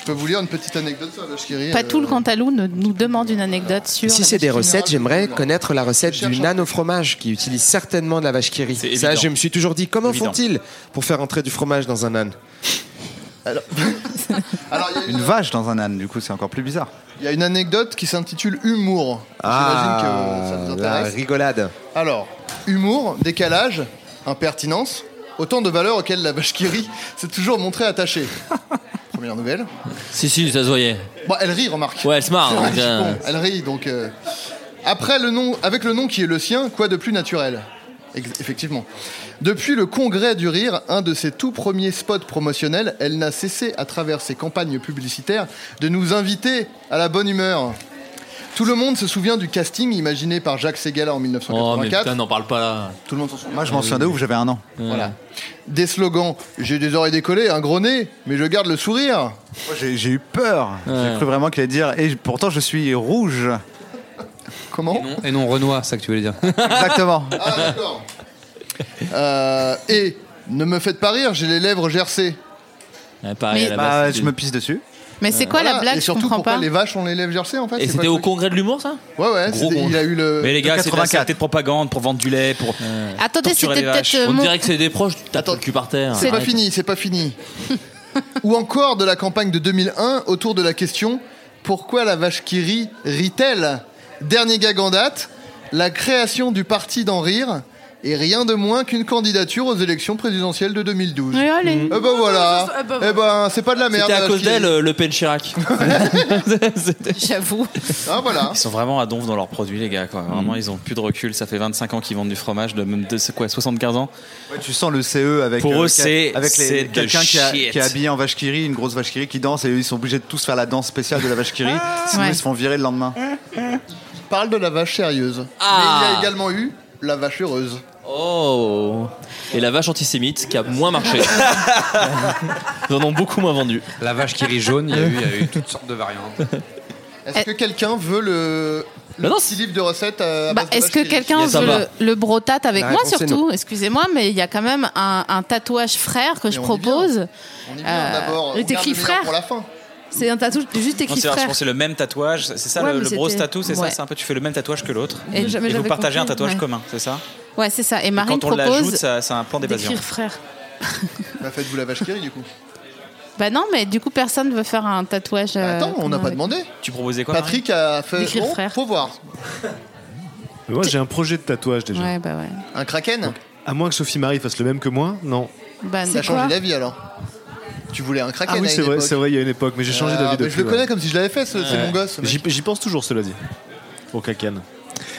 [SPEAKER 6] Je peux vous lire une petite anecdote sur la vache qui rit. euh,
[SPEAKER 2] Patou le Cantalou ne- nous demande une anecdote sur.
[SPEAKER 9] Si c'est
[SPEAKER 2] la vache
[SPEAKER 9] des
[SPEAKER 2] qui rit.
[SPEAKER 9] recettes, j'aimerais connaître la recette du nano fromage qui utilise certainement de la vache qui rit. Ça,
[SPEAKER 7] évident.
[SPEAKER 9] je me suis toujours dit, comment
[SPEAKER 7] Évident.
[SPEAKER 9] font-ils pour faire entrer du fromage dans un âne
[SPEAKER 8] Une vache dans un âne, du coup, c'est encore plus bizarre.
[SPEAKER 6] Euh, Il y a une anecdote qui s'intitule Humour.
[SPEAKER 4] Ah,
[SPEAKER 6] J'imagine que
[SPEAKER 8] euh,
[SPEAKER 6] ça vous
[SPEAKER 9] Ah, la
[SPEAKER 6] intéresse.
[SPEAKER 9] rigolade.
[SPEAKER 6] Alors, humour, décalage, impertinence, autant de valeurs auxquelles la vache qui rit s'est toujours montrée attachée. Première nouvelle.
[SPEAKER 10] Si, si, ça se voyait.
[SPEAKER 6] Bon, elle rit, remarque.
[SPEAKER 10] Ouais, elle se marre.
[SPEAKER 6] C'est vrai,
[SPEAKER 10] donc,
[SPEAKER 6] je suis
[SPEAKER 10] euh,
[SPEAKER 6] con. Elle rit, donc. euh, Après le nom, avec le nom qui est le sien, quoi de plus naturel Ex- Effectivement. Depuis le Congrès du Rire, un de ses tout premiers spots promotionnels, elle n'a cessé, à travers ses campagnes publicitaires, de nous inviter à la bonne humeur. Tout le monde se souvient du casting imaginé par Jacques Ségala en
[SPEAKER 10] Oh, mais
[SPEAKER 6] 1984.
[SPEAKER 10] putain, n'en parle pas là.
[SPEAKER 6] Tout le monde s'en souvient.
[SPEAKER 8] Moi, je m'en souviens de ouf, j'avais un an.
[SPEAKER 6] Voilà. Des slogans J'ai des oreilles décollées, un gros nez, mais je garde le sourire.
[SPEAKER 8] Moi, J'ai j'ai eu peur. J'ai cru vraiment qu'il allait dire. Et pourtant, je suis rouge.
[SPEAKER 6] Comment
[SPEAKER 4] Et non, Renoir, c'est ça que tu voulais dire.
[SPEAKER 8] Exactement.
[SPEAKER 6] Ah, d'accord. Euh, et Ne me faites pas rire, j'ai les lèvres gercées.
[SPEAKER 10] pareil, Mais- à la base,
[SPEAKER 8] Bah,
[SPEAKER 10] c'est
[SPEAKER 8] je
[SPEAKER 10] du-
[SPEAKER 8] me pisse dessus.
[SPEAKER 2] Mais c'est quoi la blague
[SPEAKER 6] Et
[SPEAKER 2] Je
[SPEAKER 6] surtout,
[SPEAKER 2] comprends
[SPEAKER 6] pourquoi
[SPEAKER 2] pas.
[SPEAKER 6] les vaches ont les lèvres gercées en fait
[SPEAKER 10] Et
[SPEAKER 6] c'est
[SPEAKER 10] c'était
[SPEAKER 6] quoi
[SPEAKER 10] au
[SPEAKER 6] le truc
[SPEAKER 10] congrès de l'humour, ça
[SPEAKER 6] Ouais, ouais,
[SPEAKER 10] Gros
[SPEAKER 6] c'était-
[SPEAKER 10] con.
[SPEAKER 6] il a eu le.
[SPEAKER 7] Mais les gars, c'est de la
[SPEAKER 10] 84.
[SPEAKER 7] saleté de propagande pour vendre du lait, pour.
[SPEAKER 2] Attendez, c'était
[SPEAKER 10] Torturer les vaches.
[SPEAKER 2] peut-être, euh,
[SPEAKER 10] On
[SPEAKER 2] mon-
[SPEAKER 10] dirait que c'est des proches, tu tapes Oh, le cul par terre.
[SPEAKER 6] C'est pas
[SPEAKER 10] Arrête.
[SPEAKER 6] fini, c'est pas fini. Ou encore de la campagne de 2001 autour de la question pourquoi la vache qui rit rit-elle Dernier gag en date, la création du parti d'en rire et rien de moins qu'une candidature aux élections présidentielles de 2012.
[SPEAKER 2] Et allez.
[SPEAKER 6] Eh ben voilà.
[SPEAKER 2] Eh ben
[SPEAKER 6] Eh ben c'est pas de la merde.
[SPEAKER 10] C'était à
[SPEAKER 6] la
[SPEAKER 10] cause
[SPEAKER 6] vache qui
[SPEAKER 10] d'elle,
[SPEAKER 6] rit.
[SPEAKER 10] euh, Le Pen Chirac.
[SPEAKER 2] J'avoue.
[SPEAKER 6] Ah voilà.
[SPEAKER 7] Ils sont vraiment à donf dans leurs produits, les gars. Quoi. Vraiment, ils ont plus de recul. Ça fait 25 ans qu'ils vendent du fromage, de même de c'est quoi, 75 ans.
[SPEAKER 8] tu sens le CE avec,
[SPEAKER 7] Pour
[SPEAKER 8] euh,
[SPEAKER 7] eux,
[SPEAKER 8] quel-
[SPEAKER 7] c'est-
[SPEAKER 8] avec les-
[SPEAKER 7] c'est de
[SPEAKER 8] quelqu'un qui, a-
[SPEAKER 7] shit.
[SPEAKER 8] qui est habillé en vache qui rit, une grosse vache qui rit qui danse et eux, ils sont obligés de tous faire la danse spéciale de la vache qui rit, sinon
[SPEAKER 6] Ah, Ouais.
[SPEAKER 8] ils se font virer le lendemain.
[SPEAKER 6] Parle de la vache sérieuse.
[SPEAKER 10] Ah.
[SPEAKER 6] Mais il y a également eu la vache heureuse.
[SPEAKER 10] Oh Et la vache antisémite qui a moins marché. Ils en ont beaucoup moins vendu.
[SPEAKER 4] La vache qui rit jaune, il y a eu, il y a eu toutes sortes de variantes.
[SPEAKER 6] Est-ce que quelqu'un veut le,
[SPEAKER 10] Bah
[SPEAKER 6] le petit livre de recettes euh, à
[SPEAKER 2] Bah,
[SPEAKER 6] base de
[SPEAKER 2] est-ce
[SPEAKER 6] vache
[SPEAKER 2] que
[SPEAKER 6] qui rit
[SPEAKER 2] quelqu'un veut le, le brotate avec
[SPEAKER 6] La
[SPEAKER 2] moi
[SPEAKER 6] réponse est
[SPEAKER 2] surtout
[SPEAKER 6] non.
[SPEAKER 2] Excusez-moi, mais il y a quand même un, un tatouage frère que je propose.
[SPEAKER 6] On y
[SPEAKER 2] Euh,
[SPEAKER 6] vient d'abord.
[SPEAKER 2] et
[SPEAKER 6] on
[SPEAKER 2] t'écris
[SPEAKER 6] garde le
[SPEAKER 2] frère
[SPEAKER 6] meilleur pour la fin.
[SPEAKER 13] C'est un tatouage juste
[SPEAKER 7] Non,
[SPEAKER 13] écrit
[SPEAKER 7] c'est vrai,
[SPEAKER 13] frère.
[SPEAKER 7] je pense que c'est le même tatouage. C'est ça
[SPEAKER 13] Ouais,
[SPEAKER 7] le,
[SPEAKER 13] mais
[SPEAKER 7] le gros
[SPEAKER 13] c'était-
[SPEAKER 7] tatou, c'est
[SPEAKER 13] ouais.
[SPEAKER 7] ça. C'est un peu, tu fais le même tatouage que l'autre.
[SPEAKER 13] Et jamais
[SPEAKER 7] vous
[SPEAKER 13] j'avais
[SPEAKER 7] partagez
[SPEAKER 13] compris,
[SPEAKER 7] un tatouage
[SPEAKER 13] ouais.
[SPEAKER 7] commun, c'est ça
[SPEAKER 2] Ouais, c'est ça. Et Marine
[SPEAKER 7] Quand on l'ajoute,
[SPEAKER 2] propose
[SPEAKER 7] ça, c'est un plan d'évasion.
[SPEAKER 2] d'écrire frère.
[SPEAKER 6] Bah, faites-vous la vache qui rit du coup.
[SPEAKER 2] Bah non, mais du coup personne veut faire un tatouage.
[SPEAKER 6] Bah,
[SPEAKER 2] euh,
[SPEAKER 6] Attends, on n'a pas demandé.
[SPEAKER 7] Tu proposais quoi
[SPEAKER 6] Patrick a fait.
[SPEAKER 2] D'écrire
[SPEAKER 6] bon,
[SPEAKER 2] frère.
[SPEAKER 6] Faut voir.
[SPEAKER 16] Mais moi, j'ai un projet de tatouage déjà.
[SPEAKER 2] Ouais, bah ouais.
[SPEAKER 6] Un kraken
[SPEAKER 16] À moins que Sophie Marie fasse le même que moi, non.
[SPEAKER 2] Bah,
[SPEAKER 6] Ça a changé d'avis alors. Tu voulais un kraken
[SPEAKER 16] ah
[SPEAKER 6] à
[SPEAKER 16] oui,
[SPEAKER 6] une
[SPEAKER 16] c'est vrai,
[SPEAKER 6] époque.
[SPEAKER 16] c'est vrai, il y a une époque, mais j'ai changé
[SPEAKER 6] Ah,
[SPEAKER 16] d'avis
[SPEAKER 6] mais
[SPEAKER 16] depuis.
[SPEAKER 6] Je le
[SPEAKER 16] ouais.
[SPEAKER 6] connais comme si je l'avais fait, ce- c'est
[SPEAKER 16] Ouais.
[SPEAKER 6] mon gosse. ce mec.
[SPEAKER 16] J'y j'y pense toujours, cela dit. Au Kraken.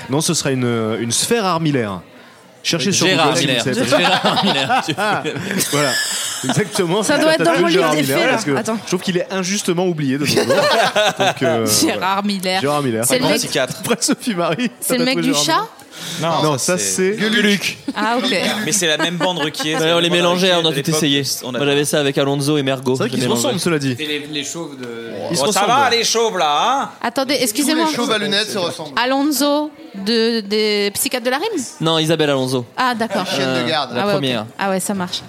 [SPEAKER 16] Non, ce sera une, euh, une sphère armillaire. Cherchez sur
[SPEAKER 10] Gérard
[SPEAKER 16] Google si vous
[SPEAKER 10] Miller.
[SPEAKER 16] ne savez pas.
[SPEAKER 10] Gérard Miller. tu-
[SPEAKER 17] Ah.
[SPEAKER 16] Voilà. Exactement.
[SPEAKER 2] Ça
[SPEAKER 16] c'est
[SPEAKER 2] doit
[SPEAKER 16] un
[SPEAKER 2] être dans le
[SPEAKER 16] tatouage
[SPEAKER 2] livre
[SPEAKER 16] Gérard
[SPEAKER 2] des
[SPEAKER 16] Miller,
[SPEAKER 2] faits, là.
[SPEAKER 16] parce que
[SPEAKER 2] Attends.
[SPEAKER 16] Je trouve qu'il est injustement oublié de nos jours. Donc, euh,
[SPEAKER 2] Gérard Miller.
[SPEAKER 16] voilà. Gérard Miller.
[SPEAKER 2] C'est le mec,
[SPEAKER 16] Après Sophie Marie.
[SPEAKER 2] c'est le mec du chat.
[SPEAKER 7] Non,
[SPEAKER 16] Non, ça c'est.
[SPEAKER 7] Gueuluc.
[SPEAKER 2] Ah ok.
[SPEAKER 7] Mais c'est la même bande requier.
[SPEAKER 10] Ouais, on les mélangeait, on a tout essayé. Moi j'avais ça avec Alonso et Mergo.
[SPEAKER 16] C'est vrai qu'ils se ressemblent, cela dit.
[SPEAKER 4] C'était les, les chauves de.
[SPEAKER 16] Ils se
[SPEAKER 7] ça
[SPEAKER 16] ressemblent.
[SPEAKER 7] va, les chauves là, hein
[SPEAKER 2] Attendez, excusez-moi.
[SPEAKER 6] les chauves à lunettes se ressemblent.
[SPEAKER 2] Alonso de des psychiatres de la rime.
[SPEAKER 10] Non, Isabelle Alonso.
[SPEAKER 2] Ah d'accord.
[SPEAKER 10] Euh, La
[SPEAKER 2] Ah ouais, ok.
[SPEAKER 10] première.
[SPEAKER 2] Ah ouais, ça marche.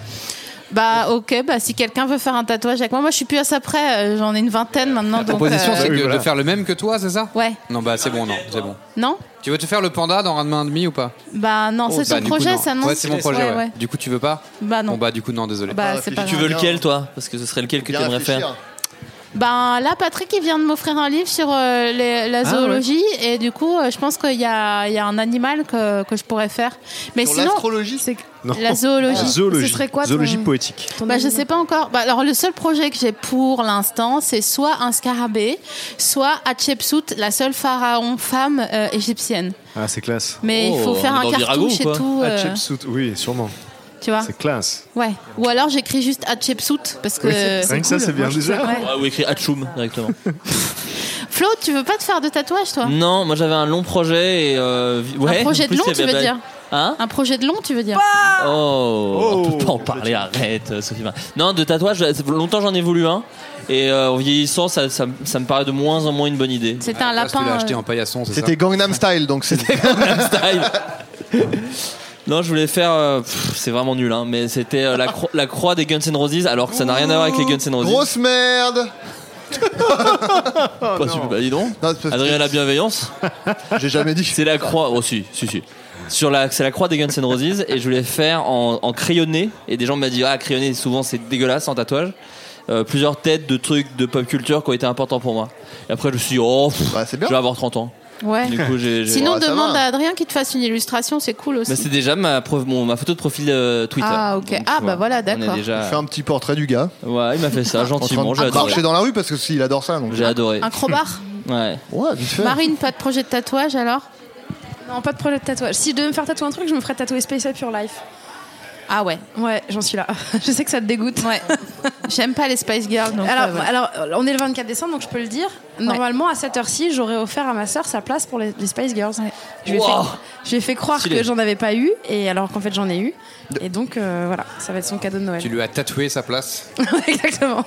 [SPEAKER 2] Bah ok, bah si quelqu'un veut faire un tatouage avec moi, moi je suis plus à ça près, euh, j'en ai une vingtaine maintenant.
[SPEAKER 4] La
[SPEAKER 2] donc,
[SPEAKER 4] proposition,
[SPEAKER 2] euh,
[SPEAKER 4] c'est que de faire le même que toi, c'est ça
[SPEAKER 2] Ouais.
[SPEAKER 4] Non, bah c'est bon, non, c'est bon.
[SPEAKER 2] euh, Non
[SPEAKER 4] Tu veux te faire le panda dans un demain et demi ou pas
[SPEAKER 2] Bah non, c'est
[SPEAKER 4] Bah,
[SPEAKER 2] ton
[SPEAKER 4] du coup,
[SPEAKER 2] projet
[SPEAKER 4] non.
[SPEAKER 2] ça non
[SPEAKER 4] Ouais, c'est mon projet, ouais.
[SPEAKER 2] ouais.
[SPEAKER 4] Du coup, tu veux pas
[SPEAKER 2] Bah non.
[SPEAKER 4] Bon, bah du coup, non, désolé.
[SPEAKER 2] Bah, c'est pas
[SPEAKER 10] Ah, Tu veux
[SPEAKER 2] grave.
[SPEAKER 10] lequel toi Parce que ce serait lequel que tu aimerais faire
[SPEAKER 2] Bah là, Patrick, il vient de m'offrir un livre sur euh, les- la
[SPEAKER 10] Ah,
[SPEAKER 2] zoologie et du coup, euh, je pense qu'il y a, il y a un animal que, que je pourrais faire. Mais
[SPEAKER 6] Sur
[SPEAKER 2] sinon,
[SPEAKER 6] l'astrologie
[SPEAKER 2] c'est
[SPEAKER 16] Non.
[SPEAKER 2] la zoologie.
[SPEAKER 16] La zoologie.
[SPEAKER 2] Ce serait quoi ton-
[SPEAKER 16] Zoologie poétique.
[SPEAKER 2] Bah, je sais pas encore. Bah, alors, le seul projet que j'ai pour l'instant, c'est soit un scarabée, soit Hatshepsut, la seule pharaon femme euh, égyptienne.
[SPEAKER 16] Ah, c'est classe.
[SPEAKER 2] Mais il faut faire un cartouche et tout. euh, Ah.
[SPEAKER 16] Hatshepsut, oui, sûrement.
[SPEAKER 2] tu vois
[SPEAKER 16] C'est classe.
[SPEAKER 2] Ouais. Ou alors j'écris juste Hatshepsut parce que.
[SPEAKER 16] Oui, c'est- rien que ça, c'est bien
[SPEAKER 2] Euh, Moi, je
[SPEAKER 16] déjà.
[SPEAKER 2] trouve ça- ouais.
[SPEAKER 10] Ouais, Ou Ah, écrit Hachoum directement.
[SPEAKER 2] Flo, tu veux pas te faire de tatouage toi
[SPEAKER 10] Non, moi j'avais un long projet et. euh, vi- ouais,
[SPEAKER 2] Ah. Un projet
[SPEAKER 10] en plus,
[SPEAKER 2] de long,
[SPEAKER 10] il y
[SPEAKER 2] tu
[SPEAKER 10] avait
[SPEAKER 2] veux
[SPEAKER 10] la-
[SPEAKER 2] dire
[SPEAKER 10] Hein
[SPEAKER 2] Un projet de long, tu veux dire
[SPEAKER 10] Oh, on peut pas en parler, arrête, euh, Sophie. Marie. Non, de tatouage, euh, ça fait longtemps j'en ai voulu un. Et euh, en vieillissant, ça, ça, ça me paraît de moins en moins une bonne idée.
[SPEAKER 2] C'était un lapin.
[SPEAKER 4] Ah, Tu l'as acheté
[SPEAKER 2] euh,
[SPEAKER 4] en paillasson, c'est ça
[SPEAKER 6] C'était Gangnam Style, donc c'était.
[SPEAKER 10] Non, je voulais faire. euh, pff, c'est vraiment nul, hein, mais c'était euh, la, cro- la croix des Guns N' Roses, alors que ça n'a rien à voir avec les Guns N' Roses.
[SPEAKER 6] Grosse merde Oh
[SPEAKER 10] Pas super, bah, dis donc. Adrien la bienveillance.
[SPEAKER 6] J'ai jamais dit.
[SPEAKER 10] C'est la croix. Oh si, si, si. Sur la, c'est la croix des Guns N' Roses et je voulais faire en, en crayonné et des gens m'ont dit ah crayonné souvent c'est dégueulasse en tatouage. Euh, plusieurs têtes de trucs de pop culture qui ont été importants pour moi. Et après je me suis dit, oh pff, je vais avoir 30 ans.
[SPEAKER 2] Ouais.
[SPEAKER 10] Du coup, j'ai- j'ai-
[SPEAKER 2] Sinon,
[SPEAKER 10] Ouais, ça
[SPEAKER 2] demande
[SPEAKER 10] va.
[SPEAKER 2] à Adrien qu'il te fasse une illustration, c'est cool aussi.
[SPEAKER 10] Bah, c'est déjà ma, pro- mon- ma photo de profil euh, Twitter.
[SPEAKER 2] Ah, ok. Ah, bah voilà, d'accord.
[SPEAKER 10] déjà-
[SPEAKER 6] Fais un petit portrait du gars.
[SPEAKER 10] Ouais, il m'a fait
[SPEAKER 2] Ah.
[SPEAKER 10] ça gentiment, j'ai
[SPEAKER 6] J'ai
[SPEAKER 10] adoré.
[SPEAKER 6] marché dans la rue parce que s'il adore ça. donc.
[SPEAKER 10] J'ai adoré.
[SPEAKER 2] Un crowbar
[SPEAKER 10] Ouais.
[SPEAKER 6] Ouais, vite fait.
[SPEAKER 2] Marine, pas de projet de tatouage alors
[SPEAKER 13] Non, pas de projet de tatouage. Si je devais me faire tatouer un truc, je me ferais tatouer Space Up Your Life.
[SPEAKER 2] Ah ouais.
[SPEAKER 13] Ouais, j'en suis là. je sais que ça te dégoûte.
[SPEAKER 2] Ouais. J'aime pas les Spice Girls. donc,
[SPEAKER 13] alors,
[SPEAKER 2] euh, ouais.
[SPEAKER 13] alors, on est le 24 décembre, donc je peux le dire. Normalement, à cette heure-ci, j'aurais offert à ma sœur sa place pour les, les Spice Girls. Je, lui ai
[SPEAKER 10] Wow.
[SPEAKER 13] fait, je lui ai fait croire
[SPEAKER 4] Stylé.
[SPEAKER 13] que j'en avais pas eu, et alors qu'en fait, j'en ai eu. Et donc, euh, voilà, ça va être son cadeau de Noël.
[SPEAKER 4] Tu lui as tatoué sa place
[SPEAKER 13] Exactement.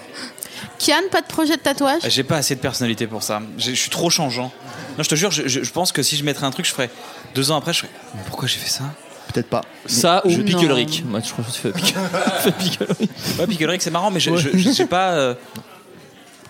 [SPEAKER 2] Kian, pas de projet de tatouage
[SPEAKER 7] J'ai pas assez de personnalité pour ça. J'ai- Je suis trop changeant. Non, je te jure, je, je- je pense que si je mettrais un truc, je ferais. Deux ans après, je ferais. Mais pourquoi j'ai fait ça
[SPEAKER 6] peut-être pas.
[SPEAKER 10] Ça
[SPEAKER 6] Mais-
[SPEAKER 10] ou Picoleric. Moi, je crois que tu fais Pic- Picoleric.
[SPEAKER 7] Ouais, Picoleric, c'est marrant, mais je, je- je sais pas. euh,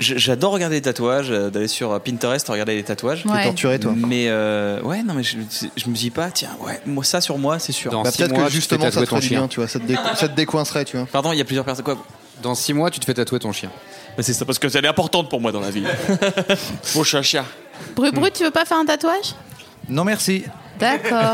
[SPEAKER 7] je- J'adore regarder les tatouages, euh, d'aller sur euh, Pinterest regarder les tatouages.
[SPEAKER 6] T'es Ouais. torturé, toi.
[SPEAKER 7] Mais euh, ouais, non, mais je, je me dis pas, tiens, ouais, moi ça sur moi, c'est sûr.
[SPEAKER 6] Bah, peut-être que justement ça te ferait du bien, tu vois, ça te, déco- ça te décoincerait, tu vois.
[SPEAKER 7] Pardon, il y a plusieurs personnes. Quoi
[SPEAKER 4] Dans 6 mois, tu te fais tatouer ton chien.
[SPEAKER 7] c'est ça, parce que elle est importante pour moi dans la vie. Mon chien.
[SPEAKER 2] Bru Bru, tu veux pas faire un tatouage
[SPEAKER 7] Non, merci.
[SPEAKER 2] D'accord.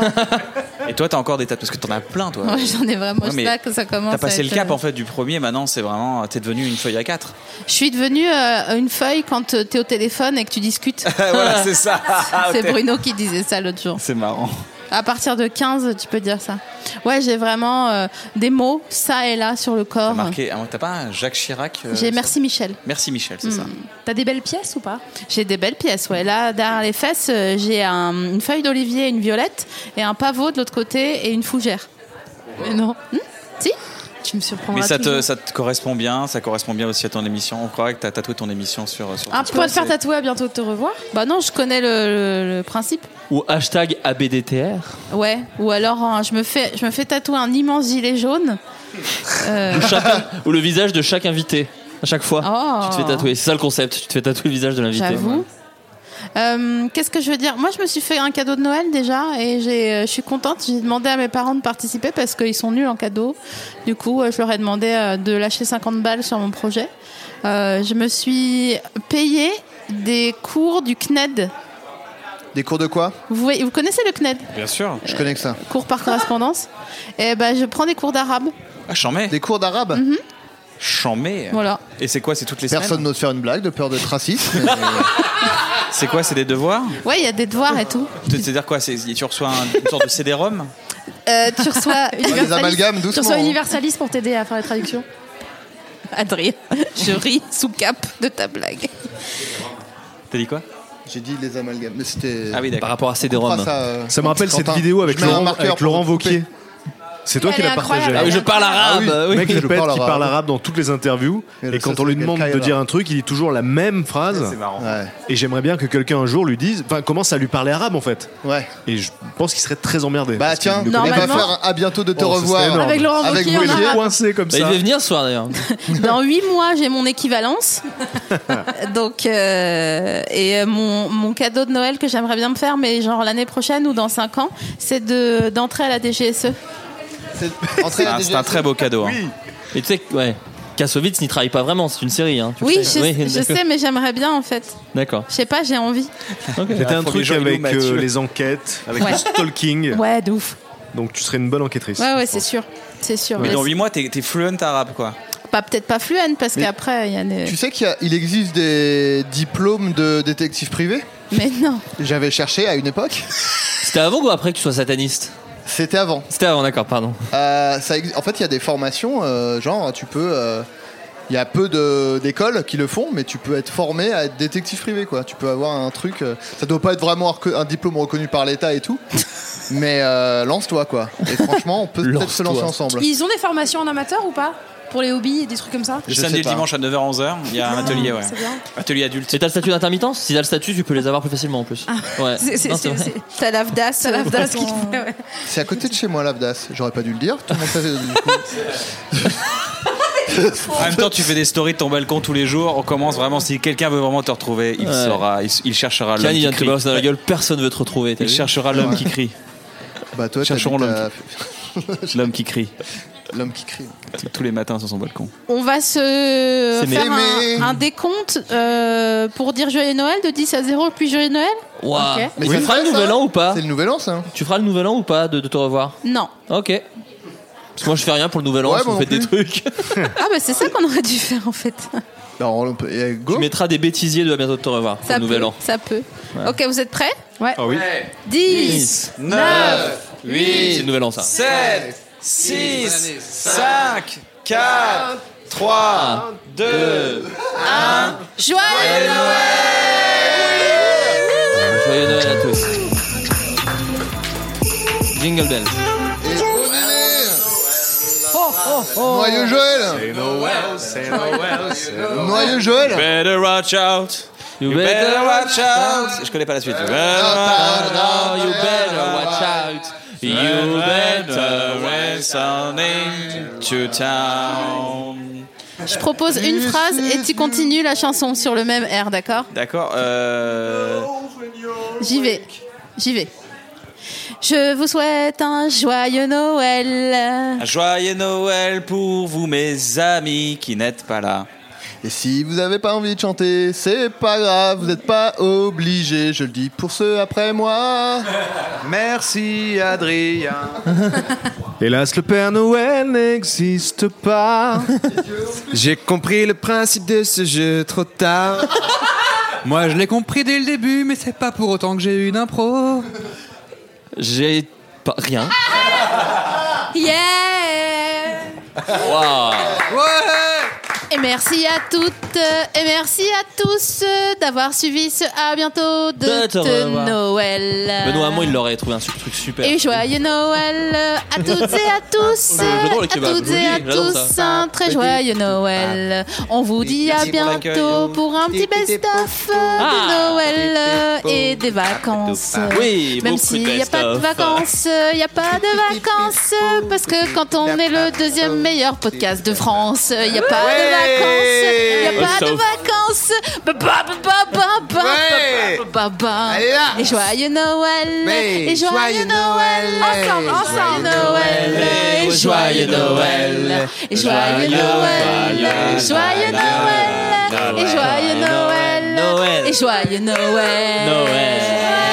[SPEAKER 7] Et toi, t'as encore des tatouages Parce que t'en as plein, toi.
[SPEAKER 2] Ouais, j'en ai vraiment.
[SPEAKER 7] Ouais,
[SPEAKER 2] c'est
[SPEAKER 7] mais
[SPEAKER 2] là que ça commence.
[SPEAKER 7] T'as passé
[SPEAKER 2] à
[SPEAKER 7] le
[SPEAKER 2] être- euh,
[SPEAKER 7] cap hein. en fait du premier, maintenant c'est vraiment. T'es devenu une feuille à 4.
[SPEAKER 2] Je suis devenue euh, une feuille quand euh, t'es au téléphone et que tu discutes.
[SPEAKER 7] voilà, c'est ça. Ah,
[SPEAKER 2] C'est Bruno qui disait ça l'autre jour.
[SPEAKER 7] C'est marrant.
[SPEAKER 2] À partir de 15, tu peux dire ça. Ouais, j'ai vraiment euh, des mots, ça et là, sur le
[SPEAKER 7] T'as
[SPEAKER 2] corps.
[SPEAKER 7] marqué. ah, T'as pas un Jacques Chirac euh,
[SPEAKER 2] Oh. J'ai
[SPEAKER 7] ça
[SPEAKER 2] merci Michel.
[SPEAKER 7] Merci Michel, c'est ça.
[SPEAKER 2] Mm. T'as des belles pièces ou pas J'ai des belles pièces, ouais. Là, derrière les fesses, euh, j'ai un- une feuille d'olivier, une violette, et un pavot de l'autre côté, et une fougère. Mais non. Hmm si Tu me surprends.
[SPEAKER 7] Mais ça te, ça te correspond bien, ça correspond bien aussi à ton émission. On croirait que t'as tatoué ton émission sur. sur
[SPEAKER 2] Un
[SPEAKER 7] ton-
[SPEAKER 2] Ah, tu pourrais te faire tatouer à bientôt de te revoir Bah non, je connais le- le- le principe.
[SPEAKER 10] Ou hashtag ABDTR.
[SPEAKER 2] Ouais, ou alors hein, je, me fais, je me fais tatouer un immense gilet jaune. Euh,
[SPEAKER 10] Ou, chacun- ou le visage de chaque invité. À chaque fois,
[SPEAKER 2] Oh.
[SPEAKER 10] tu te fais tatouer. C'est ça le concept. Tu te fais tatouer le visage de l'invité.
[SPEAKER 2] J'avoue. euh, Qu'est-ce que je veux dire Moi, je me suis fait un cadeau de Noël déjà et j'ai, euh, je suis contente. J'ai demandé à mes parents de participer parce qu'ils sont nuls en cadeau. Du coup, euh, je leur ai demandé euh, de lâcher 50 balles sur mon projet. Euh, je me suis payé des cours du CNED.
[SPEAKER 6] Des cours de quoi
[SPEAKER 2] Vous, voyez- vous connaissez le CNED
[SPEAKER 7] Bien sûr.
[SPEAKER 6] Je connais que ça.
[SPEAKER 2] Cours par correspondance. Et ben, je prends des cours d'arabe.
[SPEAKER 7] Ah, j'en mets.
[SPEAKER 6] Des cours d'arabe
[SPEAKER 2] Mhm.
[SPEAKER 7] J'en mets.
[SPEAKER 2] Voilà.
[SPEAKER 7] Et c'est quoi C'est toutes les
[SPEAKER 6] Personne
[SPEAKER 7] semaines
[SPEAKER 6] n'ose faire une blague de peur d'être raciste. mais-
[SPEAKER 7] C'est quoi C'est des devoirs
[SPEAKER 2] Ouais, il y a des devoirs et tout.
[SPEAKER 7] C'est-à-dire quoi C'est- Tu reçois un- une sorte de CD-ROM
[SPEAKER 2] Euh, tu reçois
[SPEAKER 6] les amalgames,
[SPEAKER 2] tu
[SPEAKER 6] doucement,
[SPEAKER 2] reçois
[SPEAKER 6] hein.
[SPEAKER 2] Universalis pour t'aider à faire les traductions. Adrien, je ris sous cap de ta blague.
[SPEAKER 7] T'as dit quoi
[SPEAKER 6] J'ai dit les amalgames, mais c'était.
[SPEAKER 7] Ah oui, d'accord. Par
[SPEAKER 10] rapport à
[SPEAKER 6] CD-ROM.
[SPEAKER 16] Ça, me rappelle cette vidéo avec
[SPEAKER 6] euh, Je mets un
[SPEAKER 16] Laurent,
[SPEAKER 6] marqueur
[SPEAKER 16] avec
[SPEAKER 6] pour
[SPEAKER 16] Laurent
[SPEAKER 6] te couper.
[SPEAKER 16] Wauquiez. C'est toi
[SPEAKER 6] Elle
[SPEAKER 16] qui
[SPEAKER 6] est
[SPEAKER 16] l'as partagé.
[SPEAKER 6] incroyable, Ah oui, je parle arabe,
[SPEAKER 16] Le
[SPEAKER 6] oui.
[SPEAKER 16] mec
[SPEAKER 6] Je
[SPEAKER 16] répète
[SPEAKER 6] parle
[SPEAKER 16] qu'il parle
[SPEAKER 6] arabe.
[SPEAKER 16] arabe dans toutes les interviews.
[SPEAKER 6] Et
[SPEAKER 16] Et,
[SPEAKER 6] le
[SPEAKER 16] quand
[SPEAKER 6] ça,
[SPEAKER 16] on lui
[SPEAKER 6] c'est
[SPEAKER 16] demande de
[SPEAKER 6] Al-Qaïda.
[SPEAKER 16] dire un truc, il dit toujours la même phrase.
[SPEAKER 6] C'est marrant.
[SPEAKER 16] Et j'aimerais bien que quelqu'un un jour lui dise, enfin, commence à lui parler arabe en fait.
[SPEAKER 6] Ouais.
[SPEAKER 16] Et je pense qu'il serait très emmerdé.
[SPEAKER 6] Bah tiens, on va faire un à bientôt de te
[SPEAKER 16] Oh,
[SPEAKER 6] revoir.
[SPEAKER 2] Avec Laurent
[SPEAKER 6] Avec
[SPEAKER 2] Wauquiez,
[SPEAKER 6] vous,
[SPEAKER 2] on
[SPEAKER 6] Olivier.
[SPEAKER 2] aura-
[SPEAKER 16] coincé comme
[SPEAKER 10] Bah, il
[SPEAKER 16] ça.
[SPEAKER 10] devait venir ce soir d'ailleurs.
[SPEAKER 2] Dans 8 mois, j'ai mon équivalence. Donc, euh, et euh, mon, mon cadeau de Noël que j'aimerais bien me faire, mais genre l'année prochaine ou dans 5 ans, c'est de, d'entrer à la DGSE.
[SPEAKER 7] C'est
[SPEAKER 10] Ah,
[SPEAKER 7] un, c'est un très beau cadeau. hein.
[SPEAKER 10] Et tu sais, que- ouais, Kassovitz n'y travaille pas vraiment. C'est une série. hein, tu le
[SPEAKER 2] Oui, je,
[SPEAKER 10] sais. Oui,
[SPEAKER 2] je
[SPEAKER 10] d'accord.
[SPEAKER 2] sais, mais j'aimerais bien en fait.
[SPEAKER 10] D'accord.
[SPEAKER 2] Je sais pas, j'ai envie.
[SPEAKER 16] C'était
[SPEAKER 10] Ah,
[SPEAKER 16] un
[SPEAKER 10] faut
[SPEAKER 16] truc
[SPEAKER 10] les gens, ils
[SPEAKER 16] avec
[SPEAKER 10] nous, Mathieu.
[SPEAKER 16] euh, les enquêtes, avec
[SPEAKER 2] Ouais.
[SPEAKER 16] le stalking.
[SPEAKER 2] Ouais, de ouf.
[SPEAKER 16] Donc tu serais une bonne enquêtrice.
[SPEAKER 2] Ouais, ouais, c'est sûr. C'est sûr.
[SPEAKER 7] Mais
[SPEAKER 2] Mais
[SPEAKER 7] dans 8 mois, t'es t'es fluent arabe, quoi.
[SPEAKER 2] c'est pas, peut-être pas fluent parce
[SPEAKER 6] Mais
[SPEAKER 2] qu'après, il y a des.
[SPEAKER 6] Tu sais qu'il y a- il existe des diplômes de détective privé
[SPEAKER 2] Mais non.
[SPEAKER 6] J'avais cherché à une époque.
[SPEAKER 10] C'était avant ou après que tu sois sataniste
[SPEAKER 6] C'était avant.
[SPEAKER 10] C'était avant, d'accord, pardon.
[SPEAKER 6] Euh, ça ex- en fait, il y a des formations, euh, genre, tu peux. euh, Il y a peu de- d'écoles qui le font, mais tu peux être formé à être détective privé, quoi. Tu peux avoir un truc. euh, ça doit pas être vraiment reco- un diplôme reconnu par l'État et tout, mais euh, lance-toi, quoi. Et franchement, on peut peut-être se lancer ensemble.
[SPEAKER 13] Ils ont des formations en amateur ou pas Pour les hobbies et des trucs comme ça Ah,
[SPEAKER 7] Le samedi et le dimanche à 9h-11h, il y
[SPEAKER 2] Ah,
[SPEAKER 7] a un atelier, ouais.
[SPEAKER 13] c'est bien.
[SPEAKER 7] Atelier adulte.
[SPEAKER 10] Et t'as le statut d'intermittence Si t'as le statut, tu peux les avoir plus facilement en plus.
[SPEAKER 2] Ah,
[SPEAKER 10] Ouais.
[SPEAKER 13] C'est- c'est-
[SPEAKER 10] Non, c'est
[SPEAKER 13] c'est-
[SPEAKER 10] vrai.
[SPEAKER 13] c'est-
[SPEAKER 2] T'as l'AFDAS, t'as l'AFDAS qui te fait, ouais.
[SPEAKER 6] C'est à côté de chez moi, l'Avdas. J'aurais pas dû le dire. Tout le monde savait, du coup.
[SPEAKER 7] En même temps, tu fais des stories de ton balcon tous les jours. On commence vraiment. Si quelqu'un veut vraiment te retrouver, il
[SPEAKER 10] Ouais.
[SPEAKER 7] saura, il, il cherchera
[SPEAKER 10] Kian,
[SPEAKER 7] l'homme
[SPEAKER 10] il
[SPEAKER 7] qui
[SPEAKER 10] vient de te
[SPEAKER 7] crie.
[SPEAKER 10] balancer dans la gueule, personne veut te retrouver. t'as
[SPEAKER 7] Il
[SPEAKER 10] vu
[SPEAKER 7] cherchera l'homme qui crie.
[SPEAKER 6] Bah toi,
[SPEAKER 7] Chercherons
[SPEAKER 6] t'habites
[SPEAKER 7] l'homme. qui- L'homme qui crie.
[SPEAKER 6] L'homme qui crie.
[SPEAKER 7] Tous les matins sur son balcon.
[SPEAKER 2] On va se
[SPEAKER 7] C'est
[SPEAKER 2] faire
[SPEAKER 7] mes-
[SPEAKER 2] un, un décompte euh, pour dire Joyeux Noël de 10 à 0 puis Joyeux Noël
[SPEAKER 10] Waouh.
[SPEAKER 2] Ok.
[SPEAKER 10] Tu feras le nouvel an ou pas
[SPEAKER 6] C'est le nouvel an, ça
[SPEAKER 10] Tu feras le nouvel an ou pas de, de te revoir
[SPEAKER 2] Non.
[SPEAKER 10] Ok. Parce que moi je fais rien pour le nouvel an,
[SPEAKER 6] Ouais,
[SPEAKER 10] si
[SPEAKER 6] moi
[SPEAKER 10] vous
[SPEAKER 6] non
[SPEAKER 10] faites des trucs.
[SPEAKER 2] Ah bah c'est ça qu'on aurait dû faire en fait.
[SPEAKER 6] Non, on peut- eh, go.
[SPEAKER 10] Tu mettras des bêtisiers de à bientôt de te revoir pour
[SPEAKER 2] Ça
[SPEAKER 10] le nouvel
[SPEAKER 2] peut,
[SPEAKER 10] an.
[SPEAKER 2] Ça peut.
[SPEAKER 10] Ouais.
[SPEAKER 2] Ok, vous êtes prêts Ouais.
[SPEAKER 10] Ah oui.
[SPEAKER 2] 10,
[SPEAKER 10] 9, 8, c'est le nouvel an ça.
[SPEAKER 7] 7, 6, 5, 4, 3, 2, 1.
[SPEAKER 2] Joyeux
[SPEAKER 10] Noël Joyeux Noël à tous. Jingle bell. Oh,
[SPEAKER 6] Noyeux Joël
[SPEAKER 11] C'est Noël, c'est Noël, c'est Noël.
[SPEAKER 6] Noyeux Joël
[SPEAKER 7] Better watch out. You
[SPEAKER 6] Ah.
[SPEAKER 7] better watch out. Je connais pas la suite. You better watch out. You better raise our name to town.
[SPEAKER 2] Je propose une phrase et tu continues la chanson sur le même air, d'accord
[SPEAKER 7] D'accord. euh,
[SPEAKER 2] J'y vais. J'y vais. Je vous souhaite un joyeux Noël.
[SPEAKER 7] Un joyeux Noël pour vous, mes amis qui n'êtes pas là.
[SPEAKER 6] Et si vous n'avez pas envie de chanter, c'est pas grave, vous n'êtes pas obligé, je le dis pour ceux après moi.
[SPEAKER 8] Merci Adrien.
[SPEAKER 9] Hélas, le Père Noël n'existe pas. J'ai compris le principe de ce jeu trop tard.
[SPEAKER 4] Moi, je l'ai compris dès le début, mais c'est pas pour autant que j'ai eu une impro.
[SPEAKER 10] J'ai pas rien.
[SPEAKER 2] Yeah Et merci à toutes et merci à tous d'avoir suivi ce à bientôt de,
[SPEAKER 10] Bah, De
[SPEAKER 2] te
[SPEAKER 10] te revoir.
[SPEAKER 2] Noël.
[SPEAKER 10] Benoît Hamon, il l'aurait trouvé un su- truc super.
[SPEAKER 2] Euh. Et joyeux Noël à toutes et à tous,
[SPEAKER 10] J'adore le
[SPEAKER 2] à
[SPEAKER 10] kebab,
[SPEAKER 2] toutes
[SPEAKER 10] je vous
[SPEAKER 2] et
[SPEAKER 10] le
[SPEAKER 2] à
[SPEAKER 10] dis, j'adore
[SPEAKER 2] tous
[SPEAKER 10] ça. Ah.
[SPEAKER 2] un très joyeux Noël. On vous dit à
[SPEAKER 10] Merci pour
[SPEAKER 2] bientôt
[SPEAKER 10] l'accueil.
[SPEAKER 2] pour un petit best-of de Noël et des vacances.
[SPEAKER 10] Oui,
[SPEAKER 2] Même
[SPEAKER 10] beaucoup de
[SPEAKER 2] s'il n'y a pas de
[SPEAKER 10] best-of.
[SPEAKER 2] vacances, il n'y a pas de vacances parce que quand on est le deuxième meilleur podcast de France, il n'y a pas de vacances,
[SPEAKER 10] Oh,
[SPEAKER 2] il n'y a pas de
[SPEAKER 11] Sauf-
[SPEAKER 2] vacances. Ba, ba, ba, ba, ba, ba,
[SPEAKER 11] Ouais.
[SPEAKER 2] ba, ba, ba.
[SPEAKER 11] Allez là.
[SPEAKER 2] Et joyeux Noël.
[SPEAKER 11] Mais
[SPEAKER 2] Et joyeux
[SPEAKER 11] joyeux
[SPEAKER 2] Noël. Ensemble, ensemble. Noël. Et joyeux Noël. Et joyeux Noël. Joyeux Noël. Et joyeux Noël.
[SPEAKER 11] Noël.
[SPEAKER 2] Et joyeux Noël.